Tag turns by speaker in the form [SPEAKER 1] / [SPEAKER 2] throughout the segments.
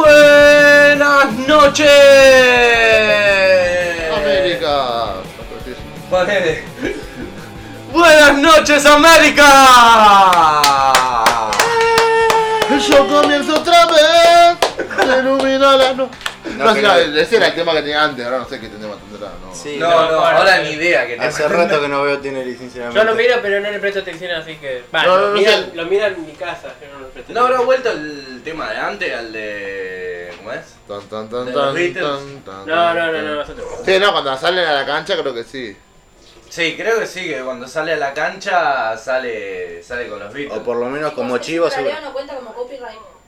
[SPEAKER 1] Buenas noches.
[SPEAKER 2] América.
[SPEAKER 1] Ponele. Buenas noches América.
[SPEAKER 2] El show comienza otra vez. Se ilumina la no.
[SPEAKER 3] No,
[SPEAKER 2] No,
[SPEAKER 3] que
[SPEAKER 2] no,
[SPEAKER 3] no.
[SPEAKER 2] ese era el tema que tenía antes, ahora no sé qué tema tendrá, ¿no?
[SPEAKER 3] Sí,
[SPEAKER 1] No,
[SPEAKER 3] no,
[SPEAKER 1] no,
[SPEAKER 3] bueno,
[SPEAKER 1] ahora
[SPEAKER 3] sí.
[SPEAKER 1] ni idea que te
[SPEAKER 3] Hace rato que no veo Tinelli, sinceramente.
[SPEAKER 4] Yo lo miro, pero no le presto atención, así que. Va,
[SPEAKER 2] No, no,
[SPEAKER 4] lo,
[SPEAKER 2] no
[SPEAKER 4] miro,
[SPEAKER 2] sé.
[SPEAKER 4] lo miro en mi casa, yo no le presto
[SPEAKER 1] No habrá
[SPEAKER 4] atención.
[SPEAKER 1] vuelto el tema de antes al de ¿cómo es?
[SPEAKER 2] Tan, tan, tan,
[SPEAKER 1] De
[SPEAKER 2] tan,
[SPEAKER 1] los Beatles.
[SPEAKER 2] tan, tan,
[SPEAKER 4] No, no, no,
[SPEAKER 2] tan.
[SPEAKER 4] no, nosotros.
[SPEAKER 2] Sí, no, cuando salen a la cancha creo que sí.
[SPEAKER 1] Sí, creo que sí, que cuando sale a la cancha sale sale con los Beatles.
[SPEAKER 3] O por lo menos como chivo seguro.
[SPEAKER 5] no cuenta como copyright. ah,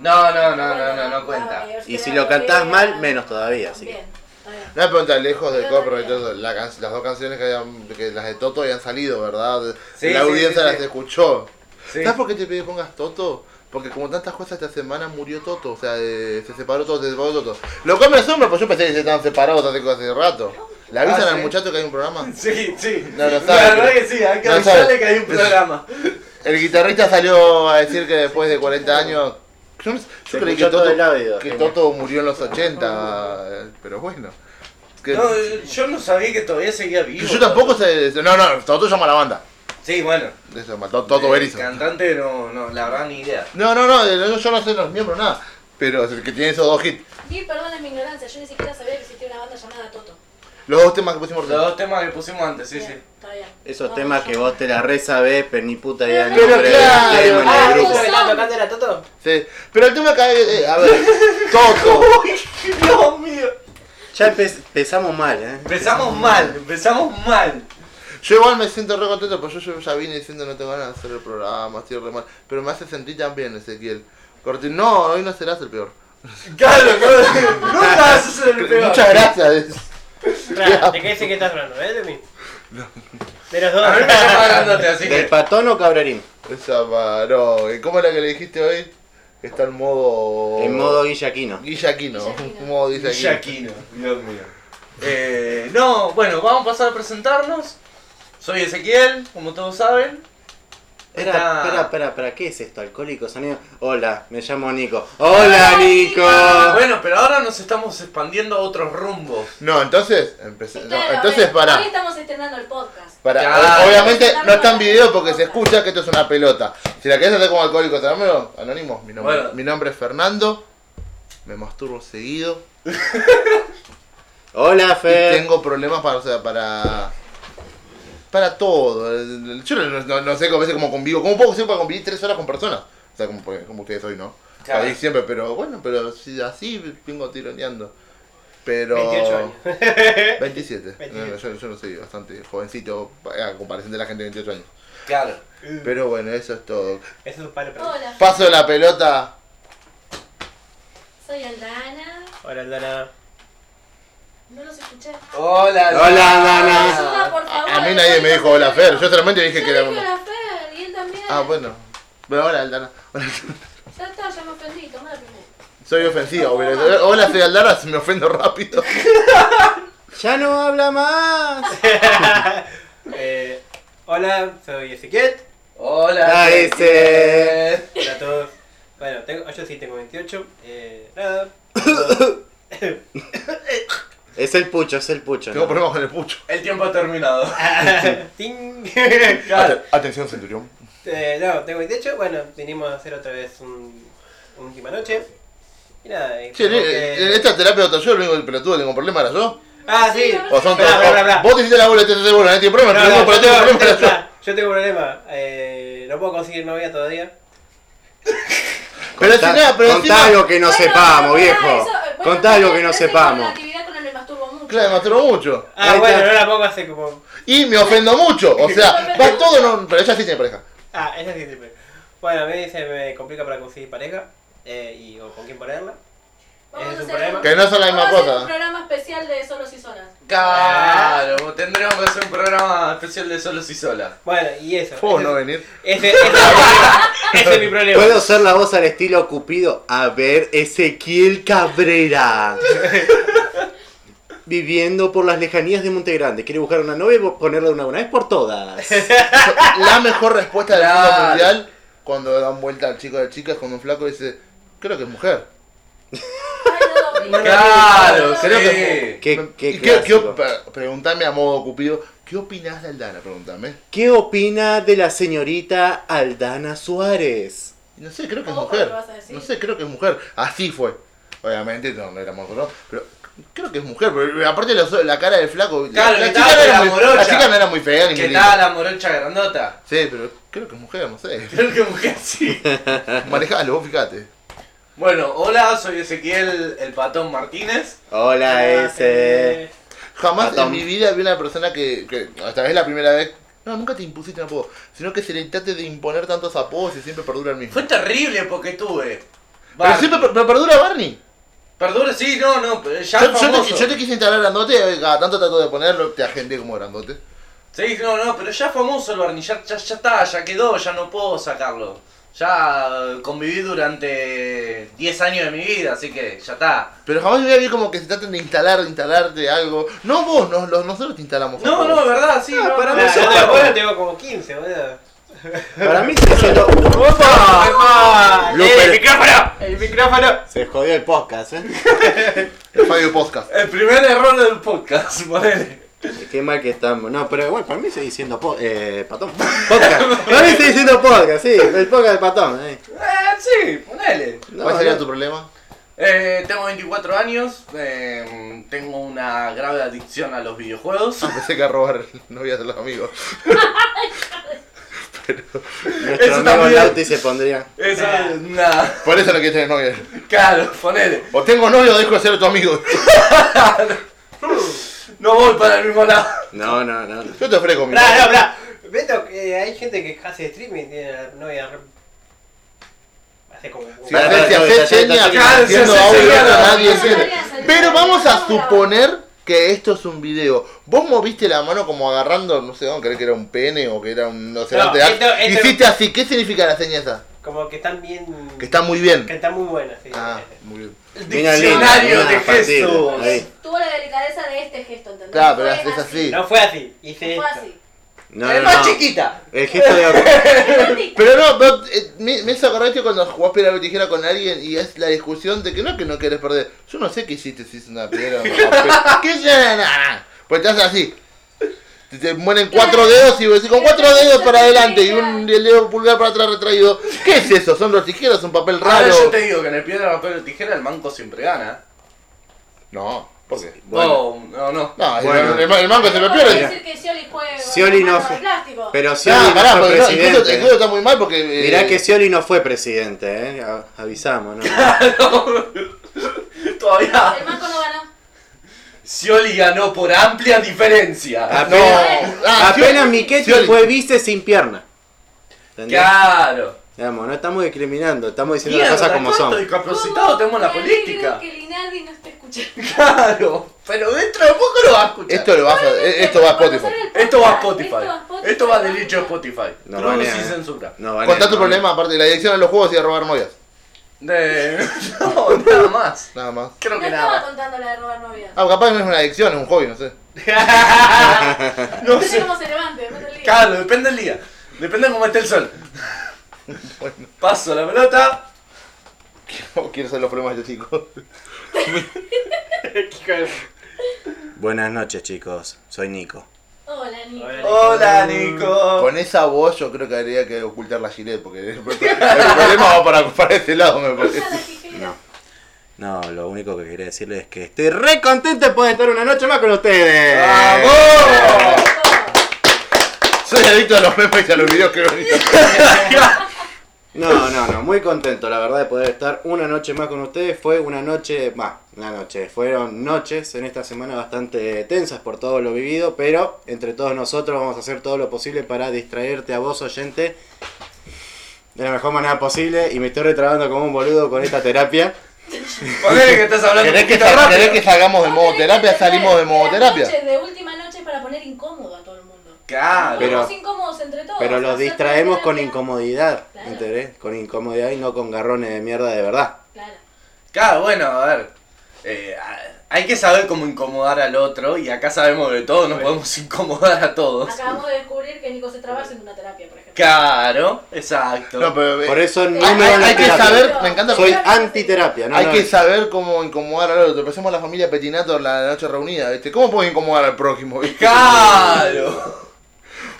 [SPEAKER 1] No, no, no, no, no, no cuenta.
[SPEAKER 5] eh.
[SPEAKER 3] Y si lo cantás mal, menos todavía, así que-
[SPEAKER 5] Bien, está bien.
[SPEAKER 2] No me pregunta, lejos del
[SPEAKER 5] Yo
[SPEAKER 2] copyright,
[SPEAKER 5] también.
[SPEAKER 2] todo, la can- las dos canciones que, habían, que las de Toto habían salido, ¿verdad?
[SPEAKER 1] Sí,
[SPEAKER 2] la
[SPEAKER 1] sí,
[SPEAKER 2] audiencia
[SPEAKER 1] sí,
[SPEAKER 2] las
[SPEAKER 1] sí.
[SPEAKER 2] escuchó.
[SPEAKER 1] Sí.
[SPEAKER 2] ¿Sabes por qué te pedí que pongas Toto? Porque como tantas cosas esta semana murió Toto, o sea, eh, se separó Toto, se separó Toto. Lo cual me asombra, pues yo pensé que se estaban separados hace, hace rato. ¿Le avisan
[SPEAKER 1] Ah,
[SPEAKER 2] al
[SPEAKER 1] ¿sí?
[SPEAKER 2] muchacho que hay un programa?
[SPEAKER 1] Sí, sí.
[SPEAKER 2] No lo
[SPEAKER 1] La
[SPEAKER 2] sabe.
[SPEAKER 1] verdad que sí, hay que
[SPEAKER 2] No
[SPEAKER 1] avisarle
[SPEAKER 2] sabe.
[SPEAKER 1] que hay un programa.
[SPEAKER 2] El guitarrista salió a decir que después de 40 años... Yo, no sé- yo
[SPEAKER 3] Se
[SPEAKER 2] creí que
[SPEAKER 3] escuchó todo
[SPEAKER 2] Toto,
[SPEAKER 3] el audio,
[SPEAKER 2] que
[SPEAKER 3] genial.
[SPEAKER 2] Toto murió en los 80, eh, pero bueno. Que-
[SPEAKER 1] No, yo no sabía que todavía seguía vivo.
[SPEAKER 2] yo tampoco sé... No, no, Toto llama a la banda.
[SPEAKER 1] Sí, bueno.
[SPEAKER 2] Eso, mató Toto
[SPEAKER 1] El
[SPEAKER 2] Berizzo.
[SPEAKER 1] Eh, cantante no, no, la verdad ni idea.
[SPEAKER 2] No, no, no, yo- yo no sé los miembros, nada. Pero es el que tiene esos dos hits.
[SPEAKER 5] Mil perdones mi ignorancia, yo ni siquiera sabía que existía una banda llamada Toto.
[SPEAKER 2] Los dos temas que pusimos.
[SPEAKER 1] Los dos temas que pusimos antes, sí,
[SPEAKER 5] Bien,
[SPEAKER 1] sí.
[SPEAKER 5] Está bien.
[SPEAKER 3] Esos
[SPEAKER 5] No,
[SPEAKER 3] temas
[SPEAKER 5] yo-
[SPEAKER 3] que vos te la re sabés, pero ni puta idea del
[SPEAKER 5] Pero
[SPEAKER 3] nombre del
[SPEAKER 2] claro.
[SPEAKER 3] tema
[SPEAKER 4] Ah,
[SPEAKER 3] del
[SPEAKER 4] ¿el
[SPEAKER 3] grupo.
[SPEAKER 4] que estaba tocando era Toto?
[SPEAKER 2] Sí, pero el tema que... eh, a ver, Toto.
[SPEAKER 1] Dios mío.
[SPEAKER 3] Ya empe- empezamos mal, ¿eh?
[SPEAKER 1] Empezamos mal, empezamos mal.
[SPEAKER 2] Yo igual me siento re contento, porque yo, yo ya vine diciendo no tengo ganas de hacer el programa, estoy re mal. Pero me hace sentir tan bien, Ezequiel. Corti, no, hoy no serás el peor.
[SPEAKER 1] Claro, no, nunca vas a ser el peor.
[SPEAKER 2] Muchas gracias.
[SPEAKER 4] Claro, ¿de qué dice que estás hablando? ¿Eh? De mí. De los dos.
[SPEAKER 1] A mí me está pagándote, así
[SPEAKER 3] ¿Del
[SPEAKER 1] que.
[SPEAKER 3] patón o cabrerín?
[SPEAKER 2] Esa varón. ¿Y cómo es la que le dijiste hoy? Que está en modo...
[SPEAKER 3] En modo guillaquino.
[SPEAKER 2] Guillaquino.
[SPEAKER 5] Guillaquino.
[SPEAKER 2] Modo Guillaquino.
[SPEAKER 1] Shaquino, Dios mío. Eh, no, bueno, vamos a pasar a presentarnos. Soy Ezequiel, como todos saben.
[SPEAKER 3] Espera,
[SPEAKER 1] Está-
[SPEAKER 3] espera, espera, espera, ¿qué es esto? ¿Alcohólico sonido? Hola, me llamo Nico. ¡Hola, Nico!
[SPEAKER 1] Bueno, pero ahora nos estamos expandiendo a otros rumbos.
[SPEAKER 2] No, entonces... Empecé, no,
[SPEAKER 5] Claro,
[SPEAKER 2] entonces,
[SPEAKER 5] eh,
[SPEAKER 2] para...
[SPEAKER 5] Hoy estamos estrenando el podcast.
[SPEAKER 2] Para, eh,
[SPEAKER 1] Claro.
[SPEAKER 2] obviamente no está en video porque se escucha que esto es una pelota. Si la querés hacer como alcohólico, tráemelo. Anónimo, mi nombre,
[SPEAKER 1] Bueno.
[SPEAKER 2] mi nombre es Fernando. Me masturbo seguido.
[SPEAKER 3] Hola,
[SPEAKER 2] Y
[SPEAKER 3] Fer.
[SPEAKER 2] tengo problemas para, o sea, para. Para todo. El- el- Yo no, no- no sé cómo, veces cómo convivo. ¿Cómo puedo ser para convivir tres horas con personas? O sea, como, pues, como ustedes hoy, ¿no?
[SPEAKER 1] Claro.
[SPEAKER 2] Ahí siempre, pero bueno, pero si, así vengo tironeando. Pero.
[SPEAKER 4] 28 años.
[SPEAKER 2] 27. No, no, yo, yo no soy bastante jovencito a comparación de la gente de 28 años.
[SPEAKER 1] Claro.
[SPEAKER 2] Pero bueno, eso es todo.
[SPEAKER 4] Eso es un palo para mí.
[SPEAKER 5] Hola,
[SPEAKER 2] Paso la pelota.
[SPEAKER 5] soy Aldana.
[SPEAKER 4] Hola, Aldana.
[SPEAKER 5] No los escuché.
[SPEAKER 1] Hola,
[SPEAKER 3] Hola, Dana.
[SPEAKER 5] Ayuda, por favor,
[SPEAKER 2] A, a mí nadie me dijo hola Fer, yo solamente dije
[SPEAKER 5] Yo
[SPEAKER 2] que
[SPEAKER 5] le
[SPEAKER 2] era
[SPEAKER 5] dije
[SPEAKER 2] uno.
[SPEAKER 5] hola Fer y él también.
[SPEAKER 2] Ah, bueno. Bueno, hola Aldana. Hola,
[SPEAKER 5] Ya está, ya me ofendí, tomá la primera.
[SPEAKER 2] Soy ofensivo, pero hola soy Aldana, me ofendo rápido.
[SPEAKER 3] ¡Ya no habla más!
[SPEAKER 4] Eh, hola, soy Ezequiel.
[SPEAKER 1] Hola.
[SPEAKER 3] Ah, ese.
[SPEAKER 1] Ezequiel.
[SPEAKER 4] Hola a todos. Bueno, tengo, yo sí tengo 28. Eh, nada.
[SPEAKER 3] Es el pucho, es el pucho.
[SPEAKER 2] Tengo
[SPEAKER 3] ¿no?
[SPEAKER 2] problemas con el pucho.
[SPEAKER 1] El tiempo ha terminado.
[SPEAKER 4] Ting.
[SPEAKER 1] Claro.
[SPEAKER 2] Ate- Atención, centurión.
[SPEAKER 4] Eh, no, tengo 28. Bueno, vinimos a hacer otra vez un, un última noche. Y nada. eh,
[SPEAKER 2] Che,
[SPEAKER 4] como
[SPEAKER 2] en-
[SPEAKER 4] que-
[SPEAKER 2] en esta terapia de yo, el único pelotudo que tengo problemas era yo.
[SPEAKER 4] Ah, sí.
[SPEAKER 2] O son
[SPEAKER 4] Bla,
[SPEAKER 2] todos.
[SPEAKER 4] bla, bla, bla.
[SPEAKER 2] Vos te hiciste la bola, te hiciste bola, no tiene problema,
[SPEAKER 4] No,
[SPEAKER 2] pero
[SPEAKER 4] no,
[SPEAKER 2] tengo
[SPEAKER 4] yo, tengo,
[SPEAKER 2] problemas
[SPEAKER 4] tengo-
[SPEAKER 2] era yo.
[SPEAKER 4] ah, yo tengo un problema. Eh, no puedo conseguir novia todavía.
[SPEAKER 2] Pero
[SPEAKER 3] Contá-
[SPEAKER 2] si nada, pero
[SPEAKER 3] contá
[SPEAKER 2] encima-
[SPEAKER 3] algo que no
[SPEAKER 5] Bueno,
[SPEAKER 3] sepamos,
[SPEAKER 5] pero pará,
[SPEAKER 3] viejo.
[SPEAKER 5] eso, eh, bueno,
[SPEAKER 3] contá algo que
[SPEAKER 5] también
[SPEAKER 3] no
[SPEAKER 5] hace Con la
[SPEAKER 3] sepamos.
[SPEAKER 5] actividad con el me masturbo mucho.
[SPEAKER 2] Claro, me masturbo mucho.
[SPEAKER 4] Ah,
[SPEAKER 3] Ahí
[SPEAKER 4] bueno,
[SPEAKER 3] está.
[SPEAKER 4] no la pongo hace como.
[SPEAKER 2] Y me ofendo mucho. O sea, va todo no. Pero ella sí tiene pareja.
[SPEAKER 4] Ah, esa sí sirve. Bueno, a mí se me complica para conseguir pareja. Eh, y, o con quién ponerla.
[SPEAKER 5] Vamos
[SPEAKER 4] es
[SPEAKER 5] a
[SPEAKER 4] un
[SPEAKER 5] hacer-
[SPEAKER 4] problema.
[SPEAKER 2] Que no son la
[SPEAKER 5] vamos
[SPEAKER 2] misma
[SPEAKER 5] a hacer un
[SPEAKER 2] cosa.
[SPEAKER 5] programa especial de solos y solas.
[SPEAKER 2] Ah.
[SPEAKER 1] Claro, tendremos que hacer un programa especial de solos y solas.
[SPEAKER 4] Bueno, y eso.
[SPEAKER 2] ¿Puedo
[SPEAKER 4] ese-
[SPEAKER 2] no venir?
[SPEAKER 4] Ese, ese es mi problema. Ese es mi problema.
[SPEAKER 3] ¿Puedo ser la voz al estilo Cupido? A ver, Ezequiel Cabrera. Viviendo por las lejanías de Monte Grande. Quiere buscar una novia y ponerla de una buena vez por todas.
[SPEAKER 2] La mejor respuesta del
[SPEAKER 1] Claro.
[SPEAKER 2] mundo mundial cuando dan vuelta al chico de la chica es cuando un flaco dice, creo que es mujer.
[SPEAKER 5] Ay, no,
[SPEAKER 4] Mano
[SPEAKER 1] Claro,
[SPEAKER 5] Sí.
[SPEAKER 1] creo
[SPEAKER 2] que-
[SPEAKER 1] que.
[SPEAKER 3] ¿Qué, qué,
[SPEAKER 2] Y qué- qué
[SPEAKER 3] clásico.
[SPEAKER 2] op- pre- preguntame a modo cupido, ¿qué opinás de Aldana? Pregúntame.
[SPEAKER 3] ¿Qué opina de la señorita Aldana Suárez?
[SPEAKER 2] No sé, creo que es
[SPEAKER 5] Ojo,
[SPEAKER 2] mujer.
[SPEAKER 5] lo vas a decir.
[SPEAKER 2] No sé, creo que es mujer. Así fue. Obviamente no, no era monstruo, pero creo que es mujer. Pero aparte los- la, cara del flaco.
[SPEAKER 1] Claro,
[SPEAKER 2] la,
[SPEAKER 1] que estaba
[SPEAKER 2] no era
[SPEAKER 1] la
[SPEAKER 2] muy,
[SPEAKER 1] morocha.
[SPEAKER 2] la chica no era muy fea ni
[SPEAKER 1] ¿Qué
[SPEAKER 2] muy linda.
[SPEAKER 1] tal la morocha grandota?
[SPEAKER 2] Sí, pero creo que es mujer, no sé.
[SPEAKER 1] Creo que mujer sí.
[SPEAKER 2] Manejalo, vos fíjate.
[SPEAKER 1] Bueno, hola, soy Ezequiel el Patón Martínez.
[SPEAKER 3] Hola,
[SPEAKER 4] eh.
[SPEAKER 3] ese.
[SPEAKER 2] Jamás
[SPEAKER 3] Patón.
[SPEAKER 2] en mi vida vi una persona que, que hasta es la primera vez. No, nunca te impusiste un apodo, sino que se le trate de imponer tantos apodos y siempre perdura el mismo.
[SPEAKER 1] Fue terrible porque tuve.
[SPEAKER 2] Pero
[SPEAKER 1] Barney.
[SPEAKER 2] siempre per- pero perdura Barney.
[SPEAKER 1] Perdón, sí, no, no, pero ya
[SPEAKER 2] Yo,
[SPEAKER 1] es
[SPEAKER 2] yo te,
[SPEAKER 1] famoso.
[SPEAKER 2] yo te quise instalar grandote, cada tanto trato de ponerlo, te agendé como grandote.
[SPEAKER 1] Sí, no, no, pero ya es famoso el Barney, ya, ya, ya está, ya quedó, ya no puedo sacarlo. Ya eh, conviví durante 10 años de mi vida, así que ya está.
[SPEAKER 2] Pero jamás voy a ver como que se traten de instalar, de instalar de algo. No vos, no, los- nosotros te instalamos.
[SPEAKER 1] No,
[SPEAKER 2] algo.
[SPEAKER 1] no, verdad, sí, no, para
[SPEAKER 3] para
[SPEAKER 4] Nah,
[SPEAKER 1] mí.
[SPEAKER 3] vos-
[SPEAKER 4] yo de acuerdo tengo como 15, boludo.
[SPEAKER 3] Para mí sigue siendo.
[SPEAKER 4] ¡Opa!
[SPEAKER 2] Lupe-
[SPEAKER 1] micrófono!
[SPEAKER 4] ¡El micrófono!
[SPEAKER 3] Se jodió el podcast, ¿eh?
[SPEAKER 2] El Fabio Podcast.
[SPEAKER 1] El primer error del podcast, ponele.
[SPEAKER 3] Qué mal que estamos. No, pero bueno, para mí sigue siendo po eh, patón. Podcast. Para mí sigue diciendo podcast, sí. El podcast del patón. eh.
[SPEAKER 1] Eh, sí, ponele.
[SPEAKER 3] No,
[SPEAKER 2] ¿Cuál sería
[SPEAKER 3] no.
[SPEAKER 2] tu problema?
[SPEAKER 1] Eh, tengo 24 años, eh, tengo una grave adicción a los videojuegos.
[SPEAKER 2] Ah, Pensé que a robar novias de los amigos.
[SPEAKER 3] Nuestro
[SPEAKER 1] Eso
[SPEAKER 3] amigo
[SPEAKER 1] también.
[SPEAKER 3] Lauti se pondría.
[SPEAKER 1] Eso es una...
[SPEAKER 2] Por eso no quieres tener novia.
[SPEAKER 1] Claro, ponele.
[SPEAKER 2] O tengo novio o dejo de ser tu amigo.
[SPEAKER 4] Hmm.
[SPEAKER 1] No voy para el mismo lado.
[SPEAKER 3] No, no, no. no.
[SPEAKER 2] Yo te ofrezco mi
[SPEAKER 4] Pará,
[SPEAKER 2] novia.
[SPEAKER 4] no, pará. Beto, que hay gente que hace streaming y tiene la novia re... Hace como...
[SPEAKER 2] Si
[SPEAKER 3] Pará, pará,
[SPEAKER 2] haces si
[SPEAKER 3] no,
[SPEAKER 2] haces
[SPEAKER 3] ya- ya- ya-
[SPEAKER 2] señas,
[SPEAKER 1] ya- ya-
[SPEAKER 2] haciendo
[SPEAKER 1] ya- ya-
[SPEAKER 2] audio,
[SPEAKER 1] ya- ya-
[SPEAKER 2] nadie
[SPEAKER 5] ya-
[SPEAKER 2] entiende.
[SPEAKER 5] ya- ya- ya-
[SPEAKER 2] Pero
[SPEAKER 5] ya-
[SPEAKER 2] vamos
[SPEAKER 5] ya-
[SPEAKER 2] a
[SPEAKER 5] ya-
[SPEAKER 2] suponer que esto es un video. Vos moviste la mano como agarrando, no sé, dónde, crees que era un pene o que era un no sé,
[SPEAKER 4] No,
[SPEAKER 2] arte de
[SPEAKER 4] esto-
[SPEAKER 2] arte.
[SPEAKER 4] esto-
[SPEAKER 2] Hiciste así. ¿Qué significa la seña esa?
[SPEAKER 4] Como que están bien...
[SPEAKER 2] Que está muy bien.
[SPEAKER 4] Que están muy buenas, sí.
[SPEAKER 2] Ah, muy bien.
[SPEAKER 1] El
[SPEAKER 3] Mira,
[SPEAKER 1] diccionario
[SPEAKER 3] linda,
[SPEAKER 1] de
[SPEAKER 3] linda, partida.
[SPEAKER 1] gestos.
[SPEAKER 3] Ahí.
[SPEAKER 5] Tuvo la delicadeza de este gesto, ¿entendés?
[SPEAKER 2] Claro, pero
[SPEAKER 5] Fue
[SPEAKER 2] es así.
[SPEAKER 4] No fue así, hice
[SPEAKER 5] Fue
[SPEAKER 4] esto.
[SPEAKER 5] así.
[SPEAKER 3] No,
[SPEAKER 1] es
[SPEAKER 3] no,
[SPEAKER 1] más
[SPEAKER 3] no.
[SPEAKER 1] chiquita.
[SPEAKER 3] El gesto de.
[SPEAKER 2] Pero no, pero, eh, me, me hizo acordar que cuando jugás piedra papel tijera con alguien y es la discusión de que no es que no querés perder. Yo no sé qué hiciste si es una piedra o papel. ¿Qué ya? nada. Pues te haces así. Te, te mueren cuatro dedos y vos decís con cuatro dedos para adelante y un y el dedo pulgar para atrás retraído. ¿Qué es eso? ¿Son dos tijeras? ¿Un papel
[SPEAKER 1] Ahora
[SPEAKER 2] raro?
[SPEAKER 1] yo te digo que en el piedra, papel o tijera el manco siempre gana.
[SPEAKER 2] No, ¿por qué?
[SPEAKER 3] Bueno,
[SPEAKER 1] Oh, no, no.
[SPEAKER 2] No, el-
[SPEAKER 3] Bueno.
[SPEAKER 2] el, el manco se me pierde.
[SPEAKER 5] decir que Scioli fue...
[SPEAKER 3] Scioli no
[SPEAKER 5] mano de
[SPEAKER 3] fue-
[SPEAKER 5] plástico.
[SPEAKER 3] Pero Scioli
[SPEAKER 2] Ah,
[SPEAKER 3] no
[SPEAKER 2] pará,
[SPEAKER 3] fue
[SPEAKER 2] porque no, el juego-
[SPEAKER 3] presidente.
[SPEAKER 2] el juego está muy mal porque. eh,
[SPEAKER 3] Mirá que Scioli no fue presidente, eh. A- Avisamos, ¿no?
[SPEAKER 5] El
[SPEAKER 1] Todavía
[SPEAKER 5] Marco no ganó.
[SPEAKER 1] Scioli ganó por amplia diferencia.
[SPEAKER 2] No, Ah,
[SPEAKER 3] Apenas
[SPEAKER 2] Scioli-
[SPEAKER 3] Miquetti
[SPEAKER 2] Scioli.
[SPEAKER 3] fue vice sin pierna. ¿Entendés?
[SPEAKER 1] Claro.
[SPEAKER 3] Digamos, no estamos discriminando, estamos diciendo
[SPEAKER 1] Mierda,
[SPEAKER 3] las cosas como
[SPEAKER 1] ¿cuánto
[SPEAKER 3] son.
[SPEAKER 1] discapacitado tenemos en la
[SPEAKER 5] Me alegro
[SPEAKER 1] política?
[SPEAKER 5] que Linardi no esté escuchando.
[SPEAKER 1] Claro. Pero dentro de poco lo vas a escuchar.
[SPEAKER 2] Esto lo vas a. eh, Esto va a
[SPEAKER 5] Cuando
[SPEAKER 2] Spotify.
[SPEAKER 5] salga el podcast,
[SPEAKER 1] Esto va a Spotify. Esto va derecho a
[SPEAKER 5] a Spotify.
[SPEAKER 1] Spotify.
[SPEAKER 3] No
[SPEAKER 1] Cruz
[SPEAKER 3] banea,
[SPEAKER 1] y
[SPEAKER 3] eh.
[SPEAKER 1] censura.
[SPEAKER 3] No, vale,
[SPEAKER 2] Contá tu
[SPEAKER 3] no,
[SPEAKER 2] problema, aparte de la dirección a los juegos y a robar novias.
[SPEAKER 1] De... No, nada más.
[SPEAKER 2] Nada más.
[SPEAKER 1] Creo
[SPEAKER 5] No
[SPEAKER 1] que
[SPEAKER 5] estaba
[SPEAKER 1] nada.
[SPEAKER 5] contando la de robar novias.
[SPEAKER 2] Ah, capaz no es una adicción, es un hobby, no sé.
[SPEAKER 1] No
[SPEAKER 5] No sé
[SPEAKER 1] sé.
[SPEAKER 5] cómo se levante, no te olvides.
[SPEAKER 1] Claro, depende del día. Depende de cómo esté el sol. Paso la pelota.
[SPEAKER 2] No quiero saber los problemas de este chico.
[SPEAKER 4] Hijo de-
[SPEAKER 3] Buenas noches, chicos. Soy Nico.
[SPEAKER 5] Hola, Nico.
[SPEAKER 4] Hola, Nico.
[SPEAKER 1] Hola, Nico.
[SPEAKER 2] Con esa voz yo creo que habría que ocultar la gilet, porque el pro- el problema va para, para ese lado, me
[SPEAKER 5] Usa
[SPEAKER 2] parece.
[SPEAKER 5] la tijera.
[SPEAKER 3] No. No, lo único que quería decirles es que estoy re contento de poder estar una noche más con ustedes.
[SPEAKER 2] ¡Vamos!
[SPEAKER 5] Nico.
[SPEAKER 2] Oh. Soy adicto a los memes y a los videos que bonito.
[SPEAKER 3] No, no, no, muy contento, la verdad, de poder estar una noche más con ustedes. Fue una noche, más, una noche, fueron noches en esta semana bastante tensas por todo lo vivido, pero entre todos nosotros vamos a hacer todo lo posible para distraerte a vos, oyente, de la mejor manera posible. Y me estoy retrabando como un boludo con esta terapia.
[SPEAKER 1] Ponele que estás hablando
[SPEAKER 2] ¿Querés
[SPEAKER 1] un
[SPEAKER 2] que,
[SPEAKER 1] poquito
[SPEAKER 2] sal-
[SPEAKER 1] rápido.
[SPEAKER 2] querés que salgamos de modo
[SPEAKER 5] Vos tenés que
[SPEAKER 2] terapia?
[SPEAKER 5] entender
[SPEAKER 2] Salimos de
[SPEAKER 5] que
[SPEAKER 2] modo
[SPEAKER 5] las
[SPEAKER 2] terapia.
[SPEAKER 5] noches de última noche para poner incómodo a todo el mundo.
[SPEAKER 1] Claro.
[SPEAKER 3] Ah, Pero-
[SPEAKER 5] Somos incómodos entre todos.
[SPEAKER 3] Pero los
[SPEAKER 5] Nosotros
[SPEAKER 3] distraemos con
[SPEAKER 5] terapia-
[SPEAKER 3] incomodidad,
[SPEAKER 5] Claro.
[SPEAKER 3] ¿entendés? Con incomodidad y no con garrones de mierda de verdad.
[SPEAKER 5] Claro.
[SPEAKER 1] Claro, bueno, a ver. eh, a- hay que saber cómo incomodar al otro y acá sabemos de todo, nos podemos incomodar a todos.
[SPEAKER 5] Acabamos de descubrir que Nico se trabaja en una terapia, por ejemplo.
[SPEAKER 1] Claro, exacto.
[SPEAKER 2] No, pero, eh,
[SPEAKER 3] Por eso no
[SPEAKER 2] hay,
[SPEAKER 3] me
[SPEAKER 2] hay-
[SPEAKER 3] van a
[SPEAKER 2] hay que
[SPEAKER 3] terapia.
[SPEAKER 2] saber, me encanta
[SPEAKER 3] Soy antiterapia, no,
[SPEAKER 2] hay
[SPEAKER 3] no,
[SPEAKER 2] que saber cómo incomodar al otro. Pensemos la familia Petinato la noche reunida, ¿viste? ¿Cómo puedo incomodar al prójimo? viste?
[SPEAKER 1] Claro.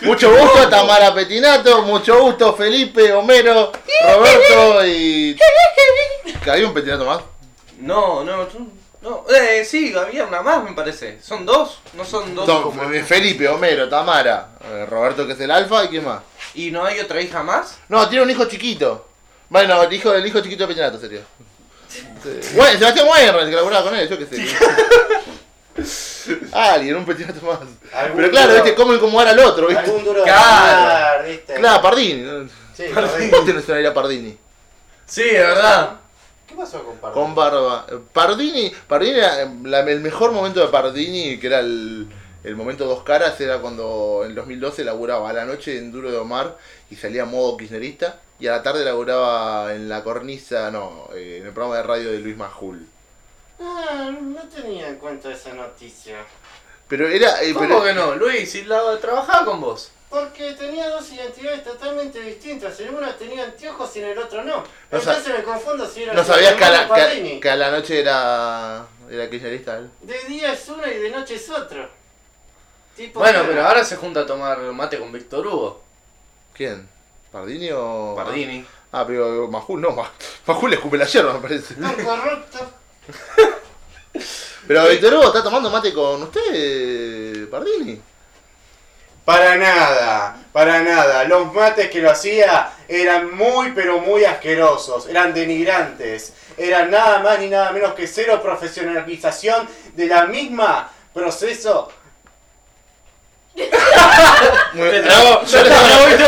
[SPEAKER 2] Mucho gusto, Tamara Petinato. Mucho gusto, Felipe, Homero, Roberto y. ¿Que ¿Había un Petinato más?
[SPEAKER 1] No, no, tú- no. Eh, sí, había una más, me parece. ¿Son dos? No son dos.
[SPEAKER 2] Son
[SPEAKER 1] como-
[SPEAKER 2] eh, Felipe, Homero, Tamara, eh, Roberto, que es el alfa, y quién más.
[SPEAKER 1] ¿Y no hay otra hija más?
[SPEAKER 2] No, tiene un hijo chiquito. Bueno, el hijo del hijo chiquito de Petinato sería. Sí. Bueno, Sebastián Weiner, que laburaba con él, yo qué sé. Alguien, un Petinato más.
[SPEAKER 3] Algún
[SPEAKER 2] Pero claro,
[SPEAKER 3] duro-
[SPEAKER 2] ¿viste? ¿Cómo incomodar al otro, viste?
[SPEAKER 3] Algún duro de
[SPEAKER 1] Claro.
[SPEAKER 3] ganar, ¿viste?
[SPEAKER 2] Claro, Pardini. ¿no?
[SPEAKER 3] Sí, Pardini.
[SPEAKER 2] Vos tenés una idea Pardini.
[SPEAKER 1] Sí, de verdad.
[SPEAKER 3] ¿Qué pasó con Pardini?
[SPEAKER 2] Con barba. Pardini, Pardini era la- el mejor momento de Pardini, que era el, el momento dos caras, era cuando en 2012 laburaba a la noche en Duro de Omar y salía a modo kirchnerista. Y a la tarde laburaba en la cornisa, no, eh, en el programa de radio de Luis Majul.
[SPEAKER 6] Ah, no tenía en cuenta esa noticia.
[SPEAKER 2] Pero era. eh,
[SPEAKER 1] ¿Cómo
[SPEAKER 2] pero-
[SPEAKER 1] que no? Luis, si la trabajaba con vos.
[SPEAKER 6] Porque tenía dos identidades totalmente distintas. En una tenía anteojos y en el otro no.
[SPEAKER 2] No sa-
[SPEAKER 6] Entonces me confundo si era
[SPEAKER 2] no
[SPEAKER 6] el
[SPEAKER 2] sabías que a, la,
[SPEAKER 6] hermano
[SPEAKER 2] que a-
[SPEAKER 6] Pardini.
[SPEAKER 2] que a la noche era. Era kirchnerista él.
[SPEAKER 6] De día es uno y de noche es otro. Tipo
[SPEAKER 1] Bueno,
[SPEAKER 6] que-
[SPEAKER 1] pero ahora se junta a tomar mate con Víctor Hugo.
[SPEAKER 2] ¿Quién? ¿Pardini o.?
[SPEAKER 1] Pardini.
[SPEAKER 2] Ah, pero Majul no, Ma- Majul le escupe la hierba, me parece.
[SPEAKER 6] Tan corrupto.
[SPEAKER 2] Pero Víctor Hugo está tomando mate con usted, Pardini.
[SPEAKER 3] Para nada, para nada. Los mates que lo hacía eran muy pero muy asquerosos, eran denigrantes, eran nada más ni nada menos que cero profesionalización de la misma proceso.
[SPEAKER 2] Muy-
[SPEAKER 1] Te
[SPEAKER 2] Ah,
[SPEAKER 1] trabó,
[SPEAKER 2] yo le hago- yo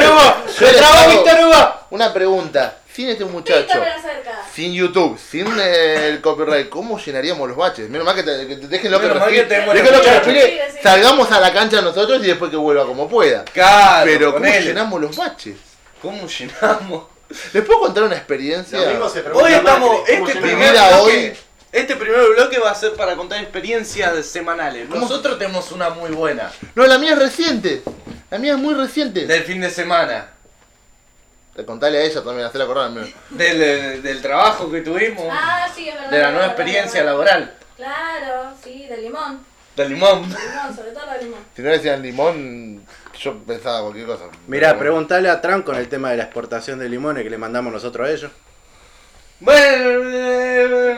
[SPEAKER 2] le hago
[SPEAKER 3] Hugo!
[SPEAKER 2] Una pregunta, sin este muchacho,
[SPEAKER 5] Pítame la cerca.
[SPEAKER 2] sin YouTube, sin eh, el copyright, ¿cómo llenaríamos los baches? Menos mal que, te, que te- déjenlo que
[SPEAKER 1] Menos mal
[SPEAKER 2] respire.
[SPEAKER 1] que te mueres,
[SPEAKER 2] déjenlo que
[SPEAKER 1] muchacho.
[SPEAKER 2] respire,
[SPEAKER 5] Sí, sí.
[SPEAKER 2] salgamos a la cancha nosotros y después que vuelva como pueda.
[SPEAKER 1] Claro,
[SPEAKER 2] Pero
[SPEAKER 1] con
[SPEAKER 2] ¿cómo
[SPEAKER 1] él.
[SPEAKER 2] llenamos los baches?
[SPEAKER 1] ¿Cómo llenamos?
[SPEAKER 2] ¿Les puedo contar una experiencia?
[SPEAKER 1] Hoy estamos, este
[SPEAKER 2] llenamos?
[SPEAKER 1] primer
[SPEAKER 2] Vivir a
[SPEAKER 1] bloque,
[SPEAKER 2] hoy.
[SPEAKER 1] este primer bloque va a ser para contar experiencias semanales.
[SPEAKER 2] ¿Cómo?
[SPEAKER 1] Nosotros tenemos una muy buena,
[SPEAKER 2] No, la mía es reciente. La mía es muy reciente.
[SPEAKER 1] del fin de semana,
[SPEAKER 2] Contale a ella también, hacerla acordar. amigo.
[SPEAKER 1] del, eh, del trabajo que tuvimos,
[SPEAKER 5] Ah, sí, es verdad.
[SPEAKER 1] de la nueva
[SPEAKER 5] verdad,
[SPEAKER 1] experiencia
[SPEAKER 5] verdad.
[SPEAKER 1] laboral,
[SPEAKER 5] Claro, sí, del limón.
[SPEAKER 1] del limón.
[SPEAKER 5] Del limón, sobre todo del limón.
[SPEAKER 2] Si no le decían limón, yo pensaba cualquier cosa.
[SPEAKER 3] Mirá,
[SPEAKER 2] Pero bueno.
[SPEAKER 3] preguntale a Trump con el tema de la exportación de limones que le mandamos nosotros a ellos.
[SPEAKER 1] Bueno,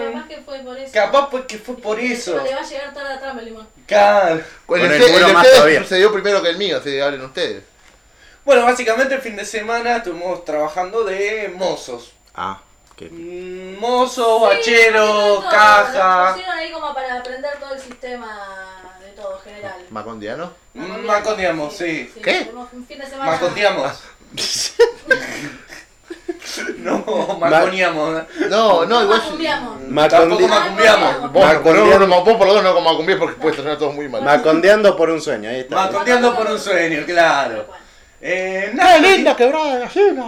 [SPEAKER 5] Capaz
[SPEAKER 1] eh,
[SPEAKER 5] que fue por eso.
[SPEAKER 1] capaz pues que fue por
[SPEAKER 5] Y encima
[SPEAKER 1] eso.
[SPEAKER 5] Le va a llegar toda la trama el limón.
[SPEAKER 1] Claro.
[SPEAKER 2] Con
[SPEAKER 3] Con
[SPEAKER 2] el,
[SPEAKER 3] el
[SPEAKER 2] C-
[SPEAKER 3] muro
[SPEAKER 2] el de
[SPEAKER 3] más
[SPEAKER 2] ustedes
[SPEAKER 3] todavía.
[SPEAKER 2] sucedió primero que el mío, así que hablen ustedes.
[SPEAKER 1] Bueno, básicamente el fin de semana estuvimos trabajando de mozos.
[SPEAKER 3] Ah, que
[SPEAKER 1] Mm, Mozo,
[SPEAKER 5] Sí,
[SPEAKER 1] bachero,
[SPEAKER 5] todo, Lo
[SPEAKER 1] caja,
[SPEAKER 5] pusieron ahí como para aprender todo el sistema de todo general.
[SPEAKER 2] Macondiano.
[SPEAKER 5] Macondiamos,
[SPEAKER 1] macondiamos, sí.
[SPEAKER 2] ¿Qué?
[SPEAKER 5] tenemos un fin de semana.
[SPEAKER 1] Macoteamos. no, maconeamos.
[SPEAKER 2] No, no,
[SPEAKER 5] No,
[SPEAKER 2] igual. Mm.
[SPEAKER 5] macumbiamos.
[SPEAKER 1] Tampoco
[SPEAKER 5] macumbiamos.
[SPEAKER 2] Vos,
[SPEAKER 3] Macondeando.
[SPEAKER 2] no, no, vos por lo menos no con Macumbíes porque puede sonar todo muy mal.
[SPEAKER 3] Macondeando por un sueño, ahí está.
[SPEAKER 1] Maco- Macoteando por un sueño, claro. Eh, nada,
[SPEAKER 2] ¡Qué linda quebrada de gallina!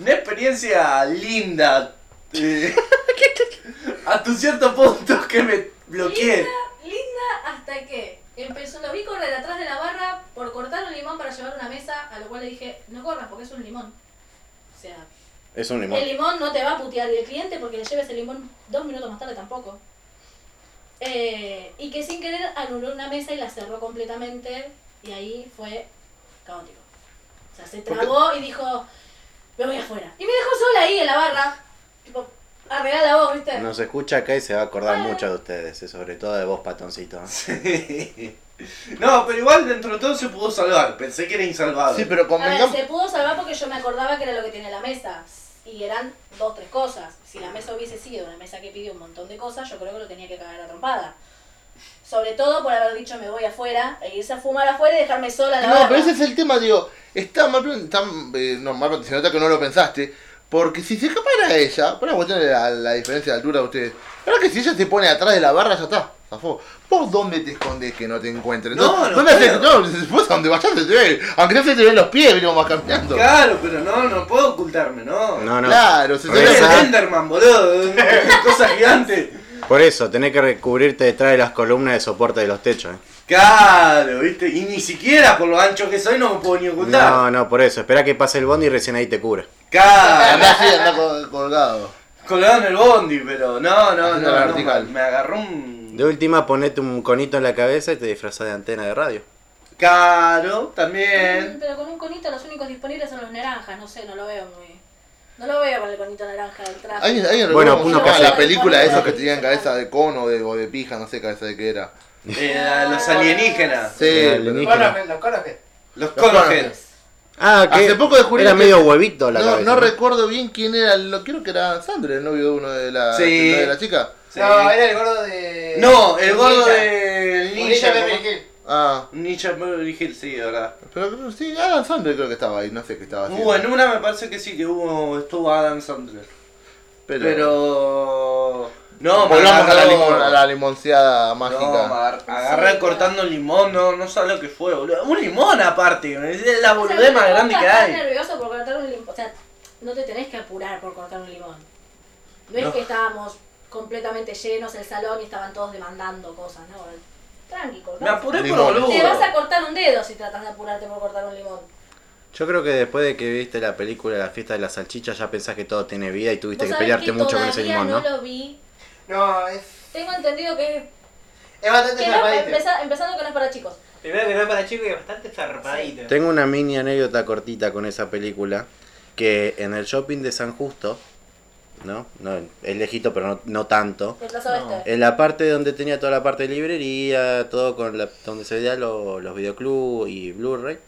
[SPEAKER 1] una experiencia linda. eh, hasta un cierto punto que me bloqueé.
[SPEAKER 5] Linda, linda hasta que empezó, lo vi correr atrás de la barra por cortar un limón para llevar a una mesa, a lo cual le dije, no corras porque es un limón. O sea,
[SPEAKER 3] Es un limón.
[SPEAKER 5] el limón no te va a putear y el cliente porque le lleves el limón dos minutos más tarde tampoco. Eh, y que sin querer anuló una mesa y la cerró completamente y ahí fue caótico. O sea, se trabó y dijo, me voy afuera. Y me dejó sola ahí en la barra. Tipo, arregla la voz, ¿viste?
[SPEAKER 3] Nos escucha acá y se va a acordar mucho de ustedes, eh, sobre todo de vos, patoncito. ¿eh?
[SPEAKER 1] No, pero igual dentro de todo se pudo salvar. Pensé que era insalvable.
[SPEAKER 2] Sí, pero
[SPEAKER 5] A ver,
[SPEAKER 2] convengamos.
[SPEAKER 5] se pudo salvar porque yo me acordaba que era lo que tiene la mesa. Y eran dos, tres cosas. Si la mesa hubiese sido una mesa que pidió un montón de cosas, yo creo que lo tenía que cagar a trompada. Sobre todo por haber dicho me voy afuera, e irse a fumar afuera y dejarme sola en la
[SPEAKER 2] No,
[SPEAKER 5] barra.
[SPEAKER 2] pero ese es el tema, digo. Está mal plan- está, eh, no, mal plan- se nota que no lo pensaste. Porque si se escapara ella, por una cuestión de la, la diferencia de altura de ustedes, la verdad que si ella se pone atrás de la barra, ya está, zafó. ¿Vos dónde te escondes que no te encuentren?
[SPEAKER 1] No, no
[SPEAKER 2] ¿dónde haces-
[SPEAKER 1] puedo.
[SPEAKER 2] no, vos a donde vayas se te ve. Aunque no se te ven los pies, venimos más caminando.
[SPEAKER 1] Claro, pero no, no puedo ocultarme, no.
[SPEAKER 3] No, no.
[SPEAKER 2] Claro, se te
[SPEAKER 1] Soy
[SPEAKER 2] ve.
[SPEAKER 1] el
[SPEAKER 3] Regresa.
[SPEAKER 1] Enderman, boludo. Cosa gigante.
[SPEAKER 3] Por eso, tenés que recubrirte detrás de las columnas de soporte de los techos. eh.
[SPEAKER 1] Claro, ¿viste? Y ni siquiera por lo ancho que soy no me puedo ni ocultar.
[SPEAKER 3] No, no, por eso. Espera que pase el bondi y recién ahí te cura.
[SPEAKER 1] Claro,
[SPEAKER 2] Andá así, andá col- colgado.
[SPEAKER 1] colgado en el bondi, pero no, no,
[SPEAKER 2] Haciendo
[SPEAKER 1] no,
[SPEAKER 2] la
[SPEAKER 1] no,
[SPEAKER 2] vertical.
[SPEAKER 1] me agarró un...
[SPEAKER 3] De última, ponete un conito en la cabeza y te disfrazás de antena de radio.
[SPEAKER 1] Caro,
[SPEAKER 5] Mm,
[SPEAKER 1] también.
[SPEAKER 5] Pero con un conito los únicos disponibles son los naranjas, no sé, no lo veo muy... No lo veo con el conito naranja del traje.
[SPEAKER 2] Hay, hay un
[SPEAKER 3] Bueno,
[SPEAKER 2] ¿cómo se
[SPEAKER 3] uno
[SPEAKER 2] llama
[SPEAKER 3] que
[SPEAKER 2] la
[SPEAKER 3] hace-
[SPEAKER 2] película de esos que tenían cabeza de cono o de, o de pija, no sé cabeza de qué era.
[SPEAKER 1] Eh, a los alienígenas.
[SPEAKER 2] Sí,
[SPEAKER 3] Era
[SPEAKER 2] pero-
[SPEAKER 3] alienígena.
[SPEAKER 6] Conogen, los conogen.
[SPEAKER 1] Los
[SPEAKER 2] conojes.
[SPEAKER 1] conojes.
[SPEAKER 5] Pues,
[SPEAKER 3] Ah, que
[SPEAKER 2] Hace poco descubrí
[SPEAKER 3] era
[SPEAKER 2] que-
[SPEAKER 3] medio huevito la
[SPEAKER 2] no,
[SPEAKER 3] cabeza.
[SPEAKER 2] no recuerdo bien quién era, lo creo que era Sandra, el novio de uno de la,
[SPEAKER 1] Sí.
[SPEAKER 2] de la chica.
[SPEAKER 1] Sí.
[SPEAKER 6] No,
[SPEAKER 4] eh,
[SPEAKER 6] era el gordo de.
[SPEAKER 1] No, el gordo
[SPEAKER 6] Ninja.
[SPEAKER 1] del
[SPEAKER 6] Ninja
[SPEAKER 1] ninja.
[SPEAKER 6] Beverly
[SPEAKER 1] ¿cómo?
[SPEAKER 6] Hills.
[SPEAKER 2] Ah,
[SPEAKER 1] Ninja Beverly Hills, sí, de verdad.
[SPEAKER 2] pero creo- sí, Adam Sandler creo que estaba ahí, no sé qué estaba haciendo.
[SPEAKER 1] Hubo en una me parece que sí, que hubo, estuvo Adam Sandler.
[SPEAKER 2] pero,
[SPEAKER 1] Pero... No, me
[SPEAKER 2] volvamos a la,
[SPEAKER 1] agarró-
[SPEAKER 2] limon, a la limonceada
[SPEAKER 1] No,
[SPEAKER 2] mágica.
[SPEAKER 1] agar- agarré
[SPEAKER 5] Sí,
[SPEAKER 1] cortando limón, no, no sabe lo que fue, boludo. Un limón aparte, es la
[SPEAKER 5] O sea,
[SPEAKER 1] boludez más
[SPEAKER 5] vos
[SPEAKER 1] grande que
[SPEAKER 5] estás tan
[SPEAKER 1] hay.
[SPEAKER 5] nervioso por cortar un limón. O sea, no te tenés que apurar por cortar un limón. No,
[SPEAKER 1] No.
[SPEAKER 5] es que estábamos completamente llenos el salón y estaban todos demandando cosas, ¿no? Tranqui, cortá.
[SPEAKER 1] Me apuré por
[SPEAKER 2] Limón.
[SPEAKER 1] boludo.
[SPEAKER 5] Te vas a cortar un dedo si tratas de apurarte por cortar un limón.
[SPEAKER 3] Yo creo que después de que viste la película La fiesta de las salchichas ya pensás que todo tiene vida y tuviste
[SPEAKER 5] Vos
[SPEAKER 3] que
[SPEAKER 5] sabés
[SPEAKER 3] pelearte mucho con
[SPEAKER 5] todavía
[SPEAKER 3] ese limón,
[SPEAKER 5] no
[SPEAKER 3] ¿no?
[SPEAKER 5] lo vi.
[SPEAKER 6] No, es.
[SPEAKER 5] Tengo entendido que,
[SPEAKER 6] Es bastante
[SPEAKER 5] que no,
[SPEAKER 6] zarpadito.
[SPEAKER 5] empeza- empezando que no es para chicos.
[SPEAKER 4] Primero que no es para chicos y es bastante zarpadito.
[SPEAKER 3] Tengo una mini anécdota cortita con esa película que en el shopping de San Justo, ¿no? no es lejito, pero no, no tanto.
[SPEAKER 5] El plazo este.
[SPEAKER 3] En la parte donde tenía toda la parte de librería, todo con la, donde se veían lo- los videoclubs y Blu-ray,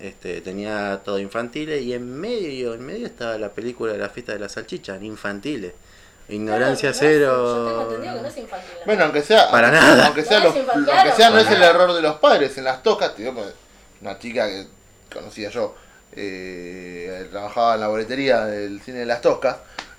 [SPEAKER 3] este, tenía todo infantiles y en medio, en medio estaba la película de la fiesta de las salchichas, en infantiles. Ignorancia
[SPEAKER 5] Claro, que no es- Yo tengo
[SPEAKER 3] cero.
[SPEAKER 5] entendido que no es infantil.
[SPEAKER 2] Bueno, aunque sea.
[SPEAKER 3] Para
[SPEAKER 2] aunque-
[SPEAKER 3] nada.
[SPEAKER 2] Aunque sea,
[SPEAKER 5] No,
[SPEAKER 2] los-
[SPEAKER 5] es infantil,
[SPEAKER 2] aunque sea no es el
[SPEAKER 5] claro.
[SPEAKER 2] error de los padres. En las tocas, tío, pues, una chica que conocía yo, eh, trabajaba en la boletería del cine de las toscas.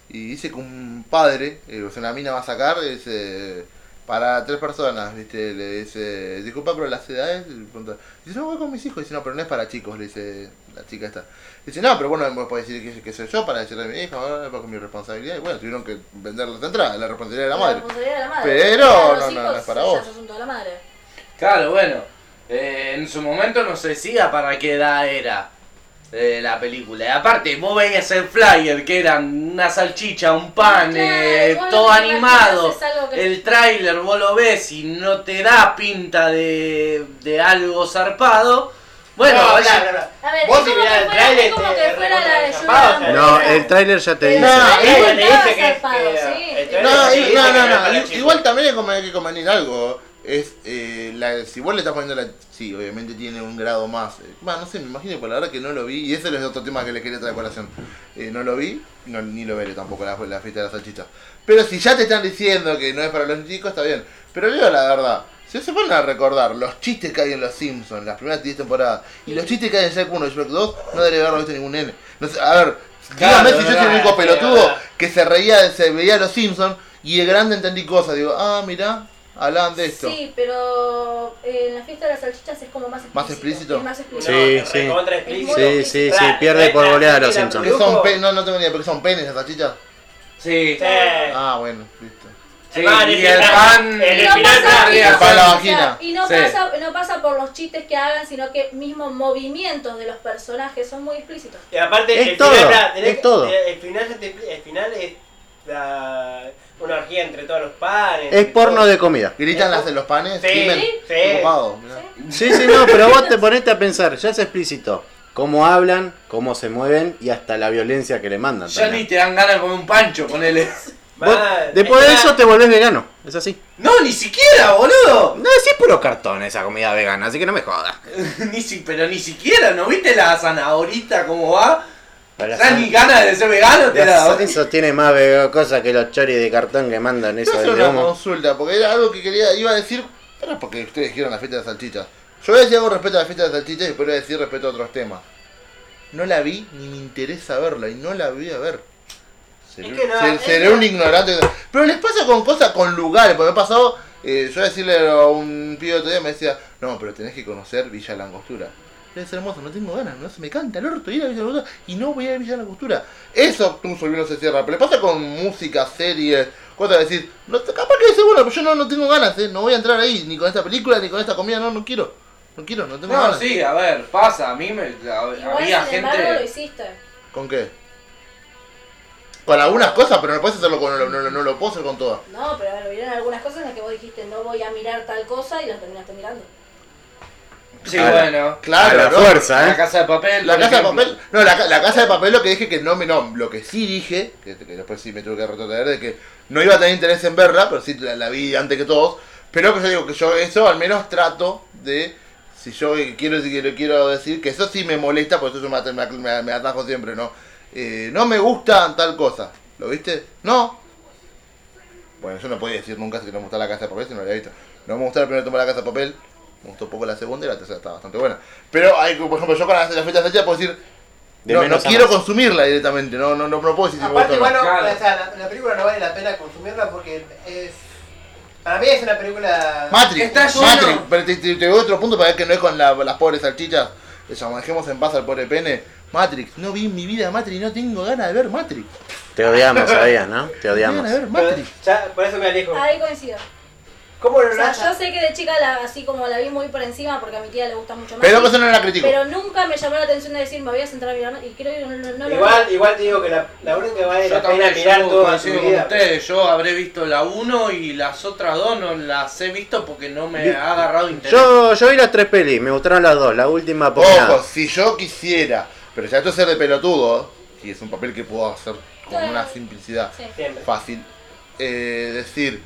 [SPEAKER 2] Y dice que un padre, eh, o sea, una mina va a sacar, dice, para tres personas, ¿viste? Le dice, disculpa, pero las edades. le pregunta, dice, no, voy con mis hijos. Dice, no, pero no es para chicos, le dice la chica esta. Dice, no, pero bueno, me puedes decir que, que soy yo para decirle a mi hijo, ah, con mi responsabilidad. Y bueno, tuvieron que vender las entradas, la responsabilidad de la madre.
[SPEAKER 5] responsabilidad de la madre.
[SPEAKER 2] Pero
[SPEAKER 5] Claro,
[SPEAKER 2] no,
[SPEAKER 5] los
[SPEAKER 2] no, no
[SPEAKER 5] hijos
[SPEAKER 2] es para
[SPEAKER 5] ya
[SPEAKER 2] vos.
[SPEAKER 5] es asunto de la madre.
[SPEAKER 1] Claro, bueno. eh, en su momento no se decía para qué edad era eh, la película. Y aparte, vos veías el flyer que eran una salchicha, un pan,
[SPEAKER 5] Claro,
[SPEAKER 1] eh,
[SPEAKER 5] vos lo
[SPEAKER 1] todo
[SPEAKER 5] que te
[SPEAKER 1] animado.
[SPEAKER 5] imaginas es algo que-
[SPEAKER 1] El tráiler vos lo ves y no te da pinta de, de algo zarpado. Bueno,
[SPEAKER 6] No,
[SPEAKER 1] oye,
[SPEAKER 6] bla, bla, bla.
[SPEAKER 5] A ver,
[SPEAKER 6] Vos
[SPEAKER 5] es
[SPEAKER 6] si
[SPEAKER 5] como
[SPEAKER 6] mirás
[SPEAKER 5] que
[SPEAKER 6] el
[SPEAKER 5] fuera-
[SPEAKER 6] trailer,
[SPEAKER 5] es como
[SPEAKER 6] te
[SPEAKER 5] que fuera la de
[SPEAKER 6] recontra
[SPEAKER 5] Jordan.
[SPEAKER 3] No, el tráiler ya
[SPEAKER 5] Eh,
[SPEAKER 3] te dice.
[SPEAKER 2] No,
[SPEAKER 6] igual
[SPEAKER 5] Estaba
[SPEAKER 6] le dice que-
[SPEAKER 5] zarpado,
[SPEAKER 6] que-
[SPEAKER 5] sí.
[SPEAKER 6] el trailer-
[SPEAKER 2] No,
[SPEAKER 6] Sí,
[SPEAKER 2] y-
[SPEAKER 6] sí,
[SPEAKER 2] no,
[SPEAKER 6] sí,
[SPEAKER 2] no,
[SPEAKER 6] sí,
[SPEAKER 2] no,
[SPEAKER 6] sí,
[SPEAKER 2] i-
[SPEAKER 6] sí.
[SPEAKER 2] Igual también hay como- hay que convenir algo. Es, eh, la- si vos le estás poniendo la. Sí, obviamente tiene un grado más. eh, bah, no sé, me imagino, por la verdad que no lo vi. Y ese es otro tema que le quería traer a colación. Eh, no lo vi, no, ni lo veré tampoco la, la fiesta de las salchichas. Pero si ya te están diciendo que no es para los chicos, está bien. Pero digo la verdad. Si se ponen a recordar los chistes que hay en Los Simpsons, las primeras 10 temporadas, y los chistes que hay en Jack 1 y Jack 2, no debería haberlo visto ningún nene. No sé, a ver,
[SPEAKER 1] Claro,
[SPEAKER 2] dígame si yo soy
[SPEAKER 1] verdad,
[SPEAKER 2] el único
[SPEAKER 6] sí,
[SPEAKER 2] pelotudo
[SPEAKER 6] verdad.
[SPEAKER 2] que se reía, se veía a los Simpsons y de grande entendí cosas. Digo, ah, mirá, hablaban de esto.
[SPEAKER 5] Sí, pero eh, en la fiesta de las salchichas es como más explícito.
[SPEAKER 2] ¿Más explícito?
[SPEAKER 5] Es más
[SPEAKER 4] No,
[SPEAKER 5] explícito.
[SPEAKER 3] Sí,
[SPEAKER 4] es
[SPEAKER 3] sí.
[SPEAKER 4] recontra
[SPEAKER 5] Sí,
[SPEAKER 4] explícito.
[SPEAKER 3] Sí, sí, sí,
[SPEAKER 4] Claro,
[SPEAKER 3] pierde por
[SPEAKER 4] la-
[SPEAKER 3] goleada a los
[SPEAKER 4] la-
[SPEAKER 2] Que
[SPEAKER 3] Simpsons.
[SPEAKER 2] son pe- no, no tengo ni idea, pero que son penes las salchichas.
[SPEAKER 1] sí,
[SPEAKER 4] Sí.
[SPEAKER 2] Ah, bueno, listo.
[SPEAKER 1] sí,
[SPEAKER 4] El pan, el
[SPEAKER 1] y el
[SPEAKER 4] pirata,
[SPEAKER 1] pan.
[SPEAKER 4] el
[SPEAKER 5] Y no
[SPEAKER 4] espinaca,
[SPEAKER 5] pasa, y
[SPEAKER 2] el
[SPEAKER 5] no
[SPEAKER 2] pan en la
[SPEAKER 5] pasa-
[SPEAKER 2] vagina.
[SPEAKER 5] y no
[SPEAKER 1] Sí.
[SPEAKER 5] pasa, no pasa por los chistes que hagan, sino que mismos movimientos de los personajes son muy explícitos.
[SPEAKER 4] Y aparte,
[SPEAKER 3] Es
[SPEAKER 4] el
[SPEAKER 3] todo,
[SPEAKER 4] final, ya- tenés
[SPEAKER 3] es
[SPEAKER 4] que-
[SPEAKER 3] todo.
[SPEAKER 4] eh, El final, ya te- el final es la- una orgía entre todos los panes.
[SPEAKER 3] Es porno de comida.
[SPEAKER 2] Gritan las de los panes,
[SPEAKER 4] Sí,
[SPEAKER 2] crimen,
[SPEAKER 4] sí.
[SPEAKER 2] qué copado, mirá.
[SPEAKER 5] ¿sí?
[SPEAKER 3] Sí, sí, no, pero vos te ponete a pensar, ya es explícito. Cómo hablan, cómo se mueven y hasta la violencia que le mandan.
[SPEAKER 1] Ya
[SPEAKER 3] también.
[SPEAKER 1] ni te dan ganas de comer un pancho, ponele.
[SPEAKER 3] Vos-
[SPEAKER 4] Mal.
[SPEAKER 3] después de
[SPEAKER 4] Está-
[SPEAKER 3] eso te volvés vegano, es así.
[SPEAKER 1] No, ni siquiera, boludo.
[SPEAKER 3] No, sí es puro cartón esa comida vegana, así que no me jodas.
[SPEAKER 1] Ni si, pero ni siquiera, ¿no viste la zanahorita cómo va?
[SPEAKER 3] Pero
[SPEAKER 1] Ya
[SPEAKER 3] son-
[SPEAKER 1] ni ganas de ser vegano te
[SPEAKER 3] pero
[SPEAKER 1] da.
[SPEAKER 3] son- Eso tiene más vego- cosas que los choris de cartón que mandan
[SPEAKER 2] Quiero
[SPEAKER 3] eso
[SPEAKER 2] hacer
[SPEAKER 3] del
[SPEAKER 2] una
[SPEAKER 3] humo.
[SPEAKER 2] consulta, porque era algo que quería, iba a decir, pero porque ustedes dijeron la fiesta de las salchichas. Yo voy a decir algo respecto a la fiesta de las salchichas y después voy a decir respecto a otros temas. No la vi ni me interesa verla y no la voy a ver. Seré,
[SPEAKER 4] Es que no,
[SPEAKER 2] ser-
[SPEAKER 4] es
[SPEAKER 2] seré
[SPEAKER 4] que-
[SPEAKER 2] un ignorante. Pero les pasa con cosas, con lugares, porque me ha pasado, eh, yo decirle a un pibe otro día me decía, no, pero tenés que conocer Villa Langostura. Es hermoso, no tengo ganas, no se me canta el orto ir a Villa Langostura y no voy a ir a Villa Langostura. Eso un sobrino se cierra, pero le pasa con música, series cosas que decís, no, capaz que decís, bueno, pero yo no, no tengo ganas, eh, no voy a entrar ahí, ni con esta película, ni con esta comida, no, no quiero, no quiero, no tengo
[SPEAKER 1] No,
[SPEAKER 2] ganas.
[SPEAKER 1] sí, a ver, pasa, a mí me. a-
[SPEAKER 5] Igual,
[SPEAKER 1] había
[SPEAKER 5] sin
[SPEAKER 1] gente.
[SPEAKER 5] embargo, lo hiciste.
[SPEAKER 2] ¿Con qué? Con algunas cosas, pero no puedes hacerlo con, no, no, no lo puedo hacer con todas.
[SPEAKER 5] No, pero a ver, hubieron algunas cosas en las que vos dijiste no voy a mirar tal cosa y lo terminaste mirando.
[SPEAKER 1] Sí,
[SPEAKER 3] A la-
[SPEAKER 1] bueno.
[SPEAKER 3] A
[SPEAKER 2] Claro,
[SPEAKER 3] la
[SPEAKER 2] ¿no?
[SPEAKER 3] fuerza,
[SPEAKER 1] La
[SPEAKER 3] ¿eh?
[SPEAKER 1] casa de papel.
[SPEAKER 2] La
[SPEAKER 1] por
[SPEAKER 2] casa de
[SPEAKER 1] ejemplo.
[SPEAKER 2] papel, no, la, ca- la casa de papel lo que dije que no me, no, lo que sí dije, que, que después sí me tuve que retroceder, de que no iba a tener interés en verla, pero sí la, la vi antes que todos, pero que yo digo que yo eso al menos trato de, si yo quiero, si quiero, quiero decir, que eso sí me molesta, por eso yo me, at- me, me- me atajo siempre, ¿no? Eh, no me gusta tal cosa, ¿lo viste? No. Bueno, yo no podía decir nunca que no me gusta la casa de papel, si no la había visto. No me gustó la primera toma de la casa de papel, me gustó poco la segunda y la tercera está bastante buena. Pero hay, por ejemplo, yo con las, las fechas hechas puedo decir,
[SPEAKER 3] De
[SPEAKER 2] no,
[SPEAKER 3] menos
[SPEAKER 2] no
[SPEAKER 3] a
[SPEAKER 2] quiero
[SPEAKER 3] más.
[SPEAKER 2] consumirla directamente, no, no, no, no puedo decir si me
[SPEAKER 4] Aparte,
[SPEAKER 2] gusta o no.
[SPEAKER 4] igual, no,
[SPEAKER 1] Claro.
[SPEAKER 4] o sea, la, la película no vale la pena consumirla porque es. Para mí es una película.
[SPEAKER 2] Matrix,
[SPEAKER 1] Está lleno.
[SPEAKER 2] Matrix, pero te, te- te doy otro punto para ver que no es con la- las pobres salchichas. Eso, dejemos en paz al pobre pene. Matrix, no vi en mi vida Matrix, no tengo ganas de ver Matrix.
[SPEAKER 3] Te odiamos, sabías, ¿no? Te
[SPEAKER 2] No tengo
[SPEAKER 3] odiamos.
[SPEAKER 2] ganas de ver
[SPEAKER 4] Pero
[SPEAKER 2] Matrix.
[SPEAKER 4] ya, por eso me alejo.
[SPEAKER 5] Ahí coincido.
[SPEAKER 4] ¿Cómo
[SPEAKER 5] O
[SPEAKER 4] no
[SPEAKER 5] sea,
[SPEAKER 4] la
[SPEAKER 5] yo sé que de chica la- así como la vi muy por encima porque a mi tía le gusta mucho más.
[SPEAKER 2] Pero que eso no la critico.
[SPEAKER 5] pero nunca me llamó la atención de decir me voy a centrar a mirar y creo que no, no- no lo
[SPEAKER 4] Igual, igual te digo que la, la única que vale
[SPEAKER 1] Yo
[SPEAKER 4] la pena
[SPEAKER 1] también
[SPEAKER 4] mirar
[SPEAKER 1] yo
[SPEAKER 4] toda tu
[SPEAKER 1] coincido con
[SPEAKER 4] vida.
[SPEAKER 1] ustedes. Yo habré visto la 1 y las otras dos no las he visto porque no me
[SPEAKER 3] Vi-
[SPEAKER 1] ha agarrado interés.
[SPEAKER 3] Yo, yo vi las tres pelis, me gustaron las dos, la última por
[SPEAKER 2] Ojo,
[SPEAKER 3] nada.
[SPEAKER 2] si yo quisiera, pero ya esto es ser de pelotudo, y es un papel que puedo hacer con una simplicidad
[SPEAKER 5] Sí.
[SPEAKER 4] Siempre.
[SPEAKER 2] fácil, eh, decir,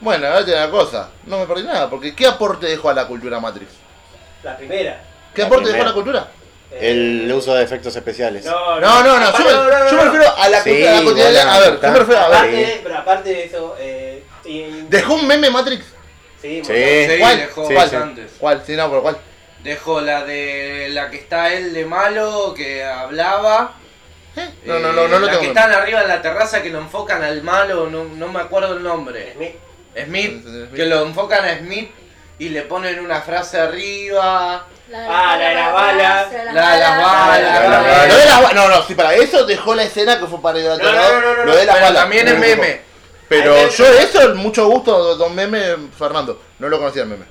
[SPEAKER 2] bueno, ahora te digo una cosa, no me perdí nada, porque ¿qué aporte dejó a la cultura Matrix?
[SPEAKER 4] La primera. Eh,
[SPEAKER 2] ¿Qué
[SPEAKER 3] La
[SPEAKER 2] aporte dejó a
[SPEAKER 3] primera.
[SPEAKER 2] la cultura?
[SPEAKER 3] El uso de efectos especiales.
[SPEAKER 4] No,
[SPEAKER 2] No, no, no,
[SPEAKER 4] Aparte-
[SPEAKER 2] yo, me- yo me refiero a la
[SPEAKER 3] Sí,
[SPEAKER 2] cultura, a la cotidianidad.
[SPEAKER 3] bueno,
[SPEAKER 2] a ver,
[SPEAKER 3] está.
[SPEAKER 2] yo me refiero a ver.
[SPEAKER 4] Aparte,
[SPEAKER 3] Sí.
[SPEAKER 4] pero aparte de eso, eh, y-
[SPEAKER 2] ¿Dejó un meme Matrix?
[SPEAKER 4] sí,
[SPEAKER 3] Sí.
[SPEAKER 4] bueno,
[SPEAKER 1] Sí,
[SPEAKER 2] ¿Cuál?
[SPEAKER 1] dejó
[SPEAKER 3] eh, Sí,
[SPEAKER 1] bastantes.
[SPEAKER 2] ¿Cuál? Sí, no, pero ¿cuál?
[SPEAKER 1] Dejó la de la que está él de malo, que hablaba.
[SPEAKER 2] ¿Eh? No, no,
[SPEAKER 1] eh,
[SPEAKER 2] no, no lo
[SPEAKER 1] La que
[SPEAKER 2] tengo.
[SPEAKER 1] están arriba en la terraza que lo enfocan al malo, no, no me acuerdo el nombre.
[SPEAKER 4] Smith,
[SPEAKER 1] Smith,
[SPEAKER 2] Smith.
[SPEAKER 1] que lo enfocan a Smith y le ponen una frase arriba.
[SPEAKER 4] Ah, la de las balas.
[SPEAKER 5] la de
[SPEAKER 1] La de las balas.
[SPEAKER 3] La de las balas.
[SPEAKER 2] Lo de las ba- No, no, sí, para eso dejó la escena que fue para el
[SPEAKER 4] no, no, no,
[SPEAKER 2] Lo de las
[SPEAKER 1] Pero
[SPEAKER 2] balas.
[SPEAKER 1] también es
[SPEAKER 2] no lo dejó.
[SPEAKER 1] meme.
[SPEAKER 2] Pero
[SPEAKER 4] Hay meme.
[SPEAKER 2] yo eso, mucho gusto, don Meme Fernando. No lo conocía el meme.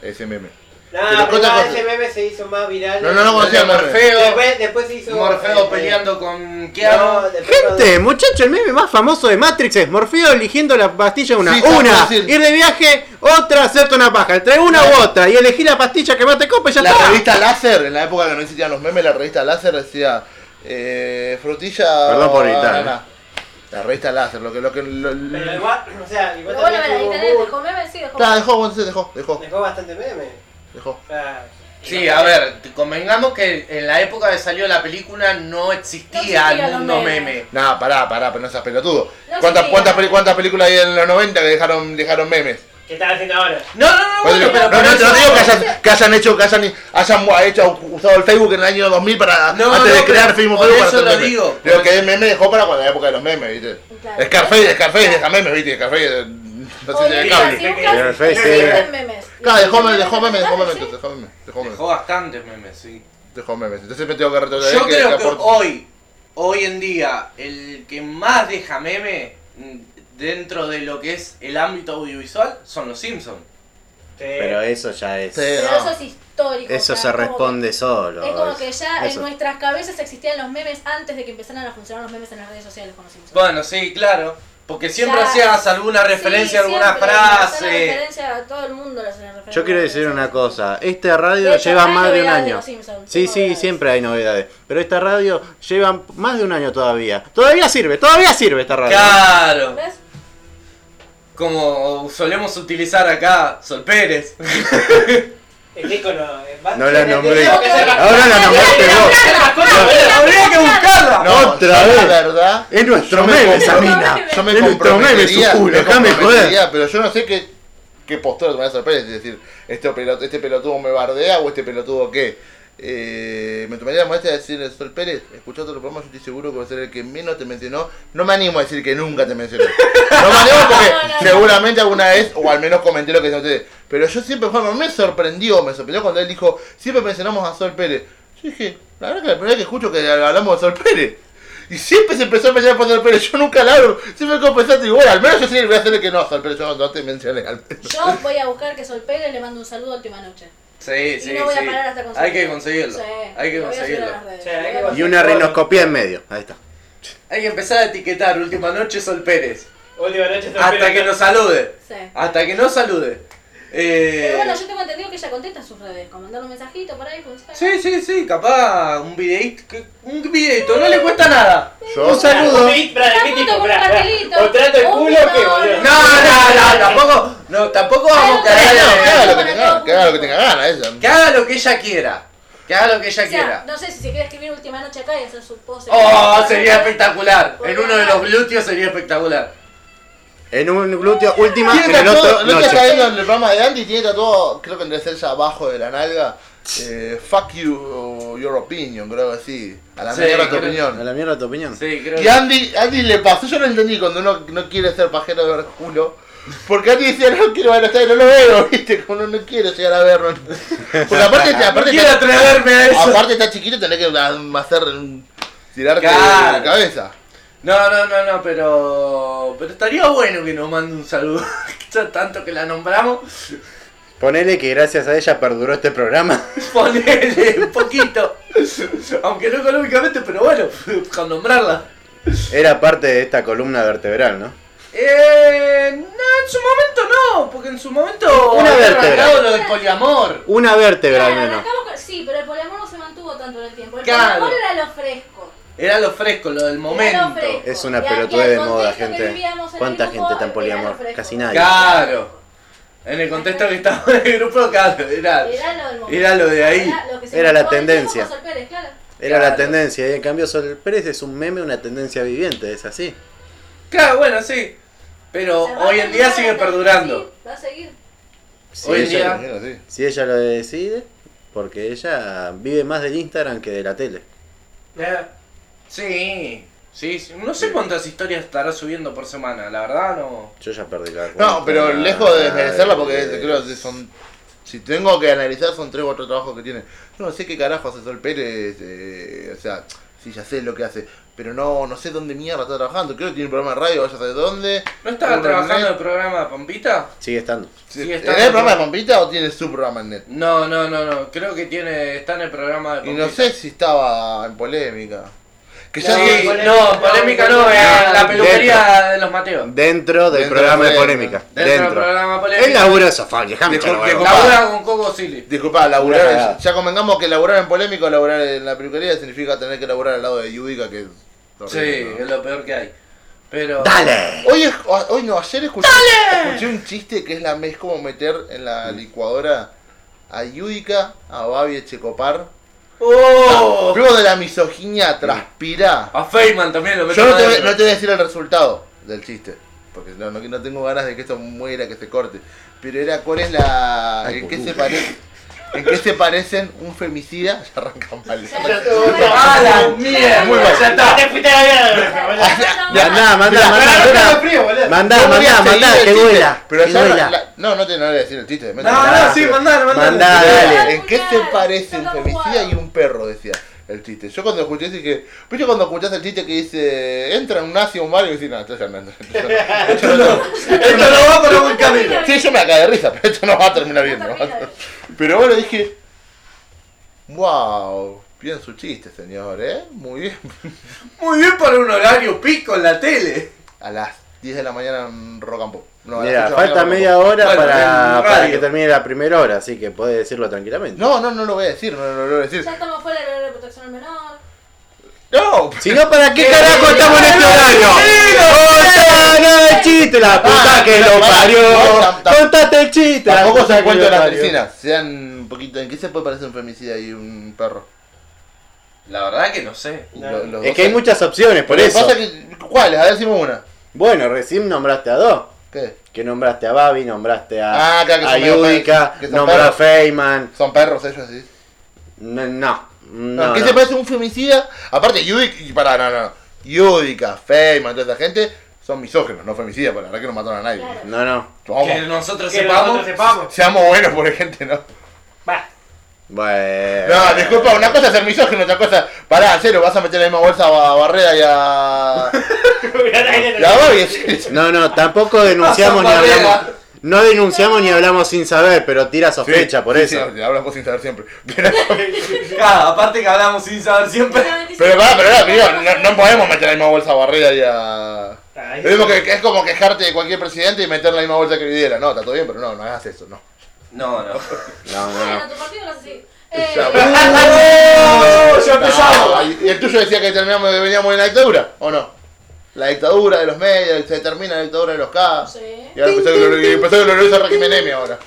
[SPEAKER 2] Ese meme.
[SPEAKER 4] No,
[SPEAKER 2] Pero
[SPEAKER 4] pero
[SPEAKER 2] otra
[SPEAKER 4] igual
[SPEAKER 2] cosa.
[SPEAKER 4] ese meme se hizo más viral.
[SPEAKER 2] No, no, no,
[SPEAKER 1] El de
[SPEAKER 2] conocía el meme.
[SPEAKER 1] Morfeo.
[SPEAKER 4] Después, después se hizo.
[SPEAKER 1] Morfeo
[SPEAKER 4] eh,
[SPEAKER 1] peleando con
[SPEAKER 4] No,
[SPEAKER 1] Keanu.
[SPEAKER 4] después
[SPEAKER 3] Gente, muchacho, el meme más famoso de Matrix es Morfeo eligiendo la pastilla una.
[SPEAKER 2] Sí,
[SPEAKER 3] una,
[SPEAKER 2] sí, sí.
[SPEAKER 3] ir de viaje, otra, hacerte una paja. Entre una u otra y elegí la pastilla que más te copa y ya
[SPEAKER 2] La
[SPEAKER 3] está.
[SPEAKER 2] revista Láser, en la época que no existían los memes, la revista Láser decía eh, frutilla.
[SPEAKER 3] Perdón por
[SPEAKER 2] o
[SPEAKER 3] gritar,
[SPEAKER 2] banana. La revista Láser, lo que. Lo que lo-
[SPEAKER 4] cuando- Pero igual, o sea, igual
[SPEAKER 5] Mm. Pero bueno,
[SPEAKER 4] también
[SPEAKER 5] la de
[SPEAKER 4] tuvo
[SPEAKER 5] internet
[SPEAKER 4] muy-
[SPEAKER 5] dejó meme, sí, dejó
[SPEAKER 2] Está,
[SPEAKER 5] meme.
[SPEAKER 2] dejó, bueno, sí, dejó, dejó,
[SPEAKER 4] dejó bastante meme.
[SPEAKER 2] dejó.
[SPEAKER 4] O sea,
[SPEAKER 1] Sí, a ver, convengamos que en la época que salió la película no existía
[SPEAKER 5] No existían
[SPEAKER 1] el
[SPEAKER 5] los
[SPEAKER 1] mundo
[SPEAKER 5] memes.
[SPEAKER 1] meme.
[SPEAKER 2] Nah, pará, pará, pero no seas pelotudo.
[SPEAKER 5] No
[SPEAKER 2] ¿Cuántas,
[SPEAKER 5] seas.
[SPEAKER 2] cuántas, peli- ¿Cuántas películas hay en los 90 que dejaron, dejaron memes?
[SPEAKER 4] ¿qué están haciendo ahora?
[SPEAKER 1] No, no, no,
[SPEAKER 2] No,
[SPEAKER 1] bueno,
[SPEAKER 2] no,
[SPEAKER 1] pero por
[SPEAKER 2] no, te
[SPEAKER 1] eso-
[SPEAKER 2] lo Pues digo que hayan, que hayan hecho, que hayan, hayan mu- hecho, usado el Facebook en el año 2000 para,
[SPEAKER 1] No,
[SPEAKER 2] antes de
[SPEAKER 1] no,
[SPEAKER 2] crear
[SPEAKER 1] pero
[SPEAKER 2] Facebook
[SPEAKER 1] por
[SPEAKER 2] Facebook
[SPEAKER 1] eso
[SPEAKER 2] para hacer
[SPEAKER 1] lo
[SPEAKER 2] memes.
[SPEAKER 1] digo.
[SPEAKER 2] Digo que el meme dejó para cuando la época de los memes, ¿viste?
[SPEAKER 5] Claro.
[SPEAKER 2] Scarface, Scarface, deja memes, ¿viste? Scarface, eh, no sé si
[SPEAKER 5] Oye,
[SPEAKER 2] de
[SPEAKER 5] mira,
[SPEAKER 2] cable.
[SPEAKER 5] si buscas,
[SPEAKER 3] Pero
[SPEAKER 5] no
[SPEAKER 3] Facebook,
[SPEAKER 5] existen memes.
[SPEAKER 2] Claro, dejó memes, dejó memes, dejó
[SPEAKER 5] Dale,
[SPEAKER 2] memes,
[SPEAKER 5] sí.
[SPEAKER 2] entonces, dejó memes, dejó memes,
[SPEAKER 1] Dejó bastantes memes, sí.
[SPEAKER 2] dejó memes. Entonces me tengo que retroceder.
[SPEAKER 1] Yo creo que
[SPEAKER 2] aporte-
[SPEAKER 1] hoy, hoy en día, el que más deja meme mm, dentro de lo que es el ámbito audiovisual son los Simpsons.
[SPEAKER 3] Pero eso ya es.
[SPEAKER 2] Sí.
[SPEAKER 5] Pero
[SPEAKER 2] no.
[SPEAKER 5] eso es histórico.
[SPEAKER 3] Eso
[SPEAKER 5] o sea,
[SPEAKER 3] se
[SPEAKER 5] es como
[SPEAKER 3] responde
[SPEAKER 5] que-
[SPEAKER 3] solo.
[SPEAKER 5] Es como que ya
[SPEAKER 3] Eso.
[SPEAKER 5] en nuestras cabezas existían los memes antes de que empezaran a funcionar los memes en las redes sociales con los Simpsons.
[SPEAKER 1] Bueno, sí, claro. Porque siempre
[SPEAKER 5] Ya.
[SPEAKER 1] hacías alguna referencia,
[SPEAKER 5] Sí,
[SPEAKER 1] alguna
[SPEAKER 5] siempre, hacen la
[SPEAKER 1] frase.
[SPEAKER 5] referencia a todo el mundo. le hacen la referencia
[SPEAKER 3] Yo quiero
[SPEAKER 5] a
[SPEAKER 3] decir
[SPEAKER 5] los
[SPEAKER 3] una
[SPEAKER 5] Simpsons.
[SPEAKER 3] cosa. Esta radio
[SPEAKER 5] De hecho,
[SPEAKER 3] lleva
[SPEAKER 5] hay
[SPEAKER 3] más de un
[SPEAKER 5] novedades de
[SPEAKER 3] año.
[SPEAKER 5] los Simpsons,
[SPEAKER 3] Sí,
[SPEAKER 5] hay
[SPEAKER 3] sí,
[SPEAKER 5] novedades.
[SPEAKER 3] siempre hay novedades. Pero esta radio lleva más de un año todavía. Todavía sirve, todavía sirve esta radio.
[SPEAKER 1] Claro.
[SPEAKER 5] ¿Ves?
[SPEAKER 1] Como solemos utilizar acá, Sol Pérez.
[SPEAKER 4] El ícono. eh, va-
[SPEAKER 3] No la
[SPEAKER 4] tiene-
[SPEAKER 3] nombré.
[SPEAKER 4] tenemos que hacer más-
[SPEAKER 3] Ahora la nombraste vos.
[SPEAKER 5] Ah,
[SPEAKER 1] Habría que buscarla.
[SPEAKER 2] No,
[SPEAKER 3] Otra
[SPEAKER 2] yo
[SPEAKER 3] vez.
[SPEAKER 2] La verdad.
[SPEAKER 3] Es nuestro
[SPEAKER 2] yo me
[SPEAKER 3] meme esa
[SPEAKER 2] compro-
[SPEAKER 3] mina.
[SPEAKER 2] Yo me
[SPEAKER 3] Es nuestro meme,
[SPEAKER 2] comprometería,
[SPEAKER 3] su culo.
[SPEAKER 2] me
[SPEAKER 3] Déjame joder.
[SPEAKER 2] comprometería, pero yo no sé qué, qué postura tomará Sol Pérez. Es decir, este pelotudo, este pelotudo me bardea o este pelotudo qué. Eh, me tomaría la molestia de decirle Sol Pérez, escuchá todos los programas, yo estoy seguro que va a ser el que menos te mencionó. No me animo a decir que nunca te mencionó. No me animo porque
[SPEAKER 5] No, no, no.
[SPEAKER 2] seguramente alguna vez, o al menos comenté lo que decían ustedes. Pero yo siempre, bueno, me sorprendió, me sorprendió cuando él dijo, siempre mencionamos a Sol Pérez. Yo dije, la verdad que la primera vez que escucho que hablamos de Sol Pérez. Y siempre se empezó a pelear por el pelo. Yo nunca la abro. Siempre como pensaste, digo, bueno, al menos yo sí le voy a hacerle que no, Sol, pero yo no te mencioné al menos.
[SPEAKER 5] Yo voy a buscar que Sol Pérez le mando un saludo última noche.
[SPEAKER 1] Sí, sí,
[SPEAKER 5] y no voy
[SPEAKER 1] sí.
[SPEAKER 5] a parar hasta conseguirlo.
[SPEAKER 1] Hay que conseguirlo.
[SPEAKER 5] Sí,
[SPEAKER 1] Hay que
[SPEAKER 5] lo voy a subir a
[SPEAKER 1] conseguirlo.
[SPEAKER 5] las redes.
[SPEAKER 4] Sí, hay que
[SPEAKER 3] Y una rinoscopía en medio. Ahí está.
[SPEAKER 1] Hay que empezar a etiquetar última noche Sol Pérez.
[SPEAKER 4] Última noche Sol
[SPEAKER 1] Hasta
[SPEAKER 4] Pérez.
[SPEAKER 1] que nos salude.
[SPEAKER 5] Sí.
[SPEAKER 1] Hasta que no salude. Eh,
[SPEAKER 5] Pero bueno, yo tengo entendido que ella contesta sus redes, como mandar un mensajito por ahí, funciona.
[SPEAKER 1] Sí, sí, sí, capaz un videito. que- Un videito, no le cuesta nada.
[SPEAKER 2] Yo,
[SPEAKER 3] Un saludo.
[SPEAKER 4] Un beat, pará,
[SPEAKER 5] Una
[SPEAKER 4] ¿qué
[SPEAKER 5] foto
[SPEAKER 4] tipo?
[SPEAKER 5] con un
[SPEAKER 4] Pará, pará.
[SPEAKER 5] papelito.
[SPEAKER 4] O trato el
[SPEAKER 5] Un
[SPEAKER 4] culo
[SPEAKER 5] millón.
[SPEAKER 4] que boludo.
[SPEAKER 1] No, no, no, tampoco. No, tampoco vamos a
[SPEAKER 5] Ay,
[SPEAKER 2] no, que haga
[SPEAKER 1] cagarle.
[SPEAKER 2] lo que tenga ganas, que haga lo que tenga ganas ella.
[SPEAKER 1] Que haga lo que ella quiera. Que haga lo que
[SPEAKER 5] O
[SPEAKER 1] ella
[SPEAKER 5] sea,
[SPEAKER 1] quiera.
[SPEAKER 5] no sé si se quiere escribir última noche acá y hacer su pose.
[SPEAKER 1] Oh, sería espectacular. En uno de los glúteos sería espectacular.
[SPEAKER 3] En un glúteo última, en
[SPEAKER 2] Tiene
[SPEAKER 3] el
[SPEAKER 2] tatuado,
[SPEAKER 3] otro
[SPEAKER 2] no te está
[SPEAKER 3] noche.
[SPEAKER 2] viendo en el programa de Andy, tiene tatuado, creo que en ya abajo de la nalga, eh, fuck you, your opinion, creo que así, a la
[SPEAKER 1] Sí,
[SPEAKER 2] mierda tu
[SPEAKER 1] creo-
[SPEAKER 3] A
[SPEAKER 2] opinión.
[SPEAKER 3] la mierda tu opinión.
[SPEAKER 1] Sí, creo
[SPEAKER 2] Y Andy, Andy le pasó, yo no entendí cuando uno no quiere ser pajero de ver culo, porque Andy decía, no quiero ver a este, no lo veo, viste, como uno no quiere llegar a verlo. Porque aparte,
[SPEAKER 1] No
[SPEAKER 2] aparte,
[SPEAKER 1] quiero
[SPEAKER 2] está,
[SPEAKER 1] atreverme a eso.
[SPEAKER 2] aparte está chiquito, tenés que hacer, tirarte de la
[SPEAKER 1] Claro.
[SPEAKER 2] cabeza.
[SPEAKER 1] No, no, no, no, pero. Pero estaría bueno que nos mande un saludo. Ya Tanto que la nombramos.
[SPEAKER 3] Ponele que gracias a ella perduró este programa.
[SPEAKER 1] Ponele un poquito. Aunque no económicamente, pero bueno, con nombrarla.
[SPEAKER 3] Era parte de esta columna vertebral, ¿no?
[SPEAKER 1] Eh, no, en su momento no, porque en su momento
[SPEAKER 3] Una
[SPEAKER 1] había
[SPEAKER 3] vértebra.
[SPEAKER 1] arrancado lo del poliamor.
[SPEAKER 3] Una
[SPEAKER 1] Este
[SPEAKER 3] vértebra al
[SPEAKER 5] Claro,
[SPEAKER 3] menos.
[SPEAKER 5] arrancamos con- Sí, pero el poliamor no se mantuvo tanto en el tiempo. El
[SPEAKER 1] Claro.
[SPEAKER 5] poliamor era lo fresco.
[SPEAKER 1] Era lo fresco, lo del
[SPEAKER 5] Era
[SPEAKER 1] momento.
[SPEAKER 5] lo fresco.
[SPEAKER 3] Es una
[SPEAKER 5] Y a- y al
[SPEAKER 3] pelotude de
[SPEAKER 5] contexto
[SPEAKER 3] moda,
[SPEAKER 5] que
[SPEAKER 3] gente.
[SPEAKER 5] vivíamos en el
[SPEAKER 3] ¿Cuánta
[SPEAKER 5] grupo,
[SPEAKER 3] gente tan
[SPEAKER 5] era
[SPEAKER 3] poliamor?
[SPEAKER 5] lo fresco.
[SPEAKER 3] Casi nadie.
[SPEAKER 1] Claro. En el contexto que estaba en el grupo, claro, era,
[SPEAKER 5] Era lo del momento.
[SPEAKER 1] era lo de ahí.
[SPEAKER 5] Era, lo que se
[SPEAKER 3] Era la
[SPEAKER 5] mantuvo en el tiempo
[SPEAKER 3] tendencia.
[SPEAKER 5] con Sol Pérez, claro.
[SPEAKER 3] Era
[SPEAKER 1] Claro.
[SPEAKER 3] la tendencia. Y en cambio Sol Pérez es un meme, una tendencia viviente, es así.
[SPEAKER 1] Claro, bueno, sí. Pero
[SPEAKER 5] Se va a
[SPEAKER 1] hoy en día
[SPEAKER 5] perdurar,
[SPEAKER 1] sigue
[SPEAKER 5] entonces,
[SPEAKER 1] perdurando.
[SPEAKER 5] sí, va a seguir.
[SPEAKER 3] Si,
[SPEAKER 1] Hoy en
[SPEAKER 3] ella,
[SPEAKER 1] día-
[SPEAKER 2] Mira, sí.
[SPEAKER 3] si ella lo decide, porque ella vive más del Instagram que de la tele.
[SPEAKER 4] Ah,
[SPEAKER 1] Sí, sí, sí. No sé cuántas historias estará subiendo por semana, la verdad no.
[SPEAKER 3] Yo ya perdí la cuenta.
[SPEAKER 2] No, pero lejos de desmerecerla porque creo que son. Si tengo que analizar, son tres o cuatro trabajos que tiene. Yo no sé qué carajo hace Sol Pérez. eh, o sea, sí, ya sé lo que hace. Pero no no sé dónde mierda está trabajando. Creo que tiene un programa de radio, vaya a saber dónde.
[SPEAKER 1] ¿No estaba
[SPEAKER 2] Por
[SPEAKER 1] trabajando en
[SPEAKER 2] internet.
[SPEAKER 1] el programa Pampita?
[SPEAKER 3] Sigue estando.
[SPEAKER 1] Sí,
[SPEAKER 2] ¿Tiene
[SPEAKER 1] está
[SPEAKER 2] el
[SPEAKER 1] en
[SPEAKER 2] programa de Pampita o tiene su programa en net?
[SPEAKER 1] No, no, no, no. Creo que tiene. está en el programa de
[SPEAKER 2] Y
[SPEAKER 1] Pampita.
[SPEAKER 2] no sé si estaba en polémica. Que ya
[SPEAKER 1] Sí,
[SPEAKER 2] sí,
[SPEAKER 4] polémica
[SPEAKER 1] no, polémica no,
[SPEAKER 4] no,
[SPEAKER 1] eh, la
[SPEAKER 3] no,
[SPEAKER 1] peluquería de los Mateos.
[SPEAKER 3] Dentro del
[SPEAKER 2] Dentro
[SPEAKER 3] programa
[SPEAKER 2] del
[SPEAKER 3] de
[SPEAKER 2] programa.
[SPEAKER 3] polémica.
[SPEAKER 1] Dentro, del
[SPEAKER 3] Dentro.
[SPEAKER 1] programa
[SPEAKER 3] El
[SPEAKER 1] polémica.
[SPEAKER 3] laburo de sofá, déjame
[SPEAKER 2] Dijo que
[SPEAKER 3] chaval.
[SPEAKER 2] copa.
[SPEAKER 1] Labura con Coco Silly.
[SPEAKER 2] Disculpa,
[SPEAKER 3] Una cagada.
[SPEAKER 2] laburar, ya convengamos que laburar en polémica o laburar en la peluquería significa tener que laburar al lado de Yudica, que es
[SPEAKER 1] Sí,
[SPEAKER 2] horrible, ¿no?
[SPEAKER 1] es lo peor que hay. Pero.
[SPEAKER 3] ¡Dale!
[SPEAKER 2] Hoy, es- hoy no, ayer escuché, escuché un chiste que es la es como meter en la licuadora a Yudica, a Babi Echecopar.
[SPEAKER 1] ¡Oh!
[SPEAKER 2] Luego de la misoginia
[SPEAKER 3] Ah,
[SPEAKER 2] transpira.
[SPEAKER 1] A Feynman también lo meto
[SPEAKER 2] Yo no te, voy-
[SPEAKER 1] adentro.
[SPEAKER 2] no te voy a decir el resultado del chiste, porque no, no, no tengo ganas de que esto muera, que se corte. Pero era cuál es la.
[SPEAKER 3] Ay,
[SPEAKER 2] ¿En qué
[SPEAKER 3] boludo.
[SPEAKER 2] se parece? ¿En qué se parecen un femicida? Ya arranca mal.
[SPEAKER 5] Ya-
[SPEAKER 1] ¡A la mierda!
[SPEAKER 2] Muy mal.
[SPEAKER 1] ya está.
[SPEAKER 6] Te fuiste a la mierda, boludo.
[SPEAKER 3] Mandá, mandá, mandá,
[SPEAKER 6] Cagando
[SPEAKER 3] mandá.
[SPEAKER 6] frío, boludo.
[SPEAKER 3] Mandá,
[SPEAKER 2] No voy a
[SPEAKER 3] mandá,
[SPEAKER 2] seguir
[SPEAKER 3] mandá,
[SPEAKER 2] el
[SPEAKER 3] que
[SPEAKER 2] chiste,
[SPEAKER 3] duela.
[SPEAKER 2] Pero
[SPEAKER 3] que
[SPEAKER 2] ya
[SPEAKER 3] duela.
[SPEAKER 2] la- la- no, no te no voy a decir el chiste. me meto
[SPEAKER 1] No,
[SPEAKER 2] en la-
[SPEAKER 1] no, sí, mandalo, mandalo.
[SPEAKER 3] Mandá, Ah, dale.
[SPEAKER 2] ¿En qué se
[SPEAKER 5] Claro,
[SPEAKER 2] parece un
[SPEAKER 5] está
[SPEAKER 2] femicida
[SPEAKER 5] jugado.
[SPEAKER 2] y un perro? Decía el chiste. Yo cuando escuché ese que. ¿Viste cuando escuchás el chiste que dice. Entra un nazi a un bar y decís, no, esto ya no entra. esto ya no- esto no-
[SPEAKER 1] Esto no va por buen camino.
[SPEAKER 2] Sí, yo me acá de risa, pero esto no va a terminar bien. ¿no? Pero bueno, dije. Wow, bien su chiste, señor, ¿eh? Muy bien.
[SPEAKER 1] Muy bien para un horario pico en la tele.
[SPEAKER 2] A las 10 de la mañana en Rock and Pop. No, a las
[SPEAKER 3] Mira,
[SPEAKER 2] 8 de la
[SPEAKER 3] falta
[SPEAKER 2] mañana en Rock and Pop.
[SPEAKER 3] media hora
[SPEAKER 1] Bueno,
[SPEAKER 3] para,
[SPEAKER 1] en
[SPEAKER 3] para
[SPEAKER 1] radio.
[SPEAKER 3] que termine la primera hora, así que podés decirlo tranquilamente.
[SPEAKER 2] No, no, no lo voy a decir, no, no lo voy a decir.
[SPEAKER 5] Ya estamos fuera del horario de protección al menor.
[SPEAKER 2] No,
[SPEAKER 3] Si no, ¿para qué carajo
[SPEAKER 1] eh,
[SPEAKER 3] estamos en este
[SPEAKER 1] eh,
[SPEAKER 3] horario?
[SPEAKER 1] eh,
[SPEAKER 3] ¡Contá
[SPEAKER 2] eh,
[SPEAKER 3] nada de chiste, la puta
[SPEAKER 2] Ah,
[SPEAKER 3] que
[SPEAKER 2] pero
[SPEAKER 3] lo
[SPEAKER 2] pará, no,
[SPEAKER 3] parió!
[SPEAKER 2] tam- tam-
[SPEAKER 3] ¡Contate el chiste! la
[SPEAKER 2] Tampoco
[SPEAKER 3] puta
[SPEAKER 2] se
[SPEAKER 3] que
[SPEAKER 2] cuento
[SPEAKER 3] lo
[SPEAKER 2] de las
[SPEAKER 3] parió.
[SPEAKER 2] piscinas. Sean un poquito. ¿En qué se puede parecer un femicida y un perro?
[SPEAKER 1] La verdad que no sé.
[SPEAKER 4] No.
[SPEAKER 2] Lo- los
[SPEAKER 3] Es
[SPEAKER 2] dos
[SPEAKER 3] que hay
[SPEAKER 2] se-
[SPEAKER 3] muchas opciones, por
[SPEAKER 2] Lo que
[SPEAKER 3] eso.
[SPEAKER 2] pasa que- ¿Cuáles? A ver, decimos una.
[SPEAKER 3] Bueno, recién nombraste a dos.
[SPEAKER 2] ¿Qué?
[SPEAKER 3] Que nombraste a Babi, nombraste a,
[SPEAKER 2] Ah, claro que
[SPEAKER 3] a
[SPEAKER 2] son medio
[SPEAKER 3] Yudica,
[SPEAKER 2] pa- que son
[SPEAKER 3] nombró a
[SPEAKER 2] perros.
[SPEAKER 3] Feynman.
[SPEAKER 2] Son perros ellos, sí.
[SPEAKER 3] No, no.
[SPEAKER 2] No,
[SPEAKER 3] no,
[SPEAKER 2] ¿En qué
[SPEAKER 3] no.
[SPEAKER 2] se parece un femicida? Aparte, Yudica. Y pará, no, no. Yudica, Feynman, toda esa gente son misógenos, no femicidas, porque la verdad que no mataron a nadie.
[SPEAKER 5] Claro.
[SPEAKER 3] No, no.
[SPEAKER 2] Vamos,
[SPEAKER 1] Que nosotros
[SPEAKER 4] Que
[SPEAKER 1] sepamos.
[SPEAKER 4] nosotros sepamos.
[SPEAKER 2] Seamos buenos por gente, ¿no?
[SPEAKER 4] Va.
[SPEAKER 3] Bueno.
[SPEAKER 2] No, disculpa, una cosa es ser misógino, otra cosa. Pará, en serio, vas a meter en la misma bolsa a Barrera y a. y a Barbie, en serio.
[SPEAKER 3] No, no, tampoco denunciamos ni hablamos. No denunciamos ni hablamos sin saber, pero tira sospecha por
[SPEAKER 2] Sí,
[SPEAKER 3] eso.
[SPEAKER 2] sí, hablamos sin saber siempre. Pero,
[SPEAKER 1] Claro, aparte que hablamos sin saber siempre.
[SPEAKER 2] pero pará, pero no, digo, no, no podemos meter en la misma bolsa a Barrera y a.
[SPEAKER 4] Ay,
[SPEAKER 2] Lo mismo que, que es como quejarte de cualquier presidente y meter en la misma bolsa que Videla. No, está todo bien, pero no, no hagas eso, no.
[SPEAKER 1] No, no.
[SPEAKER 3] No, no, no.
[SPEAKER 5] Bueno, tu partido lo hace así.
[SPEAKER 2] Ya,
[SPEAKER 5] Eh,
[SPEAKER 1] ¡Oh! Ya
[SPEAKER 2] No, y- ¿Y el tuyo decía que terminamos, que veníamos en la dictadura? ¿O no? La dictadura de los medios, se termina la dictadura de los K.
[SPEAKER 5] sí.
[SPEAKER 2] Y ahora empezó el glorioso- empezó el glorioso régimen M ahora.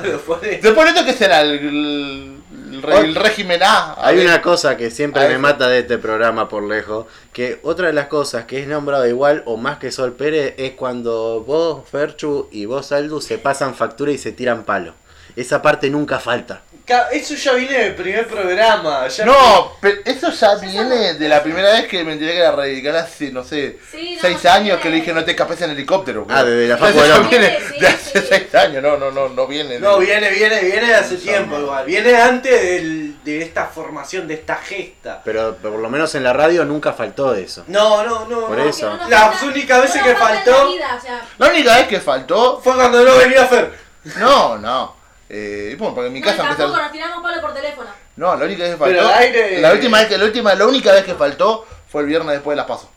[SPEAKER 2] Después de esto, ¿qué será? ¿El, el- el re- el régimen A? A
[SPEAKER 3] Hay
[SPEAKER 2] ver.
[SPEAKER 3] una cosa que siempre
[SPEAKER 2] A
[SPEAKER 3] me
[SPEAKER 2] eso.
[SPEAKER 3] mata de este programa por lejos, que otra de las cosas que es nombrado igual o más que Sol Pérez es cuando vos, Ferchu y vos, Aldu, se pasan factura y se tiran palo. Esa parte nunca falta.
[SPEAKER 1] Ca- Eso ya vine del primer programa. ya-
[SPEAKER 2] No, pero eso ya viene de la primera vez que me enteré que la radical hace, no sé,
[SPEAKER 5] Sí, no,
[SPEAKER 2] seis
[SPEAKER 5] sí,
[SPEAKER 2] años
[SPEAKER 5] sí.
[SPEAKER 2] que le dije no te escapes en helicóptero.
[SPEAKER 3] Ah, desde la
[SPEAKER 2] Eso
[SPEAKER 3] Facu del
[SPEAKER 2] ya
[SPEAKER 3] Hombre.
[SPEAKER 2] viene
[SPEAKER 5] Sí,
[SPEAKER 2] de hace
[SPEAKER 5] sí.
[SPEAKER 2] seis años, no, no, no, no viene. de-
[SPEAKER 1] No, viene, viene, viene de hace tiempo igual. Viene antes del- de esta formación, de esta gesta.
[SPEAKER 3] Pero por lo menos en la radio nunca faltó eso.
[SPEAKER 1] No, no, no.
[SPEAKER 3] Por
[SPEAKER 1] no.
[SPEAKER 5] Porque
[SPEAKER 3] eso.
[SPEAKER 5] no nos
[SPEAKER 1] Las
[SPEAKER 5] falta-
[SPEAKER 1] únicas veces
[SPEAKER 5] no
[SPEAKER 1] que
[SPEAKER 5] nos falta en
[SPEAKER 1] faltó-
[SPEAKER 5] la vida, o sea,
[SPEAKER 2] La única vez que faltó,
[SPEAKER 1] Fue cuando no venía Fer.
[SPEAKER 2] no, no. Eh, bueno, porque en mi
[SPEAKER 5] no,
[SPEAKER 2] casa empezó-
[SPEAKER 5] tampoco nos tiramos palo por teléfono.
[SPEAKER 2] No, la única vez que
[SPEAKER 1] Pero
[SPEAKER 2] faltó.
[SPEAKER 1] al aire- eh,
[SPEAKER 2] La última vez que, la última, la única vez que faltó fue el viernes después de las pasos.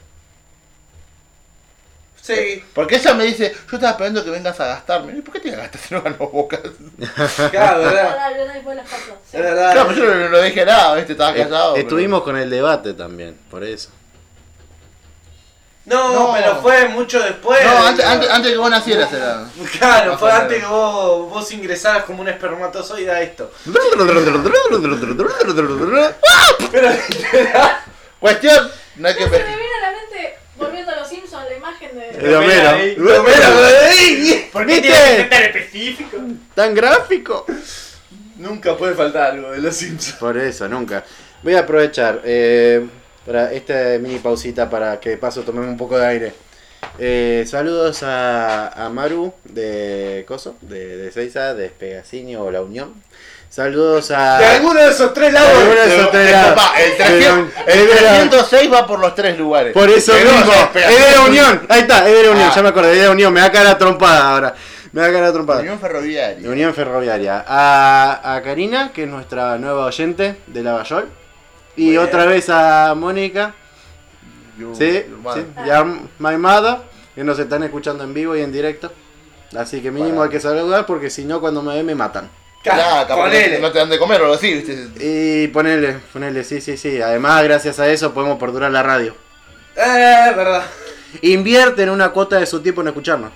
[SPEAKER 1] Sí,
[SPEAKER 2] Porque ella me dice, yo estaba esperando que vengas a gastarme. ¿Y por qué te gastas si no ganó bocas?
[SPEAKER 1] claro, verdad.
[SPEAKER 5] Ahora, ahora después las paso, sí.
[SPEAKER 1] Es verdad.
[SPEAKER 2] Claro, pero yo no, no dije nada, viste, estaba
[SPEAKER 3] Eh,
[SPEAKER 2] callado. pero-
[SPEAKER 3] Estuvimos con el debate también, por eso.
[SPEAKER 1] No,
[SPEAKER 2] No.
[SPEAKER 1] pero fue mucho después.
[SPEAKER 2] No, antes, antes, antes que vos nacieras era.
[SPEAKER 1] Claro, fue
[SPEAKER 2] Más o
[SPEAKER 1] antes que
[SPEAKER 2] menos.
[SPEAKER 1] vos, vos ingresaras como un espermatozoide a esto. Pero
[SPEAKER 2] Cuestión, no hay
[SPEAKER 5] No
[SPEAKER 2] que
[SPEAKER 5] se me
[SPEAKER 2] ver.
[SPEAKER 5] viene a la mente, volviendo a los Simpsons, la imagen de.
[SPEAKER 3] Eh, Homero.
[SPEAKER 1] ahí.
[SPEAKER 3] Homero,
[SPEAKER 1] ahí.
[SPEAKER 4] ¿Por qué
[SPEAKER 3] ¿Viste?
[SPEAKER 4] tiene que ser tan específico?
[SPEAKER 3] ¿Tan gráfico?
[SPEAKER 1] Nunca puede faltar algo de los Simpsons.
[SPEAKER 3] Por eso, nunca. Voy a aprovechar eh, para esta mini pausita para que de paso tomemos un poco de aire. Eh, saludos a, a Maru de Coso, de, de Seiza, de Pegacinio o La Unión. Saludos a.
[SPEAKER 1] De alguno de esos tres
[SPEAKER 3] Ah. De alguno
[SPEAKER 1] lados.
[SPEAKER 3] de esos
[SPEAKER 2] Pero,
[SPEAKER 3] tres
[SPEAKER 2] eh,
[SPEAKER 3] lados.
[SPEAKER 2] papá, el
[SPEAKER 3] Pero-
[SPEAKER 2] 300 el
[SPEAKER 3] pero-
[SPEAKER 2] 306 va por los tres lugares.
[SPEAKER 3] Por eso
[SPEAKER 2] Pero,
[SPEAKER 3] mismo,
[SPEAKER 2] o sea, espera,
[SPEAKER 3] es de la Unión, ahí está, es de la Unión,
[SPEAKER 2] Ah.
[SPEAKER 3] ya me acordé, es de la Unión, me va a caer la trompada ahora, me va a caer la trompada.
[SPEAKER 2] Unión Ferroviaria.
[SPEAKER 3] Unión Ferroviaria. A, a Karina, que es nuestra nueva oyente de Lavallol. Y
[SPEAKER 1] Muy bien.
[SPEAKER 3] otra vez a Mónica.
[SPEAKER 2] Yo-
[SPEAKER 3] Sí,
[SPEAKER 2] yo, madre.
[SPEAKER 3] sí, Y a My Mother, que nos están escuchando en vivo y en directo. Así que mínimo
[SPEAKER 2] Para.
[SPEAKER 3] hay que saludar porque si no, cuando me ven me matan. Ah,
[SPEAKER 2] Claro, capaz
[SPEAKER 1] Ponele.
[SPEAKER 2] no- no te dan de comer o algo así, viste.
[SPEAKER 3] Y ponele, ponele, sí, sí, sí. Además, gracias a eso podemos perdurar la radio.
[SPEAKER 1] Eh, verdad.
[SPEAKER 3] Invierten una cuota de su tiempo en escucharnos.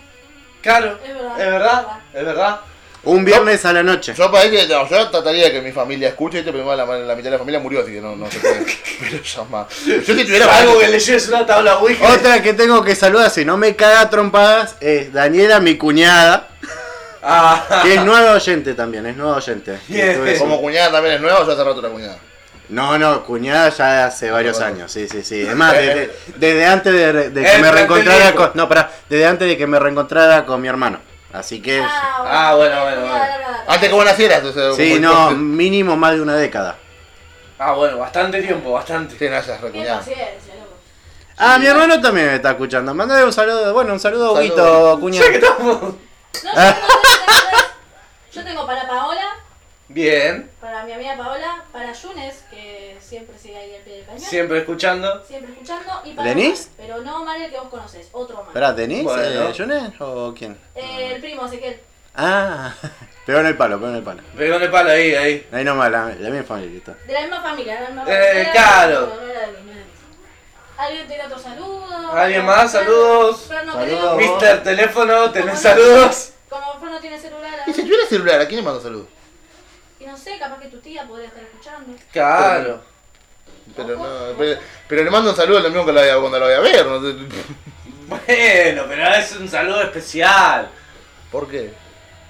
[SPEAKER 1] Claro.
[SPEAKER 5] Es verdad. Ah,
[SPEAKER 1] Es verdad. Es verdad.
[SPEAKER 3] Un viernes a la noche.
[SPEAKER 2] Yo, para que, no, yo trataría de que mi familia escuche esto, pero igual la, la mitad de la familia murió, así que no, no se puede. pero ya más. Yo si tuviera
[SPEAKER 1] Algo que le lleves una tabla Ouija.
[SPEAKER 3] Otra que tengo que saludar, si no me caga a trompadas, es Daniela, mi cuñada.
[SPEAKER 1] Ah,
[SPEAKER 3] Que es nueva oyente también, es nueva oyente.
[SPEAKER 1] Bien.
[SPEAKER 3] Estuve-
[SPEAKER 2] Como cuñada también es nueva, yo hace rato la cuñada.
[SPEAKER 3] No, no, cuñada ya hace
[SPEAKER 1] Ah,
[SPEAKER 3] varios
[SPEAKER 2] Bueno.
[SPEAKER 3] años, sí, sí, sí. Es más, desde, desde antes de, de que
[SPEAKER 1] El
[SPEAKER 3] me reencontrara
[SPEAKER 1] plantelico.
[SPEAKER 3] con. No, pará, desde antes de que me reencontrara con mi hermano. Así que.
[SPEAKER 1] Ah, bueno, bueno,
[SPEAKER 5] Dale,
[SPEAKER 1] bueno.
[SPEAKER 5] dale, dale.
[SPEAKER 2] Antes que vos nacieras, o sea, como-
[SPEAKER 3] sí, no, mínimo más de una década.
[SPEAKER 1] ah, bueno, bastante tiempo, bastante.
[SPEAKER 2] Sí, no, ya es
[SPEAKER 5] Qué
[SPEAKER 2] recuñada.
[SPEAKER 5] paciencia, loco.
[SPEAKER 3] Ah, mi hermano también me está escuchando. Mándale un saludo. Bueno, un saludo,
[SPEAKER 2] Saludo.
[SPEAKER 3] Huguito, cuñado.
[SPEAKER 1] Ya que estamos.
[SPEAKER 5] No, yo tengo tres atrás. Yo tengo para Paola,
[SPEAKER 1] Bien,
[SPEAKER 5] para mi amiga Paola, para Yunes, que siempre sigue ahí al pie del cañón.
[SPEAKER 1] siempre escuchando.
[SPEAKER 5] Siempre escuchando. Y para
[SPEAKER 3] ¿Denis?
[SPEAKER 5] Mar, Pero no Mario que vos conocés, otro Mario.
[SPEAKER 3] Pará, ¿Denis?
[SPEAKER 1] Bueno.
[SPEAKER 3] eh, Junet, ¿O quién?
[SPEAKER 5] Eh, el primo, Ezequiel.
[SPEAKER 3] Ah, pegó en el palo, pegó en el palo.
[SPEAKER 1] Pegó el palo ahí, ahí.
[SPEAKER 3] Ahí nomás, la, la misma familia está.
[SPEAKER 5] De la misma familia, de la misma
[SPEAKER 1] Eh,
[SPEAKER 5] familia. Era-
[SPEAKER 1] claro.
[SPEAKER 5] no, no era de mí, no era de mí. ¿Alguien tiene otro saludo?
[SPEAKER 1] ¿Alguien más? Saludos.
[SPEAKER 5] Fer no
[SPEAKER 2] Saludos.
[SPEAKER 5] creo.
[SPEAKER 1] Mister Teléfono, tenés saludos.
[SPEAKER 5] Como Fer no tiene celular.
[SPEAKER 2] Y si tuviera celular, ¿a quién le mando saludos?
[SPEAKER 5] Y no sé, capaz que tu tía podría estar escuchando.
[SPEAKER 1] Claro.
[SPEAKER 2] Pero no, pero, pero le mando un saludo lo mismo que lo voy a- cuando lo voy a ver. no sé.
[SPEAKER 1] Bueno, pero es un saludo especial.
[SPEAKER 2] ¿Por qué?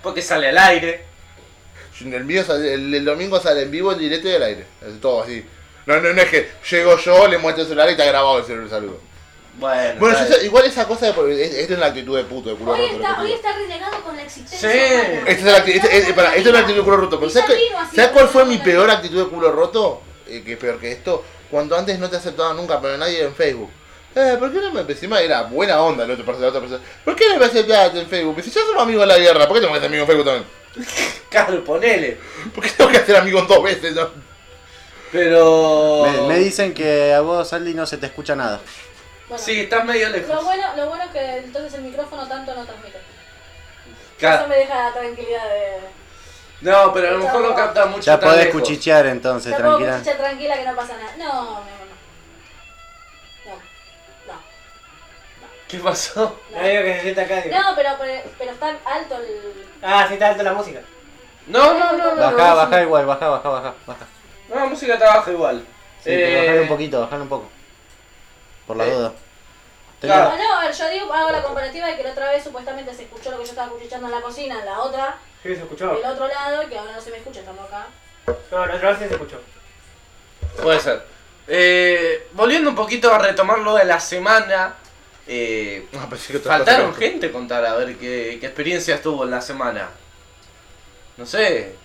[SPEAKER 1] Porque sale al aire.
[SPEAKER 2] El, mío sale- el, el domingo sale en vivo, en directo y al aire. Es todo así. No, no, no es que llego yo, le muestro el celular y está grabado el celular el saludo.
[SPEAKER 1] Bueno,
[SPEAKER 2] Bueno, yo
[SPEAKER 1] está
[SPEAKER 2] sé- igual esa cosa de, porque es, esta es una actitud de puto, de culo
[SPEAKER 5] Hoy
[SPEAKER 2] roto. lo
[SPEAKER 5] está,
[SPEAKER 2] que
[SPEAKER 5] hoy
[SPEAKER 2] digo.
[SPEAKER 5] está relegado con la existencia.
[SPEAKER 1] Sí.
[SPEAKER 5] humana.
[SPEAKER 2] Esta es la acti- este- este- pará, esta es la actitud de culo roto. Pero
[SPEAKER 5] Y
[SPEAKER 2] ¿sabes,
[SPEAKER 5] ya
[SPEAKER 2] qué-
[SPEAKER 5] vino así,
[SPEAKER 2] ¿sabes cuál fue
[SPEAKER 5] no
[SPEAKER 2] mi
[SPEAKER 5] la-
[SPEAKER 2] peor actitud de culo roto? Eh, que es peor que esto. Cuando antes no te aceptaba nunca, pero nadie en Facebook. Eh, ¿por qué no me encima era buena onda la otra persona, la otra persona? ¿Por qué no me aceptaste en Facebook? Si ya somos amigos en la guerra, ¿por qué tengo que ser amigo en Facebook también?
[SPEAKER 1] Claro, ponele.
[SPEAKER 2] ¿Por qué tengo que ser amigo en dos veces? no?
[SPEAKER 1] Pero.
[SPEAKER 3] Me, me dicen que a vos, Aldi, no se te escucha nada.
[SPEAKER 5] Bueno,
[SPEAKER 1] Sí, estás medio
[SPEAKER 5] Lo
[SPEAKER 1] lejos.
[SPEAKER 5] bueno, lo bueno es que entonces el micrófono tanto no transmite. Eso
[SPEAKER 1] Ca-
[SPEAKER 5] me deja la tranquilidad de.
[SPEAKER 1] No, pero a lo mejor lo capta mucho.
[SPEAKER 3] Ya
[SPEAKER 1] tan
[SPEAKER 3] podés
[SPEAKER 1] lejos.
[SPEAKER 3] cuchichear entonces,
[SPEAKER 5] Ya puedo
[SPEAKER 3] tranquila.
[SPEAKER 5] escuchar tranquila que no pasa nada. No, mi amor, no. No,
[SPEAKER 1] ¿Qué pasó?
[SPEAKER 5] no.
[SPEAKER 2] Eh.
[SPEAKER 4] No digo que se sienta acá, digo.
[SPEAKER 5] No, no pero, pero, pero está alto el.
[SPEAKER 4] Ah, sí, está alto la música.
[SPEAKER 1] No, no, no. no
[SPEAKER 3] Bajá,
[SPEAKER 1] no,
[SPEAKER 3] bajá igual, bajá, bajá, bajá. bajá.
[SPEAKER 1] No, la música está baja igual.
[SPEAKER 3] Sí, pero bajalo
[SPEAKER 1] Eh,
[SPEAKER 3] un poquito, bajalo un poco. Por la
[SPEAKER 1] eh,
[SPEAKER 3] duda. Tenía-
[SPEAKER 1] claro.
[SPEAKER 5] No, no, a ver, yo digo, hago la comparativa de que la otra vez supuestamente se escuchó lo que yo estaba cuchicheando en la cocina, en la otra,
[SPEAKER 4] Sí, se escuchó.
[SPEAKER 5] del otro lado, que ahora no se me escucha, estamos acá.
[SPEAKER 4] No, la otra vez sí se escuchó.
[SPEAKER 1] Puede ser. Eh, volviendo un poquito a retomar lo de la semana. Eh,
[SPEAKER 2] Ah, pensé que otra cosa
[SPEAKER 1] faltaron
[SPEAKER 2] era-
[SPEAKER 1] gente contar a ver qué, qué experiencias tuvo en la semana. No sé.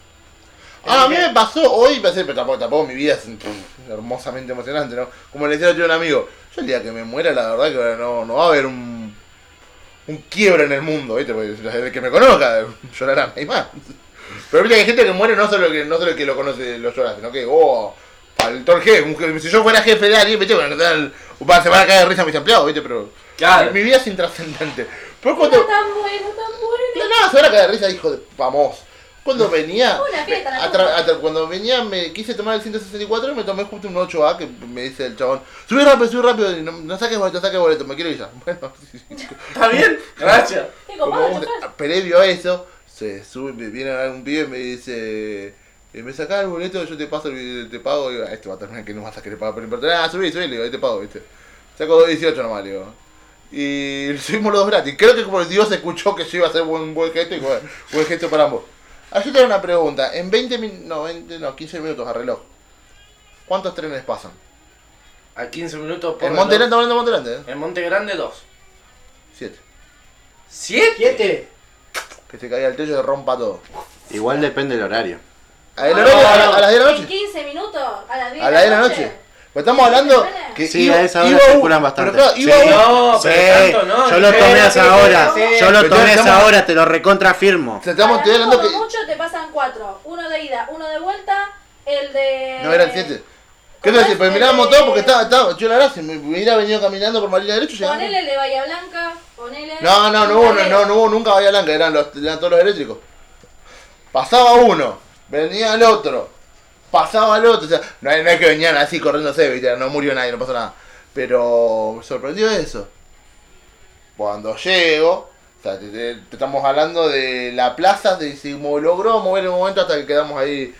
[SPEAKER 2] Ah, a mí me pasó hoy, pensé, pero tampoco, tampoco mi vida es pff, hermosamente emocionante, ¿no? Como le decía yo a un amigo, yo el día que me muera, la verdad que no, no va a haber un, un quiebre en el mundo, ¿viste? Porque el que me conozca llorará, hay más. Pero mira que hay gente que muere no solo que, no solo que lo conoce lo llora, sino que, oh, faltó el jefe. un jefe. Si yo fuera jefe de alguien, ¿viste? Bueno, tal, se van a caer de risa mis empleados, ¿viste? Pero
[SPEAKER 1] Claro.
[SPEAKER 2] mi vida es intrascendente. Pero
[SPEAKER 5] Está
[SPEAKER 2] cuando...
[SPEAKER 5] tan bueno, tan bueno.
[SPEAKER 2] No, no, se van a caer de risa, hijo de... Vamos. Cuando venía...
[SPEAKER 5] Una fiesta, la
[SPEAKER 2] A tra- a tra- cuando venía, me quise tomar el 164 y me tomé justo un 8A que me dice el chabón, subí rápido, subí rápido, y no, no saques boleto, saques boleto, me quiero ir ya. Bueno, sí, sí.
[SPEAKER 1] ¿Está bien? Gracias.
[SPEAKER 5] Qué
[SPEAKER 2] Como
[SPEAKER 5] copado,
[SPEAKER 2] un-
[SPEAKER 5] chofer.
[SPEAKER 2] previo a eso, se sube, me viene algún pibe y me dice, eh, me sacás el boleto, yo te paso, el- te pago, y digo, "Ah, este va a terminar que no vas a querer pagar, pero no importa, ah, subí, subí, le digo, ahí te pago, viste. Saco 2.18 nomás, le digo. Y subimos los dos gratis. Creo que como Dios escuchó que yo iba a hacer buen, buen gesto y bueno, buen gesto para ambos. Ah, yo te hago una pregunta. En 20 minutos, no, 20, no, 15 minutos a reloj. ¿Cuántos trenes pasan?
[SPEAKER 1] A 15 minutos por.
[SPEAKER 2] En Monte Grande, hablando de ¿eh? Monte Grande, ¿eh?
[SPEAKER 1] En Monte Grande 2.
[SPEAKER 2] 7.
[SPEAKER 1] ¿Siete?
[SPEAKER 4] Siete.
[SPEAKER 2] Que se caiga el techo y se rompa todo.
[SPEAKER 3] Igual depende del horario.
[SPEAKER 2] A, el horario, a, la- a las 10 de la noche.
[SPEAKER 5] En 15 minutos, a las 10
[SPEAKER 2] A la de la noche. Pero estamos hablando que
[SPEAKER 3] Sí,
[SPEAKER 2] iba-
[SPEAKER 3] a esa hora
[SPEAKER 2] iba un-
[SPEAKER 3] circulan bastante.
[SPEAKER 2] Pero claro, iba
[SPEAKER 3] Sí.
[SPEAKER 2] un-
[SPEAKER 1] No, pero tanto no.
[SPEAKER 3] yo lo tomé a esa hora.
[SPEAKER 4] sí,
[SPEAKER 3] Yo lo
[SPEAKER 2] pero
[SPEAKER 3] tomé a esa
[SPEAKER 2] estamos-
[SPEAKER 3] hora, te lo recontrafirmo.
[SPEAKER 2] o sea, estamos estoy hablando que
[SPEAKER 5] Como mucho te pasan cuatro. Uno de ida, uno de vuelta, el de...
[SPEAKER 2] no eran 7. ¿Qué
[SPEAKER 5] ¿Cómo
[SPEAKER 2] te decís?
[SPEAKER 5] es
[SPEAKER 2] Pues
[SPEAKER 5] el
[SPEAKER 2] miramos
[SPEAKER 5] de-
[SPEAKER 2] todo porque estaba, estaba yo la verdad, si me hubiera venido caminando por Marina Derecho llegaba.
[SPEAKER 5] Ponele el de Bahía Blanca, ponele...
[SPEAKER 2] No, no, no hubo, no, no, no hubo nunca Bahía Blanca, eran, los, eran todos los eléctricos. Pasaba uno, venía el otro, pasaba el otro, o sea, no, hay- no es que venían así corriéndose, ¿viste? no murió nadie, no pasó nada. Pero me sorprendió eso. Cuando llego, o sea, te, te- te estamos hablando de la plaza, de si mo- logró mover en un momento hasta que quedamos ahí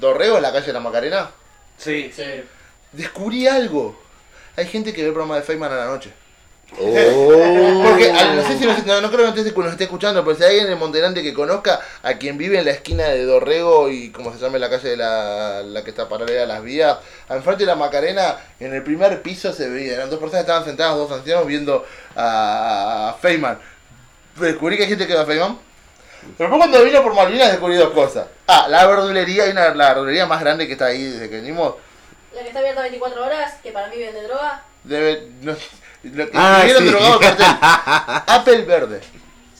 [SPEAKER 2] Dorrego en la calle de la Macarena.
[SPEAKER 1] Sí, sí.
[SPEAKER 2] Descubrí algo. Hay gente que ve el programa de Feynman a la noche.
[SPEAKER 3] Oh.
[SPEAKER 2] Porque al- no sé si nos- no, no creo que nos esté, nos esté escuchando, pero si hay alguien en Monte Grande que conozca a quien vive en la esquina de Dorrego y como se llame la calle de la, la que está paralela a las vías, enfrente de la Macarena, en el primer piso se veía, eran dos personas que estaban sentadas, dos ancianos viendo a, a Feynman. Descubrí que hay gente que va a Feynman. Pero después cuando vino por Malvinas descubrí dos cosas. Ah, la verdulería, hay una la verdulería más grande que está ahí desde que venimos.
[SPEAKER 5] La que está abierta 24 horas, que para mí vende droga.
[SPEAKER 2] Debe, no, lo que
[SPEAKER 3] Ah,
[SPEAKER 2] escribieron
[SPEAKER 3] sí.
[SPEAKER 2] drogado el cartel. Apple verde.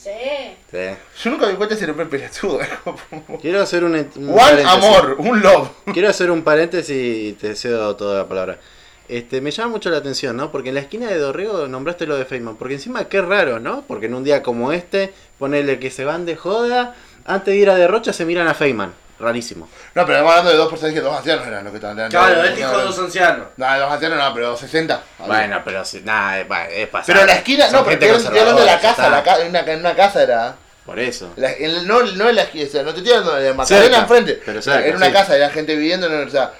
[SPEAKER 2] Eh,
[SPEAKER 5] Sí.
[SPEAKER 3] Sí.
[SPEAKER 2] Yo nunca me di cuenta si era un pelotudo. es como-
[SPEAKER 3] Quiero hacer un, un
[SPEAKER 2] One
[SPEAKER 3] paréntesis.
[SPEAKER 2] amor, un love.
[SPEAKER 3] Quiero hacer un paréntesis y te cedo toda la palabra. Este, me llama mucho la atención, ¿no? Porque en la esquina de Dorrego nombraste lo de Feynman. Porque encima, qué raro, ¿no? Porque en un día como este, ponele que se van de joda, antes de ir a Derrocha se miran a Feynman. Rarísimo.
[SPEAKER 2] No, pero estamos hablando de dos personas que dos ancianos eran los que estaban. eran
[SPEAKER 1] Claro,
[SPEAKER 2] dos-
[SPEAKER 1] él dijo dos ancianos.
[SPEAKER 2] No, dos ancianos no, pero dos 60.
[SPEAKER 3] Bueno, pero si, nada, es, pasado.
[SPEAKER 2] Pero la esquina, no,
[SPEAKER 3] Son
[SPEAKER 2] pero
[SPEAKER 3] gente
[SPEAKER 2] estoy estoy hablando de la
[SPEAKER 3] conservadora,
[SPEAKER 2] casa,
[SPEAKER 3] ya
[SPEAKER 2] la
[SPEAKER 3] está.
[SPEAKER 2] ca- una, en una casa era.
[SPEAKER 3] Por eso.
[SPEAKER 2] La- en- no, no en la esquina, o sea, no te estoy hablando de Macarena
[SPEAKER 3] Cerca,
[SPEAKER 2] enfrente.
[SPEAKER 3] pero cerca,
[SPEAKER 2] era una
[SPEAKER 3] sí.
[SPEAKER 2] casa, era gente viviendo, no, o sea,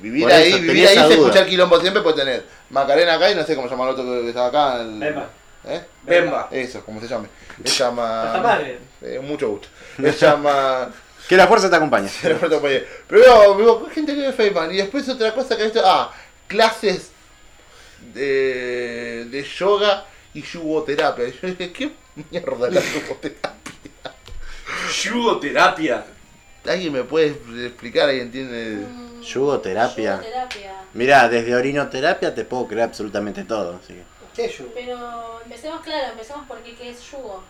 [SPEAKER 2] vivir
[SPEAKER 3] Por eso,
[SPEAKER 2] ahí,
[SPEAKER 3] tenía
[SPEAKER 2] vivir ahí
[SPEAKER 3] esa
[SPEAKER 2] se
[SPEAKER 3] duda.
[SPEAKER 2] escuchar quilombo siempre puede tener. Macarena acá y no sé cómo se llama el otro que estaba acá. el-
[SPEAKER 4] Bemba.
[SPEAKER 2] ¿Eh?
[SPEAKER 1] Bemba.
[SPEAKER 2] Eso, como se llame. Se llama.
[SPEAKER 4] Hasta madre.
[SPEAKER 2] Eh, mucho gusto. Se llama.
[SPEAKER 3] Que la fuerza te acompañe.
[SPEAKER 2] pues, Pero aparte apoyé. Pero veo, veo gente que ve Feynman. Y después otra cosa que ha visto. Ah, clases de, de yoga y yugoterapia. Y yo dije, ¿qué mierda es la yugoterapia?
[SPEAKER 1] Yugoterapia.
[SPEAKER 2] ¿Alguien me puede explicar? ¿Alguien tiene...?
[SPEAKER 5] Mm,
[SPEAKER 3] Yugoterapia.
[SPEAKER 5] yugoterapia.
[SPEAKER 3] Mirá, desde orinoterapia te puedo crear absolutamente todo. así que-
[SPEAKER 4] ¿Qué es yugo?
[SPEAKER 5] Pero empecemos, claro, empecemos por qué, qué es yugo.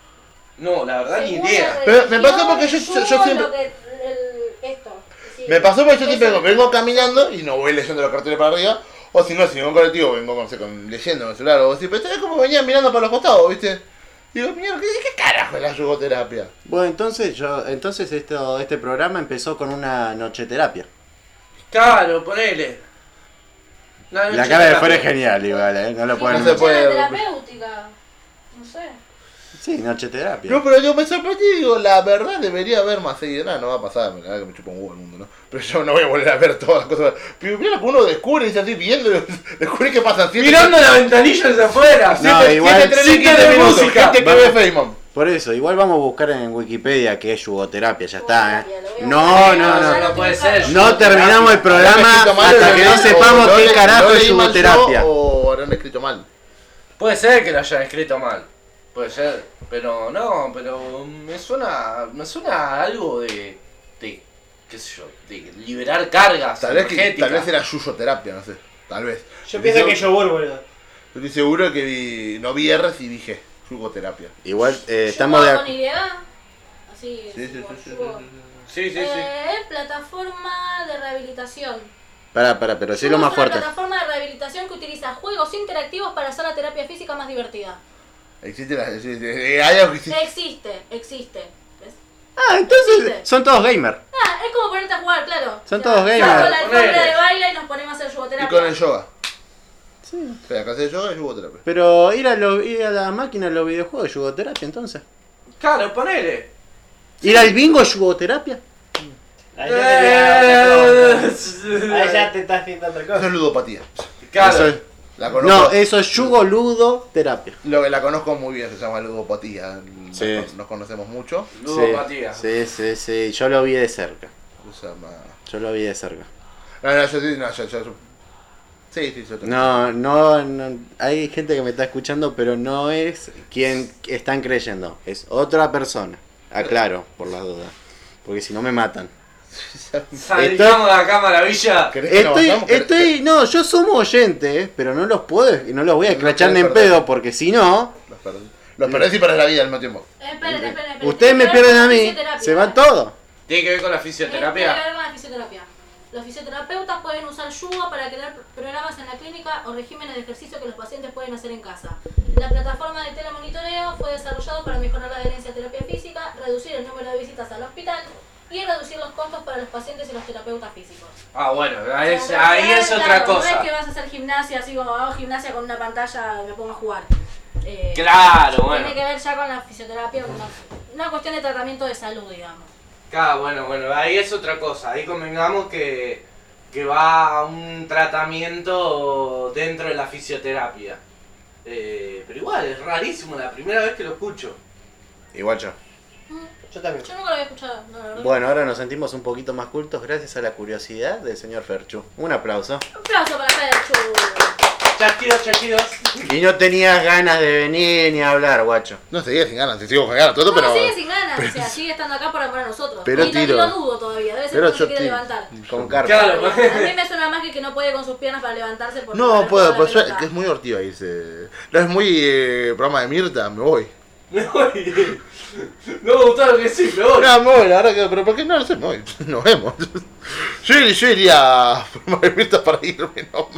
[SPEAKER 1] No, la verdad, ni
[SPEAKER 5] Según
[SPEAKER 1] idea.
[SPEAKER 5] la
[SPEAKER 2] Pero me
[SPEAKER 5] religión,
[SPEAKER 2] pasa porque yo- yo- yo
[SPEAKER 5] yugo
[SPEAKER 2] siempre-
[SPEAKER 5] lo que- el- esto, sí.
[SPEAKER 2] Me pasó porque yo siempre
[SPEAKER 5] Eso-
[SPEAKER 2] vengo, vengo caminando y no voy leyendo los carteles para arriba. O si no, si vengo en colectivo, vengo con, no sé, con- leyendo en el celular o algo así. Pero es como venía mirando para los costados, ¿viste? Digo, mierda, ¿qué, qué carajo es la yugoterapia?
[SPEAKER 3] Bueno, entonces yo, entonces esto, este programa empezó con una nocheterapia.
[SPEAKER 1] Claro, ponele. La
[SPEAKER 3] La
[SPEAKER 1] noche
[SPEAKER 3] cara de
[SPEAKER 1] la-
[SPEAKER 3] fuera es genial igual, ¿eh? No lo
[SPEAKER 5] Sí,
[SPEAKER 3] pueden...
[SPEAKER 2] No se
[SPEAKER 5] escucha
[SPEAKER 2] puede-
[SPEAKER 5] la terapéutica. No sé.
[SPEAKER 3] Sí, nocheterapia.
[SPEAKER 2] No, pero yo me sorprendí y digo, la verdad debería haber más seguido. Nada, no va a pasar, la verdad que me chupa un huevo el mundo, ¿no? Pero yo no voy a volver a ver todas las cosas. Pero mira lo que uno descubre y dice así, viendo, descubre que pasan siete,
[SPEAKER 1] Mirando la ventanilla desde afuera.
[SPEAKER 3] No,
[SPEAKER 2] siete,
[SPEAKER 3] igual-
[SPEAKER 2] siete trenes,
[SPEAKER 1] Sí,
[SPEAKER 2] quince
[SPEAKER 1] tiene
[SPEAKER 2] minutos,
[SPEAKER 1] música.
[SPEAKER 2] gente que
[SPEAKER 3] Vamos.
[SPEAKER 2] ve Feynman.
[SPEAKER 3] Por eso, igual vamos a buscar en Wikipedia que es yugoterapia, ya está,
[SPEAKER 5] Yugoterapia,
[SPEAKER 3] ¿eh?
[SPEAKER 5] lo voy a
[SPEAKER 3] No,
[SPEAKER 5] buscar.
[SPEAKER 3] no,
[SPEAKER 1] Eso
[SPEAKER 5] Ya
[SPEAKER 3] no.
[SPEAKER 5] lo
[SPEAKER 1] no puede ser.
[SPEAKER 3] No terminamos el programa
[SPEAKER 2] Habrán escrito mal,
[SPEAKER 3] hasta
[SPEAKER 2] o
[SPEAKER 3] que
[SPEAKER 2] lo-
[SPEAKER 3] no
[SPEAKER 2] o
[SPEAKER 3] sepamos
[SPEAKER 2] no
[SPEAKER 3] qué
[SPEAKER 2] le-
[SPEAKER 3] carajo
[SPEAKER 2] no
[SPEAKER 3] es
[SPEAKER 2] leí mal yo,
[SPEAKER 3] yugoterapia.
[SPEAKER 2] O habrán escrito mal.
[SPEAKER 1] Puede ser que lo hayan escrito mal. Puede ser. Pero no, pero me suena. Me suena a algo de. de. qué sé yo. de liberar cargas.
[SPEAKER 2] Tal vez, que,
[SPEAKER 1] energéticas.
[SPEAKER 2] tal vez era yuyoterapia, no sé. Tal vez.
[SPEAKER 4] Yo pienso que yogur, boludo.
[SPEAKER 2] Yo estoy seguro que vi- no vi R's y dije yugoterapia.
[SPEAKER 3] Igual eh,
[SPEAKER 5] Yugo
[SPEAKER 3] estamos de
[SPEAKER 5] con
[SPEAKER 3] acuerdo.
[SPEAKER 5] Y. Así es,
[SPEAKER 2] Sí, sí,
[SPEAKER 5] yugo,
[SPEAKER 2] sí, sí,
[SPEAKER 5] yugo.
[SPEAKER 2] sí, sí,
[SPEAKER 1] Sí, sí, sí.
[SPEAKER 5] Eh, plataforma de rehabilitación.
[SPEAKER 3] Pará, pará, pero sí lo
[SPEAKER 5] Yugo
[SPEAKER 3] más
[SPEAKER 5] es una
[SPEAKER 3] fuerte.
[SPEAKER 5] plataforma de rehabilitación que utiliza juegos interactivos para hacer la terapia física más divertida.
[SPEAKER 2] sí. Existe la. existe- eh, hay algo que existe.
[SPEAKER 5] Existe, existe. ¿Ves?
[SPEAKER 3] Ah, entonces son todos gamers.
[SPEAKER 5] Ah, es como ponerte a jugar, claro.
[SPEAKER 3] Son todos gamers.
[SPEAKER 5] Vamos a la alfombra
[SPEAKER 1] Ponele.
[SPEAKER 5] de baile y nos ponemos a hacer
[SPEAKER 2] Y
[SPEAKER 5] yugoterapia. Eh,
[SPEAKER 2] con el yoga.
[SPEAKER 3] Sí.
[SPEAKER 2] O sea, la clase de yoga es yugoterapia.
[SPEAKER 3] Pero ir a, lo- ir a la máquina de los videojuegos es yugoterapia entonces.
[SPEAKER 1] Claro, ponele.
[SPEAKER 3] Ir al bingo es yugoterapia.
[SPEAKER 4] Ahí ya te diría otra cosa. Ahí ya
[SPEAKER 1] Claro.
[SPEAKER 4] te estás haciendo otra
[SPEAKER 2] Eso
[SPEAKER 4] cosa.
[SPEAKER 2] es ludopatía.
[SPEAKER 3] Eso es-
[SPEAKER 2] La
[SPEAKER 3] no,
[SPEAKER 2] conozco.
[SPEAKER 3] eso es yugo-ludo-terapia.
[SPEAKER 2] Lo que la conozco muy bien se llama ludopatía. Nos-
[SPEAKER 3] Sí.
[SPEAKER 2] Nos, conocemos mucho.
[SPEAKER 1] Ludopatía.
[SPEAKER 3] Sí, sí, sí. Yo lo vi de cerca.
[SPEAKER 2] Se llama.
[SPEAKER 3] Yo lo vi de cerca.
[SPEAKER 2] No, no, yo sí, no, yo, yo- yo- Sí, sí, yo
[SPEAKER 3] No, no, no, hay gente que me está escuchando, pero no es quien están creyendo, es otra persona. Aclaro, por las dudas, porque si no me matan.
[SPEAKER 1] Saltamos de acá, maravilla.
[SPEAKER 2] ¿Querés que nos
[SPEAKER 3] Estoy,
[SPEAKER 2] vayamos? ¿Querés-
[SPEAKER 3] estoy, no, yo somos oyente, eh, pero no los puedo, no los voy a
[SPEAKER 2] No
[SPEAKER 3] escrachar ni
[SPEAKER 2] puedes
[SPEAKER 3] en
[SPEAKER 2] perder.
[SPEAKER 3] pedo, porque si no,
[SPEAKER 2] Los perdés. Los perdés y para la vida al mismo tiempo.
[SPEAKER 5] Esperen, esperen, esperen.
[SPEAKER 3] ustedes me
[SPEAKER 5] Tiene que ver
[SPEAKER 3] pierden a
[SPEAKER 5] con
[SPEAKER 3] mí,
[SPEAKER 5] fisioterapia.
[SPEAKER 3] se van todos.
[SPEAKER 1] Tiene que ver con la
[SPEAKER 5] Tiene que
[SPEAKER 4] Este-
[SPEAKER 1] fisioterapia.
[SPEAKER 5] ver con la fisioterapia. Los fisioterapeutas pueden usar yugo para crear programas en la clínica o regímenes de ejercicio que los pacientes pueden hacer en casa. La plataforma de telemonitoreo fue desarrollada para mejorar la adherencia a terapia física, reducir el número de visitas al hospital y reducir los costos para los pacientes y los terapeutas físicos.
[SPEAKER 1] Ah, bueno, ahí es,
[SPEAKER 4] Este
[SPEAKER 5] O sea,
[SPEAKER 1] ahí es
[SPEAKER 5] claro,
[SPEAKER 1] otra
[SPEAKER 5] No es
[SPEAKER 1] cosa.
[SPEAKER 5] que vas a hacer gimnasia así como hago gimnasia con una pantalla me pongo a jugar. Eh,
[SPEAKER 1] Claro, bueno.
[SPEAKER 5] Tiene que ver ya con la fisioterapia, con una, una cuestión de tratamiento de salud, digamos.
[SPEAKER 1] Ah, bueno, bueno, ahí es otra cosa. Ahí convengamos que, que va a un tratamiento dentro de la fisioterapia. Eh, pero igual, es rarísimo, la primera vez que lo escucho.
[SPEAKER 3] Igual yo.
[SPEAKER 4] Yo también.
[SPEAKER 5] Yo nunca lo había escuchado, no, la verdad.
[SPEAKER 3] Bueno, ahora nos sentimos un poquito más cultos gracias a la curiosidad del señor Ferchu. Un aplauso.
[SPEAKER 5] Un aplauso para Ferchu.
[SPEAKER 1] Chasquidos, chasquidos.
[SPEAKER 3] Y no tenías ganas de venir ni hablar, guacho.
[SPEAKER 2] No, seguía sin ganas, sigo con ganas, todo,
[SPEAKER 5] No,
[SPEAKER 2] pero.
[SPEAKER 5] sigue sin ganas, o sea, sigue estando acá para para nosotros.
[SPEAKER 3] Pero
[SPEAKER 5] y también
[SPEAKER 3] tiro.
[SPEAKER 5] lo dudo todavía, debe ser
[SPEAKER 2] Pero
[SPEAKER 5] que no se
[SPEAKER 2] yo
[SPEAKER 5] quiere
[SPEAKER 2] tiro.
[SPEAKER 5] levantar.
[SPEAKER 3] Con carpa.
[SPEAKER 1] Claro, pues.
[SPEAKER 5] A mí me suena más que que no puede con sus piernas para levantarse porque
[SPEAKER 2] No,
[SPEAKER 5] para
[SPEAKER 2] puedo,
[SPEAKER 5] jugar
[SPEAKER 2] pero
[SPEAKER 5] a la
[SPEAKER 2] yo-
[SPEAKER 5] pelota.
[SPEAKER 2] que es muy ortiva irse. No es muy eh, programa de Mirta, me voy.
[SPEAKER 1] me voy. No me gustó lo que sí, me voy.
[SPEAKER 2] No, me voy, la verdad que, pero ¿por qué no? No sé, me voy. Nos vemos. Yo, ir- yo iría a programa de Mirta para irme nomás.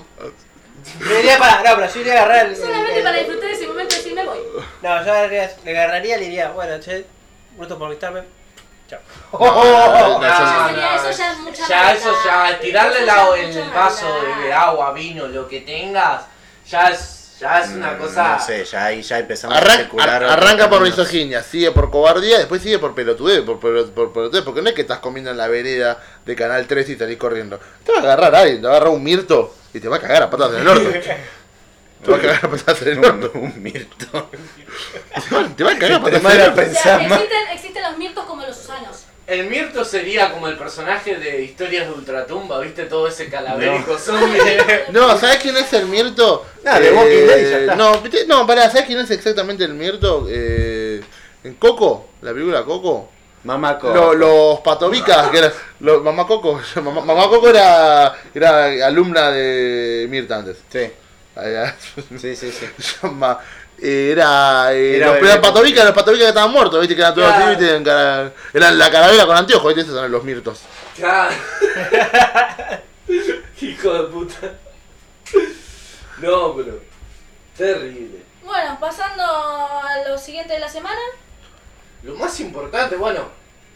[SPEAKER 4] Yo iría para. No, pero yo iría a agarrar. el-
[SPEAKER 5] Solamente
[SPEAKER 4] el-
[SPEAKER 5] para disfrutar ese momento y decir me voy.
[SPEAKER 4] No, yo agarraría- le agarraría y le diría, bueno, che, gusto por visitarme. Chao.
[SPEAKER 2] Oh, no,
[SPEAKER 1] Oh.
[SPEAKER 2] Ah, no,
[SPEAKER 5] Ya sería- eso ya es mucha
[SPEAKER 1] ya eso
[SPEAKER 5] maldad.
[SPEAKER 1] ya, tirarle
[SPEAKER 5] Eso
[SPEAKER 1] la-
[SPEAKER 5] ya es
[SPEAKER 1] el
[SPEAKER 5] mucha
[SPEAKER 1] vaso
[SPEAKER 5] maldad.
[SPEAKER 1] de agua, vino, lo que tengas, ya es, ya es una
[SPEAKER 3] Mm,
[SPEAKER 1] cosa.
[SPEAKER 3] No sé, ya ahí ya empezamos a
[SPEAKER 2] Arran-
[SPEAKER 3] especular.
[SPEAKER 2] ar-
[SPEAKER 3] otros
[SPEAKER 2] arranca por
[SPEAKER 3] caminos.
[SPEAKER 2] misoginia, sigue por cobardía, después sigue por pelotudez, por, por, por pelotudez, porque no es que estás comiendo en la vereda de Canal 3 y salís corriendo. Te va a agarrar alguien, te va a agarrar un mirto y te va a cagar a patas en el orto. Te va a cagar a patas en el orto.
[SPEAKER 3] Un mirto.
[SPEAKER 2] Te va- Te va a cagar a
[SPEAKER 3] Entre
[SPEAKER 2] patas
[SPEAKER 3] más
[SPEAKER 2] en el
[SPEAKER 3] la
[SPEAKER 2] orto.
[SPEAKER 5] O sea,
[SPEAKER 3] pensás más.
[SPEAKER 5] existen, existen los mirtos como los susanos.
[SPEAKER 1] El Mirto sería como el personaje de Historias de Ultratumba, ¿viste? Todo ese calavérico zombie.
[SPEAKER 2] No, ¿sabes quién es el Mirto? Eh,
[SPEAKER 3] Nah, de Walking Dead y ya está.
[SPEAKER 2] No, viste- no, pará, ¿sabes quién es exactamente el Mirto? Eh, en Coco, la película Coco.
[SPEAKER 3] Mamaco.
[SPEAKER 2] Lo- los patobicas, que era. Los, mamá Coco. Mamá, mamá Coco era, era alumna de Mirta antes.
[SPEAKER 3] Sí,
[SPEAKER 2] Era,
[SPEAKER 3] sí, sí, sí.
[SPEAKER 2] llama- era, eh,
[SPEAKER 3] Era
[SPEAKER 2] los,
[SPEAKER 3] bebé.
[SPEAKER 2] eran patobicas, los patobicas que estaban muertos, viste, que eran todos así,
[SPEAKER 1] Claro.
[SPEAKER 2] viste, en cara- eran la calavera con anteojos, viste, esos eran los mirtos.
[SPEAKER 1] Claro. Hijo de puta. No, pero. Terrible.
[SPEAKER 5] Bueno, pasando a lo siguiente de la semana.
[SPEAKER 1] Lo más importante, bueno.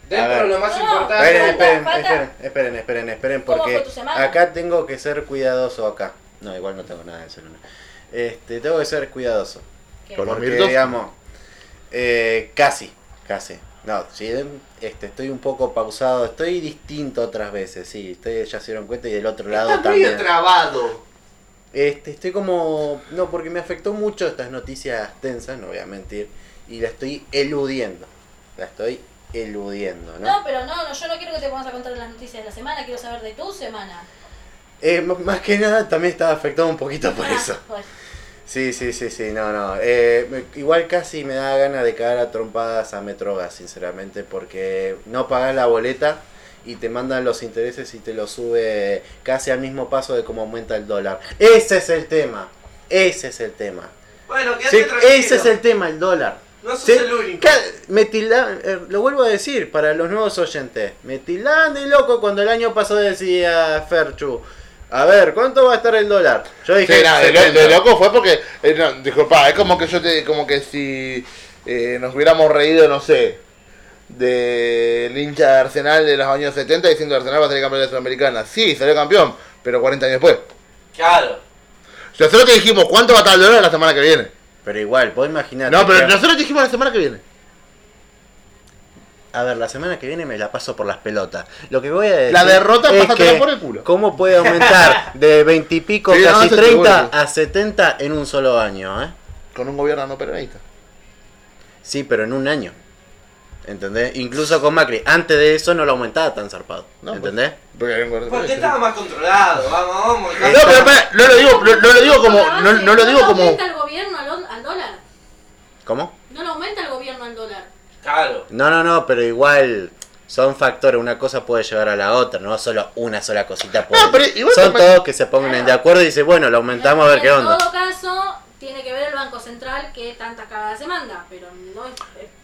[SPEAKER 1] Dentro
[SPEAKER 3] ver.
[SPEAKER 1] de lo más
[SPEAKER 5] No,
[SPEAKER 1] importante.
[SPEAKER 3] Esperen, esperen,
[SPEAKER 5] Falta, falta.
[SPEAKER 3] esperen, esperen, esperen, esperen,
[SPEAKER 5] ¿Cómo
[SPEAKER 3] porque
[SPEAKER 5] fue tu semana?
[SPEAKER 3] acá tengo que ser cuidadoso acá. No, igual no tengo nada de celular. Este, tengo que ser cuidadoso.
[SPEAKER 5] que-
[SPEAKER 2] Por ¿Con los
[SPEAKER 3] Porque,
[SPEAKER 2] mirtos?
[SPEAKER 3] digamos, eh, casi, casi. No, sí, este, estoy un poco pausado, estoy distinto otras veces, sí, estoy, ya se dieron cuenta y del otro lado
[SPEAKER 1] Está
[SPEAKER 3] también.
[SPEAKER 1] medio trabado.
[SPEAKER 3] Este, estoy como. No, porque me afectó mucho estas noticias tensas, no voy a mentir. Y la estoy eludiendo. La estoy eludiendo, ¿no?
[SPEAKER 5] No, pero no, no, yo no quiero que te pongas a contar las noticias de la semana, quiero saber de tu semana.
[SPEAKER 3] Eh, m- más que nada también estaba afectado un poquito por
[SPEAKER 5] Ah,
[SPEAKER 3] eso.
[SPEAKER 5] bueno.
[SPEAKER 3] Sí, sí, sí, sí, no, no. Eh, me- igual casi me da ganas de cagar a trompadas a Metrogas, sinceramente, porque no pagas la boleta y te mandan los intereses y te los sube casi al mismo paso de cómo aumenta el dólar. Ese es el tema. Ese es el tema.
[SPEAKER 1] Bueno,
[SPEAKER 3] Sí,
[SPEAKER 1] quédate tranquilo.
[SPEAKER 3] ese es el tema, el dólar.
[SPEAKER 1] No sos
[SPEAKER 3] Sí,
[SPEAKER 1] el único.
[SPEAKER 3] ca- me tilda- eh, lo vuelvo a decir para los nuevos oyentes. Me tildaban de loco cuando el año pasado decía Ferchu. A ver, ¿cuánto va a estar el dólar? Yo dije.
[SPEAKER 2] Sí, nada, de, lo-
[SPEAKER 3] 70.
[SPEAKER 2] de loco fue porque, eh, no, disculpa, es como que yo te, como que si eh, nos hubiéramos reído, no sé, del hincha de Arsenal de los años 70 diciendo Arsenal va a salir campeón de la Sudamericana. Sí, salió campeón, pero 40 años después.
[SPEAKER 1] Claro.
[SPEAKER 2] Nosotros te dijimos, ¿cuánto va a estar el dólar la semana que viene?
[SPEAKER 3] Pero igual, vos imaginar.
[SPEAKER 2] No, pero nosotros te dijimos la semana que viene.
[SPEAKER 3] A ver, la semana que viene me la paso por las pelotas. Lo que voy a decir.
[SPEAKER 2] La derrota,
[SPEAKER 3] es
[SPEAKER 2] pásatela
[SPEAKER 3] que
[SPEAKER 2] por el culo.
[SPEAKER 3] ¿Cómo puede aumentar de 20 y pico,
[SPEAKER 2] Sí, no,
[SPEAKER 3] casi
[SPEAKER 2] eso te
[SPEAKER 3] 30
[SPEAKER 2] vuelvo.
[SPEAKER 3] a 70 en un solo año? ¿eh?
[SPEAKER 2] Con un gobierno no peronista.
[SPEAKER 3] Sí, pero en un año. ¿Entendés? Incluso con Macri. Antes de eso no lo aumentaba tan zarpado.
[SPEAKER 2] No, pues.
[SPEAKER 3] ¿Entendés?
[SPEAKER 2] Porque era un gobierno
[SPEAKER 1] Porque
[SPEAKER 2] peronista.
[SPEAKER 1] estaba más controlado. Vamos, vamos.
[SPEAKER 2] No, pero espera, no lo digo, no, no lo digo como, no, no lo digo
[SPEAKER 5] No
[SPEAKER 2] como,
[SPEAKER 5] aumenta el gobierno al, al dólar.
[SPEAKER 3] ¿Cómo?
[SPEAKER 5] No lo aumenta el gobierno al dólar.
[SPEAKER 1] Claro.
[SPEAKER 3] No, no, no, pero igual son factores. Una cosa puede llevar a la otra. No solo una sola cosita puede.
[SPEAKER 2] pero igual
[SPEAKER 3] son
[SPEAKER 2] también-
[SPEAKER 3] todos que se pongan de acuerdo y dicen, bueno, lo aumentamos a ver qué onda.
[SPEAKER 5] En todo caso, tiene que ver el Banco Central que tantas cagadas se manda, pero no es...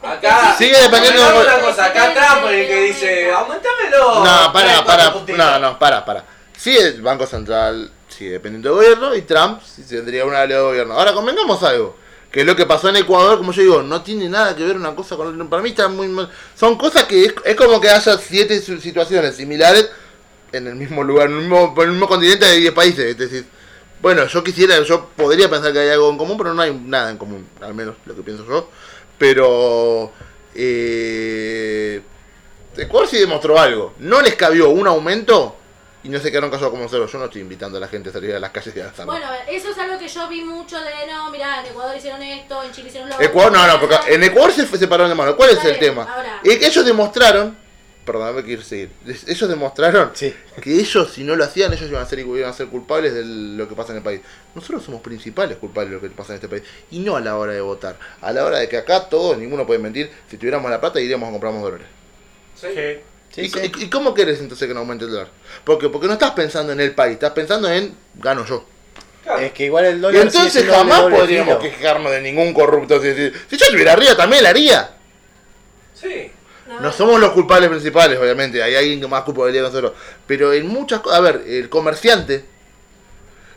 [SPEAKER 1] Acá.
[SPEAKER 2] Sigue dependiendo-
[SPEAKER 1] Comentame una cosa. Acá está por el que dice. Aumentámelo.
[SPEAKER 2] No,
[SPEAKER 1] Tres,
[SPEAKER 2] para, para,
[SPEAKER 1] cuatro puntitos.
[SPEAKER 2] no, no, para, para. Sí, el Banco Central sigue dependiente del gobierno y Trump sí tendría un aliado de gobierno. Ahora convengamos algo, que lo que pasó en Ecuador, como yo digo, no tiene nada que ver una cosa con la Para mí está muy mal. Son cosas que es, es como que haya siete su- situaciones similares en el mismo lugar, en el mismo, en el mismo continente de 10 países. Es decir, bueno, yo quisiera, yo podría pensar que hay algo en común, pero no hay nada en común, al menos lo que pienso yo. Pero... Eh, Ecuador sí demostró algo. No les cabió un aumento y no se quedaron callados como cero. Yo no estoy invitando a la gente a salir a las calles de Alzano.
[SPEAKER 5] Bueno, eso es algo que yo vi mucho de, no, mirá, en Ecuador hicieron esto, en Chile hicieron lo otro.
[SPEAKER 2] Ecuador, no, no, porque en Ecuador se fue- separaron de mano. ¿Cuál es
[SPEAKER 5] Está
[SPEAKER 2] el
[SPEAKER 5] bien,
[SPEAKER 2] tema?
[SPEAKER 5] ahora.
[SPEAKER 2] Es que ellos demostraron, perdón, me quiero seguir. Les- Ellos demostraron
[SPEAKER 3] Sí.
[SPEAKER 2] que ellos, si no lo hacían, ellos iban a ser, iban a ser culpables de lo que pasa en el país. Nosotros somos principales culpables de lo que pasa en este país. Y no a la hora de votar. A la hora de que acá todos, ninguno puede mentir, si tuviéramos la plata iríamos a comprarnos dólares.
[SPEAKER 1] Sí.
[SPEAKER 2] ¿Y, y- y cómo querés entonces que no aumente el dólar? Porque, porque no estás pensando en el país, estás pensando en gano yo.
[SPEAKER 3] Es que igual el
[SPEAKER 2] Y
[SPEAKER 3] dólar. sigue
[SPEAKER 2] entonces
[SPEAKER 3] siendo de
[SPEAKER 2] jamás
[SPEAKER 3] doble
[SPEAKER 2] podríamos
[SPEAKER 3] filo.
[SPEAKER 2] quejarnos de ningún corrupto. Si, si- si yo estuviera arriba también la haría.
[SPEAKER 1] Sí.
[SPEAKER 5] No,
[SPEAKER 3] Ah.
[SPEAKER 2] No somos los culpables principales, obviamente. Hay alguien que más culpabilidad que nosotros. Pero en muchas cosas... A ver, el comerciante.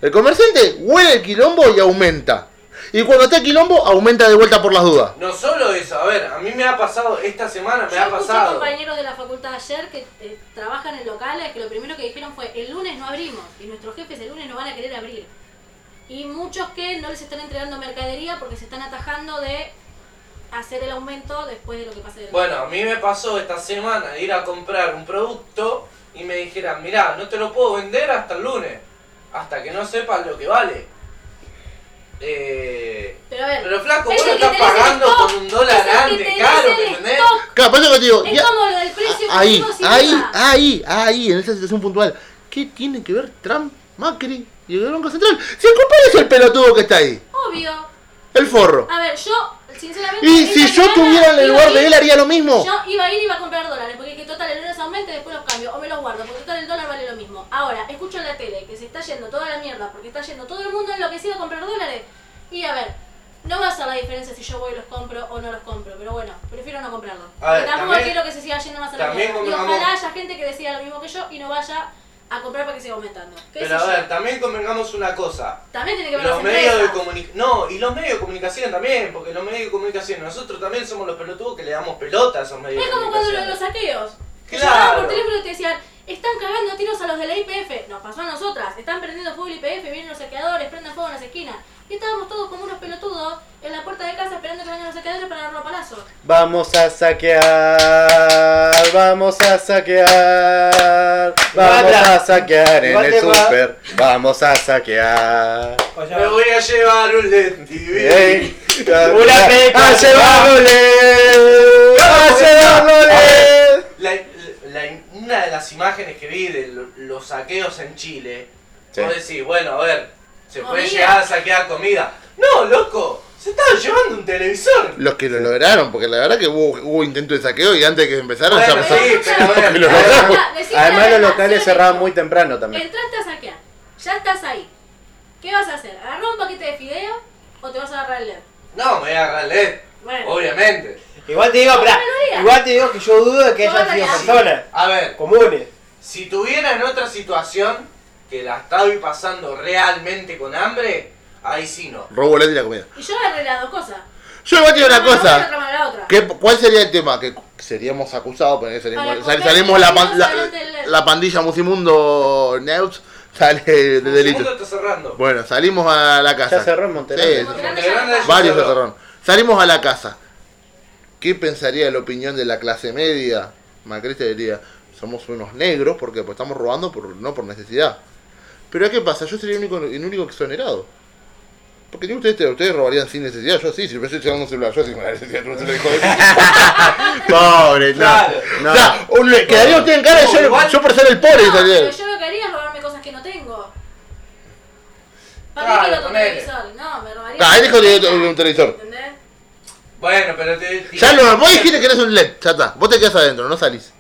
[SPEAKER 2] El comerciante huele el quilombo y aumenta. Y cuando está quilombo, aumenta de vuelta por las dudas.
[SPEAKER 1] No solo eso, a ver, a mí me ha pasado, esta semana me
[SPEAKER 5] Yo
[SPEAKER 1] ha
[SPEAKER 5] escuché
[SPEAKER 1] pasado.
[SPEAKER 5] compañeros de la facultad ayer que eh, trabajan en locales que lo primero que dijeron fue el lunes no abrimos y nuestros jefes el lunes no van a querer abrir. Y muchos que no les están entregando mercadería porque se están atajando de hacer el aumento después de lo que pase. del-
[SPEAKER 1] Bueno, a mí me pasó esta semana ir a comprar un producto y me dijeran, mirá, no te lo puedo vender hasta el lunes, hasta que no sepas lo que vale. Eh,
[SPEAKER 5] Pero a ver,
[SPEAKER 1] pero flaco,
[SPEAKER 5] es
[SPEAKER 1] vos lo
[SPEAKER 5] el que
[SPEAKER 1] estás
[SPEAKER 5] tenés el
[SPEAKER 1] pagando
[SPEAKER 5] stock,
[SPEAKER 1] con un dólar
[SPEAKER 5] es el que
[SPEAKER 1] antes,
[SPEAKER 5] tenés
[SPEAKER 1] caro,
[SPEAKER 5] el
[SPEAKER 1] ¿me entendés?
[SPEAKER 5] stock.
[SPEAKER 2] Claro, por eso que te digo,
[SPEAKER 5] Es
[SPEAKER 2] ya-
[SPEAKER 5] como lo del precio
[SPEAKER 2] a- Ah, ahí,
[SPEAKER 5] mismo Silva.
[SPEAKER 2] ahí, ahí, ahí, en esa situación puntual. ¿Qué tiene que ver Trump, Macri y el Banco Central? Si el compadre es el pelotudo que está ahí,
[SPEAKER 5] Obvio.
[SPEAKER 2] el forro.
[SPEAKER 5] A ver, yo, sinceramente.
[SPEAKER 2] Y
[SPEAKER 5] esta
[SPEAKER 2] si yo
[SPEAKER 5] Ah, semana
[SPEAKER 2] tuviera en el
[SPEAKER 5] iba
[SPEAKER 2] lugar
[SPEAKER 5] a
[SPEAKER 2] de
[SPEAKER 5] ir-
[SPEAKER 2] él haría lo mismo.
[SPEAKER 5] Yo iba a ir y iba a comprar dólares, porque que total el dólar se aumenta y después los cambio, o me los guardo, porque total el dólar vale lo mismo. Ahora, escucho en la tele que se está yendo toda la mierda, porque está yendo todo el mundo enloquecido a comprar dólares. Y a ver, no va a ser la diferencia si yo voy y los compro o no los compro, pero bueno, prefiero no comprarlos.
[SPEAKER 1] A ver,
[SPEAKER 5] Porque tampoco
[SPEAKER 1] también-
[SPEAKER 5] quiero que se siga yendo más a la
[SPEAKER 1] también
[SPEAKER 5] mierda. Y
[SPEAKER 1] convengamos-
[SPEAKER 5] ojalá haya gente que decida lo mismo que yo y no vaya a comprar para que siga aumentando. ¿Qué
[SPEAKER 1] Pero a
[SPEAKER 5] sé yo?
[SPEAKER 1] ver, también convengamos una cosa.
[SPEAKER 5] También tiene que ver
[SPEAKER 1] Los
[SPEAKER 5] las
[SPEAKER 1] medios de
[SPEAKER 5] empresas.
[SPEAKER 1] comunicación. No, y los medios de comunicación también, porque los medios de comunicación, nosotros también somos los pelotudos que le damos pelota a esos medios
[SPEAKER 5] Es
[SPEAKER 1] de
[SPEAKER 5] como cuando lo
[SPEAKER 1] comunicación.
[SPEAKER 5] de los saqueos. Que
[SPEAKER 1] Claro.
[SPEAKER 5] llamaban por teléfono y te decían, están cagando a tiros a los de la IPF. Nos pasó a nosotras, están prendiendo fuego el IPF, vienen los saqueadores, prenden fuego en las esquinas. Y estábamos todos como unos pelotudos en la puerta de casa esperando que vengan los saqueadores para darnos palazos.
[SPEAKER 3] Vamos a saquear, vamos a saquear, vamos
[SPEAKER 1] Bata.
[SPEAKER 3] a saquear en el
[SPEAKER 1] Bate, va.
[SPEAKER 3] super, vamos a saquear.
[SPEAKER 4] O ya-
[SPEAKER 1] Me voy a llevar un lenti.
[SPEAKER 3] Ey, ya-
[SPEAKER 1] Una
[SPEAKER 3] ya-
[SPEAKER 1] película.
[SPEAKER 3] ¡A llevarle! ¡A llevarle!
[SPEAKER 1] La- la- una de las imágenes que vi de lo- los saqueos en Chile,
[SPEAKER 3] Sí.
[SPEAKER 1] vos decís, bueno, a ver, se puede
[SPEAKER 5] Comida.
[SPEAKER 1] llegar a saquear comida. No, loco, se estaban llevando un televisor.
[SPEAKER 2] Los que lo lograron, porque la verdad que hubo, hubo intento de saqueo y antes de que empezaron
[SPEAKER 1] Bueno,
[SPEAKER 2] ya pasaron.
[SPEAKER 1] sí, pero a
[SPEAKER 2] Lo
[SPEAKER 1] ver,
[SPEAKER 2] logramos.
[SPEAKER 5] Ahora, Ah, decime la
[SPEAKER 3] Además los
[SPEAKER 5] verdad,
[SPEAKER 3] locales
[SPEAKER 5] ¿sí
[SPEAKER 3] cerraban
[SPEAKER 5] o no?
[SPEAKER 3] muy temprano también.
[SPEAKER 5] Entraste a saquear, ya estás ahí. ¿Qué vas a hacer? ¿Agarrar un paquete de fideo o te vas a agarrar el LED?
[SPEAKER 1] no, me voy a agarrar LED,
[SPEAKER 5] Bueno,
[SPEAKER 1] obviamente.
[SPEAKER 4] Igual te digo,
[SPEAKER 5] No,
[SPEAKER 4] pará,
[SPEAKER 5] no lo digas.
[SPEAKER 4] igual te digo que yo dudo de que
[SPEAKER 5] No,
[SPEAKER 4] hayan sido
[SPEAKER 5] no lo digas.
[SPEAKER 4] personas
[SPEAKER 1] A ver,
[SPEAKER 4] comunes.
[SPEAKER 1] Si tuviera en otra situación que la estaba pasando realmente con hambre, ahí sí no.
[SPEAKER 2] Robo el y la comida.
[SPEAKER 5] y yo agarré las dos cosas.
[SPEAKER 2] Yo voy a decir una
[SPEAKER 5] La
[SPEAKER 2] cosa.
[SPEAKER 5] otra mano a la otra.
[SPEAKER 2] ¿Qué- ¿Cuál sería el tema? Que seríamos acusados, porque
[SPEAKER 5] Para
[SPEAKER 2] salimos,
[SPEAKER 5] comer
[SPEAKER 2] sal- salimos la, pan- la,
[SPEAKER 5] delante del-
[SPEAKER 2] la pandilla Musimundo Neus sale de
[SPEAKER 1] El
[SPEAKER 2] delito.
[SPEAKER 1] mundo está cerrando.
[SPEAKER 2] Bueno, salimos a la
[SPEAKER 3] Ya
[SPEAKER 2] casa.
[SPEAKER 3] cerró en Monterrey.
[SPEAKER 2] Sí,
[SPEAKER 5] Monterrey
[SPEAKER 1] Monte Grande
[SPEAKER 5] ya está.
[SPEAKER 2] Varios
[SPEAKER 1] cerró.
[SPEAKER 2] se cerraron. Salimos a la casa. ¿Qué pensaría la opinión de la clase media? Macrista diría, somos unos negros porque pues, estamos robando por, no por necesidad. Pero ¿qué pasa? Yo sería el único, el único exonerado. Porque digo, ustedes, ustedes robarían sin necesidad, yo sí, si me estoy llevando un celular, yo sí con la necesidad, tú no se lo dijo. Pobre, no.
[SPEAKER 1] Claro.
[SPEAKER 2] O sea, un- le- quedaría usted en cara y
[SPEAKER 1] No,
[SPEAKER 2] yo,
[SPEAKER 1] igual-
[SPEAKER 2] yo por ser el pobre
[SPEAKER 5] No,
[SPEAKER 2] estaría-
[SPEAKER 5] pero yo lo que haría es robarme cosas que no tengo. ¿Para
[SPEAKER 1] Claro,
[SPEAKER 5] qué quiero otro
[SPEAKER 1] ponele.
[SPEAKER 5] televisor? No, me robaría.
[SPEAKER 2] Ah, él dijo que
[SPEAKER 5] ¿Entendés?
[SPEAKER 2] tenía un televisor.
[SPEAKER 5] ¿Entendés?
[SPEAKER 1] Bueno, pero te.
[SPEAKER 2] Ya lo, vos dijiste que eres un LED, ya está. Vos te quedas adentro, no salís.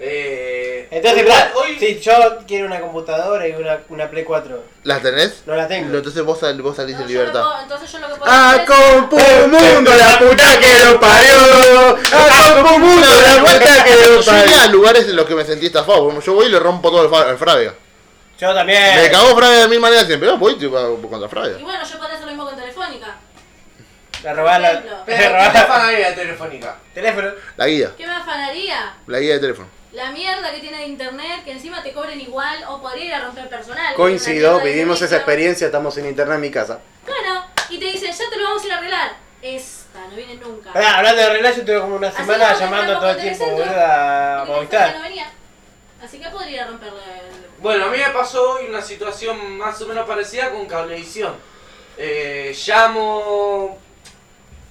[SPEAKER 1] Eh,
[SPEAKER 4] Entonces,
[SPEAKER 1] igual
[SPEAKER 4] pará,
[SPEAKER 1] hoy.
[SPEAKER 4] si yo quiero una computadora y una, una Play 4,
[SPEAKER 2] ¿Las tenés?
[SPEAKER 4] no la
[SPEAKER 2] No,
[SPEAKER 4] tengo.
[SPEAKER 2] entonces vos, sal- vos salís
[SPEAKER 5] No,
[SPEAKER 2] en
[SPEAKER 5] yo lo
[SPEAKER 2] libertad. Ah,
[SPEAKER 5] puedo- entonces yo lo que puedo
[SPEAKER 2] A
[SPEAKER 5] hacer es-
[SPEAKER 2] Compumundo, la puta que lo parió.
[SPEAKER 3] Ah,
[SPEAKER 2] A Compumundo, la puta que lo parió. Ah, Yo iría a lugares en los que me sentí estafado. Como yo voy y le rompo todo el, fa- el Frávega.
[SPEAKER 4] Yo también.
[SPEAKER 5] Eh.
[SPEAKER 2] Me cagó Frávega de mil maneras siempre. Yo voy y voy contra Frávega.
[SPEAKER 5] Y bueno, yo podría hacer lo mismo con Telefónica.
[SPEAKER 4] La robaba la,
[SPEAKER 5] Por ejemplo.
[SPEAKER 1] Pero
[SPEAKER 4] le robaba
[SPEAKER 1] ¿quién te pagaría la telefónica.
[SPEAKER 4] teléfono.
[SPEAKER 2] La guía.
[SPEAKER 5] ¿Qué me afanaría?
[SPEAKER 2] La guía de teléfono.
[SPEAKER 5] La mierda que tiene de internet, que encima te cobren igual o podría ir a romper personal.
[SPEAKER 3] Coincido,
[SPEAKER 5] Una mierda de
[SPEAKER 3] vivimos esa
[SPEAKER 5] servicio.
[SPEAKER 3] experiencia, estamos sin internet en mi casa.
[SPEAKER 5] Claro, y te dicen, ya te lo vamos a ir a arreglar. Esta, no viene nunca.
[SPEAKER 3] Ah,
[SPEAKER 4] Pará, hablando de reloj, yo tuve como una
[SPEAKER 5] Así
[SPEAKER 4] semana
[SPEAKER 5] como
[SPEAKER 4] llamando
[SPEAKER 5] entramos
[SPEAKER 4] todo el
[SPEAKER 5] por
[SPEAKER 4] tiempo,
[SPEAKER 5] telecentro,
[SPEAKER 4] boludo, a
[SPEAKER 5] Y me dijeron que
[SPEAKER 4] Movistar.
[SPEAKER 5] no venía. Así que podría ir a romperle el...
[SPEAKER 1] Bueno, a mí me pasó hoy una situación más o menos parecida con Cablevisión. Eh, llamo.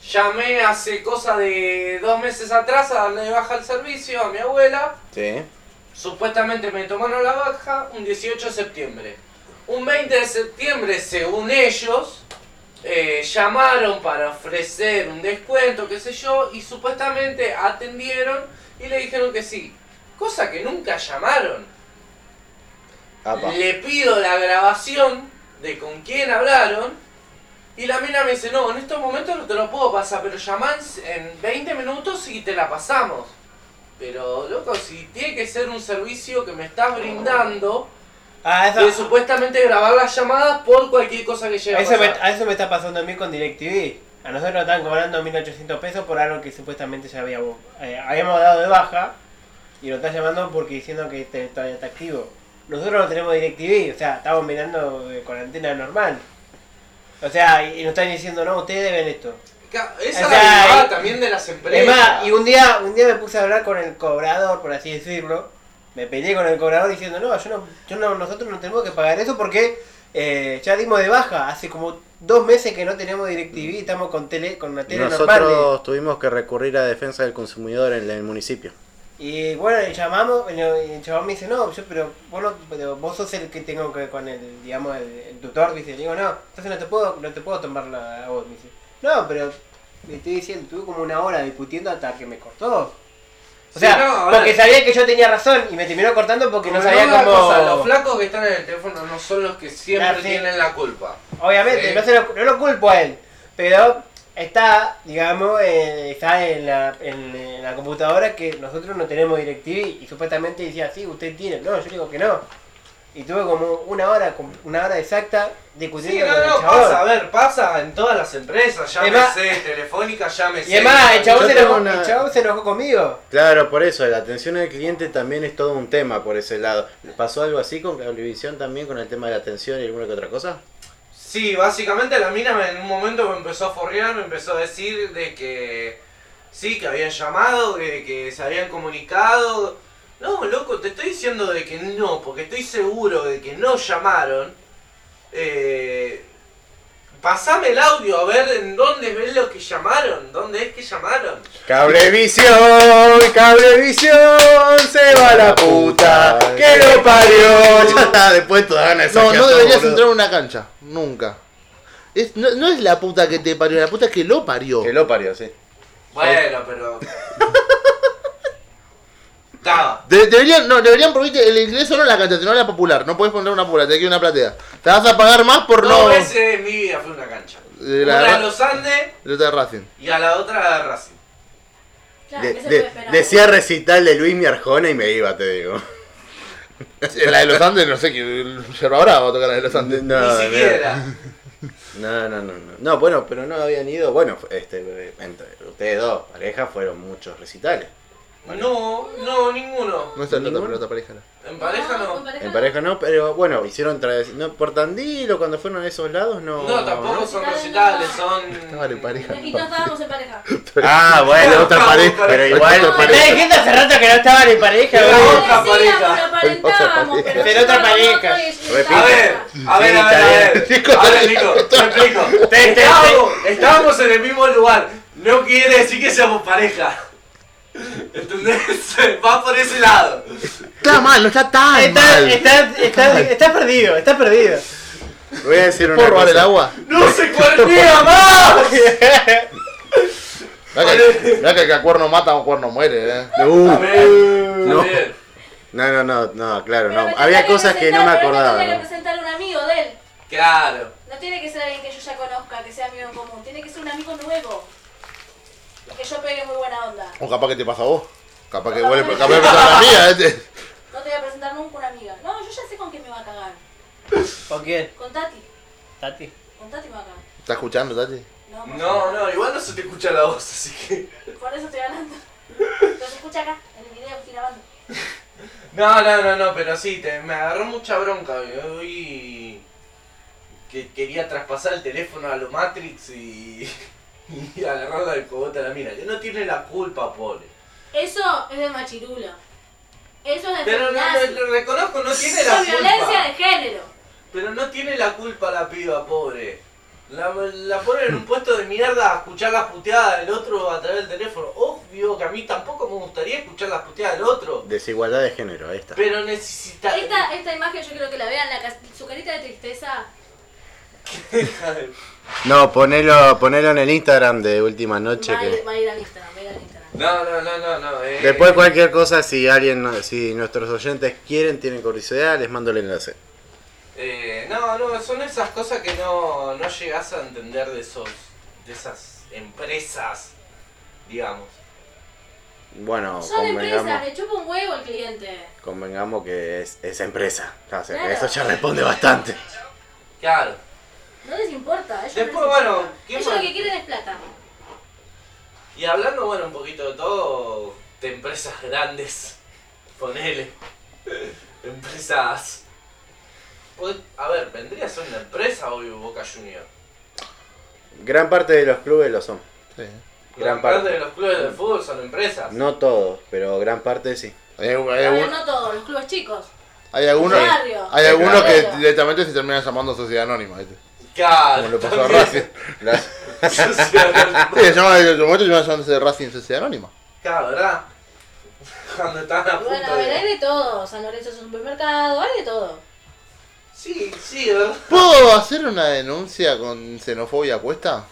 [SPEAKER 1] Llamé hace cosa de dos meses atrás a darle de baja al servicio a mi abuela.
[SPEAKER 3] Sí.
[SPEAKER 1] Supuestamente me tomaron la baja un 18 de septiembre. Un 20 de septiembre, según ellos, eh, llamaron para ofrecer un descuento, qué sé yo, y supuestamente atendieron y le dijeron que sí. Cosa que nunca llamaron.
[SPEAKER 3] Apa.
[SPEAKER 1] Le pido la grabación de con quién hablaron y la mina me dice, no, en estos momentos no te lo puedo pasar, pero llamá en- en 20 minutos y te la pasamos. Pero, loco, si tiene que ser un servicio que me estás brindando,
[SPEAKER 4] Ah, eso,
[SPEAKER 1] de supuestamente grabar las llamadas por cualquier cosa que llegue a
[SPEAKER 4] a eso me,
[SPEAKER 1] pasar.
[SPEAKER 4] a eso me está pasando a mí con DirecTV. A nosotros nos están cobrando 1.800 pesos por algo que supuestamente ya habíamos, eh, habíamos dado de baja y nos están llamando porque diciendo que este todavía está activo. Nosotros no tenemos DirecTV, o sea, estamos mirando eh, con antena normal. O sea, y y nos están diciendo, no, ustedes deben esto.
[SPEAKER 1] Ca- Esa es
[SPEAKER 4] o
[SPEAKER 1] la
[SPEAKER 4] sea,
[SPEAKER 1] privada
[SPEAKER 4] y-
[SPEAKER 1] también de las empresas.
[SPEAKER 4] Es más, y un día, un día me puse a hablar con el cobrador, por así decirlo. Me peleé con el cobrador diciendo, no, yo no, yo no nosotros no tenemos que pagar eso porque eh, ya dimos de baja. Hace como dos meses que no tenemos DirecTV y estamos con tele, con la tele normal.
[SPEAKER 3] Nosotros tuvimos que recurrir a defensa del consumidor en el municipio.
[SPEAKER 4] Y bueno, le llamamos, el, el chabón me dice, no, yo, pero vos, no- pero vos sos el que tengo que con el, digamos, el, el tutor, dice, le digo, no, entonces no te puedo, no te puedo tomar la a vos, me dice, no, pero le estoy diciendo, estuve como una hora discutiendo hasta que me cortó. O
[SPEAKER 1] Sí,
[SPEAKER 4] sea,
[SPEAKER 1] no, ahora-
[SPEAKER 4] porque sabía que yo tenía razón y me terminó cortando porque no
[SPEAKER 1] Como
[SPEAKER 4] sabía
[SPEAKER 1] no, una
[SPEAKER 4] cómo...
[SPEAKER 1] cosa, los flacos que están en el teléfono no son los que siempre
[SPEAKER 4] Ah, sí.
[SPEAKER 1] tienen la culpa.
[SPEAKER 4] Obviamente,
[SPEAKER 1] Sí.
[SPEAKER 4] no, se lo, no lo culpo a él, pero está, digamos, eh, está en la, en, en la computadora que nosotros no tenemos DirecTV y supuestamente decía, sí, usted tiene. No, yo le digo que no. Y tuve como una hora, com- una hora exacta
[SPEAKER 1] Sí,
[SPEAKER 4] discutiendo
[SPEAKER 1] no,
[SPEAKER 4] con el
[SPEAKER 1] no,
[SPEAKER 4] chabón.
[SPEAKER 1] pasa, a ver, pasa en todas las empresas,
[SPEAKER 4] Además-
[SPEAKER 1] llámese telefónica, llámese.
[SPEAKER 4] y además, el chabón,
[SPEAKER 3] Yo
[SPEAKER 4] se
[SPEAKER 3] tengo
[SPEAKER 4] enojó,
[SPEAKER 3] una-
[SPEAKER 4] el chabón se enojó conmigo.
[SPEAKER 3] Claro, por eso, la atención al cliente también es todo un tema por ese lado. ¿Pasó algo así con Cablevisión también, con el tema de la atención y alguna que otra cosa?
[SPEAKER 1] Sí, básicamente la mina me- en un momento me empezó a forrear, me empezó a decir de que sí, que habían llamado, de que se habían comunicado. No, loco, te estoy diciendo de que no, porque estoy seguro de que no llamaron. Eh, pasame el audio a ver en dónde ves lo que llamaron, dónde es que llamaron.
[SPEAKER 3] Cablevisión, Cablevisión, se va la puta, que lo parió. Ya está, Ah, después te dan esa
[SPEAKER 2] No, no deberías entrar a una cancha, nunca. Es, no, no es la puta que te parió, la puta que lo parió.
[SPEAKER 3] Que lo parió, sí.
[SPEAKER 1] Bueno, pero. Estaba.
[SPEAKER 2] De- deberían, no, deberían prohibirte el ingreso no a la cancha, sino a la popular. No puedes poner una popular, te queda una platea. Te vas a pagar más por no.
[SPEAKER 1] Dos veces en mi vida fue una cancha.
[SPEAKER 2] De la-
[SPEAKER 1] Una a los Andes
[SPEAKER 2] de otra Racing.
[SPEAKER 1] y a la otra a Racing.
[SPEAKER 5] Claro,
[SPEAKER 3] De-
[SPEAKER 5] ¿qué se
[SPEAKER 3] de-
[SPEAKER 5] puede esperar?
[SPEAKER 3] decía recital de Luis Miarjona y me iba, te digo.
[SPEAKER 2] La de los Andes, no sé, que el Yerba Brava va a tocar la de los Andes.
[SPEAKER 1] Ni
[SPEAKER 3] no,
[SPEAKER 1] siquiera.
[SPEAKER 3] No, no, no, no. No, bueno, pero no habían ido. Bueno, este, entre ustedes dos, pareja, fueron muchos recitales.
[SPEAKER 1] No, no, ninguno.
[SPEAKER 2] No es la pelota,
[SPEAKER 3] Ninguno.
[SPEAKER 2] pelota, pareja.
[SPEAKER 1] En pareja
[SPEAKER 5] en
[SPEAKER 1] no.
[SPEAKER 5] pareja
[SPEAKER 3] En pareja no, pero bueno, hicieron traves... no por Tandil o cuando fueron a esos lados no.
[SPEAKER 1] No, tampoco son recitales, son.
[SPEAKER 2] Estaban en pareja.
[SPEAKER 5] Y no estábamos en pareja.
[SPEAKER 3] Ah, bueno, otra pareja, pero igual
[SPEAKER 1] Otra
[SPEAKER 4] Me está diciendo hace rato que no estaba ni pareja,
[SPEAKER 1] Pero-
[SPEAKER 4] boludo.
[SPEAKER 1] otra pareja.
[SPEAKER 5] Pero aparentábamos, pero
[SPEAKER 4] Pero
[SPEAKER 5] yo
[SPEAKER 4] otra
[SPEAKER 5] no lo
[SPEAKER 4] pareja.
[SPEAKER 5] conozco y- y
[SPEAKER 3] Repite.
[SPEAKER 1] A ver, a ver, a ver, a ver. A ver, Nico, te explico.
[SPEAKER 4] Te- te-
[SPEAKER 1] Estábamos, estábamos en el mismo lugar. No quiere decir que seamos pareja. ¿Entendés? Va por ese lado.
[SPEAKER 2] Está mal, no está tan
[SPEAKER 4] Está,
[SPEAKER 2] mal.
[SPEAKER 4] está, está, está perdido, está perdido.
[SPEAKER 3] Voy a decir una
[SPEAKER 2] ¿Puedo robar el
[SPEAKER 3] cosa.
[SPEAKER 2] agua?
[SPEAKER 1] ¡No se cuernea más!
[SPEAKER 2] Mirá que, mirá que el que cuerno mata o cuerno muere, eh.
[SPEAKER 3] Uh,
[SPEAKER 1] También,
[SPEAKER 3] No.
[SPEAKER 1] también.
[SPEAKER 3] No, no, no, no, claro,
[SPEAKER 5] Pero
[SPEAKER 3] no.
[SPEAKER 5] me
[SPEAKER 3] Había
[SPEAKER 5] tendría
[SPEAKER 3] cosas que no me
[SPEAKER 5] presentar, pero
[SPEAKER 3] acordaba.
[SPEAKER 5] Tendría que
[SPEAKER 3] ¿no?
[SPEAKER 5] presentar un amigo de él.
[SPEAKER 1] Claro.
[SPEAKER 5] No tiene que ser alguien que yo ya conozca, que sea amigo en común. Tiene que ser un amigo nuevo. Y que yo pegue muy buena onda.
[SPEAKER 2] O capaz que te pasa a vos. Capaz que huele, capaz que me pasa a la mía, este.
[SPEAKER 5] No te voy a presentar nunca una amiga. No, yo ya sé con quién me va a cagar.
[SPEAKER 4] ¿Con quién?
[SPEAKER 5] Con Tati.
[SPEAKER 4] Tati.
[SPEAKER 5] Con Tati me va a cagar.
[SPEAKER 2] ¿Estás escuchando, Tati?
[SPEAKER 5] No, por
[SPEAKER 1] No, no, igual no se te escucha la voz, así que.
[SPEAKER 5] favor. Por eso estoy hablando. Pero se escucha acá, en el video que estoy grabando.
[SPEAKER 1] No, no, no, no, pero sí, te- me agarró mucha bronca. eh, Hoy que quería traspasar el teléfono a lo Matrix y, y agarrarla del cogote a la mina. Que no tiene la culpa, pobre.
[SPEAKER 5] Eso es de machirulo. Eso es de
[SPEAKER 1] Pero no, no,
[SPEAKER 5] feminazi.
[SPEAKER 1] lo reconozco, no tiene la
[SPEAKER 5] Eso es violencia de
[SPEAKER 1] culpa.
[SPEAKER 5] género.
[SPEAKER 1] Pero no tiene la culpa la piba, pobre. La, la ponen en un puesto de mierda a escuchar las puteadas del otro a través del teléfono. Obvio que a mí tampoco me gustaría escuchar las puteadas del otro.
[SPEAKER 3] Desigualdad de género, ahí está.
[SPEAKER 1] Pero necesita...
[SPEAKER 5] Esta, esta imagen yo quiero que la vean, la, cas- su carita de tristeza.
[SPEAKER 3] No, ponelo, ponelo en el Instagram de última noche
[SPEAKER 5] Va a,
[SPEAKER 3] que.
[SPEAKER 5] ir, va a ir al Instagram, va a ir al Instagram.
[SPEAKER 1] No, no, no, no, no. eh.
[SPEAKER 3] Después cualquier cosa, si alguien, si nuestros oyentes quieren, tienen curiosidad, les mando el enlace.
[SPEAKER 1] Eh, no, no, son esas cosas que no, no llegas a entender de esos, de esas empresas, digamos.
[SPEAKER 3] Bueno,
[SPEAKER 5] Son empresas,
[SPEAKER 3] convengamos,
[SPEAKER 5] le chupa un huevo al cliente.
[SPEAKER 3] convengamos que es, es empresa. O sea,
[SPEAKER 5] Claro.
[SPEAKER 3] Eso ya responde bastante.
[SPEAKER 1] Claro.
[SPEAKER 5] No les importa. Ellos
[SPEAKER 1] Después,
[SPEAKER 5] no les importa.
[SPEAKER 1] bueno, ¿qué
[SPEAKER 5] ellos
[SPEAKER 1] más?
[SPEAKER 5] lo que quieren es plata.
[SPEAKER 1] Y hablando, bueno, un poquito de todo, de empresas grandes, ponele, empresas... Pod- A ver, vendría a ser una empresa hoy Boca Junior.
[SPEAKER 3] Gran parte de los clubes lo son.
[SPEAKER 2] Sí.
[SPEAKER 1] Gran
[SPEAKER 3] Gran
[SPEAKER 1] parte
[SPEAKER 3] parte.
[SPEAKER 1] de los clubes de fútbol son empresas.
[SPEAKER 3] No todos, pero gran parte sí.
[SPEAKER 2] Hay, hay
[SPEAKER 5] Pero
[SPEAKER 2] algún-
[SPEAKER 5] no todos, los clubes chicos.
[SPEAKER 2] hay algunos,
[SPEAKER 5] Barrio.
[SPEAKER 2] hay algunos que
[SPEAKER 5] Barrio.
[SPEAKER 2] directamente se terminan llamando Sociedad Anónima, ¿viste?
[SPEAKER 1] Claro.
[SPEAKER 2] Como le pasó a
[SPEAKER 1] también.
[SPEAKER 2] Racing. Las-
[SPEAKER 1] Sociedad-
[SPEAKER 2] Sí, se llama, en su momento se llama llamándose Racing Sociedad Anónima.
[SPEAKER 1] Claro, ¿verdad? Cuando estaban a punto
[SPEAKER 5] Bueno, a ver,
[SPEAKER 1] de-
[SPEAKER 5] hay de todo. San Lorenzo es un supermercado, hay de todo.
[SPEAKER 1] Sí, sí, ¿verdad?
[SPEAKER 2] ¿Puedo hacer una denuncia con xenofobia puesta?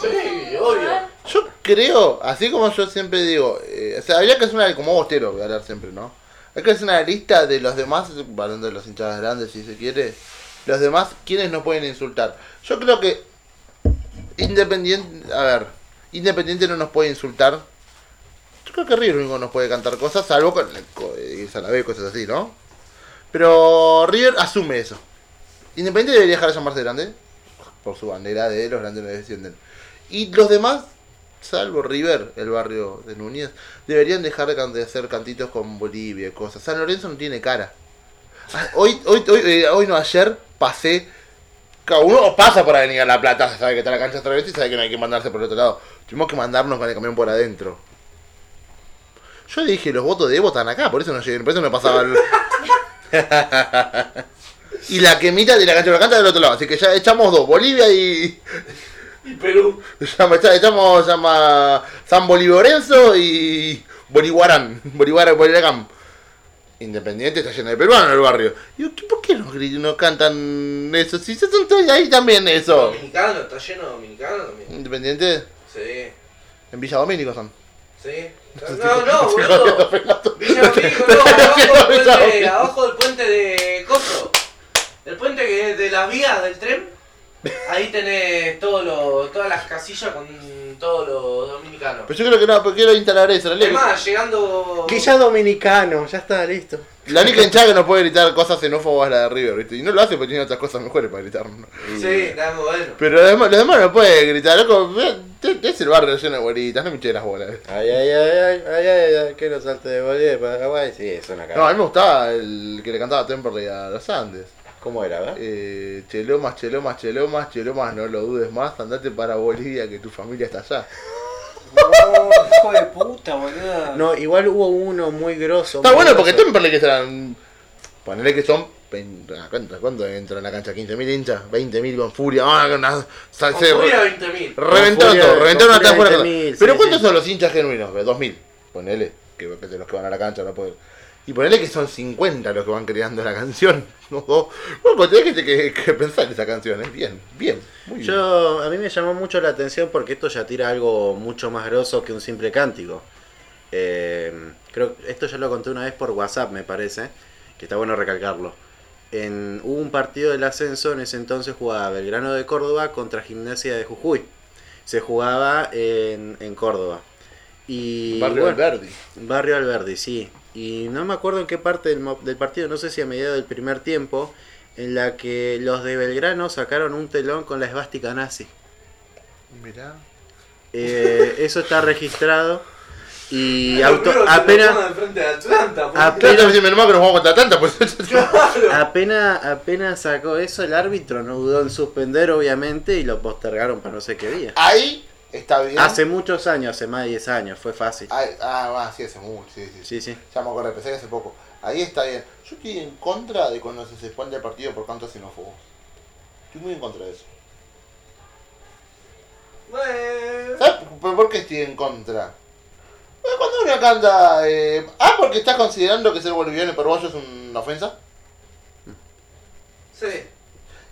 [SPEAKER 1] Sí,
[SPEAKER 5] A
[SPEAKER 1] obvio.
[SPEAKER 5] ver,
[SPEAKER 2] Yo creo, así como yo siempre digo, eh, o sea, habría que hacer una, como vos Tero, voy a hablar siempre, ¿no? Hay que hacer una lista de los demás, hablando de los hinchadas grandes si se quiere, los demás, quienes no pueden insultar. Yo creo que Independiente, a ver, Independiente no nos puede insultar. Yo creo que River único nos puede cantar cosas, salvo con co- eh, Salavé y cosas así, ¿no? Pero River asume eso. Independiente debería dejar de llamarse grande, por su bandera de los grandes no descienden. Y los demás, salvo River, el barrio de Núñez, deberían dejar de can- de hacer cantitos con Bolivia y cosas. San Lorenzo no tiene cara. Ah, Hoy, hoy, hoy, eh, hoy no, ayer pasé. Cada uno pasa por Avenida La Plata, se sabe que está la cancha otra vez y sabe que no hay que mandarse por el otro lado. Tuvimos que mandarnos con el camión por adentro. Yo dije, los votos de Evo están acá, por eso no llegué, por eso no pasaba el- y la quemita de la cancha de la cancha del otro lado, así que ya echamos dos, Bolivia y,
[SPEAKER 1] Y Perú.
[SPEAKER 2] Llama, echa- echamos llama San Bolivorenzo y Boliguarán, Bolívar, Bolivacam. Independiente está lleno de peruanos en el barrio. Y yo, ¿qué- ¿por qué no, gri- no cantan eso? Si se son todos ahí también eso.
[SPEAKER 1] Dominicano, está lleno de dominicanos también.
[SPEAKER 2] Independiente,
[SPEAKER 1] Sí,
[SPEAKER 2] en Villa Domínico son.
[SPEAKER 1] sí. No, no, boludo. Villa Dominico, no, abajo del puente, abajo del puente de Coso. El puente que de las vías del tren. Ahí tenés todo lo- todas las casillas con todos los dominicanos.
[SPEAKER 2] Pero yo creo que no, porque quiero instalar eso. La
[SPEAKER 1] Es
[SPEAKER 2] única,
[SPEAKER 1] más, llegando.
[SPEAKER 3] Que ya dominicano, ya está listo.
[SPEAKER 2] la única hinchada que no puede gritar cosas xenófobas es la de River, ¿viste? Y no lo hace porque tiene otras cosas mejores para gritar. ¿no?
[SPEAKER 1] Sí, está muy bueno.
[SPEAKER 2] Pero los demás, los demás no pueden gritar, loco. ve, te- te- Es el barrio lleno de bolitas, no me eché las bolas.
[SPEAKER 3] Ay, ay, ay, ay, ay, ay, ay, que no salte de Bolivia para Paraguay. Sí, es
[SPEAKER 2] No,
[SPEAKER 3] una
[SPEAKER 2] a
[SPEAKER 3] cara.
[SPEAKER 2] mí me gustaba el que le cantaba Temperley a los Andes.
[SPEAKER 3] ¿Cómo era, verdad?
[SPEAKER 2] Eh, chelomas, chelomas, chelomas, chelomas, no lo dudes más, andate para Bolivia que tu familia está allá.
[SPEAKER 4] No, hijo de puta, boludo.
[SPEAKER 3] No, igual hubo uno muy grosso.
[SPEAKER 2] Está
[SPEAKER 3] muy
[SPEAKER 2] bueno
[SPEAKER 3] grosso.
[SPEAKER 2] porque Temperley que serán... Ponele que son... vein- ah, ¿Cuánto, cuánto entra en la cancha? ¿15.000 hinchas? ¿20.000 con furia? Ah, con una... sa-
[SPEAKER 1] Con
[SPEAKER 2] se-
[SPEAKER 1] Furia 20.000.
[SPEAKER 2] Reventó
[SPEAKER 3] Con furia-
[SPEAKER 2] todo,
[SPEAKER 3] con
[SPEAKER 2] reventaron
[SPEAKER 3] furia
[SPEAKER 2] hasta afuera.
[SPEAKER 3] 20.000,
[SPEAKER 2] Pero
[SPEAKER 3] sí,
[SPEAKER 2] ¿cuántos
[SPEAKER 3] sí.
[SPEAKER 2] son los hinchas genuinos? 2.000, ponele, que, que de los que van a la cancha no pueden. Y ponele que son 50 los que van creando la canción, no dos. Bueno, pues tenés que, que, que pensar en esa canción, es bien, bien, muy bien.
[SPEAKER 3] Yo, a mí me llamó mucho la atención porque esto ya tira algo mucho más grosso que un simple cántico. Eh, creo esto ya lo conté una vez por WhatsApp, me parece, que está bueno recalcarlo. En, hubo un partido del ascenso, en ese entonces jugaba Belgrano de Córdoba contra Gimnasia de Jujuy. Se jugaba en, en Córdoba. Y,
[SPEAKER 2] Barrio
[SPEAKER 3] bueno,
[SPEAKER 2] Alberdi.
[SPEAKER 3] Barrio Alberdi, sí. Y no me acuerdo en qué parte del, mo- del partido, no sé si a mediados del primer tiempo, en la que los de Belgrano sacaron un telón con la esvástica nazi.
[SPEAKER 2] Mirá.
[SPEAKER 3] Eh, eso está registrado y
[SPEAKER 1] Los
[SPEAKER 3] auto-
[SPEAKER 1] pibes se lo
[SPEAKER 3] apenas,
[SPEAKER 1] toman frente de Atlanta, boludo.
[SPEAKER 3] Ape-
[SPEAKER 2] Claro, si mi hermano que nos vamos contra tanta, pues
[SPEAKER 3] apenas, apenas sacó eso, el árbitro no dudó en suspender obviamente y lo postergaron para no sé qué día.
[SPEAKER 2] ahí está bien.
[SPEAKER 3] Hace muchos años, hace más de 10 años, fue fácil.
[SPEAKER 2] Ahí- ah, ah, sí, hace mucho, sí, sí.
[SPEAKER 3] Sí, sí.
[SPEAKER 2] Ya me acuerdo, pensé que hace poco. Ahí está bien. Yo estoy en contra de cuando se suspende el partido por cantos xenófobos. Estoy muy en contra de eso.
[SPEAKER 1] Bueno.
[SPEAKER 2] ¿Sabes por por qué estoy en contra? Eh, Cuando uno canta. eh, ah, porque estás considerando que ser boliviano y peruano es una ofensa.
[SPEAKER 1] Sí.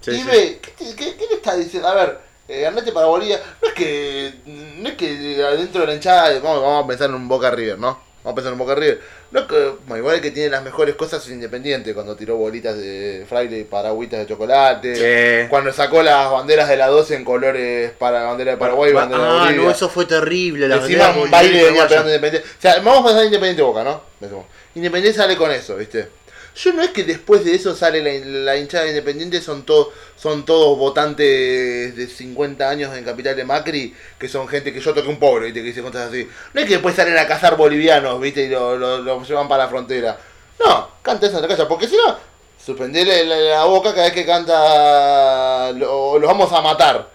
[SPEAKER 3] sí,
[SPEAKER 2] y
[SPEAKER 3] sí.
[SPEAKER 2] ve, ¿qué, te- qué- qué le estás diciendo? A ver, eh, andate para Bolivia. No es que. No es que adentro de la hinchada. eh, Vamos, vamos a pensar en un Boca River, ¿no? Vamos a pensar en un Boca River. No es que. bueno, igual el que tiene las mejores cosas es independiente. Cuando tiró bolitas de fraile y paraguitas de chocolate.
[SPEAKER 3] Sí.
[SPEAKER 2] Cuando sacó las banderas de la 12 en colores para la bandera de Paraguay y bandera de
[SPEAKER 3] Ah,
[SPEAKER 2] Bolivia.
[SPEAKER 3] no, eso fue terrible. La
[SPEAKER 2] Encima
[SPEAKER 3] bandera
[SPEAKER 2] un baile venía
[SPEAKER 3] boliviana.
[SPEAKER 2] pegando Independiente. O sea, vamos a pasar Independiente Boca, ¿no? Pensemos. Independiente sale con eso, ¿viste? Yo no es que después de eso sale la, la hinchada de Independiente, son, to- son todos votantes de 50 años en Capital de Macri, que son gente que yo toqué un pobre, ¿viste? Que dice cosas así. No es que después salen a cazar bolivianos, ¿viste? Y los lo, lo llevan para la frontera. No, canta esa en la calle, porque si no, suspenderle la, la boca cada vez que canta, lo- los vamos a matar.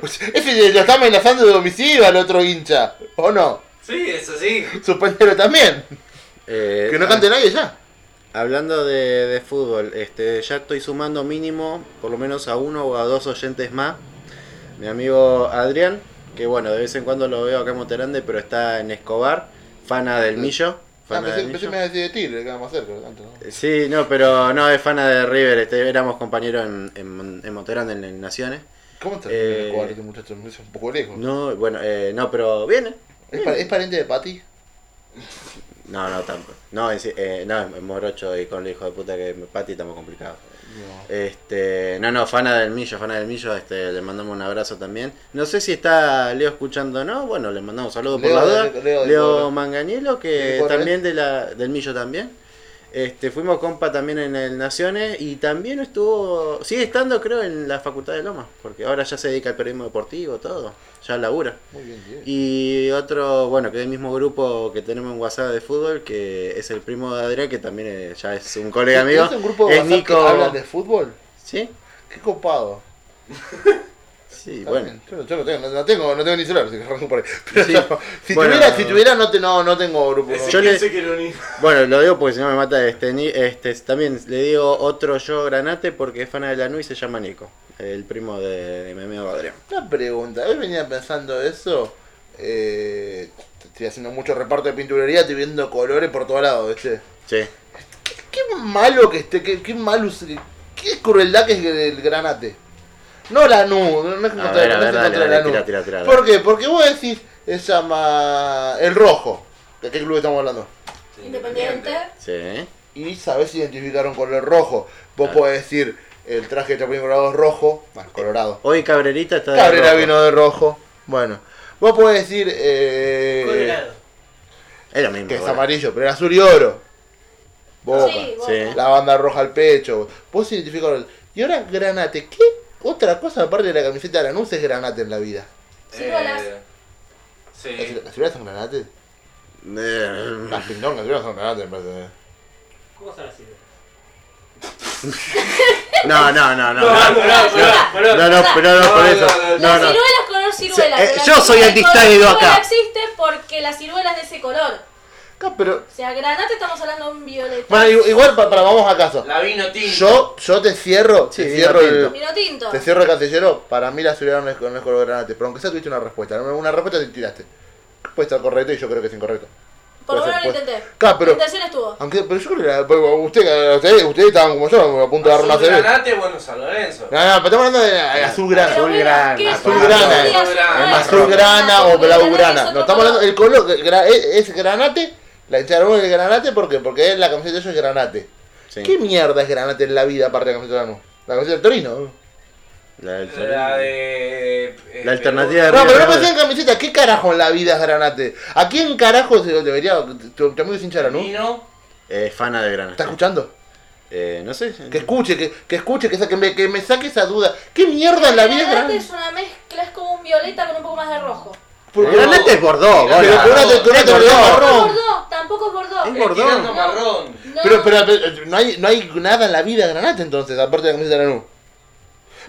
[SPEAKER 2] Pues, Ese lo está amenazando de homicidio al otro hincha, ¿o no?
[SPEAKER 1] Sí, eso sí.
[SPEAKER 2] Suspenderlo también.
[SPEAKER 3] Eh, ah,
[SPEAKER 2] Que no cante nadie ya.
[SPEAKER 3] Hablando de, de fútbol, este, ya estoy sumando mínimo, por lo menos a uno o a dos oyentes más. Mi amigo Adrián, que bueno, de vez en cuando lo veo acá en Monterande, pero está en Escobar. Fana del Millo.
[SPEAKER 2] Ah,
[SPEAKER 3] Fana
[SPEAKER 2] pensé,
[SPEAKER 3] del
[SPEAKER 2] pensé
[SPEAKER 3] Millo. Eh,
[SPEAKER 2] me iba a decir de Tigre, que era más cerca, por lo tanto. ¿no?
[SPEAKER 3] Sí, no, pero no, es fana de River. este, éramos compañeros en, en, Mon- en Montegrande, en, en Naciones.
[SPEAKER 2] ¿Cómo está
[SPEAKER 3] Eh,
[SPEAKER 2] el cuadro este muchacho? Es un poco lejos.
[SPEAKER 3] No, bueno, eh, no, pero viene.
[SPEAKER 2] ¿Es, pa- es pariente de Pati?
[SPEAKER 3] No, no, tampoco. No, es, eh, no, es morocho y con el hijo de puta que me- Pati estamos complicados.
[SPEAKER 2] No.
[SPEAKER 3] Este, no, no, fana del millo, fana del millo, este, le mandamos un abrazo también. No sé si está Leo escuchando o no, bueno, le mandamos un saludo
[SPEAKER 2] Leo
[SPEAKER 3] por la
[SPEAKER 2] de-
[SPEAKER 3] duda.
[SPEAKER 2] Leo
[SPEAKER 3] Leo,
[SPEAKER 2] de Corre.
[SPEAKER 3] Manganiello,
[SPEAKER 2] De
[SPEAKER 3] que
[SPEAKER 2] Corre.
[SPEAKER 3] también de la, del millo también. Este, fuimos compa también en el Naciones y también estuvo, sigue estando creo en la Facultad de Lomas, porque ahora ya se dedica al periodismo deportivo, todo, ya labura.
[SPEAKER 2] Muy bien, tío.
[SPEAKER 3] Y otro, bueno, que es el mismo grupo que tenemos en WhatsApp de fútbol, que es el primo de Adrián, que también eh, ya es un colega amigo.
[SPEAKER 2] ¿Es un grupo de
[SPEAKER 3] es
[SPEAKER 2] WhatsApp
[SPEAKER 3] Nico.
[SPEAKER 2] que hablan de fútbol?
[SPEAKER 3] ¿Sí?
[SPEAKER 2] Qué copado.
[SPEAKER 3] Sí,
[SPEAKER 2] Está
[SPEAKER 3] bueno.
[SPEAKER 2] bien. Yo, no- yo no, tengo, no, tengo, no tengo ni celular, así que arranco por ahí. Pero,
[SPEAKER 3] Sí.
[SPEAKER 2] si,
[SPEAKER 3] Bueno.
[SPEAKER 2] tuviera, si tuviera, no, te, no, no tengo grupo.
[SPEAKER 1] Ese
[SPEAKER 3] Yo
[SPEAKER 1] que
[SPEAKER 3] le-
[SPEAKER 1] se quiere unir.
[SPEAKER 3] Bueno, lo digo porque si no me mata este, ni- este también le digo otro yo granate porque es fan de la nube y se llama Nico, el primo de, de mi amigo Adrián.
[SPEAKER 2] Una pregunta, hoy venía pensando eso. Eh, estoy haciendo mucho reparto de pinturería, estoy viendo colores por todos lados, ¿viste?
[SPEAKER 3] Sí.
[SPEAKER 2] Qué malo que esté, qué, qué mal uso- qué crueldad que es el granate. No la nu, Ah, no es contra,
[SPEAKER 3] A ver,
[SPEAKER 2] no
[SPEAKER 3] a
[SPEAKER 2] es
[SPEAKER 3] ver,
[SPEAKER 2] en
[SPEAKER 3] dale,
[SPEAKER 2] contra de
[SPEAKER 3] dale,
[SPEAKER 2] la nu.
[SPEAKER 3] tira, tira, tira.
[SPEAKER 2] ¿Por qué? Porque vos decís, se llama el rojo. ¿De qué club estamos hablando?
[SPEAKER 5] Independiente.
[SPEAKER 3] Sí.
[SPEAKER 2] Y sabés identificar un color rojo. Vos podés decir, el traje de Chapulín Colorado es rojo, más colorado.
[SPEAKER 3] Hoy Cabrerita está de
[SPEAKER 2] Cabrera
[SPEAKER 3] rojo.
[SPEAKER 2] vino de rojo. Bueno, vos podés decir eh,
[SPEAKER 1] Colorado.
[SPEAKER 3] Es lo mismo.
[SPEAKER 2] que es
[SPEAKER 3] bueno.
[SPEAKER 2] amarillo, pero era azul y oro. Boca.
[SPEAKER 5] Sí,
[SPEAKER 3] Sí.
[SPEAKER 5] Boca.
[SPEAKER 2] La banda roja al pecho. Vos identificás el- Y ahora granate. ¿Qué? Otra cosa aparte de la camiseta de Lanús es granate en la vida.
[SPEAKER 5] Sin bolas.
[SPEAKER 2] ¿Las
[SPEAKER 1] Sí. Mm.
[SPEAKER 2] las figuras son granate?
[SPEAKER 3] Eh,
[SPEAKER 2] Las pintón, las figuras son granate, me parece.
[SPEAKER 4] ¿Cómo son así?
[SPEAKER 3] No, no,
[SPEAKER 1] No,
[SPEAKER 3] no, no.
[SPEAKER 1] no, no,
[SPEAKER 3] No, no, pero no, por eso.
[SPEAKER 1] No, no,
[SPEAKER 3] No,
[SPEAKER 5] Las
[SPEAKER 3] no.
[SPEAKER 5] ciruelas color ciruela.
[SPEAKER 3] eh,
[SPEAKER 5] que la
[SPEAKER 3] yo soy
[SPEAKER 5] ciruela
[SPEAKER 3] antistálido
[SPEAKER 5] color ciruela
[SPEAKER 3] acá.
[SPEAKER 5] existe porque la ciruela es de ese color.
[SPEAKER 2] Acá, pero.
[SPEAKER 5] O sea, granate estamos hablando de un violeta.
[SPEAKER 2] Bueno, i- igual para, para- vamos a caso.
[SPEAKER 1] La vino tinto.
[SPEAKER 2] Yo, yo te cierro,
[SPEAKER 3] Sí,
[SPEAKER 2] te cierro
[SPEAKER 3] vino
[SPEAKER 2] el.
[SPEAKER 5] Vino tinto.
[SPEAKER 2] Te cierro el casillero, para mí la seguridad no es, no es color granate, pero aunque sea tuviste una respuesta, una respuesta te tiraste. Puede estar correcto y yo creo que es incorrecto.
[SPEAKER 5] Por lo
[SPEAKER 2] puede
[SPEAKER 5] menos
[SPEAKER 2] ser,
[SPEAKER 5] lo
[SPEAKER 2] puede-
[SPEAKER 5] intenté.
[SPEAKER 2] Claro, pero- Ah,
[SPEAKER 5] La intención estuvo.
[SPEAKER 2] Aunque, pero yo creo que la- pero usted, ustedes, ustedes estaban como yo, a punto de dar una
[SPEAKER 1] Azul
[SPEAKER 2] CB.
[SPEAKER 1] Granate, bueno, San Lorenzo.
[SPEAKER 2] No, no, pero estamos hablando de de azul grana.
[SPEAKER 5] Pero bueno,
[SPEAKER 3] grana,
[SPEAKER 5] ¿qué es?
[SPEAKER 2] azulgrana.
[SPEAKER 5] Ah, sí,
[SPEAKER 1] Azulgrana.
[SPEAKER 2] Azul
[SPEAKER 5] azulgrana.
[SPEAKER 2] grana o
[SPEAKER 5] Porque
[SPEAKER 2] blau
[SPEAKER 5] granate es
[SPEAKER 2] grana.
[SPEAKER 5] otro
[SPEAKER 2] No, estamos hablando del
[SPEAKER 5] color.
[SPEAKER 2] color. que gra- es, es granate. La hinchada de Lanús es granate porque porque la camiseta de ellos es granate.
[SPEAKER 3] Sí.
[SPEAKER 2] ¿Qué mierda es granate en la vida aparte de la camiseta de Lanús? La camiseta del Torino.
[SPEAKER 3] La del
[SPEAKER 1] La
[SPEAKER 3] Torino.
[SPEAKER 1] de. eh,
[SPEAKER 3] La alternativa
[SPEAKER 2] No, pero no
[SPEAKER 3] River.
[SPEAKER 2] pensé en camiseta. ¿Qué carajo en la vida es granate? ¿A quién carajo se debería tu, tu amigo es hincha de Lanús?
[SPEAKER 1] Vino.
[SPEAKER 3] Eh, fana de Granada.
[SPEAKER 2] ¿Está escuchando?
[SPEAKER 3] Eh, no sé.
[SPEAKER 2] Que escuche, que, que escuche, que, sa- que, me, que me saque esa duda. ¿Qué mierda en la vida es
[SPEAKER 5] Granate
[SPEAKER 2] granate?
[SPEAKER 5] es una mezcla, es como un violeta con un poco más de rojo.
[SPEAKER 2] Pero
[SPEAKER 1] Pero-
[SPEAKER 2] granate-
[SPEAKER 3] Granate es Bordeaux,
[SPEAKER 1] Pero
[SPEAKER 2] pero
[SPEAKER 3] hola.
[SPEAKER 2] con una textura
[SPEAKER 3] Es Bordeaux.
[SPEAKER 5] No es
[SPEAKER 2] marrón.
[SPEAKER 5] Bordeaux, tampoco es Bordeaux.
[SPEAKER 3] Es
[SPEAKER 1] eh,
[SPEAKER 3] Bordón.
[SPEAKER 1] tirando marrón.
[SPEAKER 5] No,
[SPEAKER 2] Pero, pero, pero, no, hay, no hay nada en la vida de Granate entonces, aparte de la camiseta de Lanús.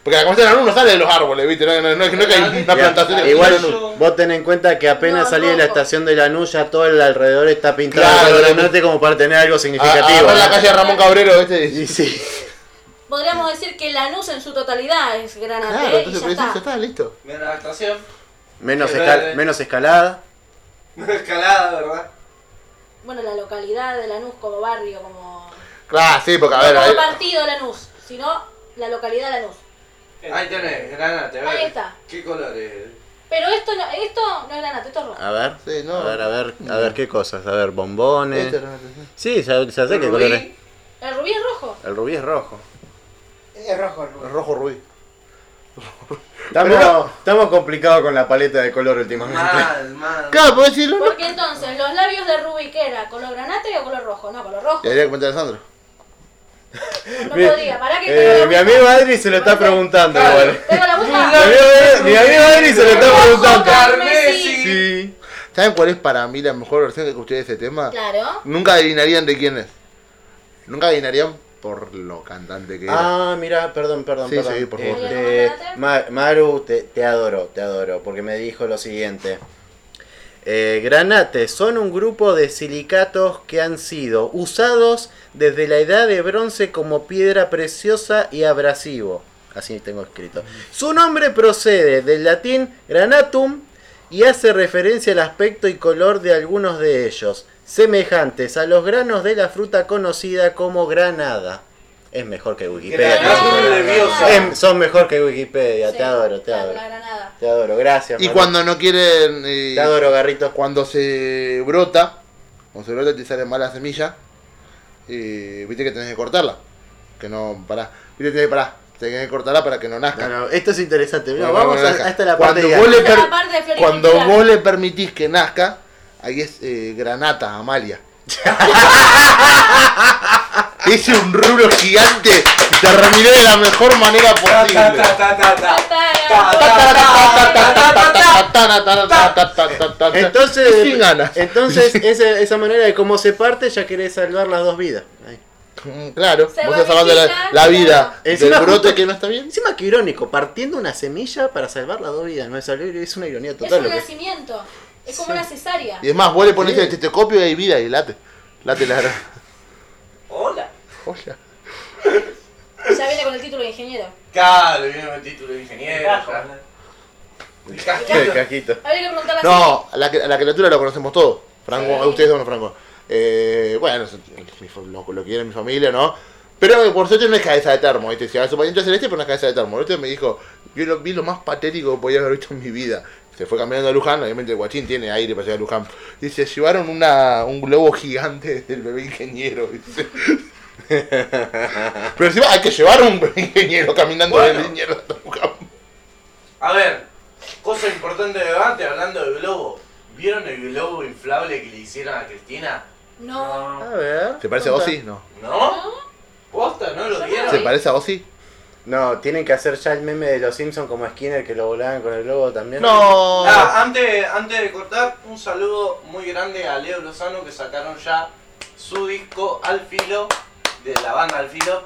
[SPEAKER 2] Porque la camiseta de Lanús no sale de los árboles, ¿viste? No, no, no, no es que
[SPEAKER 5] Ah,
[SPEAKER 2] hay una
[SPEAKER 1] Mira,
[SPEAKER 2] plantación de
[SPEAKER 3] Igual
[SPEAKER 2] camiseta de Lanús.
[SPEAKER 1] Lanús.
[SPEAKER 3] vos ten en cuenta que apenas
[SPEAKER 5] No,
[SPEAKER 3] salí de la
[SPEAKER 5] rojo.
[SPEAKER 3] estación de Lanús ya todo el alrededor está pintado
[SPEAKER 2] Claro,
[SPEAKER 3] con
[SPEAKER 2] pero-
[SPEAKER 3] granate como para tener algo significativo.
[SPEAKER 2] Agarrá la
[SPEAKER 3] ¿no?
[SPEAKER 2] calle de Ramón Cabrero, ¿viste?
[SPEAKER 3] Y sí.
[SPEAKER 5] podríamos decir que Lanús en su totalidad es granate
[SPEAKER 2] Claro,
[SPEAKER 5] y
[SPEAKER 2] entonces
[SPEAKER 5] ya
[SPEAKER 2] pero sí,
[SPEAKER 5] está.
[SPEAKER 2] ya está, listo.
[SPEAKER 1] Mira la actuación.
[SPEAKER 3] Menos,
[SPEAKER 1] Pero,
[SPEAKER 3] escal-
[SPEAKER 1] eh,
[SPEAKER 3] menos escalada.
[SPEAKER 1] Escalada, ¿verdad?
[SPEAKER 5] Bueno, la localidad de Lanús como barrio, como...
[SPEAKER 2] Claro, sí, porque a ver,
[SPEAKER 5] no
[SPEAKER 2] ahí,
[SPEAKER 5] como partido Lanús, sino la localidad Lanús.
[SPEAKER 1] Ahí tenés, granate, a ver.
[SPEAKER 5] Ahí está.
[SPEAKER 1] ¿Qué colores?
[SPEAKER 5] Pero esto no, esto no es granate, esto es
[SPEAKER 2] Ah.
[SPEAKER 5] rojo.
[SPEAKER 3] A ver.
[SPEAKER 2] Sí, no.
[SPEAKER 3] A ver, a ver, a ver qué cosas. A ver,
[SPEAKER 2] este
[SPEAKER 3] bombones.
[SPEAKER 2] Granate, sí.
[SPEAKER 3] Sí, ya, ya sé qué
[SPEAKER 1] Rubí,
[SPEAKER 3] colores.
[SPEAKER 5] El rubí es rojo.
[SPEAKER 3] El rubí es rojo.
[SPEAKER 6] Es rojo, el rojo.
[SPEAKER 2] rojo rubí.
[SPEAKER 3] Estamos, estamos complicados con la paleta de color últimamente.
[SPEAKER 2] Ah.
[SPEAKER 1] Mal, mal.
[SPEAKER 2] Claro, puedo decirlo, no.
[SPEAKER 5] Porque entonces, los labios de rubí, ¿qué era? ¿Color granate o color rojo? No, color rojo.
[SPEAKER 2] Le haría comentar a Sandro.
[SPEAKER 5] No
[SPEAKER 3] Mi-
[SPEAKER 5] podía, pará que
[SPEAKER 3] eh,
[SPEAKER 5] tengo
[SPEAKER 3] mi
[SPEAKER 5] la busca.
[SPEAKER 3] amigo Adri se lo está preguntando igual.
[SPEAKER 5] Tengo la
[SPEAKER 3] Mi
[SPEAKER 5] busca.
[SPEAKER 3] amigo, mi amigo Adri se lo está
[SPEAKER 5] Rojo,
[SPEAKER 3] preguntando.
[SPEAKER 1] Carmesí.
[SPEAKER 3] Sí.
[SPEAKER 2] ¿Saben cuál es para mí la mejor versión que escuché de ese tema?
[SPEAKER 5] Claro.
[SPEAKER 2] Nunca adivinarían de quién es. Nunca adivinarían por lo cantante que era.
[SPEAKER 3] Ah, mira, perdón, perdón,
[SPEAKER 2] Sí,
[SPEAKER 3] perdón.
[SPEAKER 2] sí, por
[SPEAKER 5] favor.
[SPEAKER 3] Este, Ma- Maru, te, te adoro, te adoro, porque me dijo lo siguiente. Eh, granate son un grupo de silicatos que han sido usados desde la edad de bronce como piedra preciosa y abrasivo. Así tengo escrito. Su nombre procede del latín granatum y hace referencia al aspecto y color de algunos de ellos, semejantes a los granos de la fruta conocida como granada. Es mejor que Wikipedia.
[SPEAKER 1] Granada
[SPEAKER 5] nerviosa.
[SPEAKER 3] Em, son mejor que Wikipedia,
[SPEAKER 5] Sí,
[SPEAKER 3] te adoro, te
[SPEAKER 5] la-
[SPEAKER 3] adoro.
[SPEAKER 5] La granada.
[SPEAKER 3] Te adoro, gracias.
[SPEAKER 2] Y
[SPEAKER 3] Manuel.
[SPEAKER 2] cuando no quieren. eh,
[SPEAKER 3] Te adoro, garrito.
[SPEAKER 2] cuando se brota, cuando se brota y te sale mala semilla, eh, viste que tenés que cortarla. Que no, pará. Viste que tenés que parar. Tenés que cortarla para que no nazca.
[SPEAKER 3] No, no, esto es interesante. Mirá,
[SPEAKER 2] Bueno,
[SPEAKER 3] vamos
[SPEAKER 2] bueno,
[SPEAKER 3] a,
[SPEAKER 2] nazca.
[SPEAKER 3] hasta la
[SPEAKER 2] cuando
[SPEAKER 3] parte de
[SPEAKER 2] vos, le
[SPEAKER 5] Esta es
[SPEAKER 2] per-
[SPEAKER 5] la parte de
[SPEAKER 2] cuando
[SPEAKER 5] floricultura.
[SPEAKER 2] vos le permitís que nazca, ahí es eh, granata, Amalia. Hice un rubro gigante y terminé de la mejor manera
[SPEAKER 1] Ta,
[SPEAKER 2] posible.
[SPEAKER 1] ta, ta, ta, ta, ta. Ta, ta, ta,
[SPEAKER 3] Entonces,
[SPEAKER 2] Sin ganas.
[SPEAKER 3] entonces esa, esa manera de cómo se parte, ya querés salvar las dos vidas. Ahí.
[SPEAKER 2] Mm, Claro,
[SPEAKER 5] Se
[SPEAKER 2] vos
[SPEAKER 5] va
[SPEAKER 2] estás hablando de la,
[SPEAKER 5] visitando.
[SPEAKER 2] la vida
[SPEAKER 3] Encima
[SPEAKER 2] del brote
[SPEAKER 3] justo-
[SPEAKER 2] que no está bien.
[SPEAKER 3] Encima que irónico, partiendo una semilla para salvar las dos vidas, no es algo- es una ironía
[SPEAKER 5] Es
[SPEAKER 3] total.
[SPEAKER 5] un
[SPEAKER 3] lo que-
[SPEAKER 5] nacimiento. Es como una cesárea.
[SPEAKER 2] Y es más, vos le pones
[SPEAKER 3] Sí.
[SPEAKER 2] el tetecopio y hay vida y late. Late la gran-
[SPEAKER 1] Hola.
[SPEAKER 2] Hola.
[SPEAKER 5] Ya viene con el título de ingeniero.
[SPEAKER 1] Claro, viene con el título de ingeniero. ya. El casco.
[SPEAKER 3] El cajito.
[SPEAKER 5] Habría que preguntarle a
[SPEAKER 2] No, a la, a la criatura lo conocemos todos. Franco, ustedes son los Franco. Eh, bueno, es- mi fa- lo, lo quiere mi familia, ¿no? Pero eh, por suerte no es cabeza de termo, ¿viste? Si a su pariente celeste, pero no es cabeza de termo. Este me dijo, yo lo vi lo más patético que podía haber visto en mi vida. Se fue caminando a Luján, obviamente el guachín tiene aire para llegar a Luján. Y se llevaron una, un globo gigante del bebé ingeniero, ¿viste? Pero encima hay que llevar un bebé ingeniero caminando
[SPEAKER 1] Bueno.
[SPEAKER 2] de ingeniero hasta Luján.
[SPEAKER 1] A ver, cosa importante de debate, hablando de globo. ¿Vieron el globo inflable que le hicieron a Cristina?
[SPEAKER 5] No.
[SPEAKER 3] A ver.
[SPEAKER 2] ¿Se parece a Ozzy? No.
[SPEAKER 1] ¿No? ¿Posta? ¿No lo vieron?
[SPEAKER 2] ¿Se parece a Ozzy?
[SPEAKER 3] No, tienen que hacer ya el meme de los Simpsons como Skinner que lo volaban con el globo también.
[SPEAKER 2] No.
[SPEAKER 1] Ah, antes, antes de cortar, un saludo muy grande a Leo Lozano que sacaron ya su disco Al Filo, de la banda Al Filo,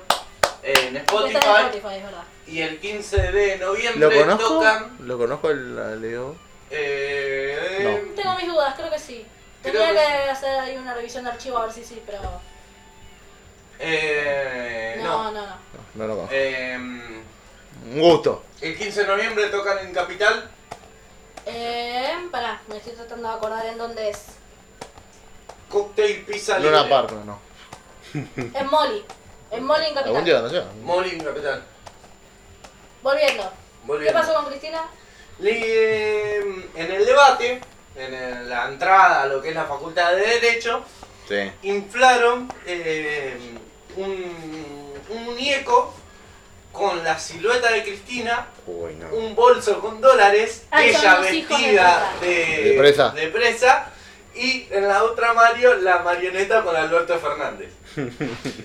[SPEAKER 1] en
[SPEAKER 5] Porque
[SPEAKER 1] Spotify.
[SPEAKER 5] está en Spotify, es verdad.
[SPEAKER 1] Y el 15 de
[SPEAKER 2] ¿Lo
[SPEAKER 1] noviembre
[SPEAKER 2] conozco?
[SPEAKER 1] tocan.
[SPEAKER 2] ¿Lo conozco el a Leo?
[SPEAKER 1] eh,
[SPEAKER 5] Tengo mis dudas, creo que sí.
[SPEAKER 1] Creo
[SPEAKER 5] Tendría
[SPEAKER 1] que
[SPEAKER 5] que hacer ahí una revisión de archivo a ver si sí, pero.
[SPEAKER 1] eh, no.
[SPEAKER 5] No, no, no.
[SPEAKER 2] No, no lo conozco.
[SPEAKER 1] Em,
[SPEAKER 2] Un gusto.
[SPEAKER 1] el 15 de noviembre tocan en Capital.
[SPEAKER 5] Eh, pará, me estoy tratando de acordar en dónde es.
[SPEAKER 1] Cocktail Pizza Libre.
[SPEAKER 2] Luna Park, no, no. Mm.
[SPEAKER 5] En Molly. En Molly en
[SPEAKER 2] Algún
[SPEAKER 5] Capital.
[SPEAKER 2] día, no sé.
[SPEAKER 1] Molly en Capital.
[SPEAKER 5] Volviendo. ¿Qué
[SPEAKER 1] Volviendo.
[SPEAKER 5] pasó con Cristina?
[SPEAKER 1] Le- em, en el debate, en el- la entrada a lo que es la Facultad de Derecho,
[SPEAKER 3] Sí.
[SPEAKER 1] inflaron eh, un, un muñeco con la silueta de Cristina,
[SPEAKER 3] Uy, no.
[SPEAKER 1] un bolso con dólares,
[SPEAKER 5] Ay, Ah, son
[SPEAKER 1] ella
[SPEAKER 5] los hijos de
[SPEAKER 1] vestida de,
[SPEAKER 2] De presa.
[SPEAKER 1] de presa, y en la otra Mario la marioneta con Alberto Fernández.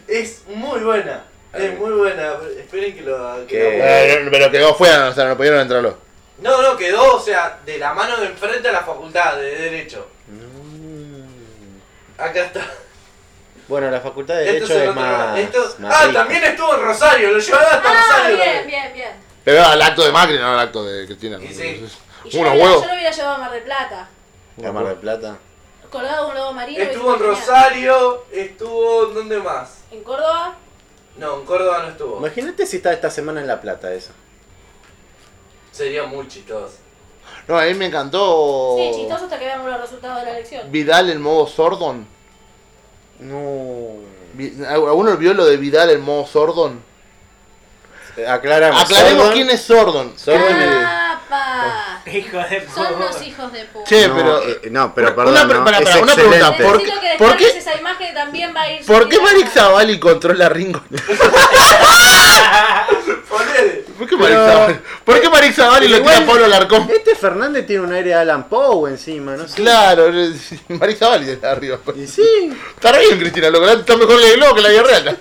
[SPEAKER 1] es muy buena, es muy buena. Esperen que lo... que
[SPEAKER 3] Que-
[SPEAKER 1] lo-
[SPEAKER 2] Eh, pero quedó fuera, o sea, no pudieron entrarlo.
[SPEAKER 1] No, no, quedó, o sea, de la mano de enfrente a la Facultad de Derecho. Acá está.
[SPEAKER 3] Mm. Bueno, la facultad de
[SPEAKER 1] Esto
[SPEAKER 3] Derecho
[SPEAKER 1] es el
[SPEAKER 3] es
[SPEAKER 1] otro
[SPEAKER 3] más.
[SPEAKER 1] lado. Esto-
[SPEAKER 3] más
[SPEAKER 1] Ah,
[SPEAKER 3] rica.
[SPEAKER 1] también estuvo en Rosario, lo llevaron hasta
[SPEAKER 5] Ah,
[SPEAKER 1] Rosario.
[SPEAKER 5] bien, bien, bien.
[SPEAKER 2] Pero al acto de Macri, no al acto de Cristina.
[SPEAKER 1] Y sí.
[SPEAKER 5] Y yo,
[SPEAKER 2] Unos
[SPEAKER 5] lo hubiera-
[SPEAKER 2] huevos.
[SPEAKER 5] yo lo hubiera llevado a Mar del Plata.
[SPEAKER 3] La Mar del Plata.
[SPEAKER 5] Colgado un lobo marino.
[SPEAKER 1] Estuvo en
[SPEAKER 5] hubiese sido genial.
[SPEAKER 1] Rosario, estuvo en dónde más.
[SPEAKER 5] En Córdoba.
[SPEAKER 1] No, en Córdoba no estuvo.
[SPEAKER 3] Imagínate si está esta semana en La Plata eso.
[SPEAKER 1] Sería muy chistoso.
[SPEAKER 2] No, a mí me encantó
[SPEAKER 5] Sí, chistoso hasta que veamos los resultados de la elección.
[SPEAKER 2] Vidal el modo Sordon.
[SPEAKER 3] No.
[SPEAKER 2] Vi- ¿Alguno vio lo de Vidal el modo Sordon?
[SPEAKER 3] Aclaramos.
[SPEAKER 2] Aclaremos
[SPEAKER 3] Sordon-
[SPEAKER 2] quién es Sordon.
[SPEAKER 3] Sordon y-
[SPEAKER 5] ¡Apa!
[SPEAKER 4] Hijo de
[SPEAKER 5] Son
[SPEAKER 4] puta.
[SPEAKER 5] los hijos de puta.
[SPEAKER 2] Che,
[SPEAKER 3] no,
[SPEAKER 2] pero.
[SPEAKER 3] eh, no, pero
[SPEAKER 2] Una-
[SPEAKER 3] perdón.
[SPEAKER 2] una-
[SPEAKER 3] no,
[SPEAKER 2] para-
[SPEAKER 3] es
[SPEAKER 2] para, una
[SPEAKER 3] excelente.
[SPEAKER 2] pregunta,
[SPEAKER 5] Necesito
[SPEAKER 2] ¿por
[SPEAKER 5] que
[SPEAKER 2] qué-
[SPEAKER 5] descargues
[SPEAKER 2] por qué-
[SPEAKER 5] esa imagen que también va a ir.
[SPEAKER 2] ¿Por qué
[SPEAKER 5] subida.
[SPEAKER 2] Marix Zavalli controla Ringo?
[SPEAKER 1] Ponele.
[SPEAKER 2] ¿Por qué Marix Zavalli? ¿Por qué Marix Zavalli lo tira
[SPEAKER 3] Igual-
[SPEAKER 2] a Pablo Larcón?
[SPEAKER 3] Este Fernández tiene un aire de Alan Poe encima, ¿no? sé.
[SPEAKER 2] Claro, Marix Zavalli está arriba.
[SPEAKER 3] Y sí.
[SPEAKER 2] Está re bien, Cristina, lo que está mejor el globo que la diarrea.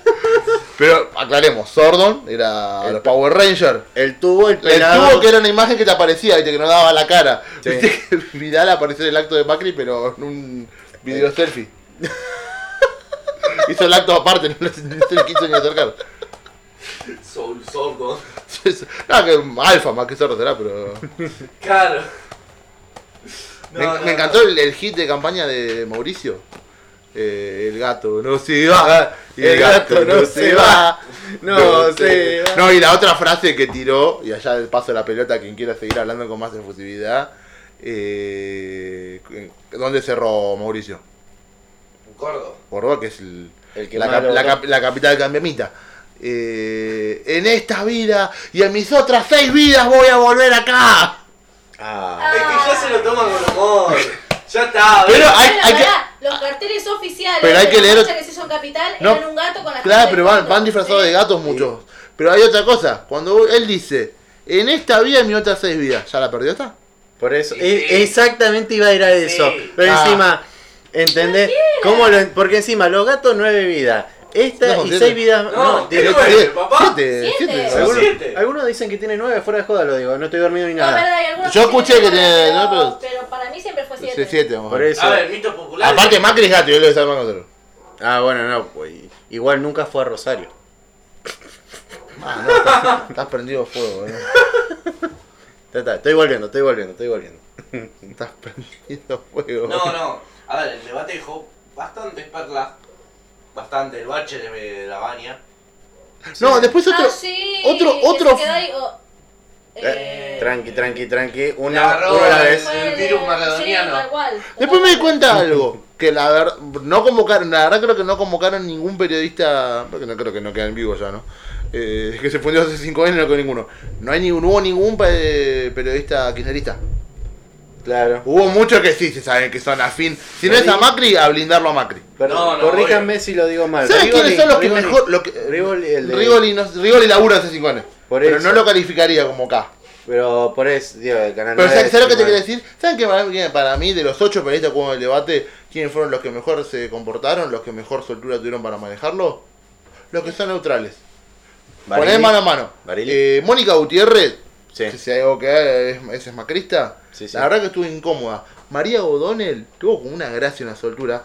[SPEAKER 2] Pero aclaremos, Sordon era
[SPEAKER 3] El
[SPEAKER 2] los Power Ranger.
[SPEAKER 3] El tubo, el
[SPEAKER 2] El
[SPEAKER 3] pelado.
[SPEAKER 2] tubo que era una imagen que te aparecía, viste, que no daba la cara.
[SPEAKER 3] Sí.
[SPEAKER 2] Viste que Vidal apareció en el acto de Macri, pero en un video selfie. Hizo el acto aparte, no, le- no se le quiso ni acercar.
[SPEAKER 1] Soul Sordo.
[SPEAKER 2] No, que alfa más que zorro será, pero.
[SPEAKER 1] Claro. No,
[SPEAKER 2] me,
[SPEAKER 1] no,
[SPEAKER 2] me
[SPEAKER 1] no.
[SPEAKER 2] encantó el, el hit de campaña de Mauricio. Eh, el gato no se va.
[SPEAKER 3] Ah, El gato no se va. No
[SPEAKER 2] este,
[SPEAKER 3] sé.
[SPEAKER 2] No, y la otra frase que tiró, y allá del paso de la pelota, quien quiera seguir hablando con más efusividad, Eh, ¿Dónde cerró Mauricio?
[SPEAKER 1] Gordo.
[SPEAKER 2] Córdoba, que es el-
[SPEAKER 3] El que
[SPEAKER 2] la,
[SPEAKER 3] más
[SPEAKER 2] cap- la
[SPEAKER 3] logró.
[SPEAKER 2] cap- la capital cambiamita. Eh, en esta vida y en mis otras seis vidas voy a volver acá.
[SPEAKER 3] Ah,
[SPEAKER 1] Es que ya se lo toman con humor. Ya está,
[SPEAKER 2] Pero
[SPEAKER 1] ¿ves?
[SPEAKER 2] hay,
[SPEAKER 5] Bueno,
[SPEAKER 2] hay que.
[SPEAKER 5] pará, Los carteles oficiales
[SPEAKER 2] Pero hay
[SPEAKER 5] de
[SPEAKER 2] que
[SPEAKER 5] la
[SPEAKER 2] leer-
[SPEAKER 5] marcha que se hizo en Capital
[SPEAKER 2] No.
[SPEAKER 5] eran un gato con la cara
[SPEAKER 2] Claro, pero van, van disfrazados de
[SPEAKER 5] gato.
[SPEAKER 2] gatos muchos. Pero hay otra cosa. Cuando él dice, en esta vida y en mis otras seis vidas, ¿ya la perdió esta?
[SPEAKER 3] por eso.
[SPEAKER 1] Sí,
[SPEAKER 3] e-
[SPEAKER 1] sí.
[SPEAKER 3] Exactamente iba a ir a eso.
[SPEAKER 1] Sí.
[SPEAKER 3] Pero
[SPEAKER 2] Ah.
[SPEAKER 3] encima, ¿entendés? ¿Cómo lo, en- porque encima, los gatos nueve vidas. Esta
[SPEAKER 2] No,
[SPEAKER 3] y
[SPEAKER 2] siete.
[SPEAKER 3] seis vidas.
[SPEAKER 1] No,
[SPEAKER 3] diez.
[SPEAKER 1] nueve, papá.
[SPEAKER 2] Siete,
[SPEAKER 5] Siete.
[SPEAKER 2] siete.
[SPEAKER 1] Son
[SPEAKER 3] Algunos,
[SPEAKER 2] Seguro.
[SPEAKER 1] siete.
[SPEAKER 3] algunos dicen que tiene nueve, fuera de joda lo digo, no estoy dormido ni
[SPEAKER 5] No,
[SPEAKER 3] nada.
[SPEAKER 5] Ah, verdad, hay algunos
[SPEAKER 2] Ah, Yo escuché que
[SPEAKER 5] tienen
[SPEAKER 2] tiene-
[SPEAKER 5] gato,
[SPEAKER 2] no,
[SPEAKER 5] pero, para mí siempre fue Ah,
[SPEAKER 2] Sí,
[SPEAKER 5] 7.
[SPEAKER 2] siete, vamos a
[SPEAKER 3] Por
[SPEAKER 2] ver.
[SPEAKER 3] eso.
[SPEAKER 1] A ver, mitos populares.
[SPEAKER 2] Aparte, Macri es gato, yo lo que sabe más que nosotros.
[SPEAKER 3] Ah, bueno, no, pues, igual nunca fue a Rosario.
[SPEAKER 2] Ah, no, estás, estás prendido fuego, eh. boludo.
[SPEAKER 3] Ta, ta, estoy volviendo, estoy volviendo, estoy volviendo.
[SPEAKER 2] Estás prendido fuego.
[SPEAKER 1] No, no. A ver, el debate dejó bastantes perlas. Bastante. El bache de- de la baña.
[SPEAKER 2] No, después otro.
[SPEAKER 5] Ah, sí,
[SPEAKER 2] otro-
[SPEAKER 5] que
[SPEAKER 2] otro-
[SPEAKER 5] se quedó ahí, o- eh,
[SPEAKER 3] Tranqui, tranqui, tranqui.
[SPEAKER 1] La
[SPEAKER 3] Una,
[SPEAKER 1] agarró
[SPEAKER 3] una a la
[SPEAKER 1] el-
[SPEAKER 3] vez.
[SPEAKER 5] fue
[SPEAKER 1] el virus
[SPEAKER 5] de-
[SPEAKER 1] maradoniano.
[SPEAKER 5] sí, tal cual,
[SPEAKER 2] Después me di
[SPEAKER 5] totalmente.
[SPEAKER 2] cuenta de algo. Que la verdad, no convocaron, la verdad creo que no convocaron ningún periodista, porque no creo que no quedan vivos ya, ¿no? Eh, que se fundió hace cinco años y no quedó ninguno. No hay ningún, hubo ningún pe- periodista kirchnerista.
[SPEAKER 3] Claro.
[SPEAKER 2] Hubo muchos que sí se saben que son afín. Si no es a Macri, a blindarlo a Macri.
[SPEAKER 3] Perdón,
[SPEAKER 1] no,
[SPEAKER 3] corríjanme si lo digo mal.
[SPEAKER 2] ¿Sabes
[SPEAKER 3] Rigoli,
[SPEAKER 2] quiénes son los que
[SPEAKER 3] Rigoli.
[SPEAKER 2] mejor.? Lo que,
[SPEAKER 3] Rigoli, el de-
[SPEAKER 2] Rigoli, no- Rigoli labura hace cinco años.
[SPEAKER 3] Por
[SPEAKER 2] pero
[SPEAKER 3] eso.
[SPEAKER 2] no lo calificaría como K.
[SPEAKER 3] Pero por eso, digo, el canal.
[SPEAKER 2] Pero
[SPEAKER 3] nueve,
[SPEAKER 2] ¿sabes, ¿sabes lo que te
[SPEAKER 3] sí,
[SPEAKER 2] quiero decir? ¿Saben que para mí, para mí, de los ocho periodistas que hubo en el debate, quiénes fueron los que mejor se comportaron, los que mejor soltura tuvieron para manejarlo? Los que son neutrales.
[SPEAKER 3] Barili.
[SPEAKER 2] Poner mano a mano.
[SPEAKER 3] Barili.
[SPEAKER 2] Eh, Mónica Gutiérrez,
[SPEAKER 3] Sí.
[SPEAKER 2] que si hay algo que es, esa es macrista,
[SPEAKER 3] Sí, sí.
[SPEAKER 2] la verdad que estuvo incómoda. María O'Donnell tuvo como una gracia y una soltura.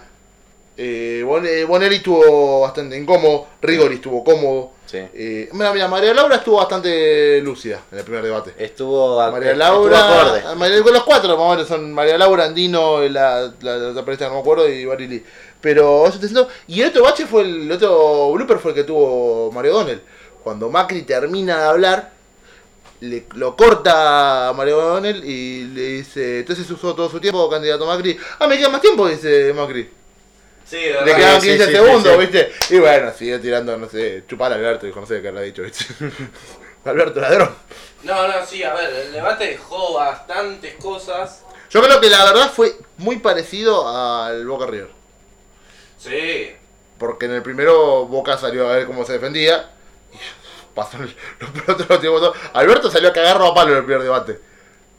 [SPEAKER 2] Eh, Bon- eh, Bonelli estuvo bastante incómodo, Rigoli estuvo cómodo.
[SPEAKER 3] Sí.
[SPEAKER 2] Eh, mira, mira, María Laura estuvo bastante lúcida en el primer debate.
[SPEAKER 3] Estuvo a-
[SPEAKER 2] María
[SPEAKER 3] Ah, eh, estuvo acorde.
[SPEAKER 2] Laura, ah, María- los cuatro, más o menos, son María Laura, Andino, la, la, la otra periodista que no me acuerdo, y Barili. Pero eso te siento- Y el otro bache fue el, el otro blooper fue el que tuvo Mario Donel. Cuando Macri termina de hablar, le, lo corta a Mario Donel y le dice, entonces usó todo su tiempo, candidato Macri. Ah, me queda más tiempo, dice Macri.
[SPEAKER 1] Sí, de
[SPEAKER 2] Le
[SPEAKER 1] verdad.
[SPEAKER 2] quedaban
[SPEAKER 3] Ah, sí,
[SPEAKER 2] 15
[SPEAKER 3] sí,
[SPEAKER 2] segundos,
[SPEAKER 3] sí, sí.
[SPEAKER 2] ¿viste? Y bueno, siguió tirando, no sé, chupar a Alberto, dijo, no sé qué habrá dicho, ¿viste? Alberto ladrón.
[SPEAKER 1] No, no, sí, a ver, el debate dejó bastantes cosas.
[SPEAKER 2] Yo creo que la verdad fue muy parecido al Boca River.
[SPEAKER 1] Sí.
[SPEAKER 2] Porque en el primero Boca salió a ver cómo se defendía. Y pasó el- los pelotas los tiempos. Alberto salió a cagarlo a palo en el primer debate.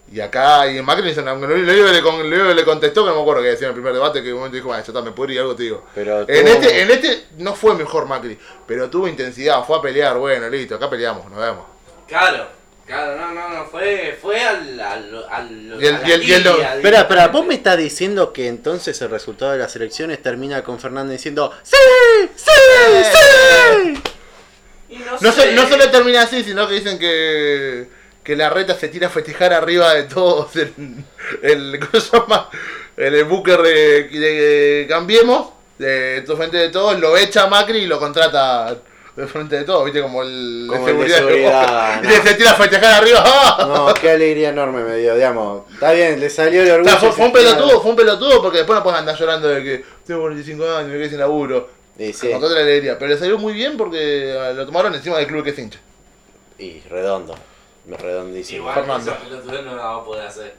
[SPEAKER 2] Y acá, y en Macri le dicen, aunque lo único que le, con- lo único que le contestó, que no me acuerdo que decía en el primer debate, que en un momento dijo, "Ah, bueno, ya está, me puedo ir y algo te digo.
[SPEAKER 3] Pero
[SPEAKER 2] En
[SPEAKER 3] tuvo-
[SPEAKER 2] este, en este no fue mejor Macri, pero tuvo intensidad, fue a pelear, bueno, listo, acá peleamos, nos vemos.
[SPEAKER 1] Claro, claro, no, no, no, fue, fue al, al, al
[SPEAKER 2] Y el-
[SPEAKER 1] a la
[SPEAKER 2] y el- y el-
[SPEAKER 1] tibia,
[SPEAKER 2] espera,
[SPEAKER 3] Espera, espera,
[SPEAKER 1] directamente.
[SPEAKER 3] vos me estás diciendo que entonces el resultado de las elecciones termina con Fernández diciendo ¡Sí! ¡Sí!
[SPEAKER 2] Eh,
[SPEAKER 3] ¡Sí!
[SPEAKER 1] Y no,
[SPEAKER 2] No,
[SPEAKER 1] sé,
[SPEAKER 2] sol- no solo termina así, sino que dicen que, que la reta se tira a festejar arriba de todos en el, ¿cómo se llama? En el búnker de, de Cambiemos, de tu frente de todos, lo echa Macri y lo contrata de frente de todos, viste como el
[SPEAKER 3] Como el de seguridad, ah,
[SPEAKER 2] Y se tira a festejar arriba. ¡ah!
[SPEAKER 3] No, qué alegría enorme me dio, digamos. Está bien, le salió el
[SPEAKER 2] O
[SPEAKER 3] orgullo.
[SPEAKER 2] sea, fue,
[SPEAKER 3] y se
[SPEAKER 2] fue un
[SPEAKER 3] tiraron.
[SPEAKER 2] pelotudo, fue un pelotudo porque después no puedes andar llorando de que tengo 45 años, me quedé sin laburo.
[SPEAKER 3] Y sí,
[SPEAKER 2] Con otra alegría, pero le salió muy bien porque ah, lo tomaron encima del club que es hincha.
[SPEAKER 3] y redondo. Me redondísimo.
[SPEAKER 1] Igual
[SPEAKER 2] Fernando. Eh.
[SPEAKER 1] esa pelotudez no la va a poder hacer,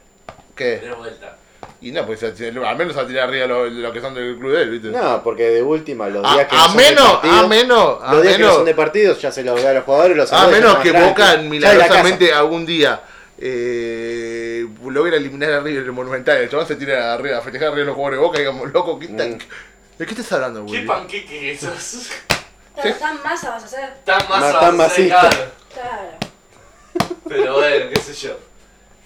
[SPEAKER 2] ¿Qué?
[SPEAKER 1] de vuelta.
[SPEAKER 2] Y no, pues se atira- al menos se tira arriba lo, lo que son del club de él, ¿viste?
[SPEAKER 3] No, porque de última, los días que
[SPEAKER 2] a, a
[SPEAKER 3] no son de
[SPEAKER 2] menos,
[SPEAKER 3] partido-
[SPEAKER 2] a menos, a
[SPEAKER 3] Los días que no
[SPEAKER 2] menos,
[SPEAKER 3] son de partidos ya se los ve a los jugadores los
[SPEAKER 2] a
[SPEAKER 3] saluda, ya
[SPEAKER 2] menos
[SPEAKER 3] más
[SPEAKER 2] que
[SPEAKER 3] tranqui. Ya
[SPEAKER 2] Boca
[SPEAKER 3] en la
[SPEAKER 2] milagrosamente algún día eh, logra eliminar arriba el Monumental. El chaval se tira arriba, a festejar arriba los jugadores de Boca y digamos, loco, ¿qué tan-
[SPEAKER 3] Mm.
[SPEAKER 2] ¿de qué estás hablando,
[SPEAKER 1] ¿Qué
[SPEAKER 2] güey?
[SPEAKER 1] panqueque que sos?
[SPEAKER 5] Claro, tan masa vas a hacer.
[SPEAKER 1] Tan más
[SPEAKER 3] Más- tan masista.
[SPEAKER 1] claro.
[SPEAKER 5] Claro.
[SPEAKER 1] Pero bueno, qué sé yo.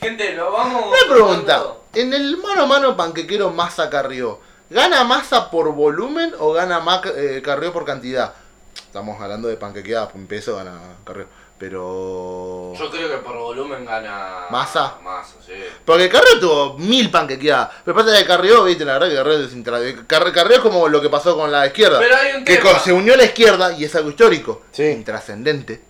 [SPEAKER 1] Gente, lo vamos...
[SPEAKER 2] Una pregunta, en el mano a mano panquequero Massa Carrió, ¿gana Massa por volumen o gana Ma- eh, Carrió por cantidad? Estamos hablando de pues, panquequeada, un peso gana Carrió, pero...
[SPEAKER 1] Yo creo que por volumen gana...
[SPEAKER 2] Massa.
[SPEAKER 1] Massa, sí.
[SPEAKER 2] Porque Carreo tuvo mil panquequeadas. Pero aparte de Carreo, viste, la verdad que Carreo es, intra- Car- Carrió es como lo que pasó con la izquierda.
[SPEAKER 1] Pero hay un
[SPEAKER 2] que
[SPEAKER 1] tema.
[SPEAKER 2] con- se unió la izquierda y es algo histórico.
[SPEAKER 3] Sí.
[SPEAKER 2] Intrascendente.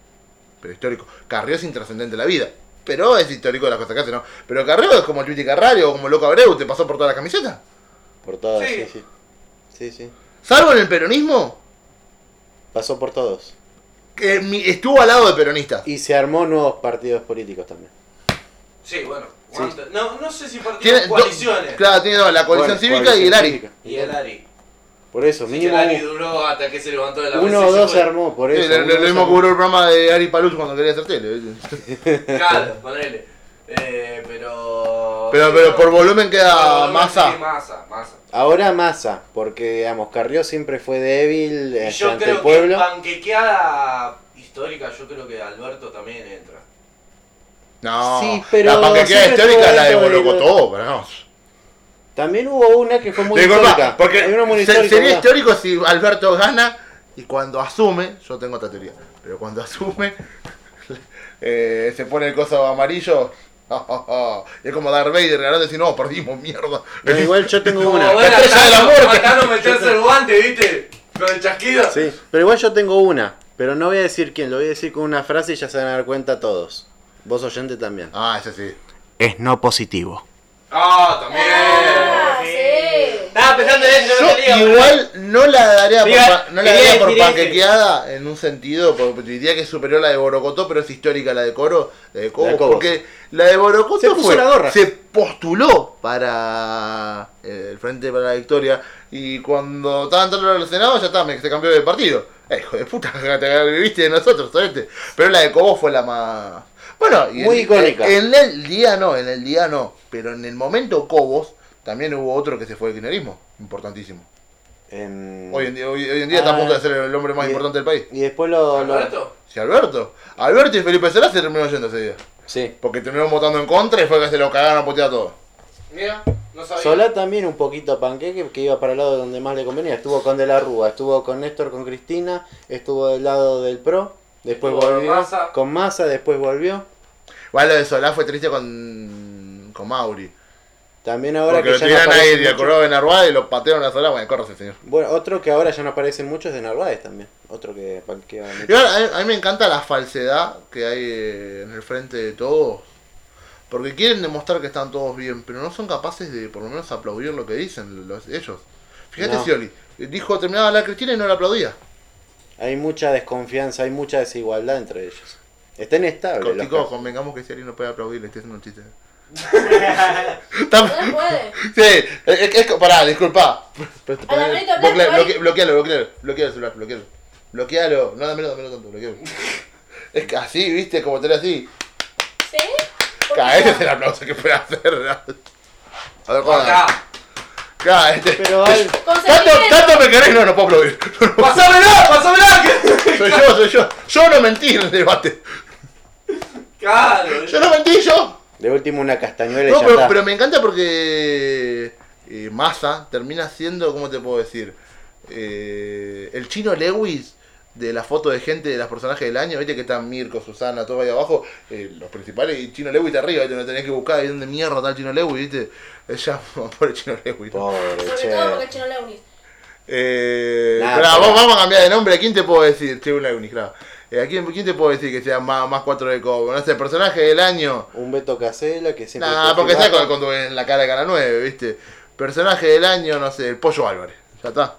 [SPEAKER 2] Pero histórico. Carreo es intrascendente en la vida. pero es histórico de las cosas que hace, ¿no? Pero Carreo es como Luis Carrario o como Loco Abreu, te pasó por toda la camiseta.
[SPEAKER 3] Por todas,
[SPEAKER 1] Sí.
[SPEAKER 3] sí, sí. Sí, sí.
[SPEAKER 2] Salvo en el peronismo,
[SPEAKER 3] Pasó por todos.
[SPEAKER 2] que mi- estuvo al lado de peronistas.
[SPEAKER 3] Y se armó nuevos partidos políticos también.
[SPEAKER 1] Sí, bueno. ¿cuánto? No, no sé si
[SPEAKER 2] Tiene
[SPEAKER 1] partidos
[SPEAKER 2] do-
[SPEAKER 1] coaliciones.
[SPEAKER 2] Claro, tiene dos, la coalición
[SPEAKER 3] Bueno,
[SPEAKER 2] cívica
[SPEAKER 3] coalición
[SPEAKER 2] y el ARI.
[SPEAKER 3] cívica.
[SPEAKER 1] Y el Ari.
[SPEAKER 3] Por eso,
[SPEAKER 1] Sí, que el
[SPEAKER 3] mínimo
[SPEAKER 1] Ari duró hasta que se levantó de la mesa
[SPEAKER 3] uno
[SPEAKER 1] y
[SPEAKER 3] o
[SPEAKER 1] se
[SPEAKER 3] dos se
[SPEAKER 1] fue.
[SPEAKER 3] armó, por
[SPEAKER 2] Sí,
[SPEAKER 3] eso.
[SPEAKER 2] lo-
[SPEAKER 3] uno
[SPEAKER 2] lo
[SPEAKER 3] o dos
[SPEAKER 2] mismo
[SPEAKER 3] armó.
[SPEAKER 2] cubrió el programa de Ari Paluz cuando quería hacer tele. ¿viste?
[SPEAKER 1] Claro, ponele. Eh, pero.
[SPEAKER 2] Pero,
[SPEAKER 1] sí,
[SPEAKER 2] pero
[SPEAKER 1] no,
[SPEAKER 2] por volumen queda
[SPEAKER 1] no, Sí,
[SPEAKER 2] masa.
[SPEAKER 1] masa, masa.
[SPEAKER 3] Ahora Massa, porque digamos, Carrió siempre fue débil
[SPEAKER 1] Y
[SPEAKER 3] eh,
[SPEAKER 1] yo
[SPEAKER 3] ante el
[SPEAKER 1] creo que
[SPEAKER 3] pueblo.
[SPEAKER 1] panquequeada histórica, yo creo que Alberto también entra.
[SPEAKER 2] No,
[SPEAKER 3] Sí, pero
[SPEAKER 2] la panquequera
[SPEAKER 3] siempre
[SPEAKER 2] histórica es la de
[SPEAKER 3] estuvo dentro de-
[SPEAKER 2] Bolocotó, pero no.
[SPEAKER 3] También hubo una que fue muy
[SPEAKER 2] Disculpa,
[SPEAKER 3] histórica.
[SPEAKER 2] porque
[SPEAKER 3] Hay una muy
[SPEAKER 2] se-
[SPEAKER 3] histórica,
[SPEAKER 2] sería este-
[SPEAKER 3] ¿verdad?
[SPEAKER 2] histórico si Alberto gana y cuando asume, yo tengo otra teoría, pero cuando asume eh, se pone el coso amarillo. y es como Darth Vader ganando y decir, no, perdimos, mierda.
[SPEAKER 3] No, igual yo tengo
[SPEAKER 1] Como
[SPEAKER 3] una.
[SPEAKER 1] ver
[SPEAKER 2] la
[SPEAKER 1] a
[SPEAKER 2] estrella de la
[SPEAKER 1] Thanos-
[SPEAKER 2] muerte.
[SPEAKER 1] a Thanos meterse el guante, ¿viste? Con el chasquido.
[SPEAKER 3] Sí, pero igual yo tengo una. Pero no voy a decir quién, lo voy a decir con una frase y ya se van a dar cuenta todos. Vos oyente también.
[SPEAKER 2] Ah, ese sí.
[SPEAKER 3] Es no positivo.
[SPEAKER 1] Ah, también.
[SPEAKER 5] Ah, sí.
[SPEAKER 1] Estaba pensando en eso, no
[SPEAKER 2] Yo
[SPEAKER 1] tenía.
[SPEAKER 2] igual no la daría por,
[SPEAKER 4] Diga-
[SPEAKER 2] pa- no la
[SPEAKER 4] quería
[SPEAKER 2] daría por
[SPEAKER 4] decir ese.
[SPEAKER 2] panquequeada en un sentido, porque diría que es superior a la de Borocotó, pero es histórica la de Coro, la de Cobos,
[SPEAKER 3] La de Cobos.
[SPEAKER 2] porque la de Borocotó
[SPEAKER 3] Se puso
[SPEAKER 2] fue-
[SPEAKER 3] la gorra.
[SPEAKER 2] se postuló para eh, el Frente para la Victoria y cuando estaba entrando al Senado ya está, me- se cambió de partido. Eh, hijo de puta, te viviste de nosotros, ¿sabes? Pero la de Cobos fue la más... Bueno, y
[SPEAKER 3] Muy
[SPEAKER 2] en-
[SPEAKER 3] icónica.
[SPEAKER 2] En el día no, en el día no, pero en el momento Cobos también hubo otro que se fue del kirchnerismo, importantísimo.
[SPEAKER 3] Em,
[SPEAKER 2] Hoy en día, hoy, hoy en día está a
[SPEAKER 3] Mm. Ah,
[SPEAKER 2] punto de ser el hombre más
[SPEAKER 3] bien.
[SPEAKER 2] importante del país.
[SPEAKER 3] Y después lo. lo-
[SPEAKER 1] ¿Alberto?
[SPEAKER 2] Si Alberto. Alberto y Felipe Solá se terminaron yendo ese día.
[SPEAKER 3] Sí.
[SPEAKER 2] Porque terminaron votando en contra y fue que se lo cagaron a putear a todos.
[SPEAKER 1] Mira, no sabía.
[SPEAKER 3] Solá también un poquito panqueque que iba para el lado donde más le convenía. Estuvo con De la Rúa, estuvo con Néstor, con Cristina, estuvo del lado del PRO, después
[SPEAKER 1] Estuvo con
[SPEAKER 3] volvió
[SPEAKER 1] Massa.
[SPEAKER 3] con Massa, después volvió.
[SPEAKER 2] Igual lo de Solá fue triste con, con Mauri.
[SPEAKER 3] También ahora
[SPEAKER 2] porque lo
[SPEAKER 3] que ya no
[SPEAKER 2] tiraron
[SPEAKER 3] aparece
[SPEAKER 2] ahí de
[SPEAKER 3] mucho-
[SPEAKER 2] acordado de Narváez y lo patearon a Solá. Bueno, córrase, señor.
[SPEAKER 3] Bueno, otro que ahora ya no aparece mucho es de Narváez también. Otro que panquea mucho.
[SPEAKER 2] Igual, a, mí, a mí me encanta la falsedad que hay eh, en el frente de todos. Porque quieren demostrar que están todos bien, pero no son capaces de por lo menos aplaudir lo que dicen los- ellos. Fíjate,
[SPEAKER 3] No.
[SPEAKER 2] Scioli. eh, Dijo, terminaba la Cristina y no la aplaudía.
[SPEAKER 3] Hay mucha desconfianza, hay mucha desigualdad entre ellos. Está inestable. los
[SPEAKER 2] Chicos,
[SPEAKER 3] casos.
[SPEAKER 2] convengamos que Scioli no puede aplaudir, le estoy haciendo un chiste. Está-
[SPEAKER 5] No puede.
[SPEAKER 2] sí, es, es- es- pará, disculpa.
[SPEAKER 5] A la manito blanca,
[SPEAKER 2] Bloquea-
[SPEAKER 5] ahí.
[SPEAKER 2] bloque- bloquealo, bloquealo, bloquealo el celular, bloquealo. Bloquealo, no dámelo, dámelo tanto, bloquealo. Es que así, viste, como tener así.
[SPEAKER 5] ¿Sí? ¿Por
[SPEAKER 2] Cada
[SPEAKER 5] qué
[SPEAKER 2] ese
[SPEAKER 5] no?
[SPEAKER 2] es el aplauso que puede hacer. ¿no? A ver, Juan.
[SPEAKER 1] Acá.
[SPEAKER 2] Cada este.
[SPEAKER 3] Pero hay...
[SPEAKER 5] Con
[SPEAKER 2] Tanto,
[SPEAKER 5] sentimiento.
[SPEAKER 2] tanto me querés, no, no puedo aplaudir.
[SPEAKER 1] ¡Pasámela! ¡Pasámela!
[SPEAKER 2] Soy yo, soy yo. Yo no mentí en el debate.
[SPEAKER 1] Claro.
[SPEAKER 2] Yo no mentí, yo.
[SPEAKER 3] De último una castañuela y
[SPEAKER 2] No,
[SPEAKER 3] ya
[SPEAKER 2] pero,
[SPEAKER 3] está.
[SPEAKER 2] pero me encanta porque eh, Massa termina siendo, ¿cómo te puedo decir? Eh, el chino Lewis de la foto de gente de los personajes del año, viste que están Mirko, Susana, todo ahí abajo, eh, los principales, y Chino Lewis de arriba, ¿viste? no tenés que buscar ahí dónde mierda está el Chino Lewis, viste, ya por el Chino Lewis.
[SPEAKER 3] Pobre,
[SPEAKER 5] Sobre
[SPEAKER 3] che.
[SPEAKER 5] todo porque Chino Leonis.
[SPEAKER 2] Eh,
[SPEAKER 3] Nah,
[SPEAKER 2] esperá,
[SPEAKER 3] pero-
[SPEAKER 2] vos- vamos a cambiar de nombre. ¿A quién te puedo decir? Che, una uni, claro. Eh, ¿a quién, quién te puedo decir que sea más, más cuatro de cobo? No sé, personaje del año.
[SPEAKER 3] Un Beto Casella que siempre...
[SPEAKER 2] Nah,
[SPEAKER 3] está
[SPEAKER 2] porque está
[SPEAKER 3] jugando.
[SPEAKER 2] con, con- en la cara de Cana 9, ¿viste? Personaje del año, no sé, el Pollo Álvarez. Ya está.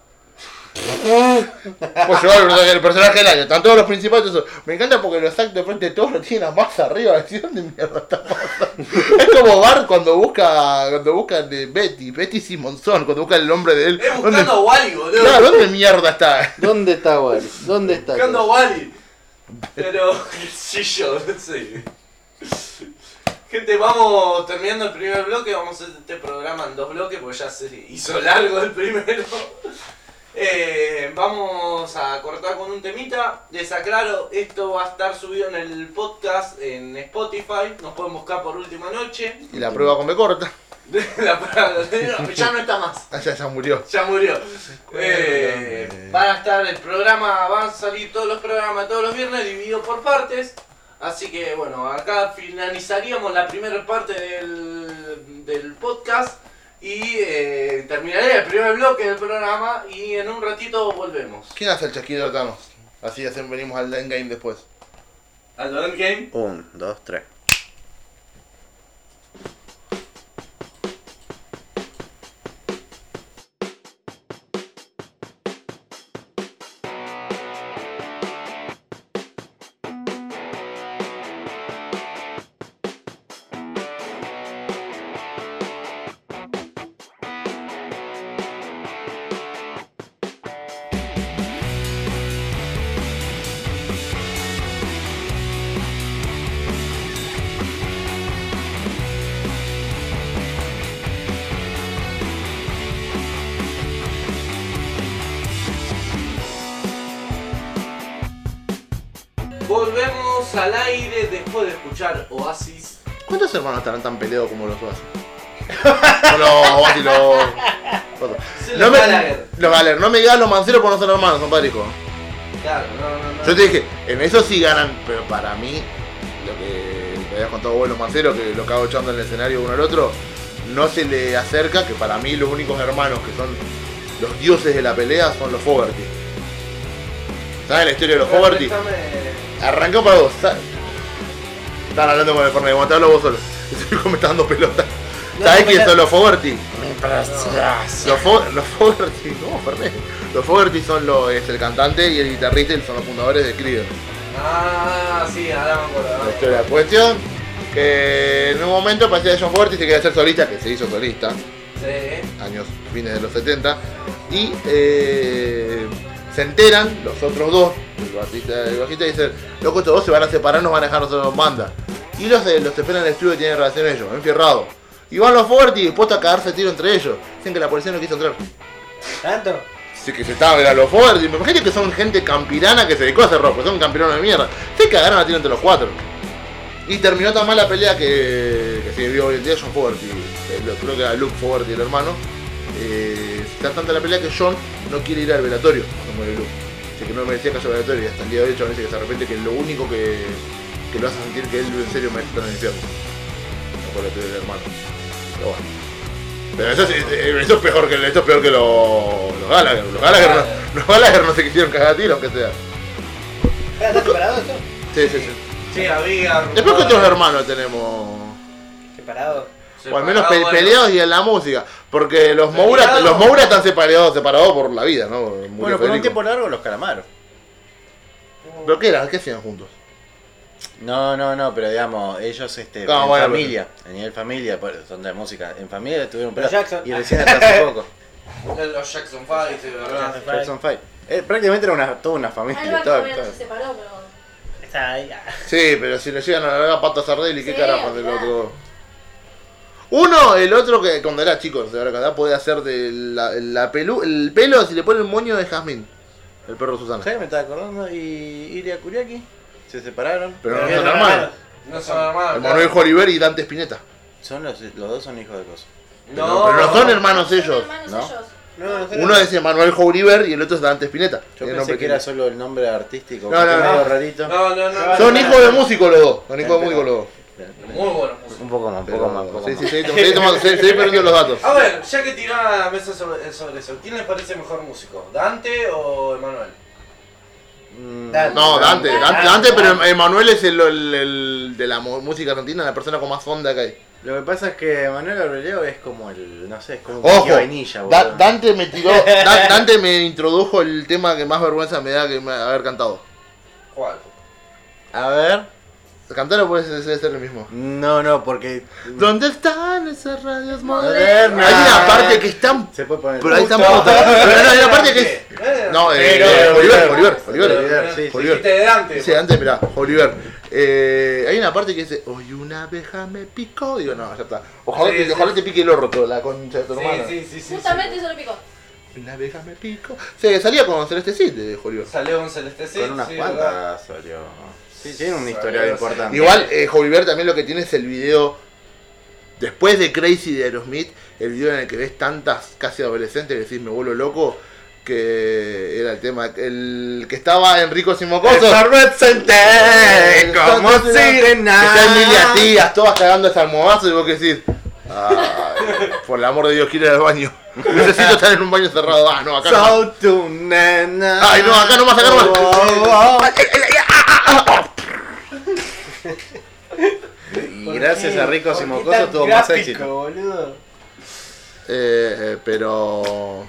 [SPEAKER 2] Pollo Álvarez, el personaje del año. Están todos los principales. todos esos. Me encanta porque los actos de frente todos lo tienen a más arriba. decís, ¿Dónde mierda está Massa? Es como Bart cuando busca cuando busca de Betty, Betty Simonson, cuando busca el nombre de él.
[SPEAKER 1] Es
[SPEAKER 2] ¿Dónde-
[SPEAKER 1] buscando a Wally, boludo.
[SPEAKER 2] Claro, ¿dónde mierda está?
[SPEAKER 3] ¿Dónde está Wally? ¿Dónde está?
[SPEAKER 1] Buscando a Wally. Pero, qué sé yo, no sé. Gente, vamos terminando el primer bloque, vamos a hacer este programa en dos bloques porque ya se hizo largo el primero. Eh, vamos a cortar con un temita. Les aclaro, esto va a estar subido en el podcast en Spotify. Nos pueden buscar por última noche.
[SPEAKER 2] Y la prueba come corta.
[SPEAKER 1] La palabra- ya no está más.
[SPEAKER 2] Ah, ya, ya murió.
[SPEAKER 1] Ya murió. Eh, van a estar el programa, van a salir todos los programas todos los viernes divididos por partes. Así que bueno, acá finalizaríamos la primera parte del, del podcast y eh, terminaré el primer bloque del programa y en un ratito volvemos.
[SPEAKER 2] ¿Quién hace el chasquido de Thanos? Así hacen, venimos al endgame después.
[SPEAKER 1] ¿Al Game?
[SPEAKER 3] Un, dos, tres.
[SPEAKER 1] Volvemos al aire después de escuchar Oasis.
[SPEAKER 2] ¿Cuántos hermanos estarán tan peleados como los Oasis? los Oasis, los.
[SPEAKER 1] Se
[SPEAKER 2] No
[SPEAKER 1] los
[SPEAKER 2] me,
[SPEAKER 1] va a la guerra.
[SPEAKER 2] los Gallagher, no me digas los manceros porque no son hermanos, son padre e hijo.
[SPEAKER 1] Claro, no, no, no.
[SPEAKER 2] Yo te dije, en eso sí ganan, pero para mí, lo que me habías contado vos, los manceros, que lo cago echando en el escenario uno al otro, no se le acerca, que para mí los únicos hermanos que son los dioses de la pelea son los Fogarty. ¿Sabes la historia de los Fogarty?
[SPEAKER 1] Préstame-
[SPEAKER 2] Arrancó para vos. sa- Están hablando con el Fortnite, vos te hablo vos solo. Estoy comentando pelota.
[SPEAKER 4] No,
[SPEAKER 2] ¿Sabés
[SPEAKER 4] no,
[SPEAKER 2] quién
[SPEAKER 4] pelea.
[SPEAKER 2] son los Fogarty? Los, Fo- los Fogerty, no, Fernet. Los Fogerty son los, es el cantante y el guitarrista y son los fundadores de Creed.
[SPEAKER 1] Ah, sí, ahora me acuerdo. ahora
[SPEAKER 2] La
[SPEAKER 1] me
[SPEAKER 2] historia de la cuestión, que en un momento parecía John Fogerty se quería hacer solista, que se hizo solista,
[SPEAKER 1] acuerdo. Sí.
[SPEAKER 2] años fines de los 70, y eh, se enteran los otros dos, el bajista y el bajista, y dicen, loco, estos dos se van a separar, nos van a dejar nosotros en banda. Y los, eh, los esperan en el estudio y tienen relación ellos, enfierrados. Y van los Fogerty dispuestos a cagarse tiro entre ellos. Dicen que la policía no quiso entrar.
[SPEAKER 4] ¿Tanto?
[SPEAKER 2] Sí, que se estaba a los Fogarty. Me imagino que son gente campirana que se dedicó a hacer rock, porque son campeones de mierda. Se cagaron a tiro entre los cuatro. Y terminó tan mal la pelea que, que se vio hoy en día John Fogarty. eh, lo- Creo que era Luke Fogarty, el hermano. Eh, está tanta la pelea que John no quiere ir al velatorio cuando muere Luke. Así que no merecía que haya velatorio. Y hasta el día de hoy John dice que se arrepiente que lo único que, que lo hace sentir que él en serio merece estar en el infierno. No por la teoría del hermano. Pero bueno. Pero eso, es- eh, eso es peor que, esto es peor que los, los Gallagher. Los Gallagher, no, los Gallagher no se quisieron cagar a tiro, aunque sea.
[SPEAKER 4] ¿Estás separado esto?
[SPEAKER 2] Sí, sí, sí.
[SPEAKER 1] Sí, había.
[SPEAKER 2] Después, ¿qué otros hermanos tenemos?
[SPEAKER 4] Separado.
[SPEAKER 2] O al menos pe- peleados y en la música. Porque los Moura,
[SPEAKER 1] Peleados.
[SPEAKER 2] los Moura están separados, separados por la vida, ¿no? Murió
[SPEAKER 7] Bueno, por un
[SPEAKER 2] Federico.
[SPEAKER 7] tiempo largo los calamaros.
[SPEAKER 2] ¿Pero qué eran? ¿Qué hacían juntos?
[SPEAKER 7] No, no, no, pero digamos, ellos este,
[SPEAKER 2] No,
[SPEAKER 7] en
[SPEAKER 2] bueno,
[SPEAKER 7] familia, a nivel familia, por- son de música, en familia estuvieron
[SPEAKER 4] Los
[SPEAKER 7] peleados.
[SPEAKER 4] Jackson.
[SPEAKER 7] Y recién hasta hace poco,
[SPEAKER 1] Los Jackson Five, de verdad.
[SPEAKER 7] Jackson Five. Eh, prácticamente era una, toda una familia.
[SPEAKER 5] Alba
[SPEAKER 7] todo-
[SPEAKER 5] Cabrera
[SPEAKER 7] todo.
[SPEAKER 5] se separó, pero.
[SPEAKER 4] Está ahí. ah.
[SPEAKER 2] Sí, pero si le llegan a la larga pata Sardelli, ¿qué
[SPEAKER 5] Sí,
[SPEAKER 2] carajo del
[SPEAKER 5] olvidá.
[SPEAKER 2] otro? Uno, el otro que cuando era chico, se verdad, puede hacer de la, la pelu, el pelo, si le pone el moño de Jazmín, el perro Susana.
[SPEAKER 7] ¿Sabes? Me estaba acordando. Y Iria Kuriaki se separaron.
[SPEAKER 2] Pero no
[SPEAKER 4] Pero
[SPEAKER 2] son
[SPEAKER 4] no,
[SPEAKER 2] hermanos.
[SPEAKER 1] No son hermanos.
[SPEAKER 2] El Manuel Joliver y Dante Spinetta.
[SPEAKER 7] Son los, los dos son hijos de cosas.
[SPEAKER 1] No,
[SPEAKER 2] Pero no son hermanos
[SPEAKER 5] Son
[SPEAKER 2] ellos.
[SPEAKER 5] hermanos
[SPEAKER 7] ¿no?
[SPEAKER 5] ellos.
[SPEAKER 4] No, no sé.
[SPEAKER 2] Uno es Manuel Joliver y el otro es Dante Spinetta.
[SPEAKER 7] Yo
[SPEAKER 2] El
[SPEAKER 7] pensé
[SPEAKER 2] nombre
[SPEAKER 7] que era solo el nombre artístico.
[SPEAKER 2] No, no,
[SPEAKER 7] que medio
[SPEAKER 1] no.
[SPEAKER 7] rarito.
[SPEAKER 1] No, no, no.
[SPEAKER 2] Son hijos de músicos los dos. Son hijos de músicos los dos.
[SPEAKER 1] Muy buenos músicos.
[SPEAKER 7] Un poco más, un poco más. un
[SPEAKER 2] Pero-
[SPEAKER 7] poco
[SPEAKER 2] Sí, sí,
[SPEAKER 7] más.
[SPEAKER 2] sí, sí, sí, sí, sí, perdiendo los datos.
[SPEAKER 1] A ver, ya que tiró a la mesa sobre, eh, sobre eso, ¿quién les parece mejor músico? ¿Dante o Emanuel?
[SPEAKER 7] Mm,
[SPEAKER 4] Dale.
[SPEAKER 2] No, Dante, Dante,
[SPEAKER 7] Ah,
[SPEAKER 2] Dante,
[SPEAKER 4] Dante,
[SPEAKER 2] pero Emanuel es el, el- el de la mu- música argentina, la persona con más onda que hay.
[SPEAKER 7] Lo que pasa es que Manuel Aurelio es como el. No sé, es como un
[SPEAKER 2] Ojo,
[SPEAKER 7] whisky vainilla,
[SPEAKER 2] Da-
[SPEAKER 7] boludo.
[SPEAKER 2] Dante me tiró, Da- Dante me introdujo el tema que más vergüenza me da que me- haber cantado.
[SPEAKER 1] ¿Cuál?
[SPEAKER 7] A ver.
[SPEAKER 2] Cantarlo puede ser, debe ser el mismo.
[SPEAKER 7] No, no, porque.
[SPEAKER 2] ¿Dónde están esas radios
[SPEAKER 7] Moderna.
[SPEAKER 2] modernas? Hay una parte que es tan...
[SPEAKER 7] Se puede poner.
[SPEAKER 2] Pero ahí está puta. Pero no, hay una parte que es... No, eh,
[SPEAKER 1] Pero-
[SPEAKER 2] eh, Oliver, Oliver,
[SPEAKER 7] Pero-
[SPEAKER 2] Oliver.
[SPEAKER 7] sí, sí.
[SPEAKER 2] Oliver.
[SPEAKER 1] Dijiste de Dante. pues.
[SPEAKER 2] Dice Dante, mirá, Oliver. Eh, hay una parte que dice, hoy una abeja me picó. Digo, no, ya está. Ojalá,
[SPEAKER 1] Sí,
[SPEAKER 2] te,
[SPEAKER 1] sí.
[SPEAKER 2] ojalá te pique el orro, toda la concha de tu hermana.
[SPEAKER 1] Sí, sí, sí, sí.
[SPEAKER 5] Justamente
[SPEAKER 1] sí.
[SPEAKER 5] eso lo picó.
[SPEAKER 2] Una abeja me picó. Se salía con Celeste Cid de Oliver.
[SPEAKER 1] Salió un Celeste sí,
[SPEAKER 7] Con unas
[SPEAKER 1] sí, ¿verdad?
[SPEAKER 7] cuantas salió. Sí, tiene un
[SPEAKER 1] Salió,
[SPEAKER 7] historial
[SPEAKER 1] sí.
[SPEAKER 7] importante.
[SPEAKER 2] Igual, eh, Joliver también lo que tiene es el video. Después de Crazy de Aerosmith, el video en el que ves tantas casi adolescentes que decís me vuelvo loco, que era el tema. El que estaba Enrico Simocoso.
[SPEAKER 7] Entorpecente, como
[SPEAKER 2] Que
[SPEAKER 7] sirena.
[SPEAKER 2] está Emilia Tías, todas cagando hasta el movazo y vos que decís. "Ay, por el amor de Dios, quiero ir al baño. Necesito estar en un baño cerrado. Ah, no, acá no.
[SPEAKER 7] Soy tu nena.
[SPEAKER 2] Ay, no, acá no más, acá no más.
[SPEAKER 7] Oh, oh. Y gracias a Rico
[SPEAKER 4] ¿Por qué
[SPEAKER 7] Simocoso
[SPEAKER 4] tan
[SPEAKER 7] tuvo más
[SPEAKER 4] gráfico,
[SPEAKER 7] éxito.
[SPEAKER 4] boludo?
[SPEAKER 2] Eh, eh, pero.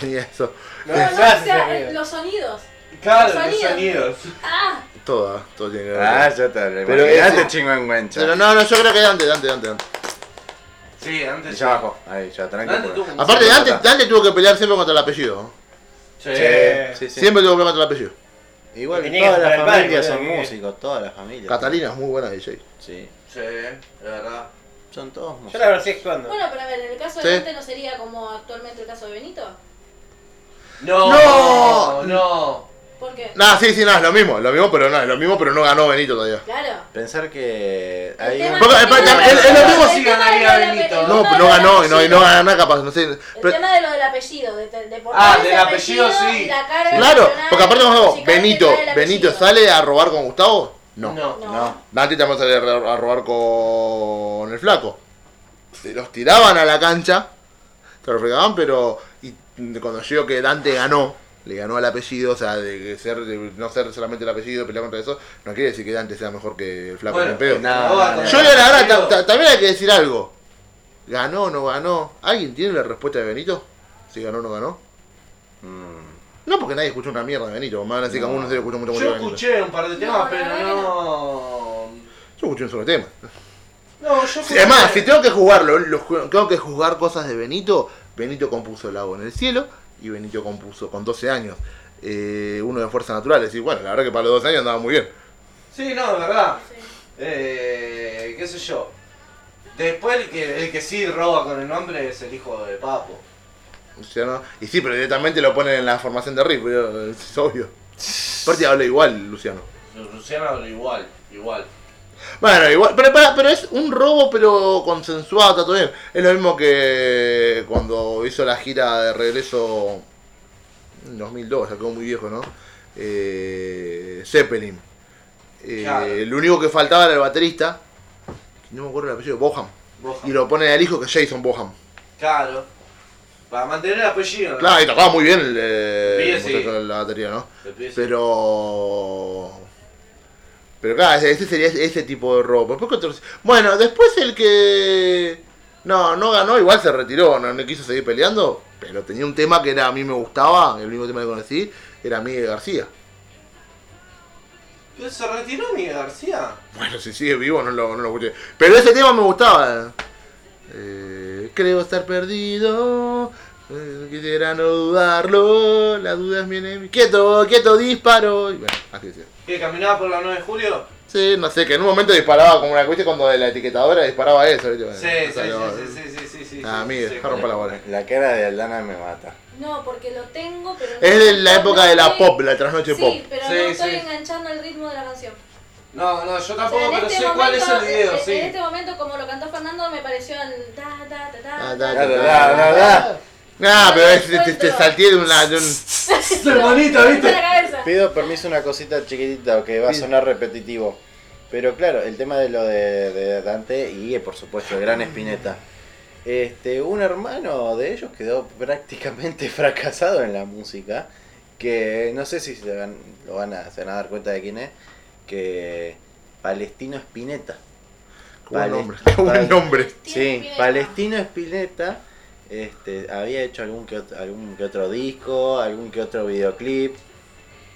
[SPEAKER 2] Ni eso.
[SPEAKER 5] No, no, o sea, eh, los sonidos.
[SPEAKER 1] Claro,
[SPEAKER 5] Los
[SPEAKER 1] los sonidos.
[SPEAKER 5] Ah,
[SPEAKER 2] Todo, todo tiene que ver.
[SPEAKER 7] Ah, ya está. Pero
[SPEAKER 2] Pero
[SPEAKER 7] imaginaste
[SPEAKER 2] eso-
[SPEAKER 7] chingüengüencha.
[SPEAKER 2] Pero no, no, yo creo que Dante, Dante, Dante. Dante.
[SPEAKER 1] Sí, antes.
[SPEAKER 7] Ya bajó. Ahí, ya,
[SPEAKER 1] Dante
[SPEAKER 7] tranquilo.
[SPEAKER 1] tuvo un-
[SPEAKER 2] Aparte,
[SPEAKER 7] Sí,
[SPEAKER 2] Dante,
[SPEAKER 7] está.
[SPEAKER 2] Dante tuvo que pelear siempre contra el apellido. ¿no?
[SPEAKER 1] Che.
[SPEAKER 7] Sí, sí.
[SPEAKER 2] Siempre tuvo que pelear contra el apellido.
[SPEAKER 7] Igual
[SPEAKER 4] Tenía que
[SPEAKER 7] todas las
[SPEAKER 4] superar el padre,
[SPEAKER 7] familias son
[SPEAKER 4] boludo, que-
[SPEAKER 7] músicos, todas las familias.
[SPEAKER 2] Catalina es muy buena DJ.
[SPEAKER 7] Sí,
[SPEAKER 1] Che, de verdad.
[SPEAKER 7] son todos
[SPEAKER 4] Yo
[SPEAKER 7] músicos.
[SPEAKER 4] la conocí actuando.
[SPEAKER 5] bueno, pero a ver, en el caso de
[SPEAKER 2] Sí.
[SPEAKER 5] Dante no sería como actualmente el caso de Benito.
[SPEAKER 1] No,
[SPEAKER 2] No.
[SPEAKER 1] no.
[SPEAKER 5] ¿Por por qué.
[SPEAKER 2] No, sí, sí, no, es lo mismo, lo mismo, pero no, es lo mismo, pero no ganó Benito todavía.
[SPEAKER 5] Claro.
[SPEAKER 3] Pensar que.
[SPEAKER 5] El
[SPEAKER 3] Hay
[SPEAKER 5] tema-
[SPEAKER 3] un-
[SPEAKER 2] Porque,
[SPEAKER 5] el
[SPEAKER 2] eh,
[SPEAKER 5] tema-
[SPEAKER 2] pa- el- el
[SPEAKER 5] el
[SPEAKER 2] mismo
[SPEAKER 5] tema
[SPEAKER 1] sí
[SPEAKER 5] de lo
[SPEAKER 1] ganaría
[SPEAKER 5] de la-
[SPEAKER 1] Benito.
[SPEAKER 5] el
[SPEAKER 2] No,
[SPEAKER 5] tema
[SPEAKER 2] pero no
[SPEAKER 5] de lo
[SPEAKER 2] ganó,
[SPEAKER 5] del
[SPEAKER 2] y no, y no ganó nada capaz, no sé.
[SPEAKER 5] El
[SPEAKER 2] Pero-
[SPEAKER 5] tema de lo del apellido, de, de, de por
[SPEAKER 1] Ah,
[SPEAKER 5] qué
[SPEAKER 1] del
[SPEAKER 5] ese
[SPEAKER 1] apellido, sí.
[SPEAKER 5] y la carga
[SPEAKER 2] claro,
[SPEAKER 5] emocional
[SPEAKER 2] porque aparte
[SPEAKER 5] musical
[SPEAKER 2] vamos
[SPEAKER 5] que trae
[SPEAKER 2] Benito,
[SPEAKER 5] el
[SPEAKER 2] Benito
[SPEAKER 5] apellido.
[SPEAKER 2] sale a robar con Gustavo. No.
[SPEAKER 1] No.
[SPEAKER 5] No.
[SPEAKER 3] No.
[SPEAKER 2] Nati también sale a ro- a robar con el flaco. Se los tiraban a la cancha, se los fregaban, pero y cuando llegó que Dante ganó, le ganó al apellido, o sea, de que ser, de no ser solamente el apellido, pelear contra eso, no quiere decir que Dante sea mejor que el flaco ni en
[SPEAKER 1] eh,
[SPEAKER 2] pedo.
[SPEAKER 3] nada,
[SPEAKER 1] ahora
[SPEAKER 3] nada.
[SPEAKER 1] con-
[SPEAKER 2] Yo digo, la verdad, ta- ta- también hay que decir algo. ¿Ganó o no ganó? ¿Alguien tiene la respuesta de Benito? Si ganó o no ganó.
[SPEAKER 3] Mm.
[SPEAKER 2] No, porque nadie escuchó una mierda de Benito. Me van a decir que
[SPEAKER 3] No.
[SPEAKER 2] algunos se escuchó mucho, mucho
[SPEAKER 1] Yo
[SPEAKER 2] de Benito.
[SPEAKER 1] escuché un par de temas,
[SPEAKER 5] No, la
[SPEAKER 1] pero
[SPEAKER 5] verdad que
[SPEAKER 1] no.
[SPEAKER 2] Yo escuché un solo tema.
[SPEAKER 1] No, yo
[SPEAKER 2] Sí, además, si tengo que jugarlo, lo ju- tengo que jugar cosas de Benito. Benito compuso El Lago en el Cielo y Benito compuso con 12 años. eh, uno de Fuerza Natural. Es decir, bueno, la verdad que para los 12 años andaba muy bien.
[SPEAKER 1] Sí, no, de verdad.
[SPEAKER 5] Sí.
[SPEAKER 1] Eh, qué sé yo. Después el que, el que sí roba con el nombre es el hijo de Papo.
[SPEAKER 2] O sea, ¿no? Y sí, pero directamente lo ponen en la formación de Riff, pero es obvio. Aparte habla igual, Luciano.
[SPEAKER 1] Luciano habla igual, igual.
[SPEAKER 2] Bueno, igual, pero, pará, pero es un robo, pero consensuado, está todo bien. Es lo mismo que cuando hizo la gira de regreso en 2002, ya quedó muy viejo, ¿no? Eh, Zeppelin. Eh,
[SPEAKER 1] Claro.
[SPEAKER 2] Lo único que faltaba era el baterista, que no me acuerdo el apellido, Boham.
[SPEAKER 1] Boja.
[SPEAKER 2] Y lo ponen al hijo que es Jason Boham.
[SPEAKER 1] Claro. Para mantener el apellido. ¿no?
[SPEAKER 2] Claro, y tocaba muy bien el, eh,
[SPEAKER 1] Sí, sí.
[SPEAKER 2] muchacho de la batería, ¿no?
[SPEAKER 1] El pibe sí.
[SPEAKER 2] Pero. Pero claro, ese- ese sería ese ese tipo de robo. Después que otros- Bueno, después el que. No, no ganó, igual se retiró, no, no quiso seguir peleando. Pero tenía un tema que era a mí me gustaba, el único tema que conocí, era Miguel García.
[SPEAKER 1] Pero ¿Se retiró Miguel García?
[SPEAKER 2] Bueno, si sigue vivo, no lo, no lo escuché. Pero ese tema me gustaba. Eh, creo estar perdido. eh, Quisiera no dudarlo. La duda es mi enemigo. Quieto, quieto, disparo. Y bueno, así decía.
[SPEAKER 1] ¿Que caminaba por la 9 de julio?
[SPEAKER 2] Sí, no sé, que en un momento disparaba como una cuestión cuando de la etiquetadora disparaba eso. ¿viste? Bueno,
[SPEAKER 1] Sí, sí,
[SPEAKER 2] salió-
[SPEAKER 1] sí, sí, sí, sí, sí, sí.
[SPEAKER 2] Ah,
[SPEAKER 1] sí,
[SPEAKER 2] Miguel,
[SPEAKER 1] sí,
[SPEAKER 2] deja romper la bola.
[SPEAKER 3] La cara de Aldana me mata.
[SPEAKER 5] No, porque lo tengo, pero no.
[SPEAKER 2] Es de la
[SPEAKER 5] no
[SPEAKER 2] época de la
[SPEAKER 5] estoy-
[SPEAKER 2] pop, la trasnoche pop.
[SPEAKER 5] Sí, pero
[SPEAKER 1] Sí,
[SPEAKER 5] no estoy
[SPEAKER 1] sí.
[SPEAKER 5] enganchando el ritmo de la canción.
[SPEAKER 1] No, no, yo
[SPEAKER 5] O sea, este
[SPEAKER 1] tampoco, pero sé cuál es el video,
[SPEAKER 5] en-
[SPEAKER 1] sí.
[SPEAKER 5] En este momento, como lo cantó Fernando, me pareció el. Da, da, da, da,
[SPEAKER 2] Ah, da,
[SPEAKER 3] La,
[SPEAKER 5] da,
[SPEAKER 2] da,
[SPEAKER 3] la,
[SPEAKER 2] da.
[SPEAKER 3] la, la, la.
[SPEAKER 2] Ah, pero es- te, te- te salteé de, una, de un.
[SPEAKER 1] Hermanita,
[SPEAKER 5] Me hizo
[SPEAKER 1] ¿viste?
[SPEAKER 5] la cabeza.
[SPEAKER 3] Pido permiso una cosita chiquitita que va a sonar repetitivo. Pero claro, el tema de lo de, de Dante y eh, por supuesto el gran Espineta. Este, un hermano de ellos quedó prácticamente fracasado en la música. Que no sé si se van, lo van a, se van a dar cuenta de quién es. Que Palestino Espineta.
[SPEAKER 2] Qué buen nombre.
[SPEAKER 3] Vale.
[SPEAKER 2] Qué buen nombre.
[SPEAKER 5] Tiene
[SPEAKER 3] Sí,
[SPEAKER 5] piedra.
[SPEAKER 3] Palestino Espineta este, había hecho algún que, otro, algún que otro disco, algún que otro videoclip,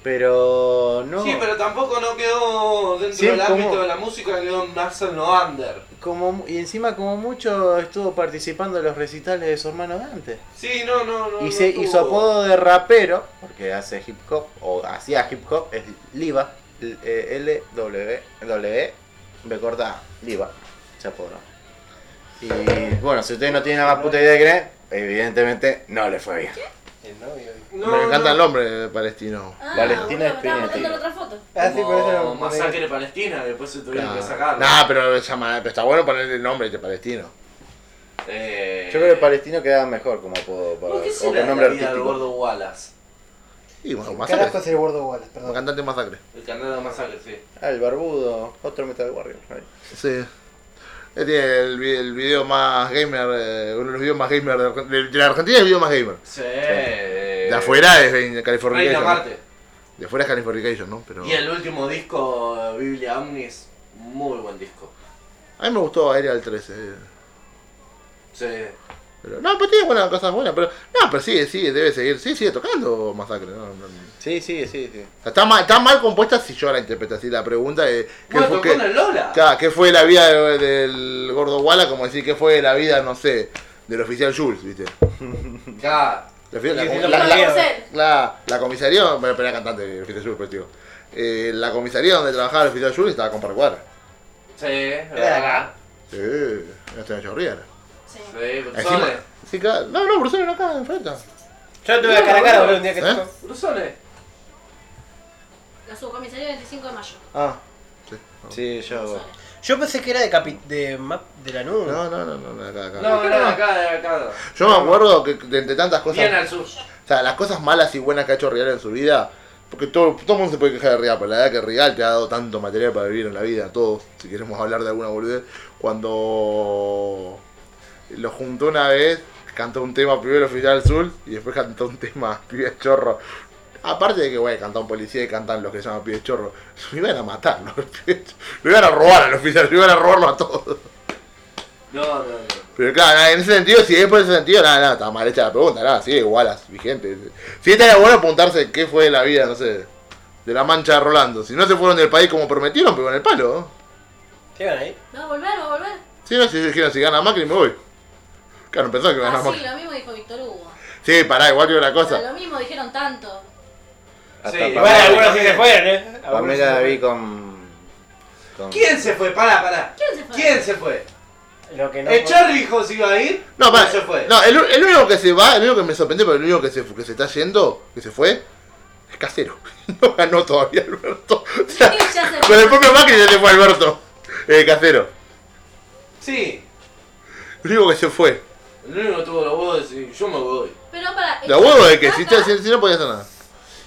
[SPEAKER 3] pero no,
[SPEAKER 1] Sí, pero tampoco no quedó dentro
[SPEAKER 3] Sí,
[SPEAKER 1] del ámbito
[SPEAKER 3] ¿cómo?
[SPEAKER 1] de la música, quedó más en lo under.
[SPEAKER 3] como mu- y encima como mucho estuvo participando en los recitales de su hermano Dante.
[SPEAKER 1] Sí, no, no, no.
[SPEAKER 3] Y,
[SPEAKER 1] no
[SPEAKER 3] se, y su
[SPEAKER 1] tuvo.
[SPEAKER 3] apodo de rapero, porque hace hip hop, o hacía hip hop, es Liva, L- eh, L W W B corta A, Liva, se apodó. Y bueno, si ustedes no tienen la más puta idea de creer, evidentemente no le fue bien.
[SPEAKER 4] El novio.
[SPEAKER 1] No,
[SPEAKER 2] Me encanta
[SPEAKER 1] no.
[SPEAKER 2] el nombre palestino.
[SPEAKER 5] Ah,
[SPEAKER 3] Valentina
[SPEAKER 5] boludo, me estaba
[SPEAKER 3] Spinetti.
[SPEAKER 5] mandando la otra foto.
[SPEAKER 4] Ah, sí, por eso
[SPEAKER 1] Como
[SPEAKER 4] lo
[SPEAKER 1] masacre palestina, después se tuvieron que
[SPEAKER 2] Nah,
[SPEAKER 1] sacarlo.
[SPEAKER 2] nah, pero, se llama- pero está bueno ponerle el nombre de palestino.
[SPEAKER 1] Eh,
[SPEAKER 3] Yo creo que Palestino queda mejor como apodo para,
[SPEAKER 1] ¿Por qué
[SPEAKER 3] o
[SPEAKER 1] será
[SPEAKER 3] con nombre
[SPEAKER 1] la vida del
[SPEAKER 3] artístico.
[SPEAKER 1] gordo Wallace?
[SPEAKER 2] Y bueno,
[SPEAKER 4] Carajo
[SPEAKER 2] masacre.
[SPEAKER 4] es el gordo Wallace, perdón.
[SPEAKER 2] Cantante masacre.
[SPEAKER 1] El canal de masacre, sí.
[SPEAKER 3] Ah, el barbudo, otro Metal Warrior. ahí.
[SPEAKER 2] Sí. Este tiene el, vi- el video más gamer, eh, uno de los videos más gamer de, Argen- de- de la Argentina es el video más gamer.
[SPEAKER 1] Sí.
[SPEAKER 2] De afuera es de
[SPEAKER 1] Eh, Reina
[SPEAKER 2] Californication. ¿no?
[SPEAKER 1] Marte.
[SPEAKER 2] De afuera es Californication, ¿no? Pero...
[SPEAKER 1] Y el último disco, Biblia Omnis, muy buen disco.
[SPEAKER 2] A mí me gustó Aerial 13. eh.
[SPEAKER 1] Sí.
[SPEAKER 2] Pero, no, pero tiene buenas cosas buenas. Pero, no, pero sigue, sigue, debe seguir. Sí, sigue tocando Masacre. ¿no? No, no. O
[SPEAKER 3] Sí, sí, sí, sí.
[SPEAKER 2] sea, está, mal, está mal compuesta si yo la interpreto así la pregunta. Eh, ¿qué,
[SPEAKER 1] Bueno,
[SPEAKER 2] fue,
[SPEAKER 1] tocó
[SPEAKER 2] qué-
[SPEAKER 1] en el Lola.
[SPEAKER 2] claro, ¿Qué fue la vida de- del gordo Walla? Como decir, ¿qué fue la vida, no sé, del oficial Jules? ¿Viste?
[SPEAKER 1] Claro.
[SPEAKER 2] La, la-
[SPEAKER 4] Sí, sí,
[SPEAKER 2] la-
[SPEAKER 4] lo
[SPEAKER 2] la-
[SPEAKER 5] Con la
[SPEAKER 4] mierda.
[SPEAKER 5] Porcel.
[SPEAKER 2] La, la comisaría, bueno, pero era cantante, el oficial Jules, pues, tío. Eh, la comisaría donde trabajaba el oficial Jules estaba con Parcuadra.
[SPEAKER 1] Sí, era acá.
[SPEAKER 2] Sí, no tenía chorriera.
[SPEAKER 5] Sí.
[SPEAKER 1] Sí,
[SPEAKER 2] Encima,
[SPEAKER 1] Brusone.
[SPEAKER 2] sí, claro. No, no, Brusone no acá, enfrente.
[SPEAKER 7] ¿Eh?
[SPEAKER 4] Yo tuve a cara a cara, boludo, un día que
[SPEAKER 2] ¿Eh?
[SPEAKER 4] tocó.
[SPEAKER 1] Brusone.
[SPEAKER 5] La subcomisaría 25 de mayo.
[SPEAKER 2] Ah, sí.
[SPEAKER 7] Sí, yo.
[SPEAKER 5] Sale.
[SPEAKER 4] Yo pensé que era de Capi... de Map de la Nube.
[SPEAKER 2] No, no, no, no, no, acá, acá.
[SPEAKER 1] No, no, acá, de acá.
[SPEAKER 2] Yo me acuerdo que de entre tantas cosas.
[SPEAKER 1] Bien al sur.
[SPEAKER 2] O sea, las cosas malas y buenas que ha hecho Real en su vida. Porque todo, todo el mundo se puede quejar de Real, pero la verdad que Real te ha dado tanto material para vivir en la vida, todos, si queremos hablar de alguna boludez. Cuando lo juntó una vez, cantó un tema primero Fidel Azul y después cantó un tema Pibe Chorro. Aparte de que, bueno, canta un policía y cantan los que se llaman Pibe Chorro. Lo iban a matar, los pibes chorro. lo iban a robar a los oficiales, lo iban a robarlo a todos.
[SPEAKER 1] No, no, no.
[SPEAKER 2] Pero claro, en ese sentido, si es por ese sentido, nada, nada, está mal hecha la pregunta, nada, sigue igual, as- vigente. Si estaría bueno apuntarse qué fue de la vida, no sé, de la mancha de Rolando. Si no se fueron del país como prometieron, pero en el palo, ¿no?
[SPEAKER 4] ¿Qué van ahí?
[SPEAKER 5] Va a volver, va a volver.
[SPEAKER 2] Si no, si dijeron, si gana Macri, me voy. Claro, pensó que
[SPEAKER 5] Ah,
[SPEAKER 2] ganaba
[SPEAKER 5] sí,
[SPEAKER 2] Macri.
[SPEAKER 5] lo mismo dijo Víctor Hugo.
[SPEAKER 2] Sí, pará, igual que una
[SPEAKER 5] O sea,
[SPEAKER 2] cosa.
[SPEAKER 5] lo mismo dijeron tanto.
[SPEAKER 1] Sí,
[SPEAKER 7] Hasta
[SPEAKER 1] igual
[SPEAKER 4] Igual
[SPEAKER 7] Pamela,
[SPEAKER 4] algunos sí se fueron, ¿eh? Algunos sí
[SPEAKER 7] Pamela
[SPEAKER 4] se
[SPEAKER 7] la vi
[SPEAKER 4] fueron.
[SPEAKER 7] con. con-
[SPEAKER 1] ¿Quién se fue? Pará, pará.
[SPEAKER 5] ¿Quién se fue?
[SPEAKER 1] ¿Quién se fue?
[SPEAKER 4] Lo que no.
[SPEAKER 1] ¿El Eh, Charlie dijo si iba a ir?
[SPEAKER 2] No, pará,
[SPEAKER 1] se fue.
[SPEAKER 2] no el, el único que se va, el único que me sorprendió, pero el único que se, que se está yendo, que se fue, es casero. No ganó todavía Alberto. O sea,
[SPEAKER 5] Sí, ya se
[SPEAKER 2] con el
[SPEAKER 5] fue.
[SPEAKER 2] propio Macri ya se fue Alberto. Eh, casero.
[SPEAKER 1] Sí.
[SPEAKER 2] El único que se fue.
[SPEAKER 1] El único que tuvo los huevos de decir, yo me voy.
[SPEAKER 5] Pero para.
[SPEAKER 2] La huevo de que si,
[SPEAKER 5] Acá-
[SPEAKER 2] te- si, si no podía hacer nada.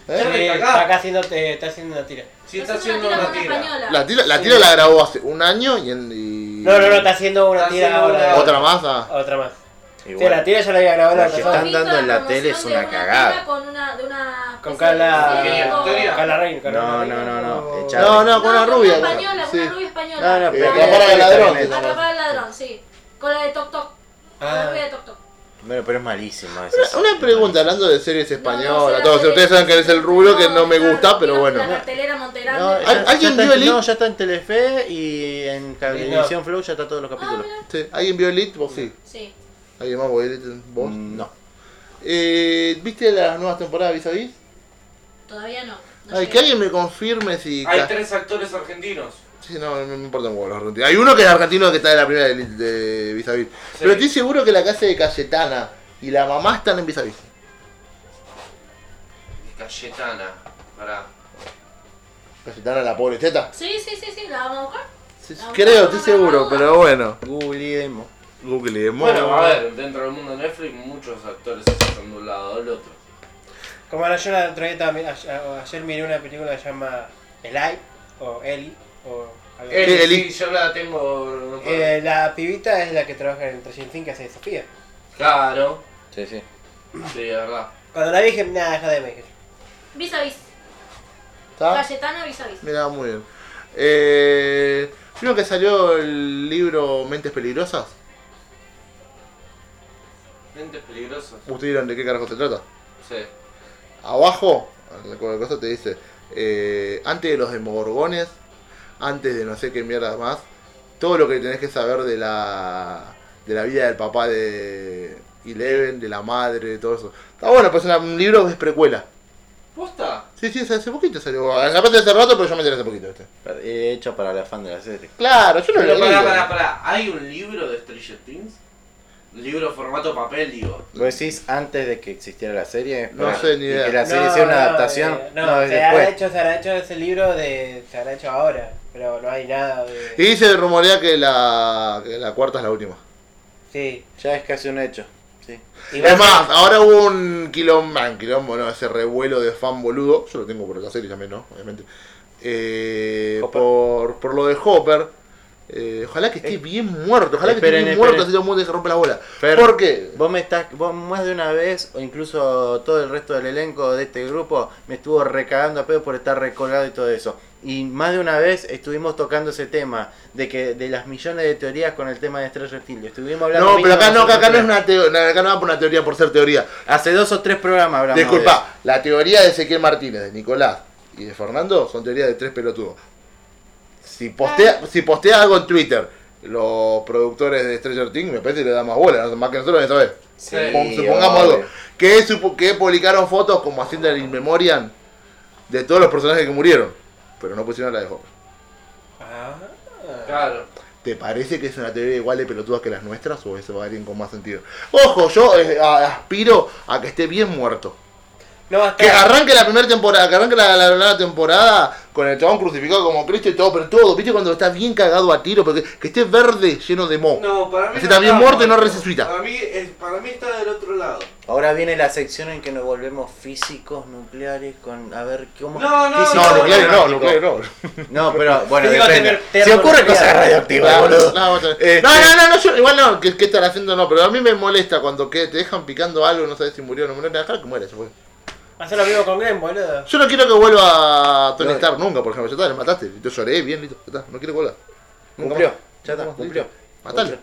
[SPEAKER 1] Charlie
[SPEAKER 4] Sí,
[SPEAKER 1] está
[SPEAKER 4] está acá
[SPEAKER 1] acá.
[SPEAKER 4] haciendo, eh, está haciendo una tira.
[SPEAKER 1] Sí, está
[SPEAKER 5] haciendo
[SPEAKER 1] haciendo una
[SPEAKER 5] con
[SPEAKER 1] tira.
[SPEAKER 5] española.
[SPEAKER 2] La tira la, tira la grabó hace un año y. en- y-
[SPEAKER 4] No, no, no, está haciendo una
[SPEAKER 1] Está
[SPEAKER 4] tira
[SPEAKER 1] haciendo
[SPEAKER 4] ahora.
[SPEAKER 1] una-
[SPEAKER 2] Otra más. ah.
[SPEAKER 4] Otra más.
[SPEAKER 7] y
[SPEAKER 4] Sí,
[SPEAKER 7] bueno,
[SPEAKER 4] la tira ya la había grabado
[SPEAKER 7] La
[SPEAKER 4] la
[SPEAKER 7] que
[SPEAKER 5] Yo
[SPEAKER 4] pasada.
[SPEAKER 7] están
[SPEAKER 5] vi toda
[SPEAKER 7] dando en la tele,
[SPEAKER 5] promoción
[SPEAKER 7] es una
[SPEAKER 5] de
[SPEAKER 7] cagada.
[SPEAKER 5] tira Con una, de una
[SPEAKER 4] Con
[SPEAKER 1] Virginia
[SPEAKER 4] Carla.
[SPEAKER 1] eh, Victoria.
[SPEAKER 4] Carla Reina. Carla
[SPEAKER 7] No,
[SPEAKER 4] Reina.
[SPEAKER 7] no,
[SPEAKER 4] Oh.
[SPEAKER 7] no, no. echar-
[SPEAKER 2] No, no, con
[SPEAKER 5] No,
[SPEAKER 2] una rubia.
[SPEAKER 5] Una
[SPEAKER 2] con-
[SPEAKER 5] española,
[SPEAKER 2] sí.
[SPEAKER 5] una rubia española.
[SPEAKER 7] No, no, pero.
[SPEAKER 2] Eh, atrapar al ladrón.
[SPEAKER 5] Atrapar al ladrón, sí. Con la de Toc Toc. Con la
[SPEAKER 4] Ah.
[SPEAKER 5] rubia de Toc Toc.
[SPEAKER 7] Bueno, pero es malísima esa
[SPEAKER 2] Una, una
[SPEAKER 7] serie, malísima.
[SPEAKER 2] pregunta, hablando de series
[SPEAKER 5] No, no,
[SPEAKER 2] españolas,
[SPEAKER 5] se
[SPEAKER 2] todos,
[SPEAKER 5] hace-
[SPEAKER 2] ustedes saben que es el rubro que no me
[SPEAKER 5] claro,
[SPEAKER 2] gusta, pero
[SPEAKER 5] la-
[SPEAKER 2] bueno.
[SPEAKER 5] La cartelera Monterrey.
[SPEAKER 7] No,
[SPEAKER 2] ¿Al-
[SPEAKER 7] ya- ya
[SPEAKER 2] alguien
[SPEAKER 7] está
[SPEAKER 2] vio
[SPEAKER 7] en-
[SPEAKER 2] el
[SPEAKER 7] No,
[SPEAKER 2] It?
[SPEAKER 7] ya está en Telefe y en Cablevisión Flow ya está todos los
[SPEAKER 5] ah,
[SPEAKER 7] capítulos.
[SPEAKER 5] mira.
[SPEAKER 2] Sí, ¿Alguien vio Elite? Vos sí.
[SPEAKER 5] Sí.
[SPEAKER 2] ¿Alguien más vio Elite? ¿Vos?
[SPEAKER 7] Mm, No.
[SPEAKER 2] Eh, ¿Viste las nuevas temporadas vis a vis?
[SPEAKER 5] Todavía no. no
[SPEAKER 2] Ay,
[SPEAKER 5] llegué.
[SPEAKER 2] que alguien me confirme si.
[SPEAKER 1] Hay
[SPEAKER 2] ca-
[SPEAKER 1] tres actores argentinos.
[SPEAKER 2] Sí, no, no me importa un huevo los argentinos. Hay uno que es argentino que está de la primera de, de Vis a Vis. Pero estoy seguro que la casa de Cayetana y la mamá están en Vis a Vis.
[SPEAKER 1] Cayetana. Pará.
[SPEAKER 2] Cayetana, la pobre teta.
[SPEAKER 5] Sí, sí, sí, sí, la vamos a buscar.
[SPEAKER 2] Sí,
[SPEAKER 5] La
[SPEAKER 2] Creo,
[SPEAKER 5] mamá,
[SPEAKER 2] estoy seguro,
[SPEAKER 5] la mamá.
[SPEAKER 2] pero bueno.
[SPEAKER 7] Googleemos.
[SPEAKER 2] Google,
[SPEAKER 1] Bueno, a ver, dentro del mundo de Netflix muchos actores se están de un lado del otro.
[SPEAKER 4] Como ahora yo la otra vez estaba mi- a- a- ayer miré una película que se llama Eli o Eli o algo así.
[SPEAKER 1] Eli,
[SPEAKER 2] Eli.
[SPEAKER 1] Eh, sí, yo la tengo.
[SPEAKER 4] Eh, la pibita es la que trabaja en 305 que hace Sofía.
[SPEAKER 1] Claro.
[SPEAKER 7] Sí, sí.
[SPEAKER 1] Sí, de verdad.
[SPEAKER 4] Cuando la vi dije, nada, deja de ver.
[SPEAKER 5] Vis a vis.
[SPEAKER 2] ¿Está?
[SPEAKER 5] Cayetana vis a vis.
[SPEAKER 2] Mira, muy bien. Eh, ¿Vieron que salió el libro Mentes Peligrosas?
[SPEAKER 1] Mentes peligrosas.
[SPEAKER 2] ¿Ustedes vieron de qué carajo se trata?
[SPEAKER 1] Sí.
[SPEAKER 2] Abajo, en la cual cosa te dice, eh, antes de los demogorgones, antes de no sé qué mierda más, todo lo que tenés que saber de la, de la vida del papá de Eleven, de la madre, de todo eso. Está bueno, pues es un libro que es precuela.
[SPEAKER 1] ¿Posta?
[SPEAKER 2] Sí, sí, hace poquito salió. Aparte de hace rato, pero yo me enteré hace poquito. Este.
[SPEAKER 7] He hecho para la fan de la serie.
[SPEAKER 2] Claro, yo no lo
[SPEAKER 1] Pero pará,
[SPEAKER 2] leí.
[SPEAKER 1] pará, pará. ¿Hay un libro de Stranger Things? Un libro formato papel, digo.
[SPEAKER 7] ¿Vos decís antes de que existiera la serie?
[SPEAKER 2] No
[SPEAKER 7] Para-
[SPEAKER 2] sé, ni idea.
[SPEAKER 7] Y que la serie sea una adaptación.
[SPEAKER 4] eh, no,
[SPEAKER 7] no, es
[SPEAKER 4] se habrá
[SPEAKER 7] después.
[SPEAKER 4] hecho, se habrá hecho ese libro de. se habrá hecho ahora, pero no hay nada de.
[SPEAKER 2] Y se rumorea que la, que la cuarta es la última.
[SPEAKER 4] Sí.
[SPEAKER 7] Ya es casi un hecho. Sí.
[SPEAKER 4] Y va a
[SPEAKER 2] Es más, ahora hubo un quilombo, ah, un quilombo, no, ese revuelo de fan boludo. Yo lo tengo por la serie también, ¿no? Obviamente. Eh,
[SPEAKER 7] Hopper.
[SPEAKER 2] por, por lo de Hopper. Eh, ojalá que esté
[SPEAKER 7] Eh,
[SPEAKER 2] bien muerto,
[SPEAKER 7] esperen,
[SPEAKER 2] ojalá que esté bien
[SPEAKER 7] esperen.
[SPEAKER 2] muerto, así todo el mundo se rompe la bola.
[SPEAKER 7] Fer.
[SPEAKER 2] ¿Por qué?
[SPEAKER 7] Vos me estás, vos más de una vez, o incluso todo el resto del elenco de este grupo, me estuvo recagando a pedo por estar recolgado y todo eso. Y más de una vez estuvimos tocando ese tema, de que de las millones de teorías con el tema de Stranger Things. Lo Estuvimos hablando
[SPEAKER 2] No, pero
[SPEAKER 7] mínimo
[SPEAKER 2] acá no,
[SPEAKER 7] hace
[SPEAKER 2] acá, acá no
[SPEAKER 7] tres-
[SPEAKER 2] es una teoría, acá no va por una teoría por ser teoría.
[SPEAKER 7] Hace dos o tres programas hablamos. de
[SPEAKER 2] Disculpa, la teoría de Ezequiel Martínez, de Nicolás y de Fernando son teorías de tres pelotudos. Si postea, si postea algo en Twitter, los productores de Stranger Things me parece que le da más bola, ¿no? más que nosotros esta vez.
[SPEAKER 7] eso.
[SPEAKER 2] Supong-
[SPEAKER 7] Sí,
[SPEAKER 2] Supongamos
[SPEAKER 7] obvio.
[SPEAKER 2] algo. Que, supo- que publicaron fotos como haciendo el in memoriam de todos los personajes que murieron, pero no pusieron la de Hopper.
[SPEAKER 4] Ah.
[SPEAKER 1] Claro.
[SPEAKER 2] ¿Te parece que es una teoría igual de pelotuda que las nuestras o eso va a alguien con más sentido? Ojo, yo eh, a- aspiro a que esté bien muerto.
[SPEAKER 4] No va a
[SPEAKER 2] Que
[SPEAKER 4] estar.
[SPEAKER 2] arranque la primera temporada, que arranque la, la nueva temporada con el chabón crucificado como Cristo y todo, pero todo, viste cuando está bien cagado a tiro, porque que esté verde lleno de moho.
[SPEAKER 1] No, para mí.
[SPEAKER 2] Así está bien
[SPEAKER 1] estaba
[SPEAKER 2] muerto y no resucita.
[SPEAKER 1] Para mí, es- para mí está del otro lado.
[SPEAKER 3] Ahora viene la sección en que nos volvemos físicos nucleares con a ver cómo.
[SPEAKER 1] No, no,
[SPEAKER 3] físicos
[SPEAKER 2] No,
[SPEAKER 1] no,
[SPEAKER 2] nucleares no,
[SPEAKER 3] nucleares.
[SPEAKER 2] nucleares no.
[SPEAKER 3] No, pero bueno,
[SPEAKER 4] Sí, va a
[SPEAKER 3] depende.
[SPEAKER 4] tener termo
[SPEAKER 3] Si ocurre
[SPEAKER 4] nuclear.
[SPEAKER 3] cosas radioactivas, boludo.
[SPEAKER 2] No, no, no,
[SPEAKER 3] Este-
[SPEAKER 2] no, no, no, yo- igual no, que, que estar haciendo no, pero a mí me molesta cuando que te dejan picando algo, no sabes si murió o no murió, dejar que muera, se fue.
[SPEAKER 4] Va a ser lo mismo con Gren, boludo.
[SPEAKER 2] Yo no quiero que vuelva Tony
[SPEAKER 3] No.
[SPEAKER 2] Stark nunca, por ejemplo, ya está, le mataste, yo lloré bien, listo, ya está, no quiero que vuelva. Nunca
[SPEAKER 3] Cumplió,
[SPEAKER 2] más.
[SPEAKER 3] ya está,
[SPEAKER 2] Nunca más,
[SPEAKER 3] cumplió.
[SPEAKER 2] listo. Matale.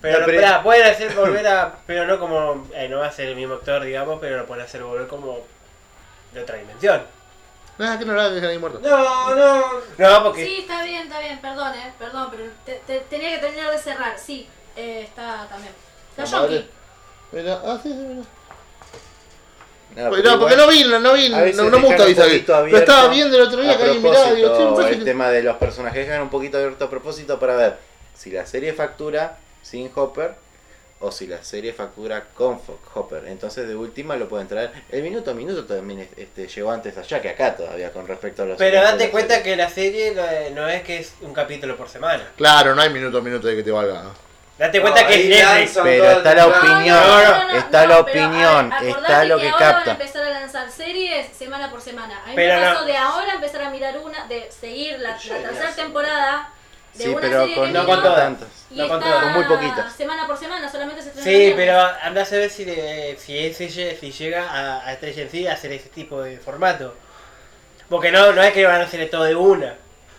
[SPEAKER 4] Pero,
[SPEAKER 3] No,
[SPEAKER 4] no,
[SPEAKER 3] pero-
[SPEAKER 4] pará, pueden hacer volver a. Pero no como. eh, no va a ser el mismo actor, digamos, pero lo pueden hacer volver como. de otra dimensión.
[SPEAKER 2] Nada, que no lo que dejan ahí muerto.
[SPEAKER 1] no, no.
[SPEAKER 4] No, porque.
[SPEAKER 5] Sí, está bien, está bien, perdón, eh, perdón, pero te- te- tenía que terminar de cerrar, sí, eh, está también. La
[SPEAKER 2] La madre.
[SPEAKER 5] Yonki.
[SPEAKER 2] Mira, ah, sí, sí, mira.
[SPEAKER 3] No,
[SPEAKER 2] Pues no, porque no vi, no, no vi,
[SPEAKER 3] Ah, a
[SPEAKER 2] no,
[SPEAKER 3] veces
[SPEAKER 2] no me gusta
[SPEAKER 3] dejan un
[SPEAKER 2] Vis a Vis.
[SPEAKER 3] poquito
[SPEAKER 2] Lo
[SPEAKER 3] abierto.
[SPEAKER 2] estaba viendo el otro día
[SPEAKER 3] A
[SPEAKER 2] que alguien miraba, digo, che, me
[SPEAKER 3] propósito, este
[SPEAKER 2] parece
[SPEAKER 3] el
[SPEAKER 2] que-
[SPEAKER 3] tema de los personajes dejan un poquito abierto a propósito para ver si la serie factura sin Hopper o si la serie factura con Fo- Hopper. Entonces, de última lo pueden traer. El minuto a minuto también es- este, llegó antes allá que acá todavía con respecto a los.
[SPEAKER 4] Pero
[SPEAKER 3] eventos de
[SPEAKER 4] date
[SPEAKER 3] la
[SPEAKER 4] cuenta
[SPEAKER 3] serie.
[SPEAKER 4] que la serie no es- no es que es un capítulo por semana.
[SPEAKER 2] Claro, no hay minuto a minuto de que te valga.
[SPEAKER 4] Date cuenta
[SPEAKER 1] No,
[SPEAKER 4] que es
[SPEAKER 1] ahí
[SPEAKER 4] Netflix.
[SPEAKER 1] lanzan
[SPEAKER 3] Pero
[SPEAKER 1] todo
[SPEAKER 3] está
[SPEAKER 1] el
[SPEAKER 3] la
[SPEAKER 1] plan.
[SPEAKER 3] opinión. está la
[SPEAKER 5] pero, a ver,
[SPEAKER 3] opinión,
[SPEAKER 5] acordate
[SPEAKER 3] está lo que
[SPEAKER 5] ahora van
[SPEAKER 3] capta.
[SPEAKER 5] a empezar a lanzar series semana por semana. A mí
[SPEAKER 4] Pero
[SPEAKER 5] me
[SPEAKER 4] no.
[SPEAKER 5] pasó de ahora empezar a mirar una, de seguir la, la
[SPEAKER 1] Yo ya
[SPEAKER 5] tercera
[SPEAKER 1] sé.
[SPEAKER 5] temporada de
[SPEAKER 3] Sí,
[SPEAKER 5] una
[SPEAKER 3] pero
[SPEAKER 5] serie
[SPEAKER 3] con,
[SPEAKER 5] que
[SPEAKER 4] no
[SPEAKER 5] miro
[SPEAKER 4] con todas.
[SPEAKER 3] tantas.
[SPEAKER 5] y
[SPEAKER 4] no con
[SPEAKER 5] está
[SPEAKER 4] todas.
[SPEAKER 3] Con muy poquitas.
[SPEAKER 5] Semana por semana solamente se estrena
[SPEAKER 4] Sí,
[SPEAKER 5] una.
[SPEAKER 4] pero andás a ver si, le- si, es ella- si llega a, a Estrella en sí a hacer ese tipo de formato. Porque no, no es que van a hacer todo de una.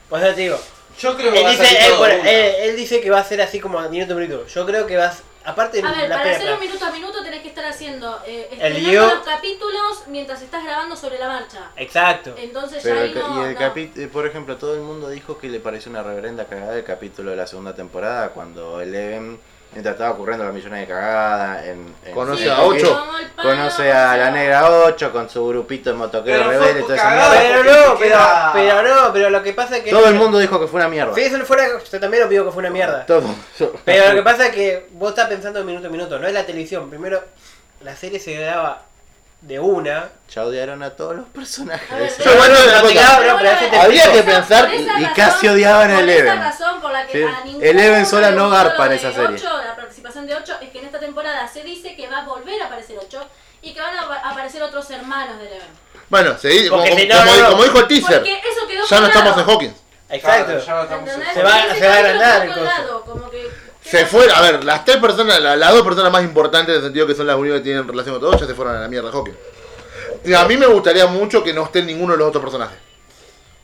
[SPEAKER 4] Por eso te digo,
[SPEAKER 1] Yo creo que
[SPEAKER 4] él
[SPEAKER 1] va a
[SPEAKER 4] Eh, dice,
[SPEAKER 1] salir
[SPEAKER 4] él,
[SPEAKER 1] todo
[SPEAKER 4] bueno, eh,
[SPEAKER 1] de una.
[SPEAKER 4] él- él dice que va a ser así como minuto a minuto. Yo creo que vas. Aparte,
[SPEAKER 5] A ver,
[SPEAKER 4] la
[SPEAKER 5] para hacer
[SPEAKER 4] pena-
[SPEAKER 5] un minuto a minuto tenés que estar haciendo eh,
[SPEAKER 4] El
[SPEAKER 5] estrenando
[SPEAKER 4] guión.
[SPEAKER 5] los capítulos mientras estás grabando sobre la marcha.
[SPEAKER 4] Exacto.
[SPEAKER 5] Entonces
[SPEAKER 3] Pero
[SPEAKER 5] ya
[SPEAKER 3] el
[SPEAKER 5] ahí
[SPEAKER 3] ca-
[SPEAKER 5] no,
[SPEAKER 3] y el
[SPEAKER 5] no.
[SPEAKER 3] capi- eh, por ejemplo, todo el mundo dijo que le pareció una reverenda cagada el capítulo de la segunda temporada cuando Eleven, mientras estaba ocurriendo la millonada de cagada, en, en-
[SPEAKER 2] Conoce
[SPEAKER 3] en-
[SPEAKER 2] a Ocho.
[SPEAKER 5] como el palo,
[SPEAKER 3] conoce a la negra 8 con su grupito de motoqueros
[SPEAKER 1] Pero fue
[SPEAKER 3] rebeldes, toda esa
[SPEAKER 1] cagada.
[SPEAKER 3] mierda.
[SPEAKER 4] Pero
[SPEAKER 1] porque
[SPEAKER 4] no,
[SPEAKER 1] se
[SPEAKER 4] pero,
[SPEAKER 1] queda-
[SPEAKER 4] pero no, pero lo que pasa es que.
[SPEAKER 3] Todo el mundo dijo que fue una mierda.
[SPEAKER 4] Sí, eso no fuera. Yo también lo digo que fue una mierda.
[SPEAKER 3] Todo. Yo-
[SPEAKER 4] Pero lo que pasa es que vos estás pensando en minuto a minuto, no es la televisión. Primero, la serie se graba de una.
[SPEAKER 3] Ya odiaron a todos los personajes.
[SPEAKER 5] A ver,
[SPEAKER 3] Sí.
[SPEAKER 2] Yo igual no me
[SPEAKER 4] No te
[SPEAKER 2] importa.
[SPEAKER 4] cago, pero
[SPEAKER 5] Pero bueno,
[SPEAKER 4] hacete
[SPEAKER 5] por
[SPEAKER 2] Habría
[SPEAKER 5] esa-
[SPEAKER 2] que pensar
[SPEAKER 5] por esa
[SPEAKER 3] y
[SPEAKER 5] razón-
[SPEAKER 3] casi odiaban a
[SPEAKER 5] por
[SPEAKER 3] Eleven.
[SPEAKER 5] esa razón por la que
[SPEAKER 3] Sí.
[SPEAKER 5] a ninguno
[SPEAKER 3] Eleven sola
[SPEAKER 5] le
[SPEAKER 3] no
[SPEAKER 5] gustó
[SPEAKER 3] garpa en
[SPEAKER 5] lo de
[SPEAKER 3] esa serie.
[SPEAKER 5] Ocho, la participación de 8 es que en esta temporada se dice que va a volver a aparecer 8 y que van a apa- aparecer otros hermanos de Eleven.
[SPEAKER 2] Bueno, seguí, como,
[SPEAKER 4] Porque si no,
[SPEAKER 2] como-
[SPEAKER 4] no, no.
[SPEAKER 2] como dijo el teaser,
[SPEAKER 5] Porque eso quedó
[SPEAKER 2] ya no estamos en
[SPEAKER 5] colgado,
[SPEAKER 2] Hawkins.
[SPEAKER 4] Exacto.
[SPEAKER 1] Claro, ya no estamos en-
[SPEAKER 5] ¿entendés?
[SPEAKER 4] Se va-
[SPEAKER 5] Ese
[SPEAKER 4] se va a
[SPEAKER 5] capítulo
[SPEAKER 4] agrandar
[SPEAKER 5] quedó
[SPEAKER 4] el coso.
[SPEAKER 5] colgado, como que-
[SPEAKER 2] Se fueron, a ver, las tres personas, la- las dos personas más importantes en el sentido que son las únicas que tienen relación con todos, ya se fueron a la mierda Hawkins. Y a mí me gustaría mucho que no esté ninguno de los otros personajes.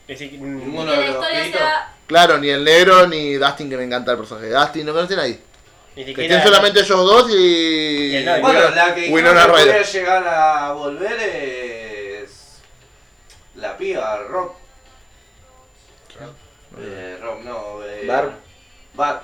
[SPEAKER 4] Es decir, mm,
[SPEAKER 5] Que
[SPEAKER 1] Ninguno
[SPEAKER 5] la
[SPEAKER 1] de los
[SPEAKER 5] historia
[SPEAKER 1] pibitos.
[SPEAKER 5] sea...
[SPEAKER 2] Claro, ni el negro ni Dustin, que me encanta el personaje de Dustin, no conocen ahí.
[SPEAKER 4] ni
[SPEAKER 2] Que
[SPEAKER 4] siquiera.
[SPEAKER 2] estén solamente ellos dos y.
[SPEAKER 4] Y el novio.
[SPEAKER 1] Bueno, la que creo
[SPEAKER 2] Winona
[SPEAKER 1] que
[SPEAKER 2] Ryder.
[SPEAKER 1] podría llegar a volver es. La piba, Rob. Eh, Rob, no. Eh,
[SPEAKER 3] Barb.
[SPEAKER 1] Barb.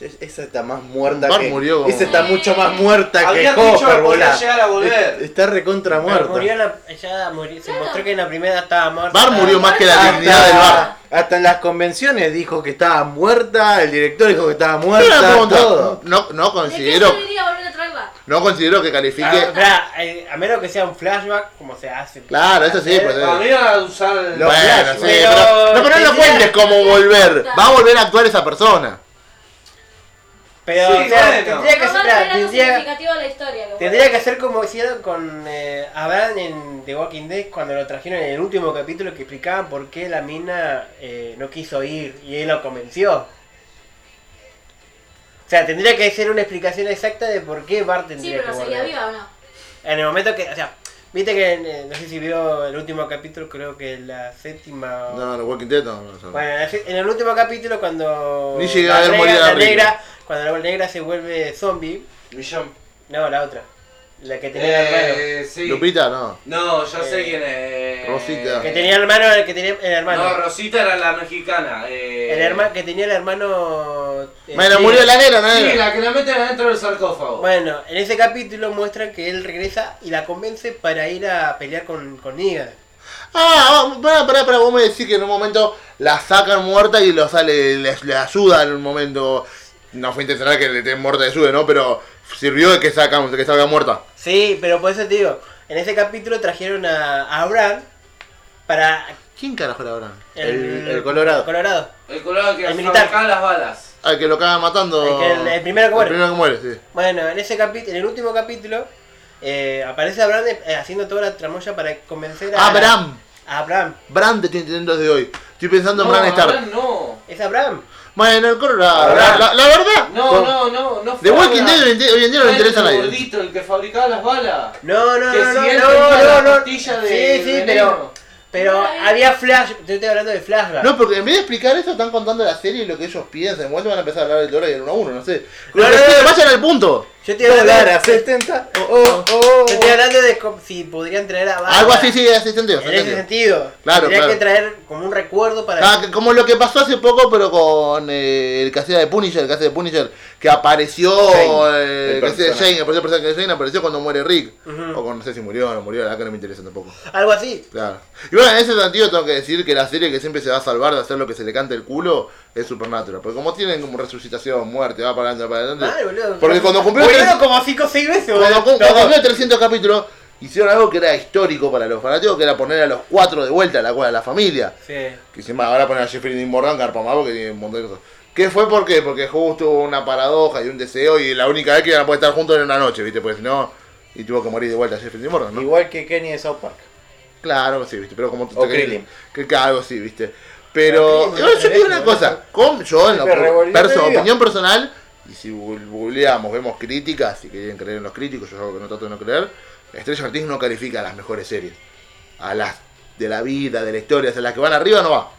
[SPEAKER 3] Es- Esa está más muerta
[SPEAKER 2] Bar
[SPEAKER 3] que.
[SPEAKER 2] murió como-
[SPEAKER 3] Esa está mucho más muerta que
[SPEAKER 1] Habían dicho que
[SPEAKER 3] Hopper,
[SPEAKER 1] podría
[SPEAKER 3] boludo.
[SPEAKER 1] llegar a
[SPEAKER 3] Es-
[SPEAKER 1] volver.
[SPEAKER 3] Está recontra
[SPEAKER 4] Pero murió
[SPEAKER 3] muerta.
[SPEAKER 4] en la- ella murió- se
[SPEAKER 5] Claro.
[SPEAKER 4] mostró que en la primera estaba muerta. Ah,
[SPEAKER 2] Bar murió más que la
[SPEAKER 5] Hasta-
[SPEAKER 2] dignidad del bar.
[SPEAKER 3] Hasta en las convenciones dijo que estaba muerta, el director dijo que estaba
[SPEAKER 2] Pero una
[SPEAKER 3] muerta,
[SPEAKER 2] pregunta,
[SPEAKER 3] todo.
[SPEAKER 2] No, no
[SPEAKER 5] ¿De qué
[SPEAKER 2] considero,
[SPEAKER 5] serviría volver a traerla?
[SPEAKER 2] no considero que califique.
[SPEAKER 4] Ah, espera, eh, a menos que sea un flashback, como se hace.
[SPEAKER 2] Claro, eso sí, pues,
[SPEAKER 1] Eh, Para mí van a usar. el-
[SPEAKER 3] Lo-
[SPEAKER 2] bueno, sí,
[SPEAKER 4] flashbacks,
[SPEAKER 2] pero,
[SPEAKER 4] pero-
[SPEAKER 2] no, pero no lo
[SPEAKER 4] sí,
[SPEAKER 2] cuentes
[SPEAKER 4] sí.
[SPEAKER 2] como volver. Va a volver a actuar esa persona.
[SPEAKER 4] Pero
[SPEAKER 1] Sí,
[SPEAKER 4] o sea,
[SPEAKER 1] bueno.
[SPEAKER 4] tendría que
[SPEAKER 5] No va
[SPEAKER 4] ser.
[SPEAKER 5] a traer algo
[SPEAKER 4] Tendría,
[SPEAKER 5] significativo a la historia. que
[SPEAKER 4] tendría que ser como hicieron con eh, Abraham en The Walking Dead cuando lo trajeron en el último capítulo que explicaban por qué la mina eh, no quiso ir y él lo convenció. O sea, tendría que ser una explicación exacta de por qué Bart
[SPEAKER 5] Sí,
[SPEAKER 4] tendría
[SPEAKER 5] pero
[SPEAKER 4] que
[SPEAKER 5] seguía
[SPEAKER 4] volver.
[SPEAKER 5] viva o no.
[SPEAKER 4] En el momento que, o sea, viste que, en- eh, no sé si vio el último capítulo, creo que la séptima... o-
[SPEAKER 2] No, no, Walking Dead no. no, no.
[SPEAKER 4] Bueno, en el- en el último capítulo cuando...
[SPEAKER 2] Ni llegué
[SPEAKER 4] la
[SPEAKER 2] a ver
[SPEAKER 4] negra-
[SPEAKER 2] morir a
[SPEAKER 4] la
[SPEAKER 2] Rick.
[SPEAKER 4] negra, Cuando la negra se vuelve zombie,
[SPEAKER 1] Millón.
[SPEAKER 4] no, la otra, la que tenía el hermano.
[SPEAKER 1] Eh, sí.
[SPEAKER 2] Lupita, no.
[SPEAKER 1] No, ya sé
[SPEAKER 4] Eh,
[SPEAKER 1] quién es.
[SPEAKER 2] Rosita.
[SPEAKER 4] Que tenía el hermano, el que tenía el hermano.
[SPEAKER 1] No, Rosita era la mexicana. Eh,
[SPEAKER 4] el hermano que tenía el hermano... eh,
[SPEAKER 2] Bueno,
[SPEAKER 4] sí.
[SPEAKER 2] murió la negra,
[SPEAKER 1] Sí,
[SPEAKER 2] ¿no?
[SPEAKER 1] la que la meten adentro del sarcófago.
[SPEAKER 4] Bueno, en ese capítulo muestra que él regresa y la convence para ir a pelear con, con Negan.
[SPEAKER 2] Ah, pará, pará, pará, vos me decís que en un momento la sacan muerta y lo sale, le, le ayuda en un momento. No fue intencional que le den muerta de sube, ¿no? Pero sirvió de que, sacan, de que salga muerta.
[SPEAKER 4] Sí, pero por eso te digo, En ese capítulo trajeron a, a Abraham para
[SPEAKER 2] ¿Quién carajo era Abraham?
[SPEAKER 7] El- el Colorado.
[SPEAKER 4] Colorado.
[SPEAKER 1] El colorado que
[SPEAKER 4] El militar.
[SPEAKER 1] fabricaba las balas.
[SPEAKER 2] Al que lo acaban matando.
[SPEAKER 4] El que- el- el primero que muere.
[SPEAKER 2] primero que muere, sí.
[SPEAKER 4] Bueno, en ese capítulo, en el último capítulo, eh, aparece Abraham eh, haciendo toda la tramoya para convencer a
[SPEAKER 2] Abraham.
[SPEAKER 4] a Abraham.
[SPEAKER 2] Bran de Tintinentos de hoy. Estoy pensando en
[SPEAKER 1] no,
[SPEAKER 2] Bran
[SPEAKER 1] Abraham
[SPEAKER 2] Stark.
[SPEAKER 1] no.
[SPEAKER 4] Es Abraham.
[SPEAKER 2] Bueno, el Colorado. La,
[SPEAKER 1] Abraham.
[SPEAKER 2] la- la verdad.
[SPEAKER 1] No,
[SPEAKER 2] con-
[SPEAKER 1] no, no, no.
[SPEAKER 2] The
[SPEAKER 1] fue
[SPEAKER 2] Walking
[SPEAKER 1] Abraham.
[SPEAKER 2] Dead hoy en día- hoy en día no le
[SPEAKER 1] Fue
[SPEAKER 2] interesa a
[SPEAKER 1] el
[SPEAKER 2] nadie.
[SPEAKER 1] gordito, el que fabricaba las balas.
[SPEAKER 4] No, no,
[SPEAKER 1] Que
[SPEAKER 4] no, no,
[SPEAKER 1] si él tenía
[SPEAKER 4] no, no,
[SPEAKER 1] la
[SPEAKER 4] no.
[SPEAKER 1] pastilla de
[SPEAKER 4] sí, sí,
[SPEAKER 1] veneno.
[SPEAKER 4] pero, pero
[SPEAKER 5] Ay.
[SPEAKER 4] había flash. Yo estoy hablando de flashback.
[SPEAKER 2] No, porque en vez de explicar eso, están contando la serie y lo que ellos piensan. En momento van a empezar a hablar del Dora y el 1 a 1, no sé.
[SPEAKER 4] No,
[SPEAKER 2] Pero
[SPEAKER 4] no, no, no.
[SPEAKER 2] vayan al punto.
[SPEAKER 4] Yo estoy hablando de,
[SPEAKER 7] 70. Oh, oh,
[SPEAKER 4] yo estoy hablando de co- si podrían traer a Bárbara.
[SPEAKER 2] Algo así, sí, asistente.
[SPEAKER 4] En ese sentido.
[SPEAKER 2] Claro,
[SPEAKER 4] Tendría
[SPEAKER 2] claro.
[SPEAKER 4] que traer como un recuerdo para.
[SPEAKER 2] Ah, que- como lo que pasó hace poco, pero con eh, el que hacía de Punisher, el que hacía de Punisher, que apareció
[SPEAKER 7] Shane,
[SPEAKER 2] eh,
[SPEAKER 7] el
[SPEAKER 2] que hacía de
[SPEAKER 7] personaje.
[SPEAKER 2] Shane, apareció el personaje de Shane, apareció cuando muere Rick.
[SPEAKER 4] Ujú.
[SPEAKER 2] O con, no sé si murió o no murió, la verdad que no me interesa tampoco.
[SPEAKER 4] Algo así.
[SPEAKER 2] Claro. Y bueno, en ese sentido tengo que decir que la serie que siempre se va a salvar de hacer lo que se le cante el culo es Supernatural. Porque como tienen como resucitación, muerte, va para adelante, va para adelante.
[SPEAKER 4] Mal, boludo.
[SPEAKER 2] Porque cuando cumplió
[SPEAKER 4] Boludo,
[SPEAKER 2] tres-
[SPEAKER 4] como 5 o 6 veces,
[SPEAKER 2] Cuando,
[SPEAKER 4] boludo.
[SPEAKER 2] cu-
[SPEAKER 4] No,
[SPEAKER 2] cuando cumplió 300 capítulos, hicieron algo que era histórico para los fanáticos, que era poner a los cuatro de vuelta a la, a la familia.
[SPEAKER 4] Sí.
[SPEAKER 2] Que encima ahora ponen a Jeffrey Dean Morgan, carpa más porque tiene un montón de cosas. ¿Qué fue? ¿Por qué? Porque justo hubo una paradoja y un deseo y la única vez que iban a poder estar juntos era una noche, ¿viste? Porque si no, y tuvo que morir de vuelta Jeffrey Dean Morgan, ¿no?
[SPEAKER 7] Igual que Kenny de South Park.
[SPEAKER 2] Claro, sí, viste, pero como tú
[SPEAKER 7] O
[SPEAKER 2] que-
[SPEAKER 7] Krillin.
[SPEAKER 2] Que, que algo sí, viste. Pero,
[SPEAKER 4] Krillin,
[SPEAKER 2] igual yo te digo una
[SPEAKER 4] boludo.
[SPEAKER 2] cosa, con, yo en la
[SPEAKER 7] Pero revolvió
[SPEAKER 2] perso-
[SPEAKER 7] la vida.
[SPEAKER 2] opinión personal, y si bu- googleamos, vemos críticas, si quieren creer en los críticos, yo algo que no trato de no creer, Estrella Ortiz no califica a las mejores series. A las de la vida, de la historia, a las que van arriba no va.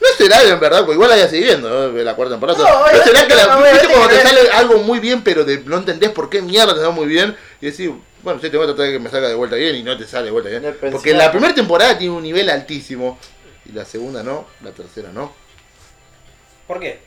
[SPEAKER 2] No será en verdad, porque igual la voy a seguir viendo, ¿no? la cuarta temporada.
[SPEAKER 4] No,
[SPEAKER 2] No,
[SPEAKER 4] obviamente
[SPEAKER 2] será que la,
[SPEAKER 4] no, obviamente
[SPEAKER 2] viste cuando
[SPEAKER 4] que
[SPEAKER 2] te
[SPEAKER 4] no.
[SPEAKER 2] sale algo muy bien, pero de- no entendés por qué mierda te da muy bien, y decís, bueno, sí, te voy a tratar de que me salga de vuelta bien, y no te sale de vuelta bien.
[SPEAKER 7] No pensé
[SPEAKER 2] Porque la
[SPEAKER 7] nada.
[SPEAKER 2] primera temporada tiene un nivel altísimo, y la segunda no, la tercera no.
[SPEAKER 4] ¿Por qué?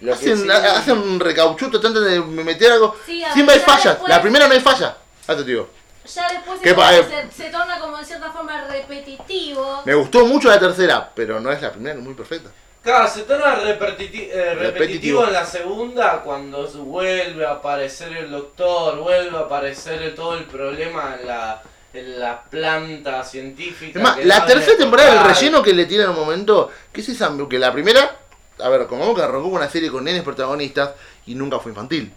[SPEAKER 7] Lo que
[SPEAKER 2] Hacen,
[SPEAKER 7] sí-
[SPEAKER 2] ha- hacen un recauchuto, tratan de meter algo.
[SPEAKER 5] Sí, a
[SPEAKER 2] Siempre hay
[SPEAKER 5] ver, ya
[SPEAKER 2] fallas,
[SPEAKER 5] después-
[SPEAKER 2] la primera no hay falla. Ah, te digo.
[SPEAKER 5] Ya después
[SPEAKER 2] ¿Qué
[SPEAKER 5] se,
[SPEAKER 2] pa- eh?
[SPEAKER 5] se, se torna como en cierta forma repetitivo.
[SPEAKER 2] Me gustó mucho la tercera, pero no es la primera, no es muy perfecta.
[SPEAKER 1] Claro, se torna repetiti- eh, repetitivo,
[SPEAKER 2] Repetitivo.
[SPEAKER 1] en la segunda cuando se vuelve a aparecer el doctor, vuelve a aparecer todo el problema en la, en la planta científica.
[SPEAKER 2] Es más,
[SPEAKER 1] que
[SPEAKER 2] la
[SPEAKER 1] no es
[SPEAKER 2] tercera temporada, el
[SPEAKER 1] total.
[SPEAKER 2] relleno que le tiran en un momento, que es esa, que la primera, a ver, como que arrancó con una serie con nenes protagonistas y nunca fue infantil.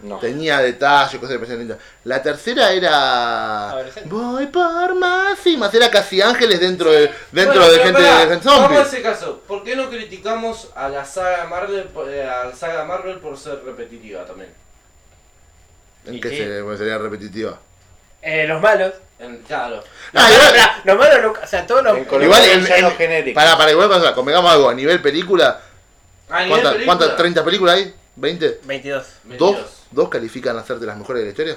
[SPEAKER 7] No.
[SPEAKER 2] Tenía detalles, cosas que parecían lindas. La tercera era.
[SPEAKER 4] Adolescente.
[SPEAKER 2] Voy por más y más. Era casi ángeles dentro de, dentro
[SPEAKER 1] Bueno,
[SPEAKER 2] de
[SPEAKER 1] pero
[SPEAKER 2] gente
[SPEAKER 1] pará,
[SPEAKER 2] de gente
[SPEAKER 1] Vamos a
[SPEAKER 2] zombie.
[SPEAKER 1] ese caso. ¿Por qué no criticamos a la saga Marvel, por- eh, a la saga Marvel por ser repetitiva también?
[SPEAKER 2] En
[SPEAKER 4] ¿Y
[SPEAKER 2] que
[SPEAKER 4] qué?
[SPEAKER 2] se- bueno, sería repetitiva.
[SPEAKER 4] Eh, los malos.
[SPEAKER 1] En- claro.
[SPEAKER 4] Los,
[SPEAKER 2] Ah,
[SPEAKER 4] malos,
[SPEAKER 2] igual-
[SPEAKER 4] la- los malos, nunca- o sea, todos los.
[SPEAKER 7] En Colombia
[SPEAKER 2] Igual
[SPEAKER 7] hay
[SPEAKER 2] en-
[SPEAKER 7] villanos
[SPEAKER 2] en-
[SPEAKER 7] genéricos.
[SPEAKER 2] Para, para, igual, cosa, convengamos algo. A nivel película,
[SPEAKER 1] A nivel
[SPEAKER 2] ¿cuántas,
[SPEAKER 1] Ah, película,
[SPEAKER 2] cuántas- ¿30 películas hay? ¿20?
[SPEAKER 4] 22.
[SPEAKER 2] ¿Dos,
[SPEAKER 1] 22.
[SPEAKER 2] ¿Dos califican a ser de las mejores de la historia?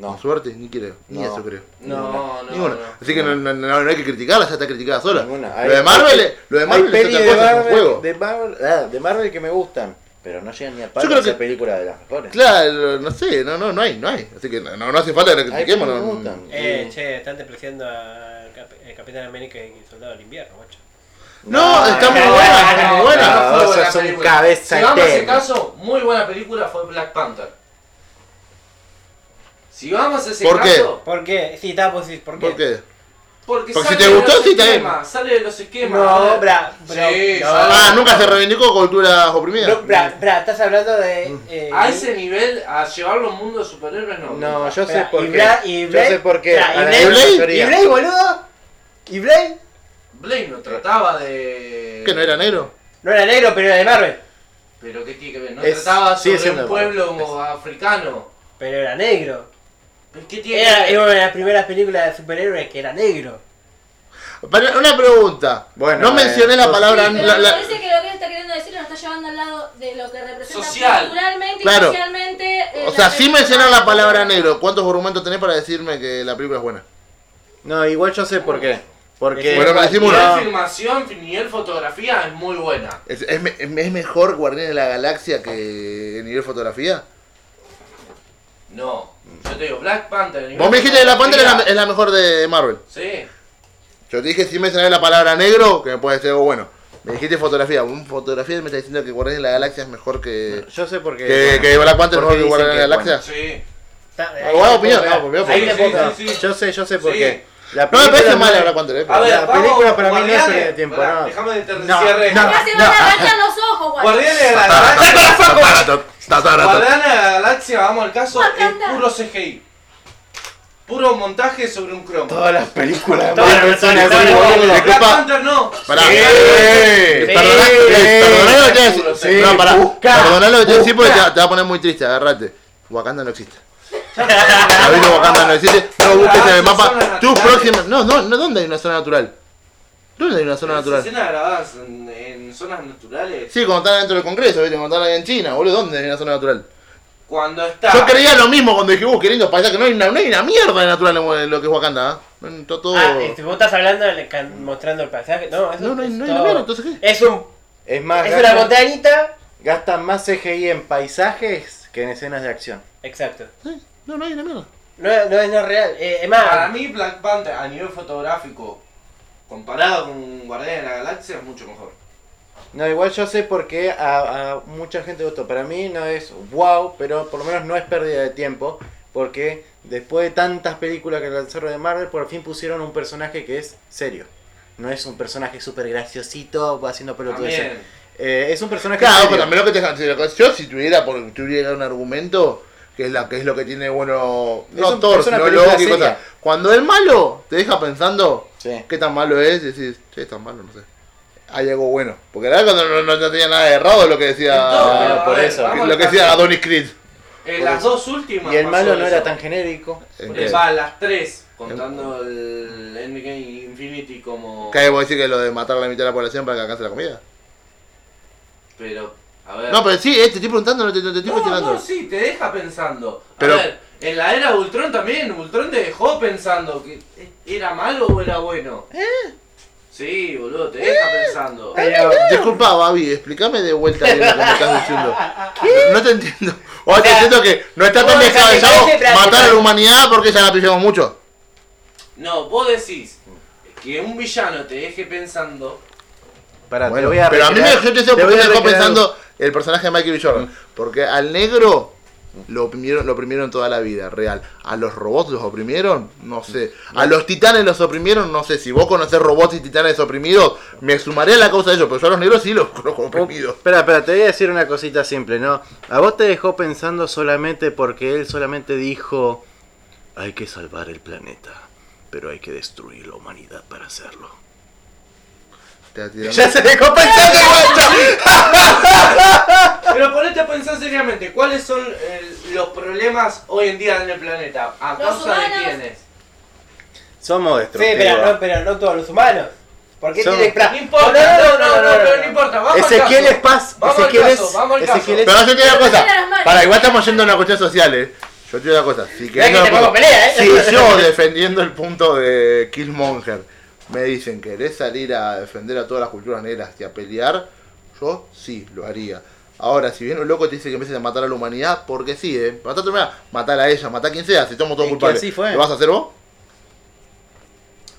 [SPEAKER 2] Con
[SPEAKER 7] No.
[SPEAKER 2] suerte, ni creo. Ni
[SPEAKER 7] No.
[SPEAKER 2] eso creo.
[SPEAKER 1] No, no,
[SPEAKER 2] Ninguna.
[SPEAKER 1] no.
[SPEAKER 2] Así que no, no- no- no hay que criticarla, ya está criticada sola.
[SPEAKER 7] Ninguna. Hay-
[SPEAKER 2] Lo de Marvel,
[SPEAKER 7] hay-
[SPEAKER 2] lo de
[SPEAKER 7] Hay
[SPEAKER 2] Marvel es
[SPEAKER 7] pelis
[SPEAKER 2] otra
[SPEAKER 7] de
[SPEAKER 2] cosa, es un
[SPEAKER 7] Marvel,
[SPEAKER 2] juego.
[SPEAKER 7] de, Marvel, ah, de Marvel que me gustan, pero no llegan ni a par
[SPEAKER 2] Yo creo
[SPEAKER 7] de esa
[SPEAKER 2] que-
[SPEAKER 7] película de las mejores.
[SPEAKER 2] Claro, no sé, no, no, no hay, no hay. Así que no, no hace falta que la
[SPEAKER 7] Hay pelis
[SPEAKER 2] critiquemos.
[SPEAKER 7] que me
[SPEAKER 2] No,
[SPEAKER 7] gustan.
[SPEAKER 4] Eh, che, están despreciando a Cap- eh, Capitán América y el Soldado del Invierno, macho.
[SPEAKER 2] no, está muy
[SPEAKER 7] no,
[SPEAKER 2] buena,
[SPEAKER 1] no,
[SPEAKER 2] está muy
[SPEAKER 1] no,
[SPEAKER 2] buena.
[SPEAKER 1] no,
[SPEAKER 7] Ah, vos
[SPEAKER 1] fue buena
[SPEAKER 7] sos un
[SPEAKER 1] película.
[SPEAKER 7] cabeza
[SPEAKER 1] Si vamos a ese
[SPEAKER 7] eterno.
[SPEAKER 1] caso, muy buena película fue Black Panther. Si vamos a ese
[SPEAKER 2] ¿Por qué?
[SPEAKER 1] caso,
[SPEAKER 4] ¿Por qué? Sí, estaba por decir, ¿por qué?
[SPEAKER 2] ¿Por qué?
[SPEAKER 1] porque,
[SPEAKER 2] Porque
[SPEAKER 1] sale
[SPEAKER 2] si te
[SPEAKER 1] de
[SPEAKER 2] gustó,
[SPEAKER 1] los
[SPEAKER 2] sí, está bien.
[SPEAKER 1] esquemas, sale de los esquemas.
[SPEAKER 4] No, bra, bra,
[SPEAKER 1] Sí,
[SPEAKER 4] no.
[SPEAKER 1] sale-
[SPEAKER 2] Ah, nunca se reivindicó culturas oprimidas.
[SPEAKER 4] No, bra, bra, estás hablando de.
[SPEAKER 2] Mm.
[SPEAKER 4] eh,
[SPEAKER 1] A ese nivel, a llevarlo a un mundo de superhéroes, no.
[SPEAKER 7] No, yo sé
[SPEAKER 4] Espera,
[SPEAKER 7] por
[SPEAKER 4] y
[SPEAKER 7] qué.
[SPEAKER 4] Bra- y
[SPEAKER 7] yo
[SPEAKER 4] Blade-
[SPEAKER 7] sé por qué.
[SPEAKER 4] Espera,
[SPEAKER 7] a la
[SPEAKER 4] y
[SPEAKER 2] Blade-
[SPEAKER 4] ¿Y
[SPEAKER 7] mayoría.
[SPEAKER 4] Blade, boludo? ¿Y Blade?
[SPEAKER 1] Blade no trataba de.
[SPEAKER 2] ¿Que no era negro?
[SPEAKER 4] No era negro, pero era de Marvel.
[SPEAKER 1] Pero qué tiene que ver, no
[SPEAKER 7] Es-
[SPEAKER 1] trataba
[SPEAKER 7] sigue
[SPEAKER 1] sobre
[SPEAKER 7] siendo
[SPEAKER 1] un
[SPEAKER 7] Marvel.
[SPEAKER 1] pueblo como africano.
[SPEAKER 4] Pero era negro.
[SPEAKER 1] ¿Qué tiene
[SPEAKER 4] Era,
[SPEAKER 1] que
[SPEAKER 4] era
[SPEAKER 1] ver?
[SPEAKER 4] una de las primeras películas de superhéroes que era negro.
[SPEAKER 2] Para- Una pregunta.
[SPEAKER 7] Bueno,
[SPEAKER 2] no mencioné
[SPEAKER 7] eh,
[SPEAKER 2] la
[SPEAKER 7] sos-
[SPEAKER 2] palabra.
[SPEAKER 5] Pero
[SPEAKER 2] la-
[SPEAKER 5] me
[SPEAKER 2] la-
[SPEAKER 5] parece que lo que él está queriendo decir lo está llevando al lado de lo que representa
[SPEAKER 1] Social.
[SPEAKER 5] culturalmente y
[SPEAKER 2] Claro.
[SPEAKER 5] socialmente. eh,
[SPEAKER 2] o
[SPEAKER 5] la
[SPEAKER 2] sea, sí
[SPEAKER 5] película.
[SPEAKER 2] mencionan la palabra negro. ¿Cuántos argumentos tenés para decirme que la película es buena?
[SPEAKER 7] No, igual yo sé por qué. Porque
[SPEAKER 2] Bueno, me decimos
[SPEAKER 1] Nivel
[SPEAKER 2] uno.
[SPEAKER 1] filmación, nivel fotografía es muy buena.
[SPEAKER 2] ¿Es, es me- es mejor Guardianes de la Galaxia que en nivel fotografía?
[SPEAKER 1] No, yo te digo, Black Panther. nivel
[SPEAKER 2] Vos me dijiste que la Panther es la, es
[SPEAKER 1] fotografía,
[SPEAKER 2] la mejor de Marvel.
[SPEAKER 1] Sí.
[SPEAKER 2] Yo te dije si mencioné la palabra negro, que me puede ser algo bueno. Me dijiste fotografía. Un fotografía me está diciendo que Guardianes de la Galaxia es mejor que.
[SPEAKER 3] Eh,
[SPEAKER 7] yo sé por qué.
[SPEAKER 2] que,
[SPEAKER 7] bueno,
[SPEAKER 2] que Black Panther es
[SPEAKER 7] porque
[SPEAKER 2] mejor que
[SPEAKER 7] dicen
[SPEAKER 2] Guardianes de la
[SPEAKER 7] que es
[SPEAKER 2] Galaxia.
[SPEAKER 1] Sí.
[SPEAKER 4] Está-
[SPEAKER 2] Igual opinión, no, opinión,
[SPEAKER 1] Ahí
[SPEAKER 2] porque-
[SPEAKER 1] sí,
[SPEAKER 2] no,
[SPEAKER 1] sí, sí.
[SPEAKER 3] Yo sé, yo sé por
[SPEAKER 1] Sí.
[SPEAKER 3] qué. La
[SPEAKER 2] me
[SPEAKER 3] película
[SPEAKER 2] parece
[SPEAKER 3] no
[SPEAKER 2] mal eh,
[SPEAKER 3] es-
[SPEAKER 2] ahora cuánto le
[SPEAKER 1] A ver,
[SPEAKER 3] La
[SPEAKER 1] vamos,
[SPEAKER 3] película para mí no es
[SPEAKER 1] Guardianes.
[SPEAKER 3] de tiempo,
[SPEAKER 1] Pará,
[SPEAKER 3] no.
[SPEAKER 1] Déjame de
[SPEAKER 8] No,
[SPEAKER 1] cierre.
[SPEAKER 8] no.
[SPEAKER 5] Casi van a arrancar los ojos, guay.
[SPEAKER 1] Guardianes de la Galaxia.
[SPEAKER 2] Tatarato.
[SPEAKER 1] Guardianes de la Galaxia, vamos al caso, es
[SPEAKER 5] Wakanda.
[SPEAKER 1] puro CGI. Puro montaje sobre un cromo.
[SPEAKER 3] Todas las películas.
[SPEAKER 4] Todas las
[SPEAKER 3] personas
[SPEAKER 4] películas.
[SPEAKER 1] No,
[SPEAKER 3] así, boludo.
[SPEAKER 1] Black
[SPEAKER 2] disculpa.
[SPEAKER 1] Panther no.
[SPEAKER 2] Pará.
[SPEAKER 3] Sí.
[SPEAKER 2] Eh,
[SPEAKER 4] Sí.
[SPEAKER 2] Perdoná perdoná lo que te voy a decir.
[SPEAKER 1] Sí.
[SPEAKER 2] No, pará.
[SPEAKER 3] Busca.
[SPEAKER 2] Perdoná lo que te voy a decir porque te va- te va a poner muy triste, agarrate. Wakanda no existe.
[SPEAKER 4] Ah.
[SPEAKER 2] La vida de Wakanda no existe. No busques en el mapa. Tus próximas. No, no, no, ¿dónde hay una zona natural? ¿Dónde hay una zona
[SPEAKER 1] Las
[SPEAKER 2] natural?
[SPEAKER 1] escenas grabadas en, en zonas naturales.
[SPEAKER 2] Sí, cuando están dentro del Congreso, viste, cuando están ahí en China, boludo, ¿dónde hay una zona natural?
[SPEAKER 1] Cuando está.
[SPEAKER 2] Yo creía lo mismo cuando dije, uh, qué lindo paisaje, no hay una, no hay una mierda de natural en lo que es Wakanda, ¿ah? No, Está todo...
[SPEAKER 4] Ah, este, vos estás hablando, del can- mostrando el paisaje. No, eso
[SPEAKER 2] No, no hay-
[SPEAKER 4] es
[SPEAKER 2] no hay
[SPEAKER 4] todo-
[SPEAKER 2] nada, entonces,
[SPEAKER 4] Es, un,
[SPEAKER 3] Es
[SPEAKER 1] Ah,
[SPEAKER 3] más,
[SPEAKER 4] es una
[SPEAKER 3] gastan-
[SPEAKER 4] montañita.
[SPEAKER 3] gastan más CGI en paisajes que en escenas de acción.
[SPEAKER 4] Exacto.
[SPEAKER 2] Sí, no, no hay una mierda.
[SPEAKER 4] No, no es nada real. Eh, es más,
[SPEAKER 1] Para mí, Black Panther a nivel fotográfico, comparado con Guardianes de la Galaxia, es mucho mejor.
[SPEAKER 3] No, igual yo sé por qué a, a mucha gente le gustó. Para mí no es wow, pero por lo menos no es pérdida de tiempo. Porque después de tantas películas que lanzaron de Marvel, por fin pusieron un personaje que es serio. No es un personaje súper graciosito haciendo pelotudeces.
[SPEAKER 1] También.
[SPEAKER 3] Eh, es un personaje
[SPEAKER 2] Claro,
[SPEAKER 3] serio.
[SPEAKER 2] pero también lo que te si lo que- Yo si tuviera, por, tuviera un argumento, que es, la, que es lo que tiene bueno.
[SPEAKER 3] Es
[SPEAKER 2] No
[SPEAKER 3] un-
[SPEAKER 2] Thor,
[SPEAKER 3] es una
[SPEAKER 2] sino
[SPEAKER 3] película
[SPEAKER 2] Loki,
[SPEAKER 3] seria.
[SPEAKER 2] cosas. Cuando es malo, te deja pensando
[SPEAKER 3] Sí.
[SPEAKER 2] qué tan malo es, y decís, che, es tan malo, no sé. Hay algo bueno. Porque la verdad cuando no, no- no tenía nada de errado lo que
[SPEAKER 1] Entonces,
[SPEAKER 2] decía.
[SPEAKER 1] a
[SPEAKER 3] por
[SPEAKER 1] ver,
[SPEAKER 3] eso.
[SPEAKER 1] vamos
[SPEAKER 2] lo
[SPEAKER 1] al
[SPEAKER 2] que decía
[SPEAKER 1] caso.
[SPEAKER 2] Adonis Creed.
[SPEAKER 1] En Eh, las dos últimas.
[SPEAKER 3] Y el malo
[SPEAKER 1] pasó
[SPEAKER 3] no
[SPEAKER 1] eso.
[SPEAKER 3] era tan genérico.
[SPEAKER 2] En
[SPEAKER 1] Eh,
[SPEAKER 2] que-
[SPEAKER 1] Va, las tres, contando el Endgame y Infinity como.
[SPEAKER 2] Que vos decir que lo de matar a la mitad de la población para que alcance la comida.
[SPEAKER 1] Pero, a ver.
[SPEAKER 2] No, pero sí, eh, te estoy preguntando, no te, no te estoy
[SPEAKER 1] No,
[SPEAKER 2] cuestionando.
[SPEAKER 1] no, sí, te deja pensando. A
[SPEAKER 2] Pero-
[SPEAKER 1] ver, en la era Ultron también, Ultron te dejó pensando que era malo o era bueno. ¿Eh? Sí, boludo, te deja pensando.
[SPEAKER 3] ¿Eh?
[SPEAKER 4] pero-
[SPEAKER 2] Disculpa, Babi, explícame de vuelta bien lo que me estás diciendo. No te entiendo. O te
[SPEAKER 4] sea,
[SPEAKER 2] entiendo que no está tan
[SPEAKER 4] vos decís que
[SPEAKER 2] descabellado
[SPEAKER 4] parece práctico.
[SPEAKER 2] matar a la humanidad porque ya la pifiamos mucho.
[SPEAKER 1] No, vos decís que un villano te deje pensando.
[SPEAKER 3] Pará, te
[SPEAKER 2] Bueno,
[SPEAKER 3] voy a
[SPEAKER 2] pero a mí me
[SPEAKER 3] recrear-
[SPEAKER 2] dejó eso
[SPEAKER 3] te voy
[SPEAKER 2] porque
[SPEAKER 3] a Mm.
[SPEAKER 2] me dejó
[SPEAKER 3] recrear-
[SPEAKER 2] pensando el personaje de Michael B. Jordan. Porque al negro lo oprimieron, lo oprimieron toda la vida, real. A los robots los oprimieron, no sé. A los titanes los oprimieron, no sé. Si vos conocés robots y titanes oprimidos, me sumaré a la causa de ellos. Pero yo a los negros sí los conozco oprimidos.
[SPEAKER 3] Espera, espera, te voy a decir una cosita simple, ¿no? A vos te dejó pensando solamente porque él solamente dijo, hay que salvar el planeta, pero hay que destruir la humanidad para hacerlo.
[SPEAKER 2] Te atiran-
[SPEAKER 3] se dejó pensando,
[SPEAKER 1] Pero ponete a pensar seriamente, ¿cuáles son eh, los problemas hoy en día en el planeta? ¿A
[SPEAKER 5] Los
[SPEAKER 1] causa de
[SPEAKER 5] humanos.
[SPEAKER 1] quiénes?
[SPEAKER 3] Somos
[SPEAKER 4] sí, pero no,
[SPEAKER 3] destructivos.
[SPEAKER 4] pero no todos los humanos. ¿Por qué
[SPEAKER 3] Son-
[SPEAKER 4] tiene pra-
[SPEAKER 1] No importa, no, no, no, no,
[SPEAKER 4] no,
[SPEAKER 1] pero no
[SPEAKER 4] no.
[SPEAKER 1] importa. Vamos
[SPEAKER 3] Ezequiel
[SPEAKER 1] al
[SPEAKER 3] es
[SPEAKER 1] caso.
[SPEAKER 3] paz,
[SPEAKER 1] Vamos al
[SPEAKER 3] Ezequiel
[SPEAKER 1] caso,
[SPEAKER 3] es...
[SPEAKER 1] vamos al
[SPEAKER 3] Ezequiel
[SPEAKER 1] caso.
[SPEAKER 3] es...
[SPEAKER 2] Pero yo te digo una cosa.
[SPEAKER 5] Pero, pero,
[SPEAKER 2] Para, igual estamos yendo a una cuestión social, eh. Yo te digo una cosa. Si
[SPEAKER 4] No es que
[SPEAKER 2] querés-
[SPEAKER 4] te pongo pelea, eh.
[SPEAKER 2] Si yo defendiendo el punto de Killmonger me dicen querés salir a defender a todas las culturas negras y a pelear, yo sí lo haría. Ahora, si viene un loco y te dice que empieces a matar a la humanidad, porque sí, eh. Matar a tu humanidad, matar a ella, matar a quien sea, si somos todos
[SPEAKER 3] Es que
[SPEAKER 2] culpables.
[SPEAKER 3] así fue.
[SPEAKER 2] ¿Lo vas a hacer vos?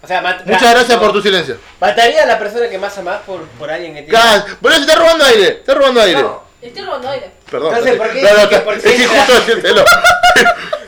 [SPEAKER 4] O sea, mat-
[SPEAKER 2] Muchas
[SPEAKER 4] mat-
[SPEAKER 2] gracias
[SPEAKER 4] no.
[SPEAKER 2] por tu silencio.
[SPEAKER 4] Mataría a la persona que más amás por, por alguien que tiene.
[SPEAKER 2] Gracias. Bueno, se está robando aire, está robando aire.
[SPEAKER 1] No,
[SPEAKER 5] Estoy rondoide.
[SPEAKER 2] Perdón.
[SPEAKER 4] Entonces, ¿por qué
[SPEAKER 2] No, no,
[SPEAKER 4] dicen que
[SPEAKER 2] está-
[SPEAKER 4] por
[SPEAKER 2] es
[SPEAKER 4] qué-
[SPEAKER 2] injusto decírtelo.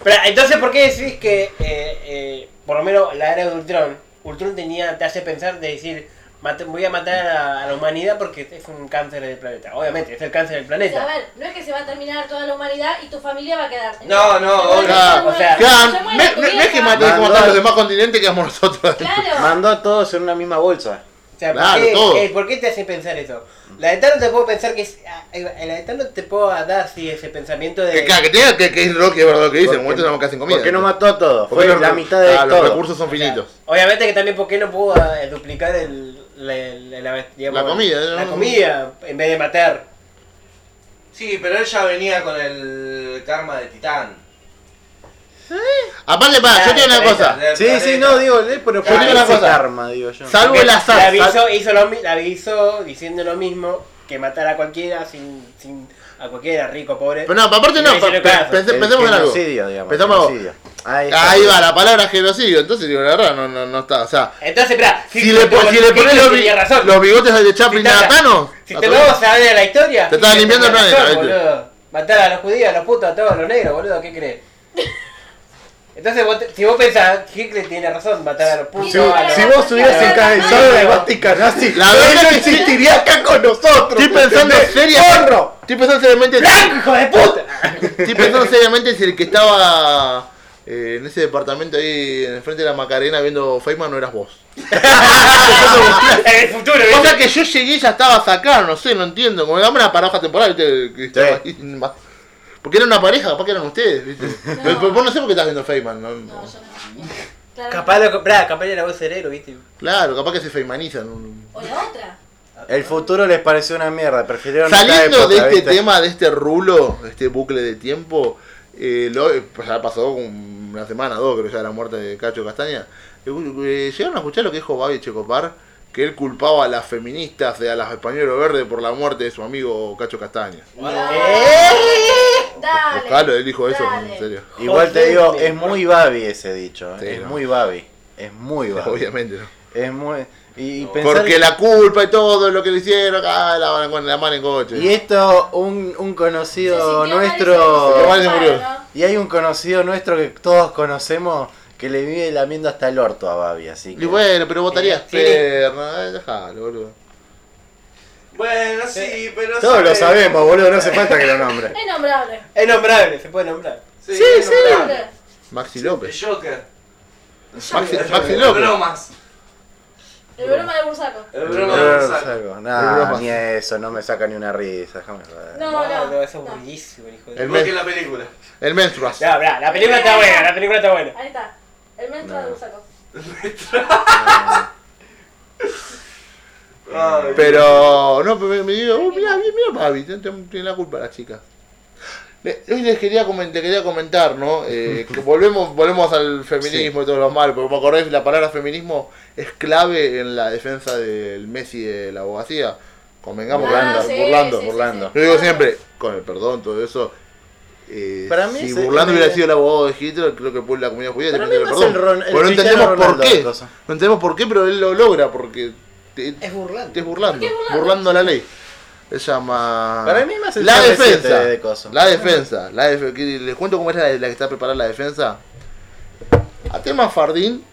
[SPEAKER 4] Pero, entonces, ¿por qué decís que, eh, eh, por lo menos, la era de Ultron, Ultron tenía, te hace pensar de decir, "Mate- voy a matar a, a la humanidad porque es un cáncer del planeta? Obviamente, es el cáncer del
[SPEAKER 5] O sea, a
[SPEAKER 4] planeta.
[SPEAKER 5] ver, no es que se va a terminar toda la humanidad y tu familia va a quedar.
[SPEAKER 1] No, no,
[SPEAKER 5] Se muere
[SPEAKER 2] claro,
[SPEAKER 5] tu
[SPEAKER 4] o sea,
[SPEAKER 5] abuela,
[SPEAKER 2] Claro,
[SPEAKER 5] se
[SPEAKER 2] no,
[SPEAKER 5] muere
[SPEAKER 2] no-
[SPEAKER 5] tu
[SPEAKER 2] no es que
[SPEAKER 5] vieja.
[SPEAKER 2] maten como todos los demás continentes que vamos nosotros.
[SPEAKER 5] Claro.
[SPEAKER 3] Mandó a todos en una misma bolsa.
[SPEAKER 4] O sea, ¿por,
[SPEAKER 2] Claro,
[SPEAKER 4] qué,
[SPEAKER 2] todo.
[SPEAKER 4] eh, por qué te hace pensar eso? La de Thanos te puedo pensar que es. ah, eh, La de Thanos te puedo dar, sí, ese pensamiento de.
[SPEAKER 2] Que, claro, que tenga que, que ir Rocky, es verdad lo que dice. En
[SPEAKER 3] Porque-
[SPEAKER 2] un momento estamos casi sin comida.
[SPEAKER 3] ¿Por qué no mató a todos?
[SPEAKER 2] Porque
[SPEAKER 3] Fue
[SPEAKER 2] los-
[SPEAKER 3] la mitad de
[SPEAKER 2] ah, Los
[SPEAKER 3] todo.
[SPEAKER 2] recursos son
[SPEAKER 4] o sea,
[SPEAKER 2] finitos.
[SPEAKER 4] Obviamente que también, ¿por qué no puedo eh, duplicar el, la, la- la- digamos,
[SPEAKER 2] La comida, ¿no?
[SPEAKER 4] La comida, en vez de matar.
[SPEAKER 1] sí, pero él ya venía con el karma de Titán.
[SPEAKER 2] Aparte, para, yo
[SPEAKER 4] Claro,
[SPEAKER 2] tengo una
[SPEAKER 4] por eso,
[SPEAKER 2] cosa.
[SPEAKER 1] Del
[SPEAKER 3] Sí, sí,
[SPEAKER 1] planeta.
[SPEAKER 3] no, digo, eh, pero
[SPEAKER 2] Yo
[SPEAKER 3] ¿por
[SPEAKER 2] digo
[SPEAKER 3] qué
[SPEAKER 2] una
[SPEAKER 3] ese
[SPEAKER 2] cosa.
[SPEAKER 3] karma, digo yo?
[SPEAKER 2] Salvo el azar.
[SPEAKER 4] La avisó,
[SPEAKER 2] sal-
[SPEAKER 4] hizo lo, mi- la avisó diciendo lo mismo que matar a cualquiera sin, sin a cualquiera rico pobre.
[SPEAKER 2] Pero no, aparte no.
[SPEAKER 4] Le hicieron
[SPEAKER 2] pa-
[SPEAKER 4] caso.
[SPEAKER 2] pense-
[SPEAKER 3] El
[SPEAKER 2] pensemos en algo.
[SPEAKER 3] genocidio, digamos,
[SPEAKER 2] Pensamos-
[SPEAKER 3] genocidio. Ahí, está.
[SPEAKER 2] Ahí va, la palabra genocidio. Entonces, digo, la verdad, no, no, no está. O sea,
[SPEAKER 4] Entonces, espera,
[SPEAKER 2] si, le, po- si le pones los, bi-
[SPEAKER 4] razón.
[SPEAKER 2] los bigotes de Chaplin
[SPEAKER 4] Si
[SPEAKER 2] a
[SPEAKER 4] está-
[SPEAKER 2] Thanos.
[SPEAKER 4] si
[SPEAKER 2] a
[SPEAKER 4] te
[SPEAKER 2] todos.
[SPEAKER 4] vamos a ver la historia,
[SPEAKER 2] Te estaba
[SPEAKER 4] sí,
[SPEAKER 2] limpiando el
[SPEAKER 4] tenía
[SPEAKER 2] planeta,
[SPEAKER 4] razón, boludo. Matar a los judíos, a los putos, a todos los negros, boludo, ¿qué crees? Entonces, vos te- si vos pensás, Hitler tiene razón, matar a los putos.
[SPEAKER 5] Sí,
[SPEAKER 4] a los-
[SPEAKER 5] sí,
[SPEAKER 9] Si vos estuvieras
[SPEAKER 5] Pero-
[SPEAKER 9] encadenizado de Vatican nazi,
[SPEAKER 2] La
[SPEAKER 9] la verdad
[SPEAKER 2] verdad
[SPEAKER 9] no
[SPEAKER 2] que sí.
[SPEAKER 9] existiría acá con nosotros.
[SPEAKER 2] Estoy pensando
[SPEAKER 9] ¿entendés?
[SPEAKER 2] seriamente-
[SPEAKER 9] ¡Porro!
[SPEAKER 2] Estoy pensando seriamente.
[SPEAKER 4] ¡Blanco, hijo de puta!
[SPEAKER 2] Estoy pensando seriamente si el que estaba eh, en ese departamento ahí en el frente de la Macarena viendo Feynman no eras vos.
[SPEAKER 4] en el futuro,
[SPEAKER 2] O
[SPEAKER 4] ¿viste?
[SPEAKER 2] sea que yo llegué y ya estabas acá, no sé, no entiendo. Como dame una paradoja temporal, viste, que estaba ahí nomás. Porque era una pareja, capaz que eran ustedes, viste. Pero, pero vos no sé por qué estás viendo Feynman, ¿no?
[SPEAKER 5] No, yo no. Claro.
[SPEAKER 4] Capaz lo comprá, capaz era vos cerebro, viste.
[SPEAKER 2] Claro, capaz que se Feynmanizan.
[SPEAKER 5] O la otra.
[SPEAKER 7] El futuro les pareció una mierda, prefirieron esta
[SPEAKER 2] Saliendo de
[SPEAKER 7] época,
[SPEAKER 2] este
[SPEAKER 7] ¿viste?
[SPEAKER 2] tema, de este rulo, de este bucle de tiempo, eh, lo, eh, ya pasó un- una semana, dos, creo ya, la muerte de Cacho Castaña. Eh, eh, llegaron a escuchar lo que dijo Babi Checopar, que él culpaba a las feministas, eh, a las españolas verdes, por la muerte de su amigo Cacho Castaña.
[SPEAKER 5] Dale.
[SPEAKER 2] Ojalá, eh. él dijo eso,
[SPEAKER 5] dale.
[SPEAKER 2] en serio.
[SPEAKER 7] Igual te
[SPEAKER 4] Joder,
[SPEAKER 7] digo,
[SPEAKER 4] me-
[SPEAKER 7] es muy babi ese dicho, ¿eh?
[SPEAKER 2] Sí,
[SPEAKER 7] es
[SPEAKER 2] no.
[SPEAKER 7] muy babi, es muy babi.
[SPEAKER 2] Obviamente, ¿no?
[SPEAKER 7] Es muy y, y pensar
[SPEAKER 2] Porque la culpa y todo lo que le hicieron, ah, la, van con la mano en coche.
[SPEAKER 7] y esto un, un
[SPEAKER 5] Se
[SPEAKER 7] conocido
[SPEAKER 5] sintió mal y
[SPEAKER 7] nuestro
[SPEAKER 2] Igual se murió.
[SPEAKER 5] ¿no?
[SPEAKER 7] y hay un conocido nuestro que todos conocemos que le vive lamiendo hasta el orto a babi, así
[SPEAKER 2] Y
[SPEAKER 7] que
[SPEAKER 2] bueno, pero votarías
[SPEAKER 4] Sí.
[SPEAKER 2] perna, eh, dejalo, boludo.
[SPEAKER 1] Bueno, sí, pero.
[SPEAKER 7] todos lo
[SPEAKER 1] ¿sabes?
[SPEAKER 7] sabemos, boludo, no hace falta que lo nombre.
[SPEAKER 5] Es nombrable.
[SPEAKER 4] Es nombrable, se puede nombrar.
[SPEAKER 1] Sí, sí.
[SPEAKER 5] Nombrable.
[SPEAKER 2] Maxi López.
[SPEAKER 1] Joker.
[SPEAKER 2] Maxi, Maxi
[SPEAKER 1] El
[SPEAKER 2] López.
[SPEAKER 1] Bromas.
[SPEAKER 5] El broma de Bursaco.
[SPEAKER 1] El
[SPEAKER 7] No,
[SPEAKER 1] broma
[SPEAKER 7] no,
[SPEAKER 1] de
[SPEAKER 7] no
[SPEAKER 1] Gonzalo.
[SPEAKER 7] saco.
[SPEAKER 2] El
[SPEAKER 7] Nah,
[SPEAKER 2] broma.
[SPEAKER 7] ni eso, no me saca ni una risa, déjame joder.
[SPEAKER 5] No, no.
[SPEAKER 4] no, eso es
[SPEAKER 5] no.
[SPEAKER 4] buenísimo, hijo de
[SPEAKER 2] El
[SPEAKER 1] Igual que la película.
[SPEAKER 2] El menstruas.
[SPEAKER 4] No, bra, la película está buena, la película está buena.
[SPEAKER 5] Ahí está. El mentor de Bursaco.
[SPEAKER 1] Ay,
[SPEAKER 2] Pero no, pero me, me digo, oh, mira, mira, mira, Babi, tiene, tiene la culpa la chica. Le- Hoy les quería, comen- les quería comentar, ¿no? Eh, que volvemos, volvemos al feminismo y todos los males, porque como acordás, la palabra feminismo es clave en la defensa del Messi de la abogacía. Convengamos,
[SPEAKER 5] Ah,
[SPEAKER 2] Burlando,
[SPEAKER 5] sí,
[SPEAKER 2] burlando,
[SPEAKER 5] sí, sí,
[SPEAKER 2] burlando.
[SPEAKER 5] sí.
[SPEAKER 2] Yo digo siempre, con el perdón, todo eso. eh,
[SPEAKER 7] Para mí
[SPEAKER 2] si
[SPEAKER 7] es-
[SPEAKER 2] burlando
[SPEAKER 7] es-
[SPEAKER 2] hubiera sido el abogado de Hitler, creo que pues la comunidad judía
[SPEAKER 7] Para
[SPEAKER 2] tendría
[SPEAKER 7] mí
[SPEAKER 2] que
[SPEAKER 7] más el
[SPEAKER 2] perdón.
[SPEAKER 7] Ron- el
[SPEAKER 2] Pero no
[SPEAKER 7] Cristiano
[SPEAKER 2] entendemos por
[SPEAKER 7] Ronaldo,
[SPEAKER 2] qué.
[SPEAKER 7] cosa.
[SPEAKER 2] No entendemos por qué, pero él lo logra, porque te-
[SPEAKER 4] Es burlante.
[SPEAKER 2] Estés burlando,
[SPEAKER 5] ¿Por qué burlando?
[SPEAKER 2] burlando? la ley. Se llama.
[SPEAKER 7] Para mí más el
[SPEAKER 2] La
[SPEAKER 7] 7
[SPEAKER 2] defensa.
[SPEAKER 7] de coso.
[SPEAKER 2] La defensa. La def- que- Les cuento cómo es la, la que está preparada la defensa. A tema Fardín.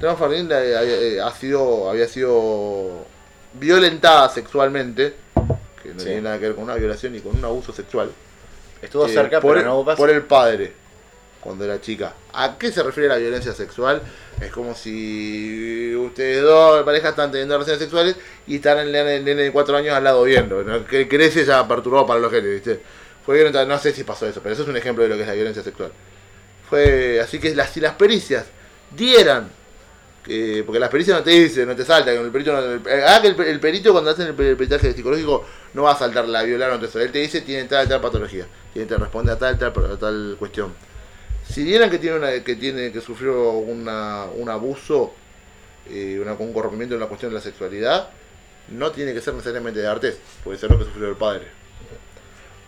[SPEAKER 2] Tema Fardín la- eh, eh, ha sido, había sido violentada sexualmente. Que no
[SPEAKER 7] Sí.
[SPEAKER 2] tiene nada que ver con una violación ni con un abuso sexual.
[SPEAKER 7] Estuvo
[SPEAKER 2] Eh,
[SPEAKER 7] cerca,
[SPEAKER 2] por,
[SPEAKER 7] pero no hubo pase.
[SPEAKER 2] por el padre cuando era chica. ¿A qué se refiere la violencia sexual? Es como si ustedes dos parejas están teniendo relaciones sexuales y están el nene, el nene de 4 años al lado viendo, ¿no? que crece ya perturbado para los genes, ¿viste? Fue violenta, no sé si pasó eso, pero eso es un ejemplo de lo que es la violencia sexual. Fue así que las, si las pericias dieran que- porque las pericias no te dicen, no te saltan. El perito no- el- eh, ah, que el, per- el perito cuando hacen el, per- el peritaje psicológico no va a saltar la violaron, te Él te dice, tiene tal, tal patología. Tiene, te responde a tal, tal, pro- a tal cuestión. Si vieran que tiene una, que tiene que sufrió una, un abuso, eh, una, un corrompimiento en la cuestión de la sexualidad, no tiene que ser necesariamente de artes. Puede ser lo que sufrió el padre.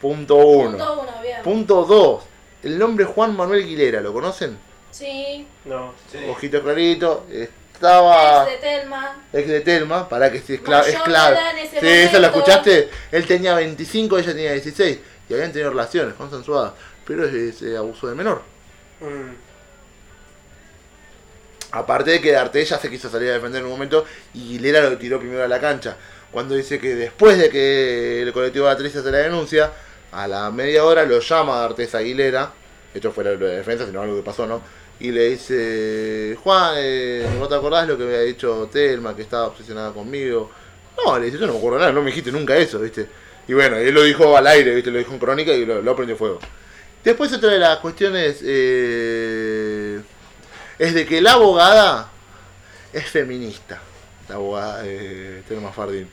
[SPEAKER 2] Punto uno.
[SPEAKER 5] Punto uno, bien.
[SPEAKER 2] Punto dos. El nombre Juan Manuel Aguilera, ¿lo conocen?
[SPEAKER 5] Sí.
[SPEAKER 4] No.
[SPEAKER 1] sí.
[SPEAKER 2] Ojito clarito. Estaba
[SPEAKER 5] Ex de Telma.
[SPEAKER 2] ex de Telma, para que sí, es, cla-
[SPEAKER 5] Mayor
[SPEAKER 2] es clave.
[SPEAKER 5] de edad en ese
[SPEAKER 2] Sí, eso
[SPEAKER 5] momento.
[SPEAKER 2] lo escuchaste. Él tenía 25, ella tenía 16. Y habían tenido relaciones consensuadas. Pero es, es, eh, abuso de menor.
[SPEAKER 4] Mm.
[SPEAKER 2] Aparte de que Artella se quiso salir a defender en un momento y Lera lo tiró primero a la cancha. Cuando dice que después de que el colectivo de actrices hace la denuncia, a la media hora lo llama Artes Aguilera. Esto fue lo de la defensa, sino algo que pasó, ¿no? Y le dice, Juan, eh, ¿no te acordás lo que me había dicho Telma, que estaba obsesionada conmigo? No, le dice, yo no me acuerdo nada, no me dijiste nunca eso, ¿viste? Y bueno, él lo dijo al aire, ¿viste? Lo dijo en crónica y lo, lo prendió fuego. Después otra de las cuestiones eh, es de que la abogada es feminista. La abogada eh, Telma Fardín.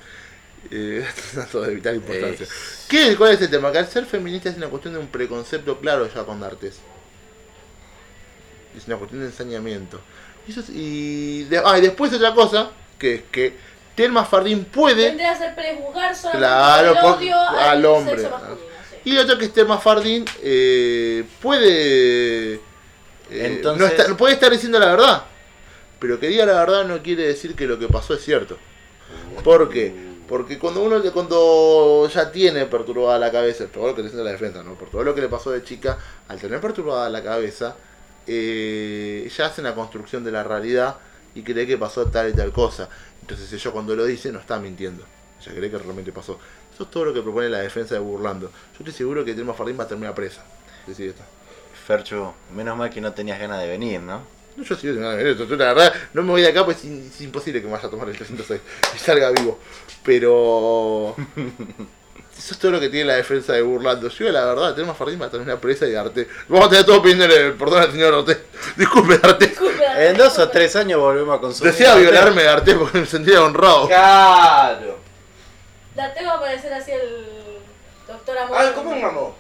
[SPEAKER 2] Eh, dato de vital importancia. ¿Qué, ¿Cuál es el tema? Que al ser feminista es una cuestión de un preconcepto claro ya con D'Artes. Es una cuestión de ensañamiento. Y, eso es- y, de- ah, y después otra cosa, que es que Telma Fardín puede...
[SPEAKER 5] Tendría que ser prejuzgar solamente
[SPEAKER 2] Claro,
[SPEAKER 5] el
[SPEAKER 2] por-
[SPEAKER 5] odio al,
[SPEAKER 2] al hombre.
[SPEAKER 5] sexo masculino. Sí.
[SPEAKER 2] Y otro que es Telma Fardín eh, puede. eh,
[SPEAKER 7] Entonces-
[SPEAKER 2] no está- puede estar diciendo la verdad. Pero que diga la verdad no quiere decir que lo que pasó es cierto. ¿Por qué? Porque cuando uno le- cuando ya tiene perturbada la cabeza, por todo lo que le dicen de la defensa, ¿no? Por todo lo que le pasó de chica, al tener perturbada la cabeza, eh, ella hace una construcción de la realidad y cree que pasó tal y tal cosa. Entonces ella cuando lo dice no está mintiendo. Ella cree que realmente pasó. Eso es todo lo que propone la defensa de Burlando. Yo estoy seguro que Telma Fardín va a terminar presa. Sí, sí, está.
[SPEAKER 7] Ferchu, menos mal que no tenías ganas de venir, ¿no?
[SPEAKER 2] No, yo sí voy a terminar preso. Yo, la verdad no me voy de acá pues es, es imposible que me vaya a tomar el 306 y salga vivo. Pero... Eso es todo lo que tiene la defensa de Burlando. Yo, la verdad, Telma Fardín va a terminar presa y Arte. Vamos a tener todo pidiéndole perdón al señor Ortez. Disculpe, Arte.
[SPEAKER 5] Disculpe,
[SPEAKER 7] En dos o
[SPEAKER 5] disculpe.
[SPEAKER 7] tres años volvemos a consumir.
[SPEAKER 2] Desea violarme, Arte, porque me sentía honrado.
[SPEAKER 1] Claro.
[SPEAKER 5] Date va a parecer así el doctor Amor.
[SPEAKER 1] Ah, ¿cómo mamó?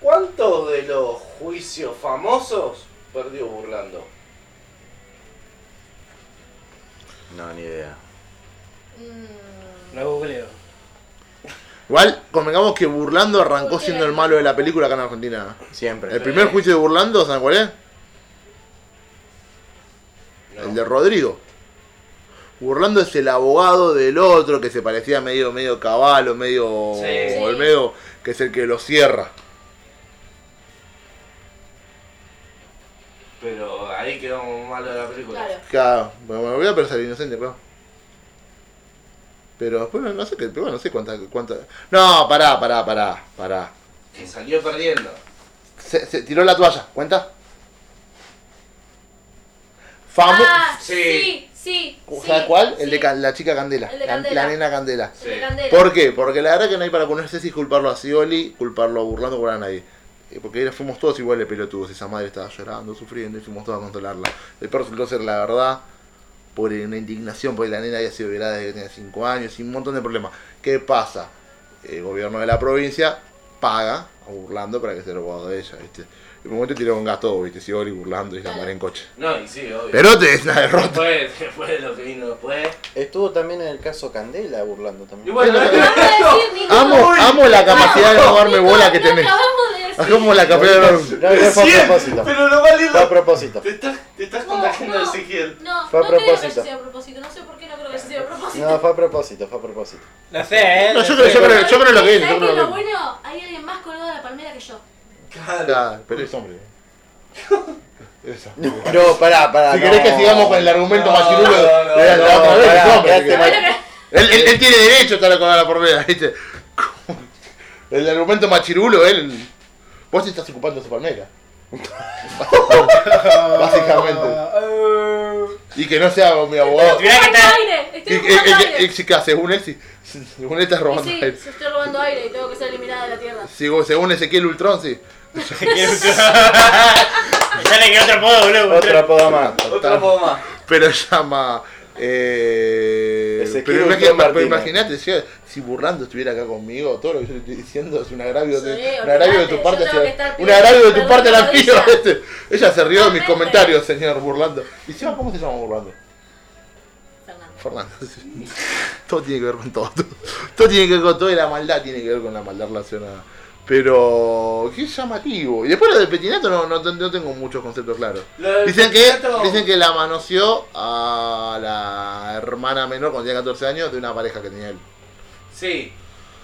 [SPEAKER 1] ¿Cuántos de los juicios famosos perdió burlando?
[SPEAKER 7] No, ni idea.
[SPEAKER 5] Mm,
[SPEAKER 4] Lo googleo.
[SPEAKER 2] Igual, convengamos que Burlando arrancó siendo el malo de la película acá en Argentina.
[SPEAKER 7] Siempre.
[SPEAKER 2] El primer juicio de Burlando, ¿saben cuál es? El de Rodrigo. Burlando es el abogado del otro que se parecía medio medio caballo, medio
[SPEAKER 1] Sí.
[SPEAKER 2] el medio que es el que lo cierra.
[SPEAKER 1] Pero ahí quedó malo de la película.
[SPEAKER 5] claro.
[SPEAKER 2] Claro, bueno, me voy a pensar inocente, pero. Pero después no, no sé qué, pero bueno, no sé cuánta, cuánta. No, pará, pará, pará, pará.
[SPEAKER 1] Que salió perdiendo.
[SPEAKER 2] Se, se tiró la toalla, ¿cuenta? Famo
[SPEAKER 5] Ah,
[SPEAKER 1] Sí.
[SPEAKER 5] sí, sí.
[SPEAKER 2] ¿Sabes
[SPEAKER 5] sí,
[SPEAKER 2] cuál? El
[SPEAKER 5] sí.
[SPEAKER 2] de Ca- la chica Candela.
[SPEAKER 5] El de
[SPEAKER 2] la-
[SPEAKER 5] Candela.
[SPEAKER 2] la nena Candela.
[SPEAKER 5] El de
[SPEAKER 1] Sí.
[SPEAKER 5] Candela.
[SPEAKER 2] ¿Por qué? Porque la verdad que no hay para ponerse si culparlo a Scioli, culparlo a Burlando, culpar a nadie. Eh, Porque era- fuimos todos iguales pelotudos. Esa madre estaba llorando, sufriendo y fuimos todos a consolarla. Después resultó ser la verdad por una indignación, porque la nena había sido violada desde que tenía 5 años y un montón de problemas. ¿Qué pasa? El gobierno de la provincia paga a Burlando para que sea el abogado de ella, ¿viste? En un momento tiró un gato, ¿viste? Scioli, Burlando y la madre en coche.
[SPEAKER 1] No, y sí, obvio.
[SPEAKER 2] Pero te es una derrota.
[SPEAKER 1] Después, después de lo que vino después.
[SPEAKER 7] Estuvo también en el caso Candela burlando
[SPEAKER 1] Y
[SPEAKER 7] también.
[SPEAKER 1] bueno,
[SPEAKER 5] No vas a decir ninguno.
[SPEAKER 2] Amo, amo la capacidad de no darme
[SPEAKER 5] Nico,
[SPEAKER 2] bola que
[SPEAKER 5] no
[SPEAKER 2] tenés.
[SPEAKER 5] Acabamos de decir.
[SPEAKER 2] Amo la
[SPEAKER 7] No,
[SPEAKER 2] capacidad de no-
[SPEAKER 7] no, no, fue a propósito.
[SPEAKER 1] Pero lo vale
[SPEAKER 7] Fue a propósito.
[SPEAKER 1] Te estás, te estás
[SPEAKER 5] No,
[SPEAKER 1] contagiando
[SPEAKER 5] no.
[SPEAKER 1] de Ezequiel.
[SPEAKER 5] No,
[SPEAKER 7] Fue a
[SPEAKER 5] no creo que haya
[SPEAKER 7] propósito.
[SPEAKER 5] sido a propósito. No sé por qué no creo que haya sido a propósito.
[SPEAKER 7] No, fue a propósito, fue a propósito.
[SPEAKER 4] No sé, eh.
[SPEAKER 2] No, yo
[SPEAKER 4] sé.
[SPEAKER 2] creo, yo creo, yo creo lo que es.
[SPEAKER 5] ¿Sabes
[SPEAKER 2] Yo creo
[SPEAKER 5] qué
[SPEAKER 2] lo
[SPEAKER 5] lo
[SPEAKER 2] que es.
[SPEAKER 5] bueno? Hay alguien más colgado de la palmera que yo.
[SPEAKER 1] Claro.
[SPEAKER 2] Claro, pero es hombre. eh. Eso.
[SPEAKER 7] No, pará,
[SPEAKER 3] Ah,
[SPEAKER 7] pará.
[SPEAKER 2] Si
[SPEAKER 7] no.
[SPEAKER 2] querés que sigamos con el argumento
[SPEAKER 1] No,
[SPEAKER 2] machirulo de
[SPEAKER 1] no, no,
[SPEAKER 2] de la
[SPEAKER 7] no,
[SPEAKER 2] otra vez,
[SPEAKER 7] pará,
[SPEAKER 2] es hombre,
[SPEAKER 7] quedaste
[SPEAKER 2] si querés.
[SPEAKER 5] Bueno, que-
[SPEAKER 2] él, él- él tiene derecho a estar acordado de la palmera, ¿viste? Como- El argumento machirulo, él. Vos te estás ocupando de su palmera. Básicamente.
[SPEAKER 4] Ah, uh.
[SPEAKER 2] Y que no sea mi abogado.
[SPEAKER 4] Mirá que está-
[SPEAKER 5] Estoy robando aire.
[SPEAKER 2] Y, y,
[SPEAKER 5] Estoy
[SPEAKER 2] y,
[SPEAKER 5] robando
[SPEAKER 2] y-
[SPEAKER 5] aire.
[SPEAKER 2] y- chica, según él, sí, según él estás robando
[SPEAKER 5] Y
[SPEAKER 2] a
[SPEAKER 5] sí,
[SPEAKER 2] él.
[SPEAKER 5] se estoy robando aire y tengo que ser eliminada de la tierra.
[SPEAKER 2] Sigo- Según Ezequiel Ultron, sí.
[SPEAKER 4] Sale que otro apodo, boludo.
[SPEAKER 7] Otro apodo más.
[SPEAKER 1] Otro poco más.
[SPEAKER 2] pero llama. Eh,
[SPEAKER 7] Ezequiel
[SPEAKER 2] pero imagi-
[SPEAKER 7] Guzmán
[SPEAKER 2] pero
[SPEAKER 7] Martínez.
[SPEAKER 2] imagínate, si, si Burlando estuviera acá conmigo, todo lo que yo le estoy diciendo es un agravio,
[SPEAKER 5] Sí,
[SPEAKER 2] de, un
[SPEAKER 5] olvidate,
[SPEAKER 2] agravio de tu
[SPEAKER 5] yo
[SPEAKER 2] parte.
[SPEAKER 5] tengo
[SPEAKER 2] hacia-
[SPEAKER 5] que estar
[SPEAKER 2] un agravio de tu
[SPEAKER 5] pidiendo
[SPEAKER 2] parte la
[SPEAKER 5] perdón
[SPEAKER 2] mío.
[SPEAKER 5] a ella.
[SPEAKER 2] este. Ella se rió de mis
[SPEAKER 5] Totalmente.
[SPEAKER 2] comentarios, señor Burlando. Y si ¿cómo se llama Burlando?
[SPEAKER 5] Fernando.
[SPEAKER 2] Fernando. sí. Todo tiene que ver con todo. Todo tiene que ver con todo y la maldad tiene que ver con la maldad relacionada. Pero, qué llamativo. Y después lo del petinato no, no, no tengo muchos conceptos claros.
[SPEAKER 1] Lo del
[SPEAKER 2] Dicen que,
[SPEAKER 1] sindicato-
[SPEAKER 2] dicen que la manoseó a la hermana menor cuando tenía 14 años de una pareja que tenía él.
[SPEAKER 1] Sí.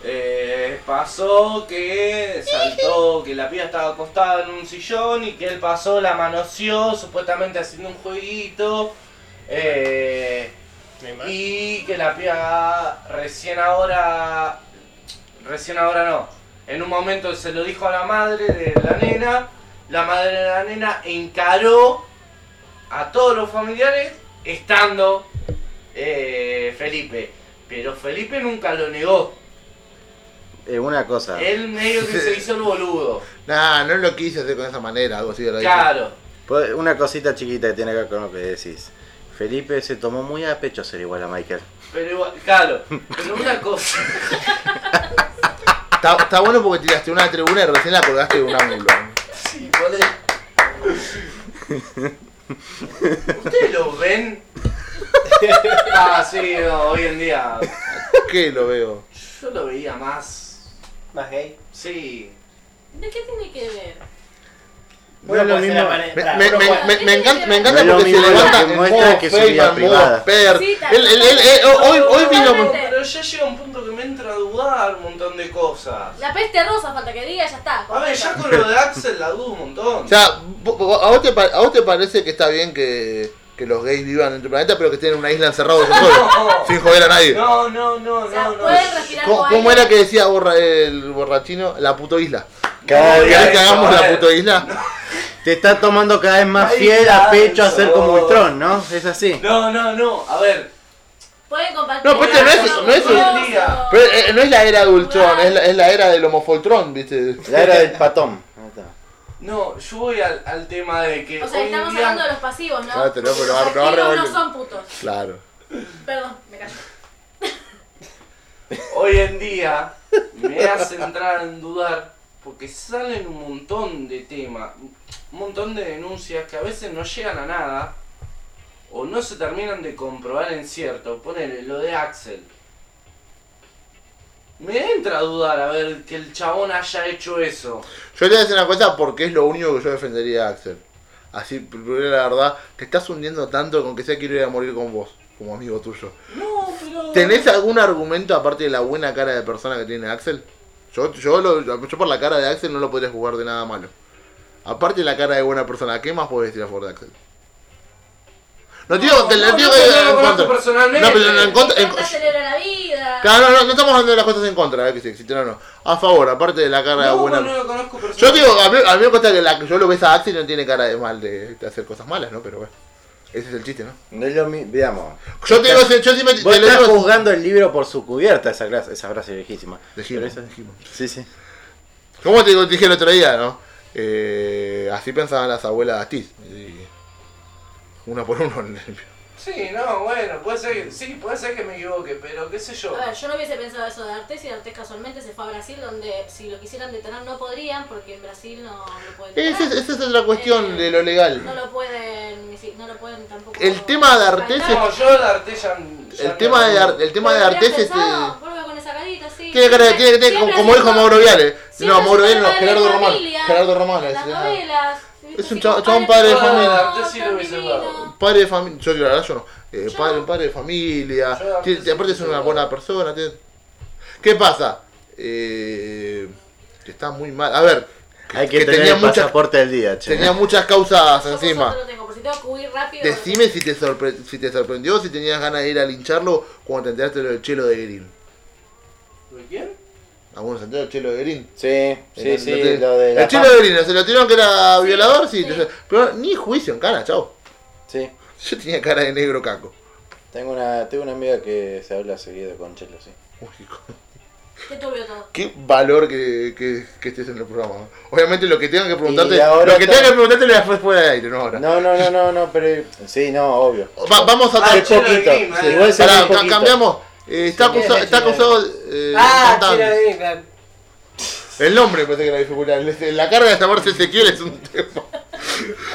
[SPEAKER 1] Eh, pasó que saltó, que la piba estaba acostada en un sillón y que él pasó, la manoseó, supuestamente haciendo un jueguito. Eh, y que la piba recién ahora. Recién ahora no. En un momento se lo dijo a la madre de la nena. La madre de la nena encaró a todos los familiares estando eh, Felipe. Pero Felipe nunca lo negó.
[SPEAKER 7] Eh, una
[SPEAKER 3] Ah.
[SPEAKER 7] cosa.
[SPEAKER 1] Él medio que se hizo el boludo.
[SPEAKER 2] Nah, no lo quise hacer con esa manera, algo así de la
[SPEAKER 1] Claro.
[SPEAKER 7] Pod- Pues, Una cosita chiquita que tiene que ver con lo que decís. Felipe se tomó muy a pecho ser igual a Michael.
[SPEAKER 1] Pero igual, claro. Pero una cosa.
[SPEAKER 2] Está, está bueno porque tiraste una tribuna y recién la colgaste de un ángulo.
[SPEAKER 1] Sí, ponele. ¿Ustedes lo ven? Ah, sí, no, hoy en día.
[SPEAKER 2] ¿Qué lo veo?
[SPEAKER 1] Yo lo veía más.
[SPEAKER 4] Más gay.
[SPEAKER 1] Sí.
[SPEAKER 5] ¿De qué tiene que ver?
[SPEAKER 4] Uno
[SPEAKER 7] es lo
[SPEAKER 4] puede ser
[SPEAKER 7] mismo.
[SPEAKER 4] apare-
[SPEAKER 2] Me,
[SPEAKER 4] pará,
[SPEAKER 2] me-
[SPEAKER 4] uno
[SPEAKER 2] me-
[SPEAKER 4] puede-
[SPEAKER 2] me- me encanta, me
[SPEAKER 7] No
[SPEAKER 2] encanta
[SPEAKER 7] es lo
[SPEAKER 2] porque se
[SPEAKER 7] mismo lo
[SPEAKER 2] levanta
[SPEAKER 7] que
[SPEAKER 2] en
[SPEAKER 7] muestra
[SPEAKER 2] modo
[SPEAKER 7] que su vida
[SPEAKER 2] Feynman, modo
[SPEAKER 7] privada.
[SPEAKER 2] Per.
[SPEAKER 5] Sí, tal-
[SPEAKER 2] Él- él- él- él- hoy, hoy vino con-
[SPEAKER 1] Pero ya llega un punto que me entra a dudar. pasar un montón de cosas.
[SPEAKER 5] La peste rosa, falta que diga, ya está.
[SPEAKER 1] A ver, ya con lo de Axel la dudo un montón.
[SPEAKER 2] O sea, vo- vo- a vos te, pa- a vos te parece que está bien que, que los gays vivan en tu planeta, pero que estén en una isla encerrados ellos solos,
[SPEAKER 1] No.
[SPEAKER 2] sin joder a nadie.
[SPEAKER 1] No, no, no,
[SPEAKER 5] O sea,
[SPEAKER 1] no, no.
[SPEAKER 5] pueden respirar
[SPEAKER 2] ¿Cómo,
[SPEAKER 5] con
[SPEAKER 2] cómo
[SPEAKER 5] aire.
[SPEAKER 2] era que decía borra- el borrachino? La puto isla.
[SPEAKER 7] Cada
[SPEAKER 1] No,
[SPEAKER 7] día
[SPEAKER 2] ¿Querés que
[SPEAKER 1] eso,
[SPEAKER 2] hagamos la
[SPEAKER 1] eh.
[SPEAKER 2] puto isla?
[SPEAKER 3] Te está tomando cada vez más
[SPEAKER 1] Ay,
[SPEAKER 3] fiel a
[SPEAKER 1] ya,
[SPEAKER 3] pecho a ser como
[SPEAKER 1] eso.
[SPEAKER 3] Ultron, ¿no? Es así.
[SPEAKER 1] No, no, no. A ver,
[SPEAKER 5] Pueden compartir.
[SPEAKER 2] No, pues este no es-
[SPEAKER 5] con
[SPEAKER 2] no es un-
[SPEAKER 5] otros,
[SPEAKER 1] Diga.
[SPEAKER 2] Pero eh, no es la era de Ultron, es la, es la era del homofoltrón, ¿viste?
[SPEAKER 7] La era del patón. Ahí está.
[SPEAKER 1] no, yo voy al, al tema de que.
[SPEAKER 5] O sea,
[SPEAKER 1] hoy en
[SPEAKER 5] estamos
[SPEAKER 1] día-
[SPEAKER 5] hablando de los pasivos, ¿no?
[SPEAKER 2] Claro, Ah, te lo- pero
[SPEAKER 5] Los
[SPEAKER 2] ahora- pero ahora
[SPEAKER 5] activos no
[SPEAKER 2] revol-
[SPEAKER 5] son putos.
[SPEAKER 2] Claro.
[SPEAKER 5] Perdón, me callo.
[SPEAKER 1] hoy en día me hace entrar en dudar porque salen un montón de temas, un montón de denuncias que a veces no llegan a nada o no se terminan de comprobar en cierto. Ponele lo de Axel. Me entra a dudar a ver que el chabón haya hecho eso.
[SPEAKER 2] Yo te voy a decir una cosa porque es lo único que yo defendería a Axel. Así, primero la verdad, te estás hundiendo tanto con que sea quiero ir a morir con vos, como amigo tuyo.
[SPEAKER 1] No, pero.
[SPEAKER 2] ¿Tenés algún argumento aparte de la buena cara de persona que tiene Axel? Yo, yo, lo- yo por la cara de Axel no lo podría jugar de nada malo. Aparte de la cara de buena persona, ¿qué más podés decir a favor de Axel? No, tío, te
[SPEAKER 1] no,
[SPEAKER 2] no, tío
[SPEAKER 1] no,
[SPEAKER 2] que
[SPEAKER 1] no lo
[SPEAKER 2] en
[SPEAKER 1] conozco
[SPEAKER 2] contra.
[SPEAKER 1] personalmente.
[SPEAKER 2] No, pero no en contra. en-
[SPEAKER 5] Trata de celebrar la vida.
[SPEAKER 2] claro, no, no, no estamos hablando de las cosas en contra, eh, que sí existen o no. A favor, aparte de la cara de
[SPEAKER 1] No,
[SPEAKER 2] buena.
[SPEAKER 1] no lo conozco personalmente.
[SPEAKER 2] Yo digo, a mí, a mí me cuesta que la, que yo lo ves a Axel y no tiene cara de mal de, de hacer cosas malas, ¿no? Pero bueno, ese es el chiste, ¿no?
[SPEAKER 7] No es lo mismo. Digamos.
[SPEAKER 2] Yo te digo, yo sí me, te
[SPEAKER 7] Vos
[SPEAKER 2] lo
[SPEAKER 7] estás
[SPEAKER 2] digo.
[SPEAKER 7] juzgando el libro por su cubierta, esa, clase- esa frase viejísima.
[SPEAKER 2] Dijimos,
[SPEAKER 7] Pero esa-
[SPEAKER 2] dijimos.
[SPEAKER 7] Sí, sí.
[SPEAKER 2] ¿Cómo te digo- te dije el otro día, no? Eh, así pensaban las abuelas de Astiz. Y Uno por uno limpio.
[SPEAKER 1] Sí, no, bueno, puede ser, que- sí, puede ser que me equivoque, pero qué sé yo.
[SPEAKER 5] A ver, yo no hubiese pensado eso de Artes y Artes casualmente se fue a Brasil donde si lo quisieran detener no podrían porque en Brasil no lo pueden detener.
[SPEAKER 2] Esa es, esa es otra cuestión de lo
[SPEAKER 5] No
[SPEAKER 2] legal.
[SPEAKER 5] lo pueden, ni si- no lo pueden tampoco.
[SPEAKER 2] El tema de Artés es-
[SPEAKER 5] saltar.
[SPEAKER 1] No, yo de Arte ya- ya
[SPEAKER 2] El
[SPEAKER 1] no-
[SPEAKER 2] tema de, Ar- el tema de
[SPEAKER 5] ¿Lo hubieras
[SPEAKER 2] Artés este,
[SPEAKER 5] pensado? Vuelve con esa carita, sí.
[SPEAKER 2] tiene cara de-
[SPEAKER 5] Siempre-
[SPEAKER 2] tiene- tiene-
[SPEAKER 5] siempre
[SPEAKER 2] como, como dijo
[SPEAKER 5] haciendo
[SPEAKER 2] Mauro Viale.
[SPEAKER 5] siempre
[SPEAKER 2] No, Mauro
[SPEAKER 5] haciendo
[SPEAKER 2] Viale no,
[SPEAKER 5] padre de
[SPEAKER 2] Gerardo Román.
[SPEAKER 5] familia.
[SPEAKER 2] Gerardo Román eh, le
[SPEAKER 5] Las
[SPEAKER 2] decía.
[SPEAKER 5] novelas.
[SPEAKER 2] Es un
[SPEAKER 5] Sí, como
[SPEAKER 2] chabón- chabón padre de
[SPEAKER 5] no,
[SPEAKER 1] familia.
[SPEAKER 5] tan
[SPEAKER 1] Yo sí lo hubiese
[SPEAKER 5] divino.
[SPEAKER 1] dado.
[SPEAKER 2] Padre de familia, yo la verdad yo no. Eh,
[SPEAKER 5] Yo
[SPEAKER 2] padre,
[SPEAKER 5] no.
[SPEAKER 2] padre de familia.
[SPEAKER 1] Yo
[SPEAKER 2] Tiene-
[SPEAKER 1] sí,
[SPEAKER 2] aparte es
[SPEAKER 1] sí,
[SPEAKER 2] una
[SPEAKER 1] sí.
[SPEAKER 2] buena persona. tiene- ¿Qué pasa? Eh, que está muy mal. A ver,
[SPEAKER 7] Hay que,
[SPEAKER 2] que
[SPEAKER 7] tener
[SPEAKER 2] tenía
[SPEAKER 7] el
[SPEAKER 2] mucha-
[SPEAKER 7] pasaporte del día, che.
[SPEAKER 2] tenía muchas causas
[SPEAKER 5] Yo por
[SPEAKER 2] encima.
[SPEAKER 5] suerte lo tengo, por si tengo que huir rápido.
[SPEAKER 2] Decime si te, sorpre- si te sorprendió, si tenías ganas de ir a lincharlo cuando te enteraste lo del chelo de Green.
[SPEAKER 1] ¿De quién?
[SPEAKER 2] ¿Alguno se enteró del chelo de Green?
[SPEAKER 7] Sí,
[SPEAKER 2] El-
[SPEAKER 7] sí, sí.
[SPEAKER 2] el- el-
[SPEAKER 7] Lo de la
[SPEAKER 2] el chelo
[SPEAKER 7] paz.
[SPEAKER 2] de Green, ¿se lo tiraron que era
[SPEAKER 5] Sí,
[SPEAKER 2] violador? Sí,
[SPEAKER 5] sí.
[SPEAKER 2] te- pero ni juicio en cara, chao.
[SPEAKER 7] Sí.
[SPEAKER 2] Yo tenía cara de negro caco.
[SPEAKER 7] Tengo una, tengo una amiga que se habla seguido con Chelo, sí.
[SPEAKER 2] Uy, hijo.
[SPEAKER 5] Qué turbio todo.
[SPEAKER 2] qué valor que, que, que estés en el programa. ¿no? Obviamente lo que tengan que preguntarte,
[SPEAKER 7] Y ahora
[SPEAKER 2] lo que
[SPEAKER 7] está-
[SPEAKER 2] tengan que preguntarte lo voy a hacer fuera del aire, no ahora.
[SPEAKER 7] No, no, no, no, no, pero. Sí, no, obvio.
[SPEAKER 2] Va- vamos a
[SPEAKER 1] Ah,
[SPEAKER 2] tra-
[SPEAKER 1] Chelo de
[SPEAKER 7] poquito.
[SPEAKER 1] Green,
[SPEAKER 7] Sí,
[SPEAKER 1] eh.
[SPEAKER 7] igual se
[SPEAKER 2] pará,
[SPEAKER 7] ve
[SPEAKER 2] ca-
[SPEAKER 7] poquito.
[SPEAKER 2] cambiamos. Eh, está,
[SPEAKER 4] Sí,
[SPEAKER 2] acusado,
[SPEAKER 4] sí,
[SPEAKER 2] está
[SPEAKER 4] sí,
[SPEAKER 2] acusado, eh,
[SPEAKER 4] Ah,
[SPEAKER 2] tan- tan-
[SPEAKER 4] quiero ir, claro.
[SPEAKER 2] el nombre pensé que era la dificultad. Le- La carga de llamarse Ezequiel es un tema.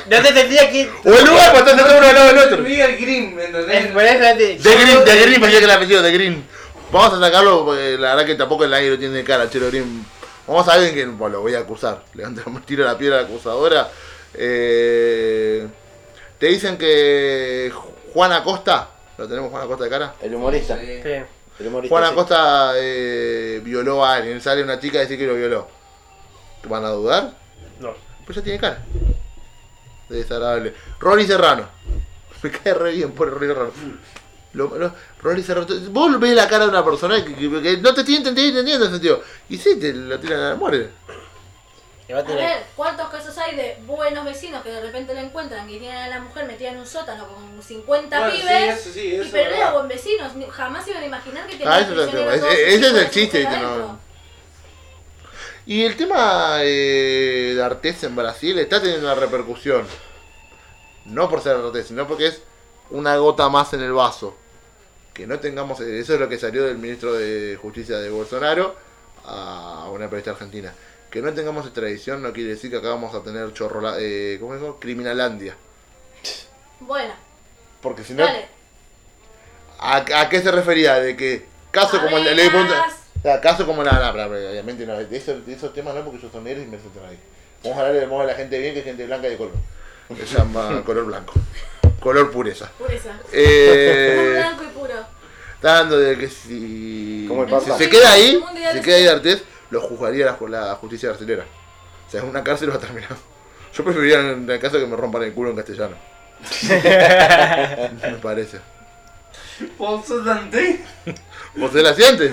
[SPEAKER 4] No te tendría que.
[SPEAKER 2] O el lugar para estar uno al lado del otro.
[SPEAKER 1] Miguel Green, ¿me entendés?
[SPEAKER 4] Por eso antes-
[SPEAKER 2] De Green, de Green, pensé que era el apellido de Green. Vamos a sacarlo porque la verdad que tampoco el aire tiene cara, Chelo Green. Vamos a alguien que bueno, lo voy a acusar. Levantamos, tiro la piedra a la acusadora. Eh, te dicen que Juan Acosta, ¿lo tenemos Juan Acosta de cara?
[SPEAKER 7] El humorista.
[SPEAKER 1] Sí.
[SPEAKER 4] Sí.
[SPEAKER 7] El humorista.
[SPEAKER 2] Juan
[SPEAKER 7] sí.
[SPEAKER 2] Acosta eh, violó a alguien. Sale una chica a decir que lo violó. ¿Van a dudar?
[SPEAKER 4] No.
[SPEAKER 2] Pues ya tiene cara. De desagradable. Ronnie Serrano. Me cae re bien, pobre Ronnie Serrano. Lo, lo- Ronnie Serrano. Vos ves la cara de una persona que, que- que no te tiene entendido, entendiendo en sentido. Y sí, te la tiran a la muerte.
[SPEAKER 4] Te va a
[SPEAKER 5] A
[SPEAKER 4] tener.
[SPEAKER 5] ver, ¿cuántos casos hay de buenos vecinos que de repente lo encuentran y tienen a la mujer metida en un sótano con 50
[SPEAKER 1] Bueno, sí,
[SPEAKER 5] pibes?
[SPEAKER 1] eso sí,
[SPEAKER 5] y
[SPEAKER 1] eso
[SPEAKER 5] pero no
[SPEAKER 1] es
[SPEAKER 5] era
[SPEAKER 1] verdad.
[SPEAKER 5] buen vecino, ni- jamás iban a imaginar que tenía
[SPEAKER 2] Ah, eso es el tema. Ese- ese es el chiste, ¿viste? No. Y el tema eh, de Artés en Brasil está teniendo una repercusión. No por ser Artés, sino porque es una gota más en el vaso. Que no tengamos. eh, Eso es lo que salió del ministro de Justicia de Bolsonaro a una periodista argentina. Que no tengamos extradición no quiere decir que acá vamos a tener chorro. Eh, ¿Cómo dijo? Criminalandia.
[SPEAKER 5] Bueno,
[SPEAKER 2] Porque si no.
[SPEAKER 5] dale.
[SPEAKER 2] ¿A, a qué se refería? De que caso como el de ley punto-
[SPEAKER 5] Abejas.
[SPEAKER 2] o sea, caso como la, la, la- obviamente no, de esos, de esos temas no porque yo son negros y me siento ahí. Vamos a hablar de vamos a la gente bien que es gente blanca y de color. Se llama color blanco. Color pureza.
[SPEAKER 5] Pureza. Muy
[SPEAKER 2] Eh,
[SPEAKER 5] blanco y puro.
[SPEAKER 2] está dando de que si
[SPEAKER 3] Como el
[SPEAKER 2] si
[SPEAKER 3] Papa.
[SPEAKER 2] se queda ahí,
[SPEAKER 5] Un día
[SPEAKER 2] si
[SPEAKER 5] de-
[SPEAKER 2] se queda ahí D'Artés, lo juzgaría la, la justicia brasileña. O sea, en una cárcel va a terminar. Yo preferiría en el caso que me rompan el culo en castellano. me parece.
[SPEAKER 1] ¿Vos sos Dante?
[SPEAKER 2] ¿Vos te la sientes?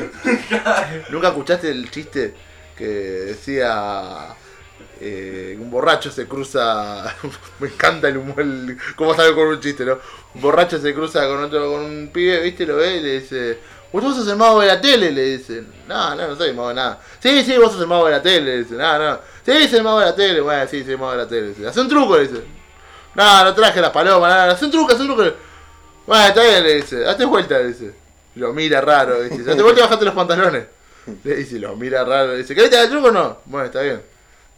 [SPEAKER 2] ¿Nunca escuchaste el chiste que decía eh, un borracho se cruza? Me encanta el humor, el- cómo sale con un chiste, ¿no? Un borracho se cruza con otro, con un pibe, ¿viste? Lo ve y le dice, ¿vos vos sos el mago de la tele? Le dicen, no, no, no soy el mago de nada. Sí, sí, vos sos el mago de la tele, le dicen, no, no. Sí, soy el mago de la tele, bueno, sí, soy el mago de la tele. Le dice, Hacé un truco, le dicen. No, no traje las palomas, nada, hacé un truco, hacé un truco. Bueno, está bien, le dice, date vuelta, le dice. Lo mira raro, dice, date vuelta y bajate los pantalones. Le dice, lo mira raro, le dice, ¿querés que haga el truco o no? Bueno, está bien.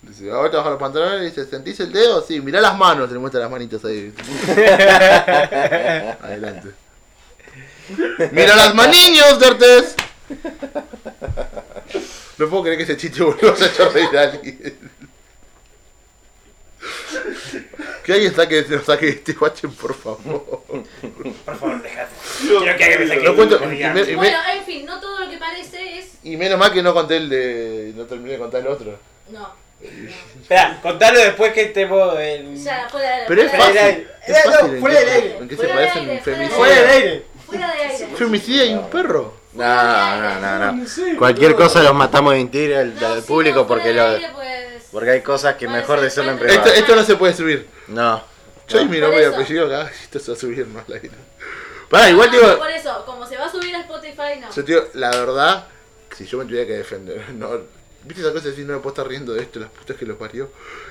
[SPEAKER 2] Le Dice, ahora te bajas los pantalones, le dice, ¿sentís el dedo? Sí, mirá las manos, le muestra las manitas ahí. Adelante. ¡Mira las maniños, Dertes! No puedo creer que ese chiste volvió a hacer reír a alguien. Que alguien saque, nos saque este guachen, por favor.
[SPEAKER 4] Por favor, dejad. Quiero que alguien me saque
[SPEAKER 2] No cuento-
[SPEAKER 4] un-
[SPEAKER 2] y me- y me-
[SPEAKER 5] Bueno, en fin, no todo lo que parece es.
[SPEAKER 2] Y menos mal que no conté el de. No terminé de contar el otro.
[SPEAKER 5] No. no.
[SPEAKER 4] Espera, contalo después que te puedo. el-
[SPEAKER 5] Ya, fuera de
[SPEAKER 2] Pero es
[SPEAKER 5] fuera de-
[SPEAKER 2] fácil. Es
[SPEAKER 4] Era- no,
[SPEAKER 2] fácil en
[SPEAKER 4] fuera
[SPEAKER 2] qué-
[SPEAKER 4] del aire,
[SPEAKER 2] en qué se
[SPEAKER 5] fuera
[SPEAKER 2] parece
[SPEAKER 5] del
[SPEAKER 2] un
[SPEAKER 5] aire, fuera del
[SPEAKER 4] Fuera del
[SPEAKER 2] femicidio.
[SPEAKER 4] aire.
[SPEAKER 5] Fuera de aire.
[SPEAKER 2] Un femicidio y un perro.
[SPEAKER 3] No, no, no, no. Cualquier cosa los matamos de mentir al, al
[SPEAKER 5] si
[SPEAKER 3] público
[SPEAKER 5] no,
[SPEAKER 3] porque
[SPEAKER 5] fuera
[SPEAKER 3] lo,
[SPEAKER 5] de aire, pues,
[SPEAKER 3] porque hay cosas que mejor decirlo en
[SPEAKER 2] Esto,
[SPEAKER 3] privado.
[SPEAKER 2] esto no se puede subir.
[SPEAKER 3] No.
[SPEAKER 2] Yo y mi nombre y
[SPEAKER 5] Por eso.
[SPEAKER 2] apellido acá. Esto se va a subir más la aire.
[SPEAKER 3] Ah,
[SPEAKER 2] Pará, igual te
[SPEAKER 5] Ah, no,
[SPEAKER 2] digo.
[SPEAKER 5] Por eso, como se va a subir a Spotify, no.
[SPEAKER 2] Yo te digo, la verdad, si yo me tuviera que defender. No, ¿Viste esa cosa de decir no me puedo estar riendo de esto? Las putas que lo parió.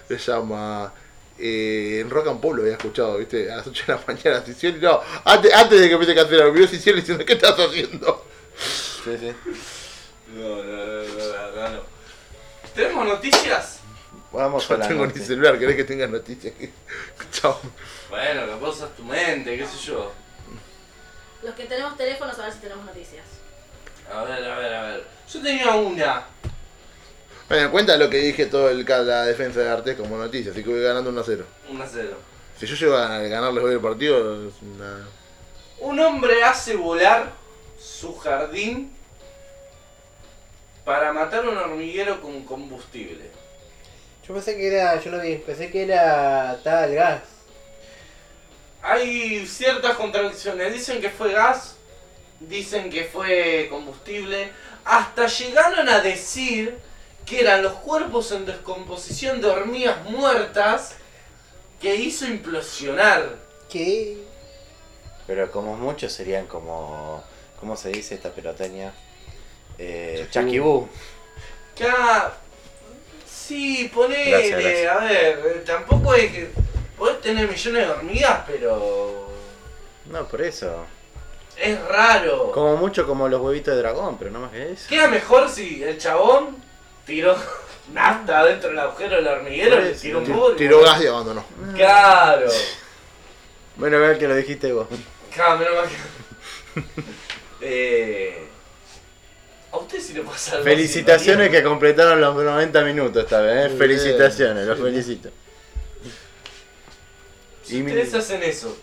[SPEAKER 2] Se llama. eh, en Rock and Pop lo había escuchado, ¿viste? A las 8 de la mañana. Ciciel, no, antes, antes de que empiece a cancelar, me vio Ciciel diciendo, ¿qué estás haciendo?
[SPEAKER 3] Sí, sí.
[SPEAKER 1] No, no, no, no, la verdad no. ¿Tenemos noticias?
[SPEAKER 3] Vamos
[SPEAKER 2] Yo
[SPEAKER 3] a
[SPEAKER 2] no
[SPEAKER 3] la
[SPEAKER 2] tengo
[SPEAKER 3] noche.
[SPEAKER 2] ni celular, querés que tengas noticias. Chao.
[SPEAKER 1] Bueno, que posas tu mente, qué sé yo.
[SPEAKER 5] Los que tenemos teléfonos, a ver si tenemos noticias.
[SPEAKER 1] A ver, a ver, a ver. Yo tenía una.
[SPEAKER 2] Bueno, cuenta lo que dije todo el ca- la defensa de Artes como noticia, así que voy ganando 1 a 0.
[SPEAKER 1] Una cero.
[SPEAKER 2] Si yo llego a ganarles hoy el partido, es una...
[SPEAKER 1] Un hombre hace volar su jardín para matar a un hormiguero con combustible.
[SPEAKER 4] Yo pensé que era. Yo lo vi. Pensé que era. tal gas.
[SPEAKER 1] Hay ciertas contradicciones. Dicen que fue gas, dicen que fue combustible. Hasta llegaron a decir que eran los cuerpos en descomposición de hormigas muertas que hizo implosionar.
[SPEAKER 4] ¿Qué?
[SPEAKER 3] Pero como muchos serían como. ¿Cómo se dice esta peloteña? Eh, Chakibú.
[SPEAKER 1] Ya. ah, Sí, ponele.
[SPEAKER 3] Gracias, gracias.
[SPEAKER 1] A ver, eh, tampoco es que. Podés tener millones de hormigas, pero.
[SPEAKER 3] No, por eso.
[SPEAKER 1] Es raro.
[SPEAKER 3] Como mucho como los huevitos de dragón, pero no más que eso.
[SPEAKER 1] Queda mejor si el chabón tiró nafta dentro del agujero del hormiguero y
[SPEAKER 3] Sí,
[SPEAKER 1] tiró un
[SPEAKER 3] sí,
[SPEAKER 1] poco. y-
[SPEAKER 2] Tiró gas y abandonó.
[SPEAKER 1] Claro.
[SPEAKER 3] Bueno, ver que lo dijiste vos.
[SPEAKER 1] Claro, menos mal que- Eh, A usted sí le pasa algo.
[SPEAKER 3] Felicitaciones
[SPEAKER 1] así,
[SPEAKER 3] que completaron los 90 minutos esta vez, ¿eh?
[SPEAKER 2] Muy
[SPEAKER 3] Felicitaciones,
[SPEAKER 2] bien,
[SPEAKER 3] los
[SPEAKER 2] sí.
[SPEAKER 3] felicito.
[SPEAKER 1] Mariano. Si ustedes hacen eso.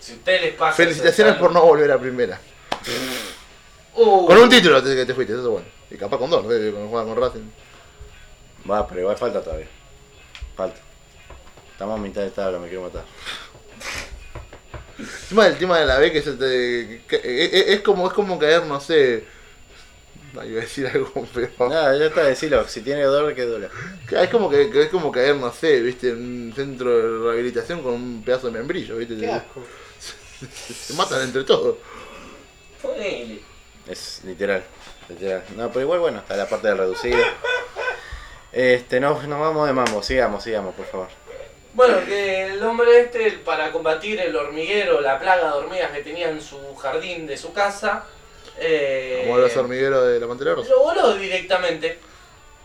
[SPEAKER 1] Si ustedes les pasa.
[SPEAKER 2] Felicitaciones por no volver a primera.
[SPEAKER 1] Uh,
[SPEAKER 2] Con un título te- que te fuiste, eso es bueno. Y capaz con dos, no sé, con Juan, con Racing.
[SPEAKER 3] Va, pero igual falta todavía. Falta. Estamos a mitad de tabla, me quiero matar.
[SPEAKER 2] Encima del tema de la B que se te... que- e- e- es, como, es como caer, no sé... No, iba a decir algo pero...
[SPEAKER 3] Nada, ya está, decilo. Si tiene dolor, que duele.
[SPEAKER 2] Claro, Es como que que es como caer, no sé, viste, en un centro de rehabilitación con un pedazo de membrillo, viste.
[SPEAKER 4] Qué
[SPEAKER 2] Se,
[SPEAKER 4] asco.
[SPEAKER 2] se matan entre todos.
[SPEAKER 1] ponele.
[SPEAKER 3] Es literal, literal. No, pero igual bueno, está la parte del reducido. Este, no, nos vamos de mambo, sigamos, sigamos, por favor.
[SPEAKER 1] Bueno, que el hombre este, el- para combatir el hormiguero, la plaga de hormigas que tenía en su jardín de su casa, eh,
[SPEAKER 2] Como los hormigueros de la Pantera Rosa.
[SPEAKER 1] lo voló directamente.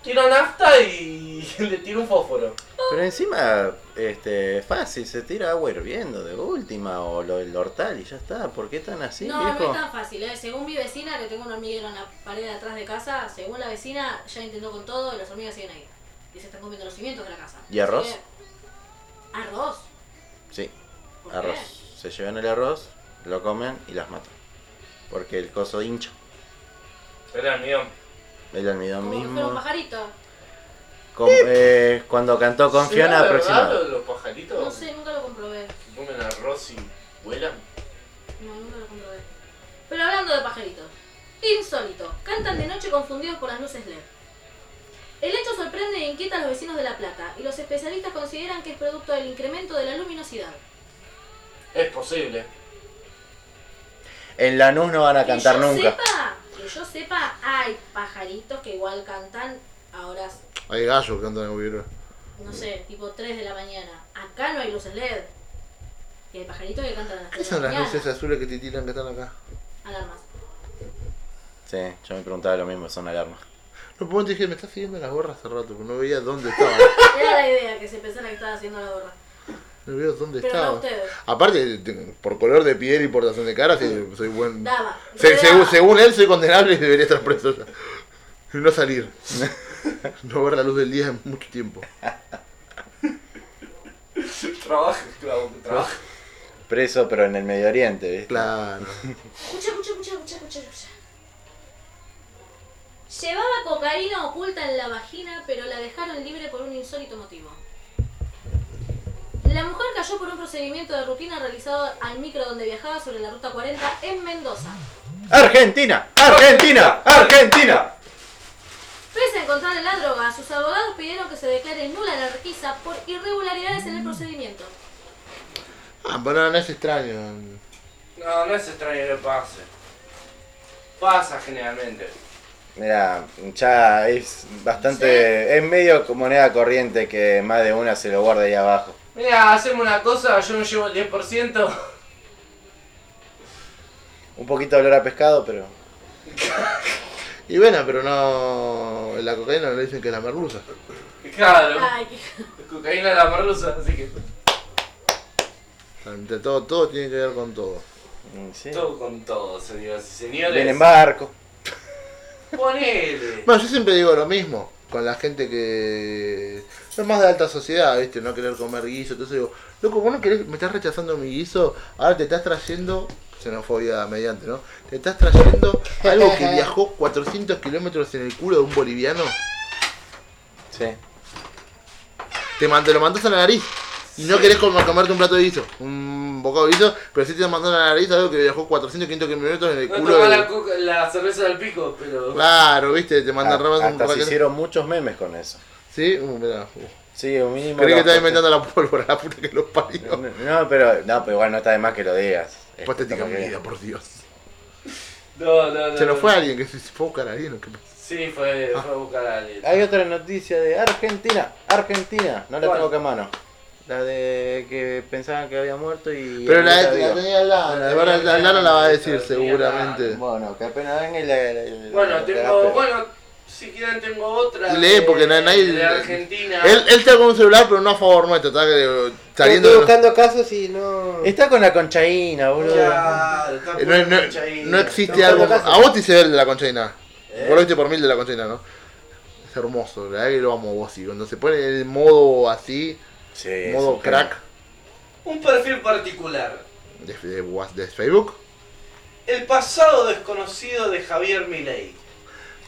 [SPEAKER 1] Tiró nafta y le tiró un fósforo.
[SPEAKER 3] Pero encima, este, fácil, se tira agua hirviendo de última o lo, el hortal y ya está. ¿Por qué tan así,
[SPEAKER 5] no, no
[SPEAKER 3] viejo?
[SPEAKER 5] es tan fácil. ¿eh? Según mi vecina, que tengo un hormiguero en la pared de atrás de casa, según la vecina, ya intentó con todo y las hormigas siguen ahí. Y se están comiendo los cimientos de la casa.
[SPEAKER 3] ¿Y arroz?
[SPEAKER 5] Así que- Arroz.
[SPEAKER 3] Sí,
[SPEAKER 5] ¿Por qué?
[SPEAKER 3] arroz. Se llevan el arroz, lo comen y las matan. Porque el coso hincha.
[SPEAKER 10] Era el mío.
[SPEAKER 3] El almidón
[SPEAKER 5] Como si fuera un
[SPEAKER 3] mismo.
[SPEAKER 5] pajarito.
[SPEAKER 3] Con- eh, cuando cantó con Fiona
[SPEAKER 10] ¿Será verdad
[SPEAKER 3] aproximado.
[SPEAKER 10] lo de los pajaritos?
[SPEAKER 5] No sé, nunca lo comprobé.
[SPEAKER 10] Que comen arroz y vuelan.
[SPEAKER 5] No, nunca lo comprobé. Pero hablando de pajaritos. Insólito. Cantan de noche confundidos por las luces LED. El hecho sorprende e inquieta a los vecinos de La Plata y los especialistas consideran que es producto del incremento de la luminosidad.
[SPEAKER 10] Es posible.
[SPEAKER 3] En Lanús no van a cantar
[SPEAKER 5] que yo
[SPEAKER 3] nunca.
[SPEAKER 5] Sepa, que yo sepa, hay pajaritos que igual cantan a horas,
[SPEAKER 2] Hay gallos que andan en Ubiro.
[SPEAKER 5] no sé, tipo 3 de la mañana. Acá no hay luces LED. Y hay pajaritos que cantan a las
[SPEAKER 2] ¿Qué
[SPEAKER 5] 3
[SPEAKER 2] son
[SPEAKER 5] de
[SPEAKER 2] las
[SPEAKER 5] la
[SPEAKER 2] luces
[SPEAKER 5] mañana.
[SPEAKER 2] azules que titilan que están acá?
[SPEAKER 5] Alarmas.
[SPEAKER 3] Sí, yo me preguntaba lo mismo, son alarmas.
[SPEAKER 2] No, pues dije, me está siguiendo las gorras hace rato, porque no veía dónde estaban.
[SPEAKER 5] Era la idea que se pensara que estaba haciendo la gorra.
[SPEAKER 2] No veía dónde
[SPEAKER 5] Pero no
[SPEAKER 2] estaban.
[SPEAKER 5] ustedes.
[SPEAKER 2] Aparte, te- por color de piel y portación de cara, sí, soy buen.
[SPEAKER 5] Dama.
[SPEAKER 2] Se-
[SPEAKER 5] Dama.
[SPEAKER 2] según, según él, soy condenable y debería estar preso ya. Y No salir. No ver la luz del día en mucho tiempo.
[SPEAKER 10] Trabaja, Clau, trabaja.
[SPEAKER 3] Preso, pero en el Medio Oriente, ¿viste?
[SPEAKER 2] Claro.
[SPEAKER 5] Escucha, escucha, escucha, escucha, escucha, escucha. Llevaba cocaína oculta en la vagina, pero la dejaron libre por un insólito motivo. La mujer cayó por un procedimiento de rutina realizado al micro donde viajaba sobre la ruta 40 en Mendoza.
[SPEAKER 3] ¡Argentina! ¡Argentina! ¡Argentina!
[SPEAKER 5] Pese a encontrar la droga, sus abogados pidieron que se declare nula la requisa por irregularidades en el procedimiento.
[SPEAKER 2] Ah, bueno, no es extraño.
[SPEAKER 1] No, no es extraño que pase. Pasa generalmente.
[SPEAKER 3] Mira, ya es bastante. Es medio como moneda corriente que más de una se lo guarda ahí abajo.
[SPEAKER 1] Mira, hacemos una cosa, yo no llevo el 10%.
[SPEAKER 3] Un poquito de olor a pescado, pero.
[SPEAKER 2] Y bueno, pero no. La cocaína no le dicen que es la merluza.
[SPEAKER 1] Claro,
[SPEAKER 5] Ay, qué-
[SPEAKER 1] cocaína de la merluza, así que
[SPEAKER 2] Ante todo, todo tiene que ver con todo.
[SPEAKER 3] mm, Sí.
[SPEAKER 1] todo con todo, señoras y
[SPEAKER 3] Viene
[SPEAKER 1] señores.
[SPEAKER 3] en barco.
[SPEAKER 1] Ponele.
[SPEAKER 2] Bueno, yo siempre digo lo mismo con la gente que es más de alta sociedad, ¿viste? No querer comer guiso. Entonces digo, loco, vos no querés, me estás rechazando mi guiso, ahora te estás trayendo, xenofobia mediante, ¿no? Te estás trayendo algo que viajó 400 kilómetros en el culo de un boliviano,
[SPEAKER 3] Sí.
[SPEAKER 2] te, man- te lo mandas a la nariz. Y no querés com- comerte un plato de guiso, un bocado de guiso, pero sí te mandan a la nariz algo que viajó 400, 500 kilómetros en el
[SPEAKER 1] No
[SPEAKER 2] culo
[SPEAKER 1] toma la,
[SPEAKER 2] de...
[SPEAKER 1] coca- la cerveza del pico, pero.
[SPEAKER 2] Claro, viste, te mandan ramas
[SPEAKER 3] A-
[SPEAKER 2] de un
[SPEAKER 3] Ah, Hasta se
[SPEAKER 2] raquete.
[SPEAKER 3] hicieron muchos memes con eso.
[SPEAKER 2] Sí, uh, mirá, uh.
[SPEAKER 3] Sí, un mínimo.
[SPEAKER 2] Creí que
[SPEAKER 3] no,
[SPEAKER 2] estaba inventando la pólvora, la puta que los parió.
[SPEAKER 3] No, pero, no, pero igual no está de más que lo digas. Este,
[SPEAKER 2] Hipotética
[SPEAKER 3] como que-
[SPEAKER 2] medida, por Dios.
[SPEAKER 1] No, no, no.
[SPEAKER 2] Se lo
[SPEAKER 1] no.
[SPEAKER 2] fue Ah. a alguien, que se se fue a buscar a alguien. ¿o qué pasa?
[SPEAKER 1] Sí, fue, fue a buscar a alguien.
[SPEAKER 3] Hay otra noticia de Argentina. Argentina. No la
[SPEAKER 1] ¿Cuál?
[SPEAKER 3] tengo que a mano. La de que pensaban que había muerto y.
[SPEAKER 2] Pero la,
[SPEAKER 3] está
[SPEAKER 2] la,
[SPEAKER 3] vivo.
[SPEAKER 2] tenía Lana, ahora la, Lana la va a decir seguramente.
[SPEAKER 3] Bueno, que apenas venga y la. la- la-
[SPEAKER 1] Bueno,
[SPEAKER 3] la
[SPEAKER 1] tengo.
[SPEAKER 3] terapia.
[SPEAKER 1] Bueno, si quieren tengo otra.
[SPEAKER 2] Lee,
[SPEAKER 1] de-
[SPEAKER 2] porque na- nadie-
[SPEAKER 1] De Argentina.
[SPEAKER 2] Él, él está con un celular, pero no a favor nuestro, está eh, saliendo.
[SPEAKER 4] Estoy
[SPEAKER 2] de-
[SPEAKER 4] buscando casos y no.
[SPEAKER 3] Está con la conchaína, boludo.
[SPEAKER 1] Claro, está
[SPEAKER 2] eh, No,
[SPEAKER 1] por
[SPEAKER 2] no-
[SPEAKER 1] concha ahí.
[SPEAKER 2] no existe
[SPEAKER 3] Estamos
[SPEAKER 2] algo.
[SPEAKER 3] buscando
[SPEAKER 2] A
[SPEAKER 3] casos.
[SPEAKER 2] vos te hice ver el de la conchaina.
[SPEAKER 3] ¿Eh?
[SPEAKER 2] Vos lo viste por mil de la conchaina, ¿no? Es hermoso, la verdad que lo amo vos. Y cuando se pone el modo así,
[SPEAKER 3] Sí, es
[SPEAKER 2] modo
[SPEAKER 3] un
[SPEAKER 2] crack
[SPEAKER 1] Un perfil particular.
[SPEAKER 2] de, de Whats- de Facebook,
[SPEAKER 1] El pasado desconocido de Javier Milei.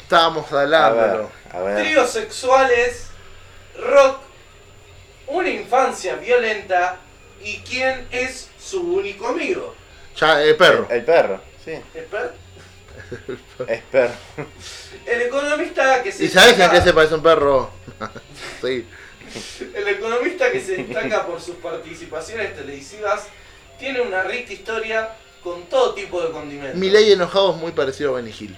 [SPEAKER 2] estábamos
[SPEAKER 3] genio. A ver,
[SPEAKER 2] hablándolo.
[SPEAKER 3] a ver.
[SPEAKER 1] Tríos sexuales, rock, una infancia violenta y quién es su único amigo.
[SPEAKER 2] Ya, eh, perro.
[SPEAKER 3] El perro, sí.
[SPEAKER 1] Espera.
[SPEAKER 3] Es perro.
[SPEAKER 1] El economista que se
[SPEAKER 2] ¿Y sabes a
[SPEAKER 1] destaca-
[SPEAKER 2] qué se parece un perro? sí.
[SPEAKER 1] El economista que se destaca por sus participaciones televisivas tiene una rica historia con todo tipo de condimentos.
[SPEAKER 2] Mi ley enojado es muy parecido a Benny Hill.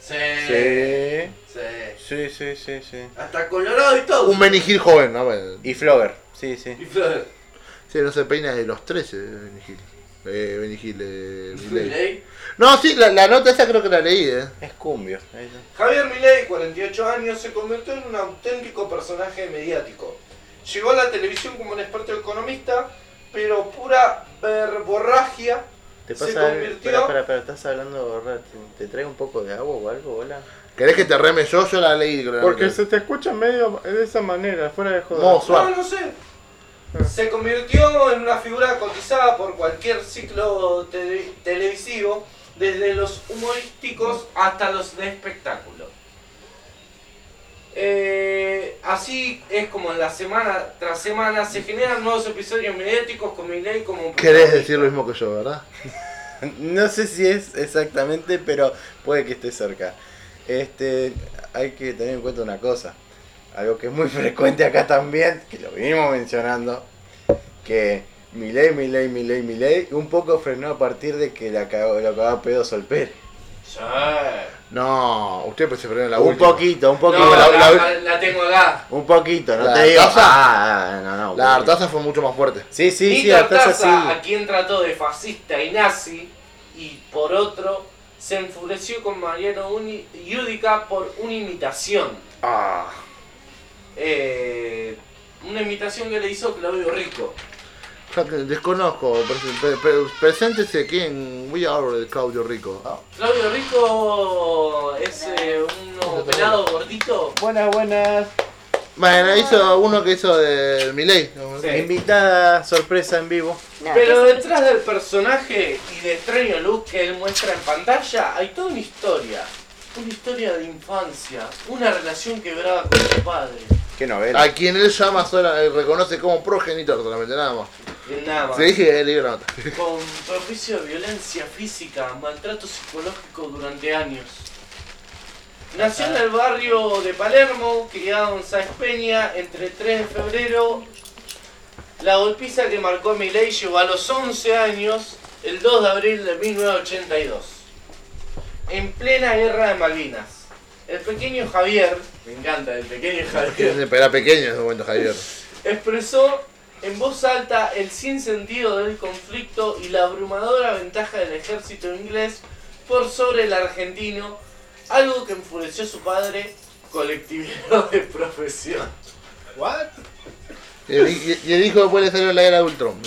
[SPEAKER 1] Sí, sí.
[SPEAKER 3] Sí. Sí, sí, sí, sí.
[SPEAKER 1] Hasta Colorado y todo.
[SPEAKER 2] Un Benny Hill joven, ¿no? Bueno,
[SPEAKER 3] Y Flover, sí, sí.
[SPEAKER 1] Y Flor.
[SPEAKER 2] Sí, no se peina de los 13, Benny Hill. Eh, Benny Hill, eh, Milei.
[SPEAKER 1] Milei.
[SPEAKER 2] No, sí, la, la nota esa creo que la leí, eh.
[SPEAKER 3] Es cumbio.
[SPEAKER 1] Javier Milei, 48 años, se convirtió en un auténtico personaje mediático. Llegó a la televisión como un experto economista, pero pura verborragia
[SPEAKER 3] ¿Te
[SPEAKER 1] Se
[SPEAKER 3] pasa algo?
[SPEAKER 1] convirtió-
[SPEAKER 3] Espera, espera, espera, estás hablando borracho. ¿Te, te traigo un poco de agua o algo, hola?
[SPEAKER 2] ¿Querés que te reme yo? Yo la leí, creo.
[SPEAKER 11] Porque se te escucha medio de esa manera, fuera de joda.
[SPEAKER 2] No,
[SPEAKER 1] No,
[SPEAKER 2] suave.
[SPEAKER 1] no sé. Se convirtió en una figura cotizada por cualquier ciclo tele- televisivo desde los humorísticos hasta los de espectáculo. Eh, así es como en la semana tras semana se generan nuevos episodios mediáticos con Miley como
[SPEAKER 2] Querés
[SPEAKER 1] protagonista.
[SPEAKER 2] decir lo mismo que yo, ¿verdad?
[SPEAKER 7] No sé si es exactamente, pero puede que esté cerca. Este, hay que tener en cuenta una cosa, algo que es muy frecuente acá también, que lo vinimos mencionando, que Milei, Milei, Milei, Milei, un poco frenó a partir de que la cagó- lo cagaba pedo Solper.
[SPEAKER 12] Sí.
[SPEAKER 2] No, usted pues se perdió en la
[SPEAKER 7] un
[SPEAKER 2] última.
[SPEAKER 7] poquito, un poquito,
[SPEAKER 1] No, la,
[SPEAKER 7] la- la-
[SPEAKER 1] la- la tengo acá.
[SPEAKER 7] un poquito, no
[SPEAKER 2] ¿La
[SPEAKER 7] te digo.
[SPEAKER 2] Artaza?
[SPEAKER 7] Ah, no, no. un
[SPEAKER 2] La
[SPEAKER 7] poquito.
[SPEAKER 2] hartaza fue mucho más fuerte.
[SPEAKER 7] Sí, sí, sí,
[SPEAKER 1] Nito
[SPEAKER 7] Artaza
[SPEAKER 1] Artaza, a
[SPEAKER 7] sí.
[SPEAKER 1] quien trató de fascista y nazi, y por otro, se enfureció con Mariano Uni- Yudica por una imitación.
[SPEAKER 2] Ah.
[SPEAKER 1] Eh, una imitación que le hizo Claudio Rico.
[SPEAKER 2] Ya te- Desconozco, pres- pre- pre- preséntese aquí en We Are de Claudio Rico. Ah,
[SPEAKER 1] Claudio Rico es eh, un operado gordito.
[SPEAKER 7] Buenas, buenas.
[SPEAKER 2] Bueno, hizo uno que hizo de Miley.
[SPEAKER 7] Invitada, sorpresa en vivo.
[SPEAKER 1] Pero detrás del personaje y de extraño look que él muestra en pantalla hay toda una historia. Una historia de infancia, una relación quebrada con su padre.
[SPEAKER 7] Qué novela.
[SPEAKER 2] A quien él llama sola, eh, reconoce como progenitor solamente, nada más.
[SPEAKER 1] de Nada más.
[SPEAKER 2] Se dije el libro.
[SPEAKER 1] Con propicio de violencia física, maltrato psicológico durante años. Nació en el barrio de Palermo, criado en Sáenz Peña, entre 3 de febrero. La golpiza que marcó Milei llegó a los 11 años, el 2 de abril de 1982. En plena guerra de Malvinas. El pequeño Javier, me encanta, el pequeño Javier
[SPEAKER 2] Era pequeño en ese momento, Javier.
[SPEAKER 1] expresó en voz alta el sin sentido del conflicto y la abrumadora ventaja del ejército inglés por sobre el argentino, algo que enfureció a su padre, colectivero de profesión.
[SPEAKER 2] Y el, y- y el hijo después le salió la era de Ultron.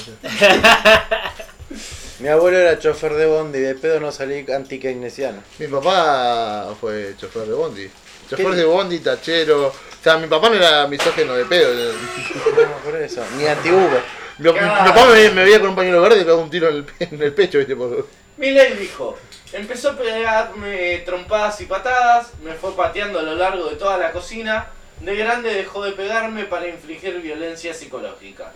[SPEAKER 7] Mi abuelo era chofer de Bondi, de pedo no salí antikeynesiano.
[SPEAKER 2] Mi papá fue chofer de Bondi. Chofer
[SPEAKER 7] ¿Qué?
[SPEAKER 2] de Bondi, tachero. O sea, mi papá no era misógeno de pedo.
[SPEAKER 7] No, por eso. Ni anti-Uber.
[SPEAKER 2] Mi, mi- mi papá me, veía- me veía con un pañuelo verde y me pegaba un tiro en el, pe- en el pecho, viste, por...
[SPEAKER 1] Miley dijo, empezó a pegarme trompadas y patadas, me fue pateando a lo largo de toda la cocina, de grande dejó de pegarme para infligir violencia psicológica.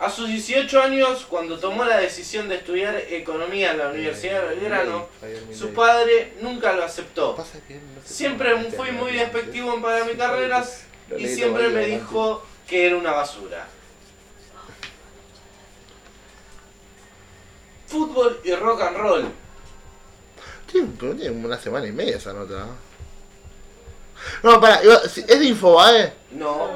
[SPEAKER 1] A sus 18 años, cuando tomó la decisión de estudiar economía en la Universidad de Belgrano, su padre nunca lo aceptó. Siempre fui muy despectivo para mis carreras y siempre me dijo que era una basura. Fútbol y rock and roll.
[SPEAKER 2] Tiene, pero tiene una semana y media esa nota. ¿no? No, para, ¿es de Infobae?
[SPEAKER 1] No.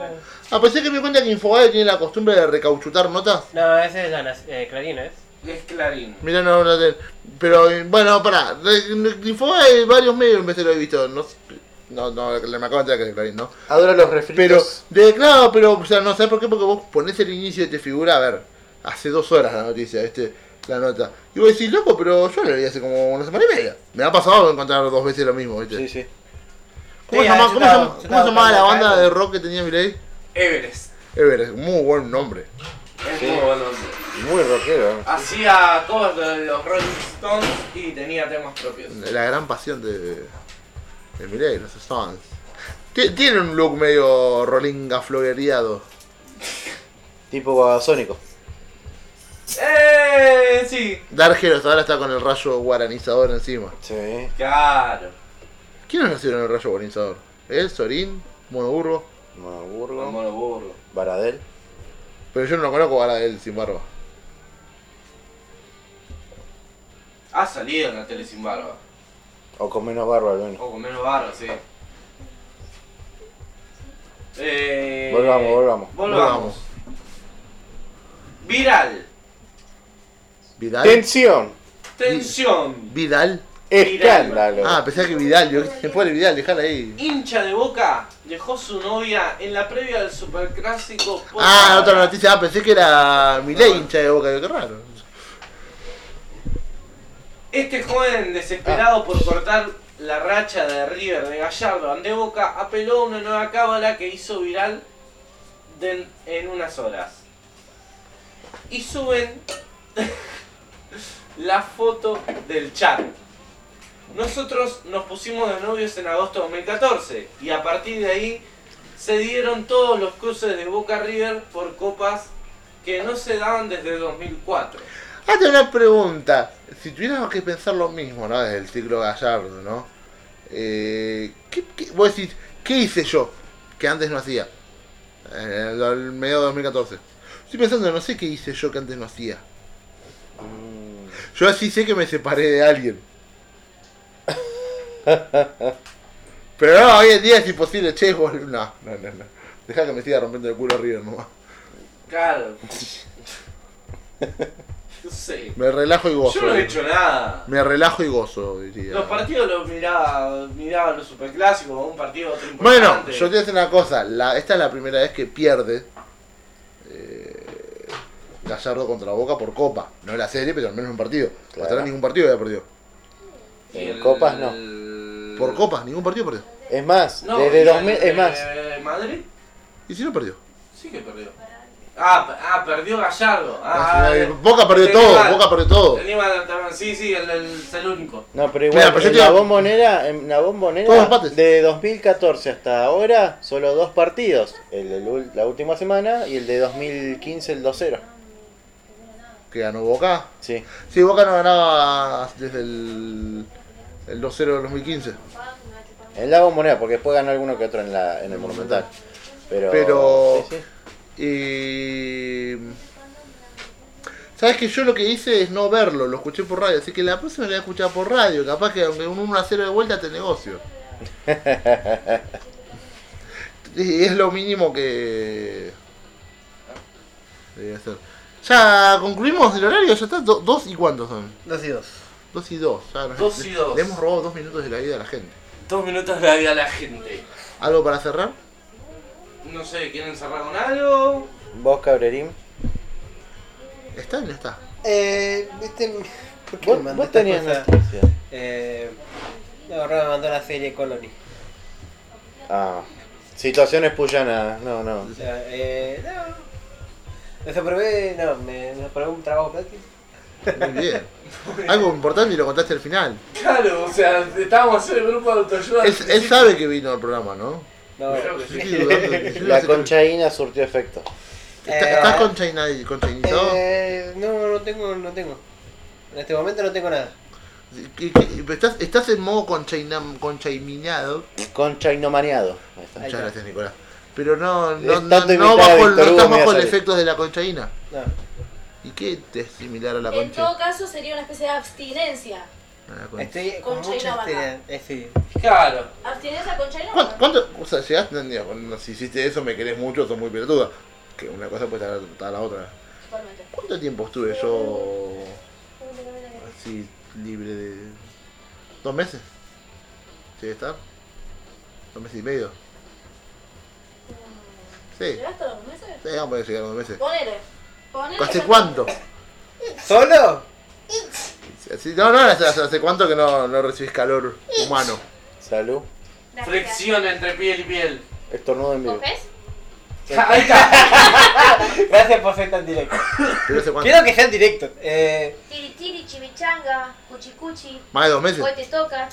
[SPEAKER 2] Ah, pensé que me di cuenta que Infobae tiene la costumbre de recauchutar notas.
[SPEAKER 4] No, ese es la nac- eh, Clarín, ¿es?
[SPEAKER 1] Es Clarín.
[SPEAKER 2] Mira, no, no te- Pero eh, bueno, para, Infobae varios medios en vez de lo he visto. No, sé- no, no, le- me acabo de enterar que es de Clarín, ¿no?
[SPEAKER 7] Adoro los
[SPEAKER 2] Pero,
[SPEAKER 7] refritos.
[SPEAKER 2] de, claro, pero, o sea, no, ¿sabes por qué? Porque vos ponés el inicio de te figura, a ver, hace dos horas la noticia, este, la nota. Y vos decís, loco, pero yo lo leí hace como una semana y media. Me ha pasado encontrar dos veces lo mismo, ¿viste?
[SPEAKER 7] Sí, sí.
[SPEAKER 2] ¿Cómo
[SPEAKER 4] Sí,
[SPEAKER 2] se llama-
[SPEAKER 4] yo
[SPEAKER 2] cómo se llama-
[SPEAKER 4] estaba- yo
[SPEAKER 2] cómo se
[SPEAKER 4] estaba
[SPEAKER 2] llamaba la
[SPEAKER 4] buscando
[SPEAKER 2] banda
[SPEAKER 4] acá.
[SPEAKER 2] de rock que tenía Miley?
[SPEAKER 1] Everest.
[SPEAKER 2] Everest, muy buen nombre.
[SPEAKER 1] Es muy buen hombre.
[SPEAKER 7] Muy rockero.
[SPEAKER 1] Hacía covers de los Rolling Stones y tenía temas propios.
[SPEAKER 2] La gran pasión de, de Miley, los Stones. Ti- Tiene un look medio rolinga floreado.
[SPEAKER 7] Tipo babasónico.
[SPEAKER 1] Eh, sí.
[SPEAKER 2] Dargeros ahora está con el rayo guaranizador encima.
[SPEAKER 7] Sí.
[SPEAKER 1] Claro.
[SPEAKER 2] ¿Quiénes nacieron en el rayo guaranizador? Él, Sorín, Monoburgo.
[SPEAKER 1] Con
[SPEAKER 7] Monoburgo.
[SPEAKER 1] Monoburgo.
[SPEAKER 7] Baradel.
[SPEAKER 2] Pero yo no lo conozco ahora él sin barba.
[SPEAKER 1] Ha salido en la tele sin barba.
[SPEAKER 7] O con menos barba al menos.
[SPEAKER 1] O Oh, con menos barba, sí. Eh,
[SPEAKER 7] Volvamos, volvamos.
[SPEAKER 1] Volvamos. Viral.
[SPEAKER 2] Vidal.
[SPEAKER 7] Tensión.
[SPEAKER 1] Tensión.
[SPEAKER 2] Vidal.
[SPEAKER 7] Escándalo.
[SPEAKER 2] Ah, pensé que Vidal, yo que pobre Vidal, dejala ahí.
[SPEAKER 1] Hincha de Boca dejó su novia en la previa del superclásico. por-
[SPEAKER 2] Ah, otra noticia, ah, pensé que era Milei hincha de boca, qué raro.
[SPEAKER 1] Este joven desesperado por cortar la racha de River de Gallardo ante Boca apeló a una nueva cábala que hizo viral de- en unas horas. Y suben la foto del chat. Nosotros nos pusimos de novios en agosto de 2014 y a partir de ahí se dieron todos los cruces de Boca River por copas que no se daban desde 2004.
[SPEAKER 2] Hazte una pregunta. Si tuviéramos que pensar lo mismo, ¿no? Desde el ciclo Gallardo, ¿no? Eh, ¿qué, qué- vos decís, ¿qué hice yo que antes no hacía? En el, al medio de 2014. Estoy pensando, no sé qué hice yo que antes no hacía. Yo así sé que me separé de alguien. Pero no, hoy en día es imposible, che, bol- No, no, no, no. Deja que me siga rompiendo el culo River nomás.
[SPEAKER 1] Claro. No sé.
[SPEAKER 2] Me relajo y gozo.
[SPEAKER 1] Yo no he hecho nada.
[SPEAKER 2] Me relajo y gozo, diría.
[SPEAKER 1] Los partidos los miraba, miraba los superclásicos, un partido otro
[SPEAKER 2] Bueno,
[SPEAKER 1] importante.
[SPEAKER 2] yo te voy a decir una cosa. la- esta es la primera vez que pierde eh, Gallardo contra Boca por Copa. No en la serie, pero al menos en un partido.
[SPEAKER 7] Claro.
[SPEAKER 2] Hasta ahora ningún partido había perdido.
[SPEAKER 7] En copas, no.
[SPEAKER 1] Mm.
[SPEAKER 2] Por Copa, ningún partido perdió.
[SPEAKER 7] Es más,
[SPEAKER 1] No, y
[SPEAKER 7] desde
[SPEAKER 1] el
[SPEAKER 7] 2000,
[SPEAKER 1] de
[SPEAKER 7] es más,
[SPEAKER 1] Madrid
[SPEAKER 2] ¿Y si no perdió?
[SPEAKER 1] sí que perdió. Ah, pe- ah perdió Gallardo. Ah,
[SPEAKER 2] Eh,
[SPEAKER 1] eh,
[SPEAKER 2] Boca perdió
[SPEAKER 1] tenía
[SPEAKER 2] todo,
[SPEAKER 1] mal.
[SPEAKER 2] Boca perdió todo.
[SPEAKER 1] Tenía mal también. Sí, sí, el, el, es el único.
[SPEAKER 7] no, pero igual,
[SPEAKER 2] Mira, pero yo
[SPEAKER 7] en,
[SPEAKER 2] te
[SPEAKER 7] la
[SPEAKER 2] digo-
[SPEAKER 7] bombonera, en la bombonera
[SPEAKER 2] Todos empates.
[SPEAKER 7] de 2014 hasta ahora, solo dos partidos, el, del ul- la última semana y el de 2015 el 2-0.
[SPEAKER 2] Que ganó Boca.
[SPEAKER 7] Sí.
[SPEAKER 2] Sí, Boca no ganaba desde el, el 2-0 del 2015.
[SPEAKER 7] En la bombonera, porque después ganó alguno que otro en, la, en el Monumental. Pero.
[SPEAKER 2] Mm. Pero-
[SPEAKER 7] sí, sí.
[SPEAKER 2] Y... Eh, Sabes que yo lo que hice es no verlo, lo escuché por radio, así que la próxima lo voy a escuchar por radio, capaz que aunque un 1 a 0 de vuelta te negocio. y es lo mínimo que debe hacer. Ya concluimos el horario, ya está, do- dos y cuántos son?
[SPEAKER 4] Dos y dos.
[SPEAKER 2] Dos y dos, ya nos-
[SPEAKER 1] Dos y dos.
[SPEAKER 2] Le hemos robado dos minutos de la vida a la gente.
[SPEAKER 1] Dos minutos de la vida a la gente.
[SPEAKER 2] ¿Algo para cerrar?
[SPEAKER 1] No sé, ¿quieren cerrar con algo?
[SPEAKER 7] Vos, Cabrerín.
[SPEAKER 2] ¿Está o no está?
[SPEAKER 4] Eh, viste, ¿por qué me
[SPEAKER 7] Vos,
[SPEAKER 4] mandó
[SPEAKER 7] vos
[SPEAKER 4] esta
[SPEAKER 7] tenías
[SPEAKER 4] cosa?
[SPEAKER 2] este.
[SPEAKER 7] noticia.
[SPEAKER 4] Eh, la verdad me mandó la serie Colony.
[SPEAKER 7] Ah. Situaciones puyanas. No, no.
[SPEAKER 4] O sea, eh, no. Desaprobé, no, me desaprobé un trabajo práctico.
[SPEAKER 2] Muy bien. Algo importante y lo contaste al final.
[SPEAKER 1] Claro, o sea, estábamos haciendo el grupo de autoayuda.
[SPEAKER 2] Él, él sabe que vino al programa, ¿no?
[SPEAKER 4] No,
[SPEAKER 1] Creo que
[SPEAKER 2] Yo
[SPEAKER 1] sí.
[SPEAKER 2] estoy dudando de que- yo no
[SPEAKER 7] La
[SPEAKER 2] sé-
[SPEAKER 7] conchaína surtió efecto.
[SPEAKER 2] ¿Está-
[SPEAKER 4] Eh,
[SPEAKER 2] ¿Estás con Chainai- con Chainizado?
[SPEAKER 4] eh, no, no tengo, no tengo. En este momento no tengo nada.
[SPEAKER 2] ¿Qué- qué- pero estás, estás en modo con Chainam- con Chaiminado.
[SPEAKER 7] Conchainomaneado. Ahí está.
[SPEAKER 4] Ahí
[SPEAKER 2] Muchas
[SPEAKER 4] está.
[SPEAKER 2] gracias, Nicolás. Pero no, no,
[SPEAKER 7] Es
[SPEAKER 2] no,
[SPEAKER 7] tanto
[SPEAKER 2] no
[SPEAKER 7] imitar a
[SPEAKER 2] bajo, el-
[SPEAKER 7] Víctor
[SPEAKER 2] no
[SPEAKER 7] Hugo,
[SPEAKER 2] estás
[SPEAKER 7] me va
[SPEAKER 2] bajo
[SPEAKER 7] a
[SPEAKER 2] el
[SPEAKER 7] salir.
[SPEAKER 2] efecto de la conchaína.
[SPEAKER 4] No.
[SPEAKER 2] ¿Y qué te es similar a la
[SPEAKER 5] En
[SPEAKER 2] concha?
[SPEAKER 5] todo caso sería una especie de abstinencia.
[SPEAKER 2] A la concha.
[SPEAKER 4] Estoy con
[SPEAKER 5] Concha
[SPEAKER 4] mucha
[SPEAKER 5] y la
[SPEAKER 4] este, eh, sí.
[SPEAKER 1] Claro.
[SPEAKER 5] Abstinencia con China.
[SPEAKER 2] ¿Cuánto, cuánto- o sea, llegaste? no, digo, bueno, si hiciste eso, me querés mucho, sos muy pelotuda. Que una cosa puede estar atada a la otra.
[SPEAKER 5] Totalmente.
[SPEAKER 2] ¿Cuánto tiempo estuve yo así libre de... ¿Dos meses? ¿Sí estar? ¿Dos meses y medio? Sí,
[SPEAKER 5] ¿Llegaste a los meses?
[SPEAKER 2] sí vamos a llegar a dos meses.
[SPEAKER 5] Ponele. Ponele.
[SPEAKER 2] ¿Hace cuánto?
[SPEAKER 4] ¿Solo?
[SPEAKER 2] Sí, No, no, hace, hace- hace cuánto que no, no recibís calor humano.
[SPEAKER 7] Salud.
[SPEAKER 1] Flexión entre piel y piel.
[SPEAKER 7] Estornudo en vivo.
[SPEAKER 1] Ahí está.
[SPEAKER 4] Gracias por ser tan directo.
[SPEAKER 2] Pero hace cuánto.
[SPEAKER 4] Quiero que sean directos. Eh,
[SPEAKER 13] Tiri tiri, chimichanga, cuchicuchi,
[SPEAKER 2] Más de dos meses.
[SPEAKER 13] hoy te toca.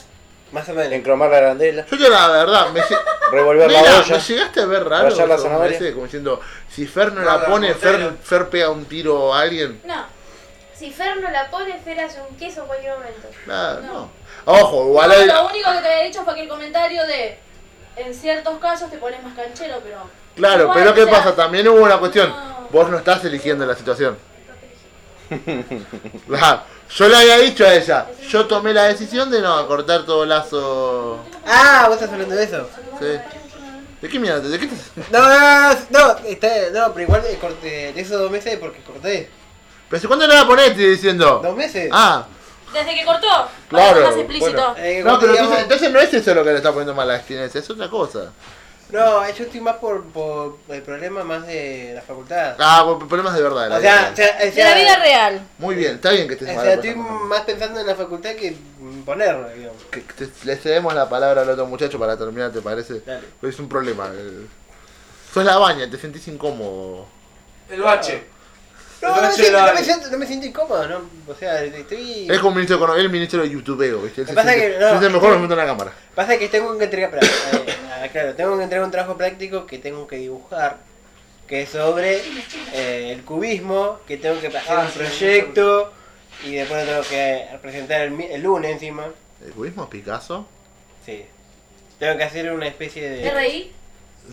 [SPEAKER 4] más o menos.
[SPEAKER 7] Encromar la arandela.
[SPEAKER 2] Yo que la verdad, me, lle-
[SPEAKER 7] Revolver
[SPEAKER 2] Nena,
[SPEAKER 7] la
[SPEAKER 2] me
[SPEAKER 7] olla.
[SPEAKER 2] llegaste a ver raro.
[SPEAKER 7] Rayar la
[SPEAKER 2] esos
[SPEAKER 7] zanahoria.
[SPEAKER 2] meses, como diciendo, si Fer no,
[SPEAKER 1] No,
[SPEAKER 2] la
[SPEAKER 1] la
[SPEAKER 2] pone, Fer,
[SPEAKER 1] botella.
[SPEAKER 2] Fer pega un tiro a alguien.
[SPEAKER 5] No.
[SPEAKER 13] Si Fer no la pone, Fer hace un queso en cualquier momento.
[SPEAKER 2] Nada, Ah, no.
[SPEAKER 5] No.
[SPEAKER 2] Ojo, igual
[SPEAKER 5] No,
[SPEAKER 2] hay-
[SPEAKER 5] Lo único que te había dicho fue que el comentario de en ciertos casos te pones más canchero, pero.
[SPEAKER 2] Claro,
[SPEAKER 5] Igual,
[SPEAKER 2] pero ¿qué
[SPEAKER 5] o sea,
[SPEAKER 2] pasa? También hubo una cuestión.
[SPEAKER 5] No.
[SPEAKER 2] Vos no estás eligiendo la situación. Claro, yo le había dicho a ella, yo tomé la decisión de no cortar todo lazo.
[SPEAKER 4] Ah, vos estás hablando de eso.
[SPEAKER 2] Sí. ¿De qué mierda? ¿De qué te-
[SPEAKER 4] No, no, no, no, está- no, pero igual eh, corté, de esos dos meses porque corté.
[SPEAKER 2] ¿Pero si cuándo le la ponés? Estoy diciendo.
[SPEAKER 4] ¿Dos meses?
[SPEAKER 2] Ah,
[SPEAKER 5] Desde que cortó. para
[SPEAKER 2] Claro,
[SPEAKER 5] ser más explícito.
[SPEAKER 4] Eh,
[SPEAKER 2] no,
[SPEAKER 4] cuando
[SPEAKER 2] pero
[SPEAKER 4] digamos-
[SPEAKER 2] entonces, entonces no es eso lo que le está poniendo mal a la abstinencia, es otra cosa.
[SPEAKER 4] No, yo estoy más por, por el problema más de la facultad.
[SPEAKER 2] Ah, por- por problemas de verdad. de la
[SPEAKER 4] o
[SPEAKER 2] vida real.
[SPEAKER 4] sea, o sea, o
[SPEAKER 5] De la
[SPEAKER 4] sea,
[SPEAKER 5] vida real.
[SPEAKER 2] Muy bien, está bien que estés
[SPEAKER 4] o
[SPEAKER 2] mal.
[SPEAKER 4] sea, estoy
[SPEAKER 2] persona.
[SPEAKER 4] más pensando en la facultad que ponerlo, digamos.
[SPEAKER 2] Que- que te- le cedemos la palabra al otro muchacho para terminar, ¿te parece?
[SPEAKER 4] Dale.
[SPEAKER 2] Es un problema. eh. Sos la baña, te sentís incómodo.
[SPEAKER 1] El bache.
[SPEAKER 4] No, no me,
[SPEAKER 7] Noche
[SPEAKER 4] siento, no,
[SPEAKER 7] larga.
[SPEAKER 4] me siento, no me siento incómodo, ¿no? O sea, estoy.
[SPEAKER 2] Es como un ministro económico, el ministro de YouTubeo, ¿viste? Él
[SPEAKER 4] Lo
[SPEAKER 2] se
[SPEAKER 4] que pasa
[SPEAKER 2] siente-
[SPEAKER 4] que, no,
[SPEAKER 2] se siente
[SPEAKER 4] es
[SPEAKER 2] mejor
[SPEAKER 4] que-
[SPEAKER 2] en momento en la cámara.
[SPEAKER 4] Pasa que tengo que entregar. pará, eh, claro, tengo que entregar un trabajo práctico que tengo que dibujar. Que es sobre eh, el cubismo, que tengo que hacer
[SPEAKER 1] Ah,
[SPEAKER 4] un
[SPEAKER 1] sí,
[SPEAKER 4] proyecto. Y después lo tengo que presentar el, mi- el lunes encima.
[SPEAKER 2] ¿El cubismo es Picasso?
[SPEAKER 4] Sí. Tengo que hacer una especie de.
[SPEAKER 5] ¿RI?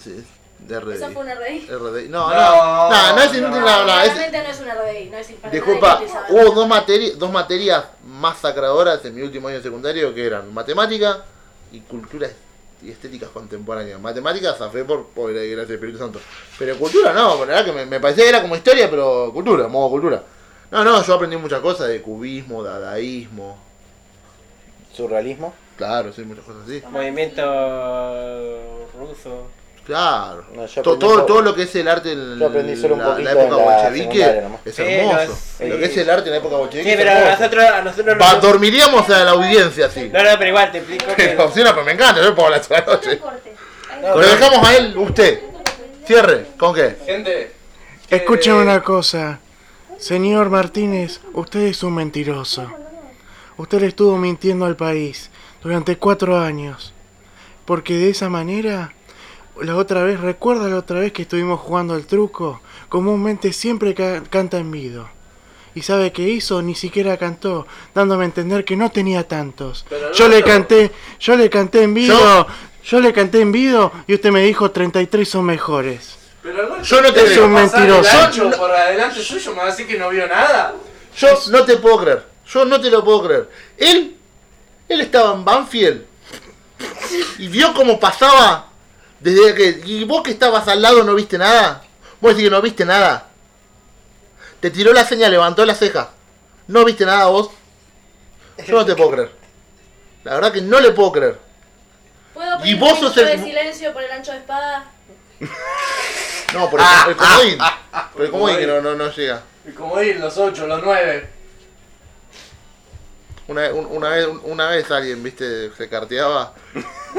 [SPEAKER 2] Sí, de RDI.
[SPEAKER 5] ¿Esa fue un RI?
[SPEAKER 2] RDI. No, no, no,
[SPEAKER 1] No,
[SPEAKER 2] no, es inútil la habla. es-
[SPEAKER 5] Realmente no es un RDI, no es para nadie
[SPEAKER 2] Disculpa, Uh,
[SPEAKER 5] utilizado.
[SPEAKER 2] hubo dos, materi- dos materias masacradoras en mi último año de secundario que eran matemática y cultura y estéticas contemporáneas. Matemáticas zafé por pobre y gracias Espíritu Santo. Pero cultura no, la verdad que me, me parecía que era como historia, pero cultura, modo cultura. No, no, yo aprendí muchas cosas de cubismo, dadaísmo,
[SPEAKER 7] Surrealismo.
[SPEAKER 2] claro, sí, muchas cosas así.
[SPEAKER 4] Movimiento ruso.
[SPEAKER 2] Claro.
[SPEAKER 7] No, yo
[SPEAKER 2] To-
[SPEAKER 7] aprendí
[SPEAKER 2] todo,
[SPEAKER 7] po-
[SPEAKER 2] todo lo que es el arte en
[SPEAKER 7] Yo aprendí solo un
[SPEAKER 2] la, la
[SPEAKER 7] poquito
[SPEAKER 2] época
[SPEAKER 7] en la
[SPEAKER 2] bolchevique
[SPEAKER 7] secundaria nomás.
[SPEAKER 2] es
[SPEAKER 4] Sí,
[SPEAKER 2] hermoso.
[SPEAKER 4] no, sí.
[SPEAKER 2] Lo que es el arte en la época
[SPEAKER 4] Sí,
[SPEAKER 2] bolchevique. es
[SPEAKER 4] pero a
[SPEAKER 2] hermoso.
[SPEAKER 4] nosotros, a nosotros
[SPEAKER 2] Va,
[SPEAKER 4] no.
[SPEAKER 2] dormiríamos a la audiencia así.
[SPEAKER 4] No, no, pero igual te explico que.
[SPEAKER 2] Pero sí, no, pero me encanta, yo puedo hablar toda la
[SPEAKER 13] Otro
[SPEAKER 2] noche.
[SPEAKER 13] corte.
[SPEAKER 4] No,
[SPEAKER 2] Pero
[SPEAKER 4] pero-
[SPEAKER 2] dejamos a él, usted. Cierre, ¿con qué?
[SPEAKER 1] Gente.
[SPEAKER 9] Escuchen
[SPEAKER 1] eh,
[SPEAKER 9] una cosa. Señor Martínez, usted es un mentiroso. Usted le estuvo mintiendo al país durante cuatro años. Porque de esa manera, la otra vez, recuerda la otra vez que estuvimos jugando al truco, comúnmente siempre ca- canta en vivo. Y sabe qué hizo, ni siquiera cantó, dándome a entender que no tenía tantos.
[SPEAKER 1] Pero
[SPEAKER 9] Yo
[SPEAKER 1] no,
[SPEAKER 9] le
[SPEAKER 1] no.
[SPEAKER 9] canté, yo le canté en vivo,
[SPEAKER 2] Yo-
[SPEAKER 9] yo, le canté en vivo y usted me dijo 33 son mejores.
[SPEAKER 1] Pero Alberto,
[SPEAKER 2] Yo no te
[SPEAKER 1] ¿te
[SPEAKER 2] creo.
[SPEAKER 1] deja pasar el
[SPEAKER 9] Mentiroso.
[SPEAKER 1] ancho por adelante suyo, me va a decir que no vio nada.
[SPEAKER 2] Yo no te puedo creer. Yo no te lo puedo creer. Él, él estaba en Banfield y vio cómo pasaba desde que. Y vos que estabas al lado no viste nada. Vos decís que no viste nada. Te tiró la señal, levantó las cejas. No viste nada vos. Yo no te puedo creer. La verdad que no le puedo creer.
[SPEAKER 5] ¿Puedo
[SPEAKER 2] Y
[SPEAKER 5] pedir
[SPEAKER 2] vos
[SPEAKER 5] un
[SPEAKER 2] sos
[SPEAKER 5] minuto
[SPEAKER 2] el-
[SPEAKER 5] de silencio por el ancho de espada?
[SPEAKER 2] No, por el, el comodín. por el comodín que no, no, no llega.
[SPEAKER 1] Y como ir los 8, los 9.
[SPEAKER 2] Una, vez- un- una, vez, una vez alguien, viste, se carteaba.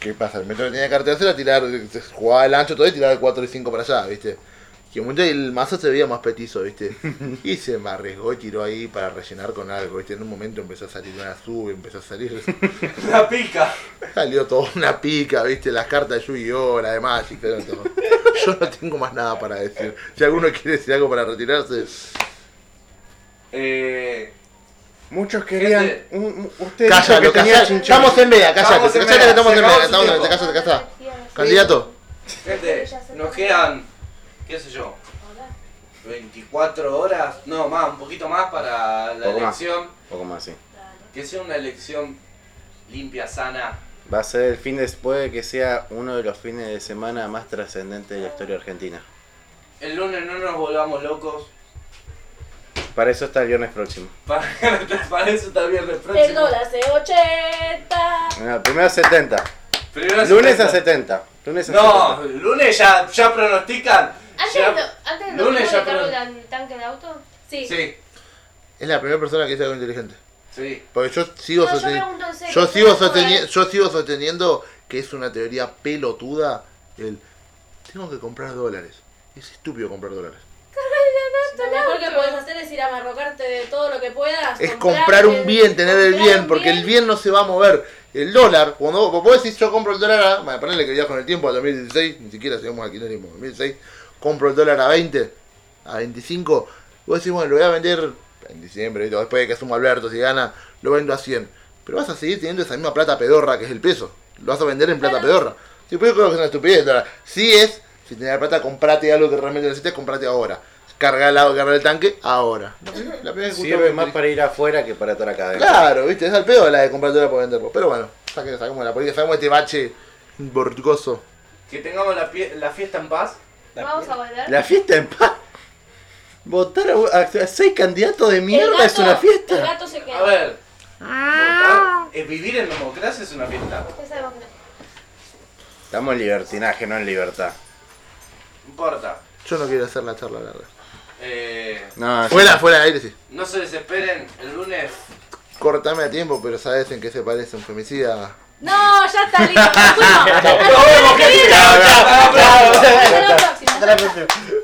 [SPEAKER 2] ¿Qué pasa? El metro que tenía que cartearse era tirar, se jugaba el ancho todo y tiraba el 4 y 5 para allá, viste. Y un momento el mazo se veía más petizo, viste. Y se me arriesgó y tiró ahí para rellenar con algo, viste. En un momento empezó a salir una sub, empezó a salir.
[SPEAKER 1] La pica.
[SPEAKER 2] Salió toda una pica, viste, las cartas de Yu-Gi-Oh, la de Magic, pero todo. Yo no tengo más nada para decir. Si alguno quiere decir algo para retirarse,
[SPEAKER 1] Eh,
[SPEAKER 7] Muchos querían.
[SPEAKER 1] Gente.
[SPEAKER 7] Un, un- usted dijo
[SPEAKER 2] cállalo,
[SPEAKER 7] que tenía
[SPEAKER 2] cállalo.
[SPEAKER 7] chinchón.
[SPEAKER 2] Estamos en veda,
[SPEAKER 1] Estamos
[SPEAKER 2] cállate,
[SPEAKER 1] en
[SPEAKER 2] cállate que
[SPEAKER 1] veda,
[SPEAKER 2] estamos
[SPEAKER 1] se
[SPEAKER 2] en
[SPEAKER 1] acabó
[SPEAKER 2] veda,
[SPEAKER 1] su
[SPEAKER 2] estamos en veda,
[SPEAKER 1] tiempo.
[SPEAKER 2] cállate, cállate. Candidato.
[SPEAKER 1] gente, nos quedan, qué sé yo, 24 horas, no más, un poquito más para la
[SPEAKER 7] Poco más.
[SPEAKER 1] elección.
[SPEAKER 7] Un poco más, sí.
[SPEAKER 1] Que sea una elección limpia, sana.
[SPEAKER 7] Va a ser el fin de. Puede que sea uno de los fines de semana más trascendentes de la historia argentina.
[SPEAKER 1] El lunes no nos volvamos locos.
[SPEAKER 7] Para eso está el viernes próximo.
[SPEAKER 1] Para, para eso está el viernes
[SPEAKER 5] El
[SPEAKER 1] próximo.
[SPEAKER 5] dólar se 80.
[SPEAKER 7] Bueno, primero 70.
[SPEAKER 1] Primero
[SPEAKER 7] Lunes a
[SPEAKER 1] setenta.
[SPEAKER 7] 70. Lunes a 70.
[SPEAKER 1] No, lunes ya, ya pronostican.
[SPEAKER 13] Antes,
[SPEAKER 1] Ya-
[SPEAKER 13] de, antes de
[SPEAKER 1] lunes ya
[SPEAKER 13] cargo
[SPEAKER 1] pro-
[SPEAKER 13] el tanque de auto.
[SPEAKER 5] Sí.
[SPEAKER 1] Sí,
[SPEAKER 2] Es la primera persona que dice algo inteligente.
[SPEAKER 1] sí.
[SPEAKER 2] Porque yo sigo
[SPEAKER 13] No, yo
[SPEAKER 2] sosteniendo.
[SPEAKER 13] pregunto en serio,
[SPEAKER 2] Yo
[SPEAKER 13] ¿cómo
[SPEAKER 2] sigo
[SPEAKER 13] fue?
[SPEAKER 2] sosteniendo. Yo sigo sosteniendo que es una teoría pelotuda el tengo que comprar dólares. Es estúpido comprar dólares.
[SPEAKER 5] Lo mejor que puedes hacer es ir a marrocarte de todo lo que puedas.
[SPEAKER 2] Es comprar un
[SPEAKER 5] el-
[SPEAKER 2] bien, tener el
[SPEAKER 5] comprar
[SPEAKER 2] bien,
[SPEAKER 5] un
[SPEAKER 2] porque el bien no se va a mover. El dólar, cuando vos- vos decís yo compro el dólar a, bueno, ponele que ya con el tiempo, a 2016, ni siquiera llegamos al kirchnerismo, 2016, compro el dólar a 20, a 25, vos decís, bueno, lo voy a vender en diciembre, ¿viste? después de que asuma Alberto, si gana, lo vendo a 100. Pero vas a seguir teniendo esa misma plata pedorra que es el peso. Lo vas a vender en plata pedorra. Si puedo creo que es una estupidez el dólar. Si es, si tenés la plata, comprate algo que realmente necesites, comprate ahora. Carga el, carga el tanque ahora. La primera- la primera que escucho
[SPEAKER 7] Sirve
[SPEAKER 2] que-
[SPEAKER 7] más para ir afuera que para estar acá adentro.
[SPEAKER 2] Claro, viste, es al pedo la de comprar dólar por venderlo. Pero bueno, saque- saquemos la política, saquemos este bache borgoso.
[SPEAKER 1] Que tengamos la, pie- la fiesta en paz.
[SPEAKER 13] Vamos a volver.
[SPEAKER 7] La fiesta en paz. Votar a, a- a seis candidatos de
[SPEAKER 5] bien. El
[SPEAKER 7] mierda es
[SPEAKER 5] gato-
[SPEAKER 7] una
[SPEAKER 5] El
[SPEAKER 7] fiesta.
[SPEAKER 5] gato se
[SPEAKER 1] A
[SPEAKER 5] queda.
[SPEAKER 1] ver, votar, eh, vivir en democracia es una fiesta.
[SPEAKER 13] Ya sabemos que no.
[SPEAKER 7] Estamos en libertinaje, no en libertad.
[SPEAKER 1] No importa.
[SPEAKER 2] Yo no quiero hacer la charla larga.
[SPEAKER 1] Eh,
[SPEAKER 7] No,
[SPEAKER 2] Fuera, fuera de aire, sí.
[SPEAKER 1] no se desesperen, el lunes
[SPEAKER 2] Cortame a tiempo, pero sabes en qué se parece un femicida.
[SPEAKER 5] No, ya está listo. Nos fuimos.
[SPEAKER 2] Chao,
[SPEAKER 5] Hasta la
[SPEAKER 2] chao,
[SPEAKER 5] semana que viene.
[SPEAKER 2] chao, chao.
[SPEAKER 5] Hasta la próxima. ya está.
[SPEAKER 7] yo-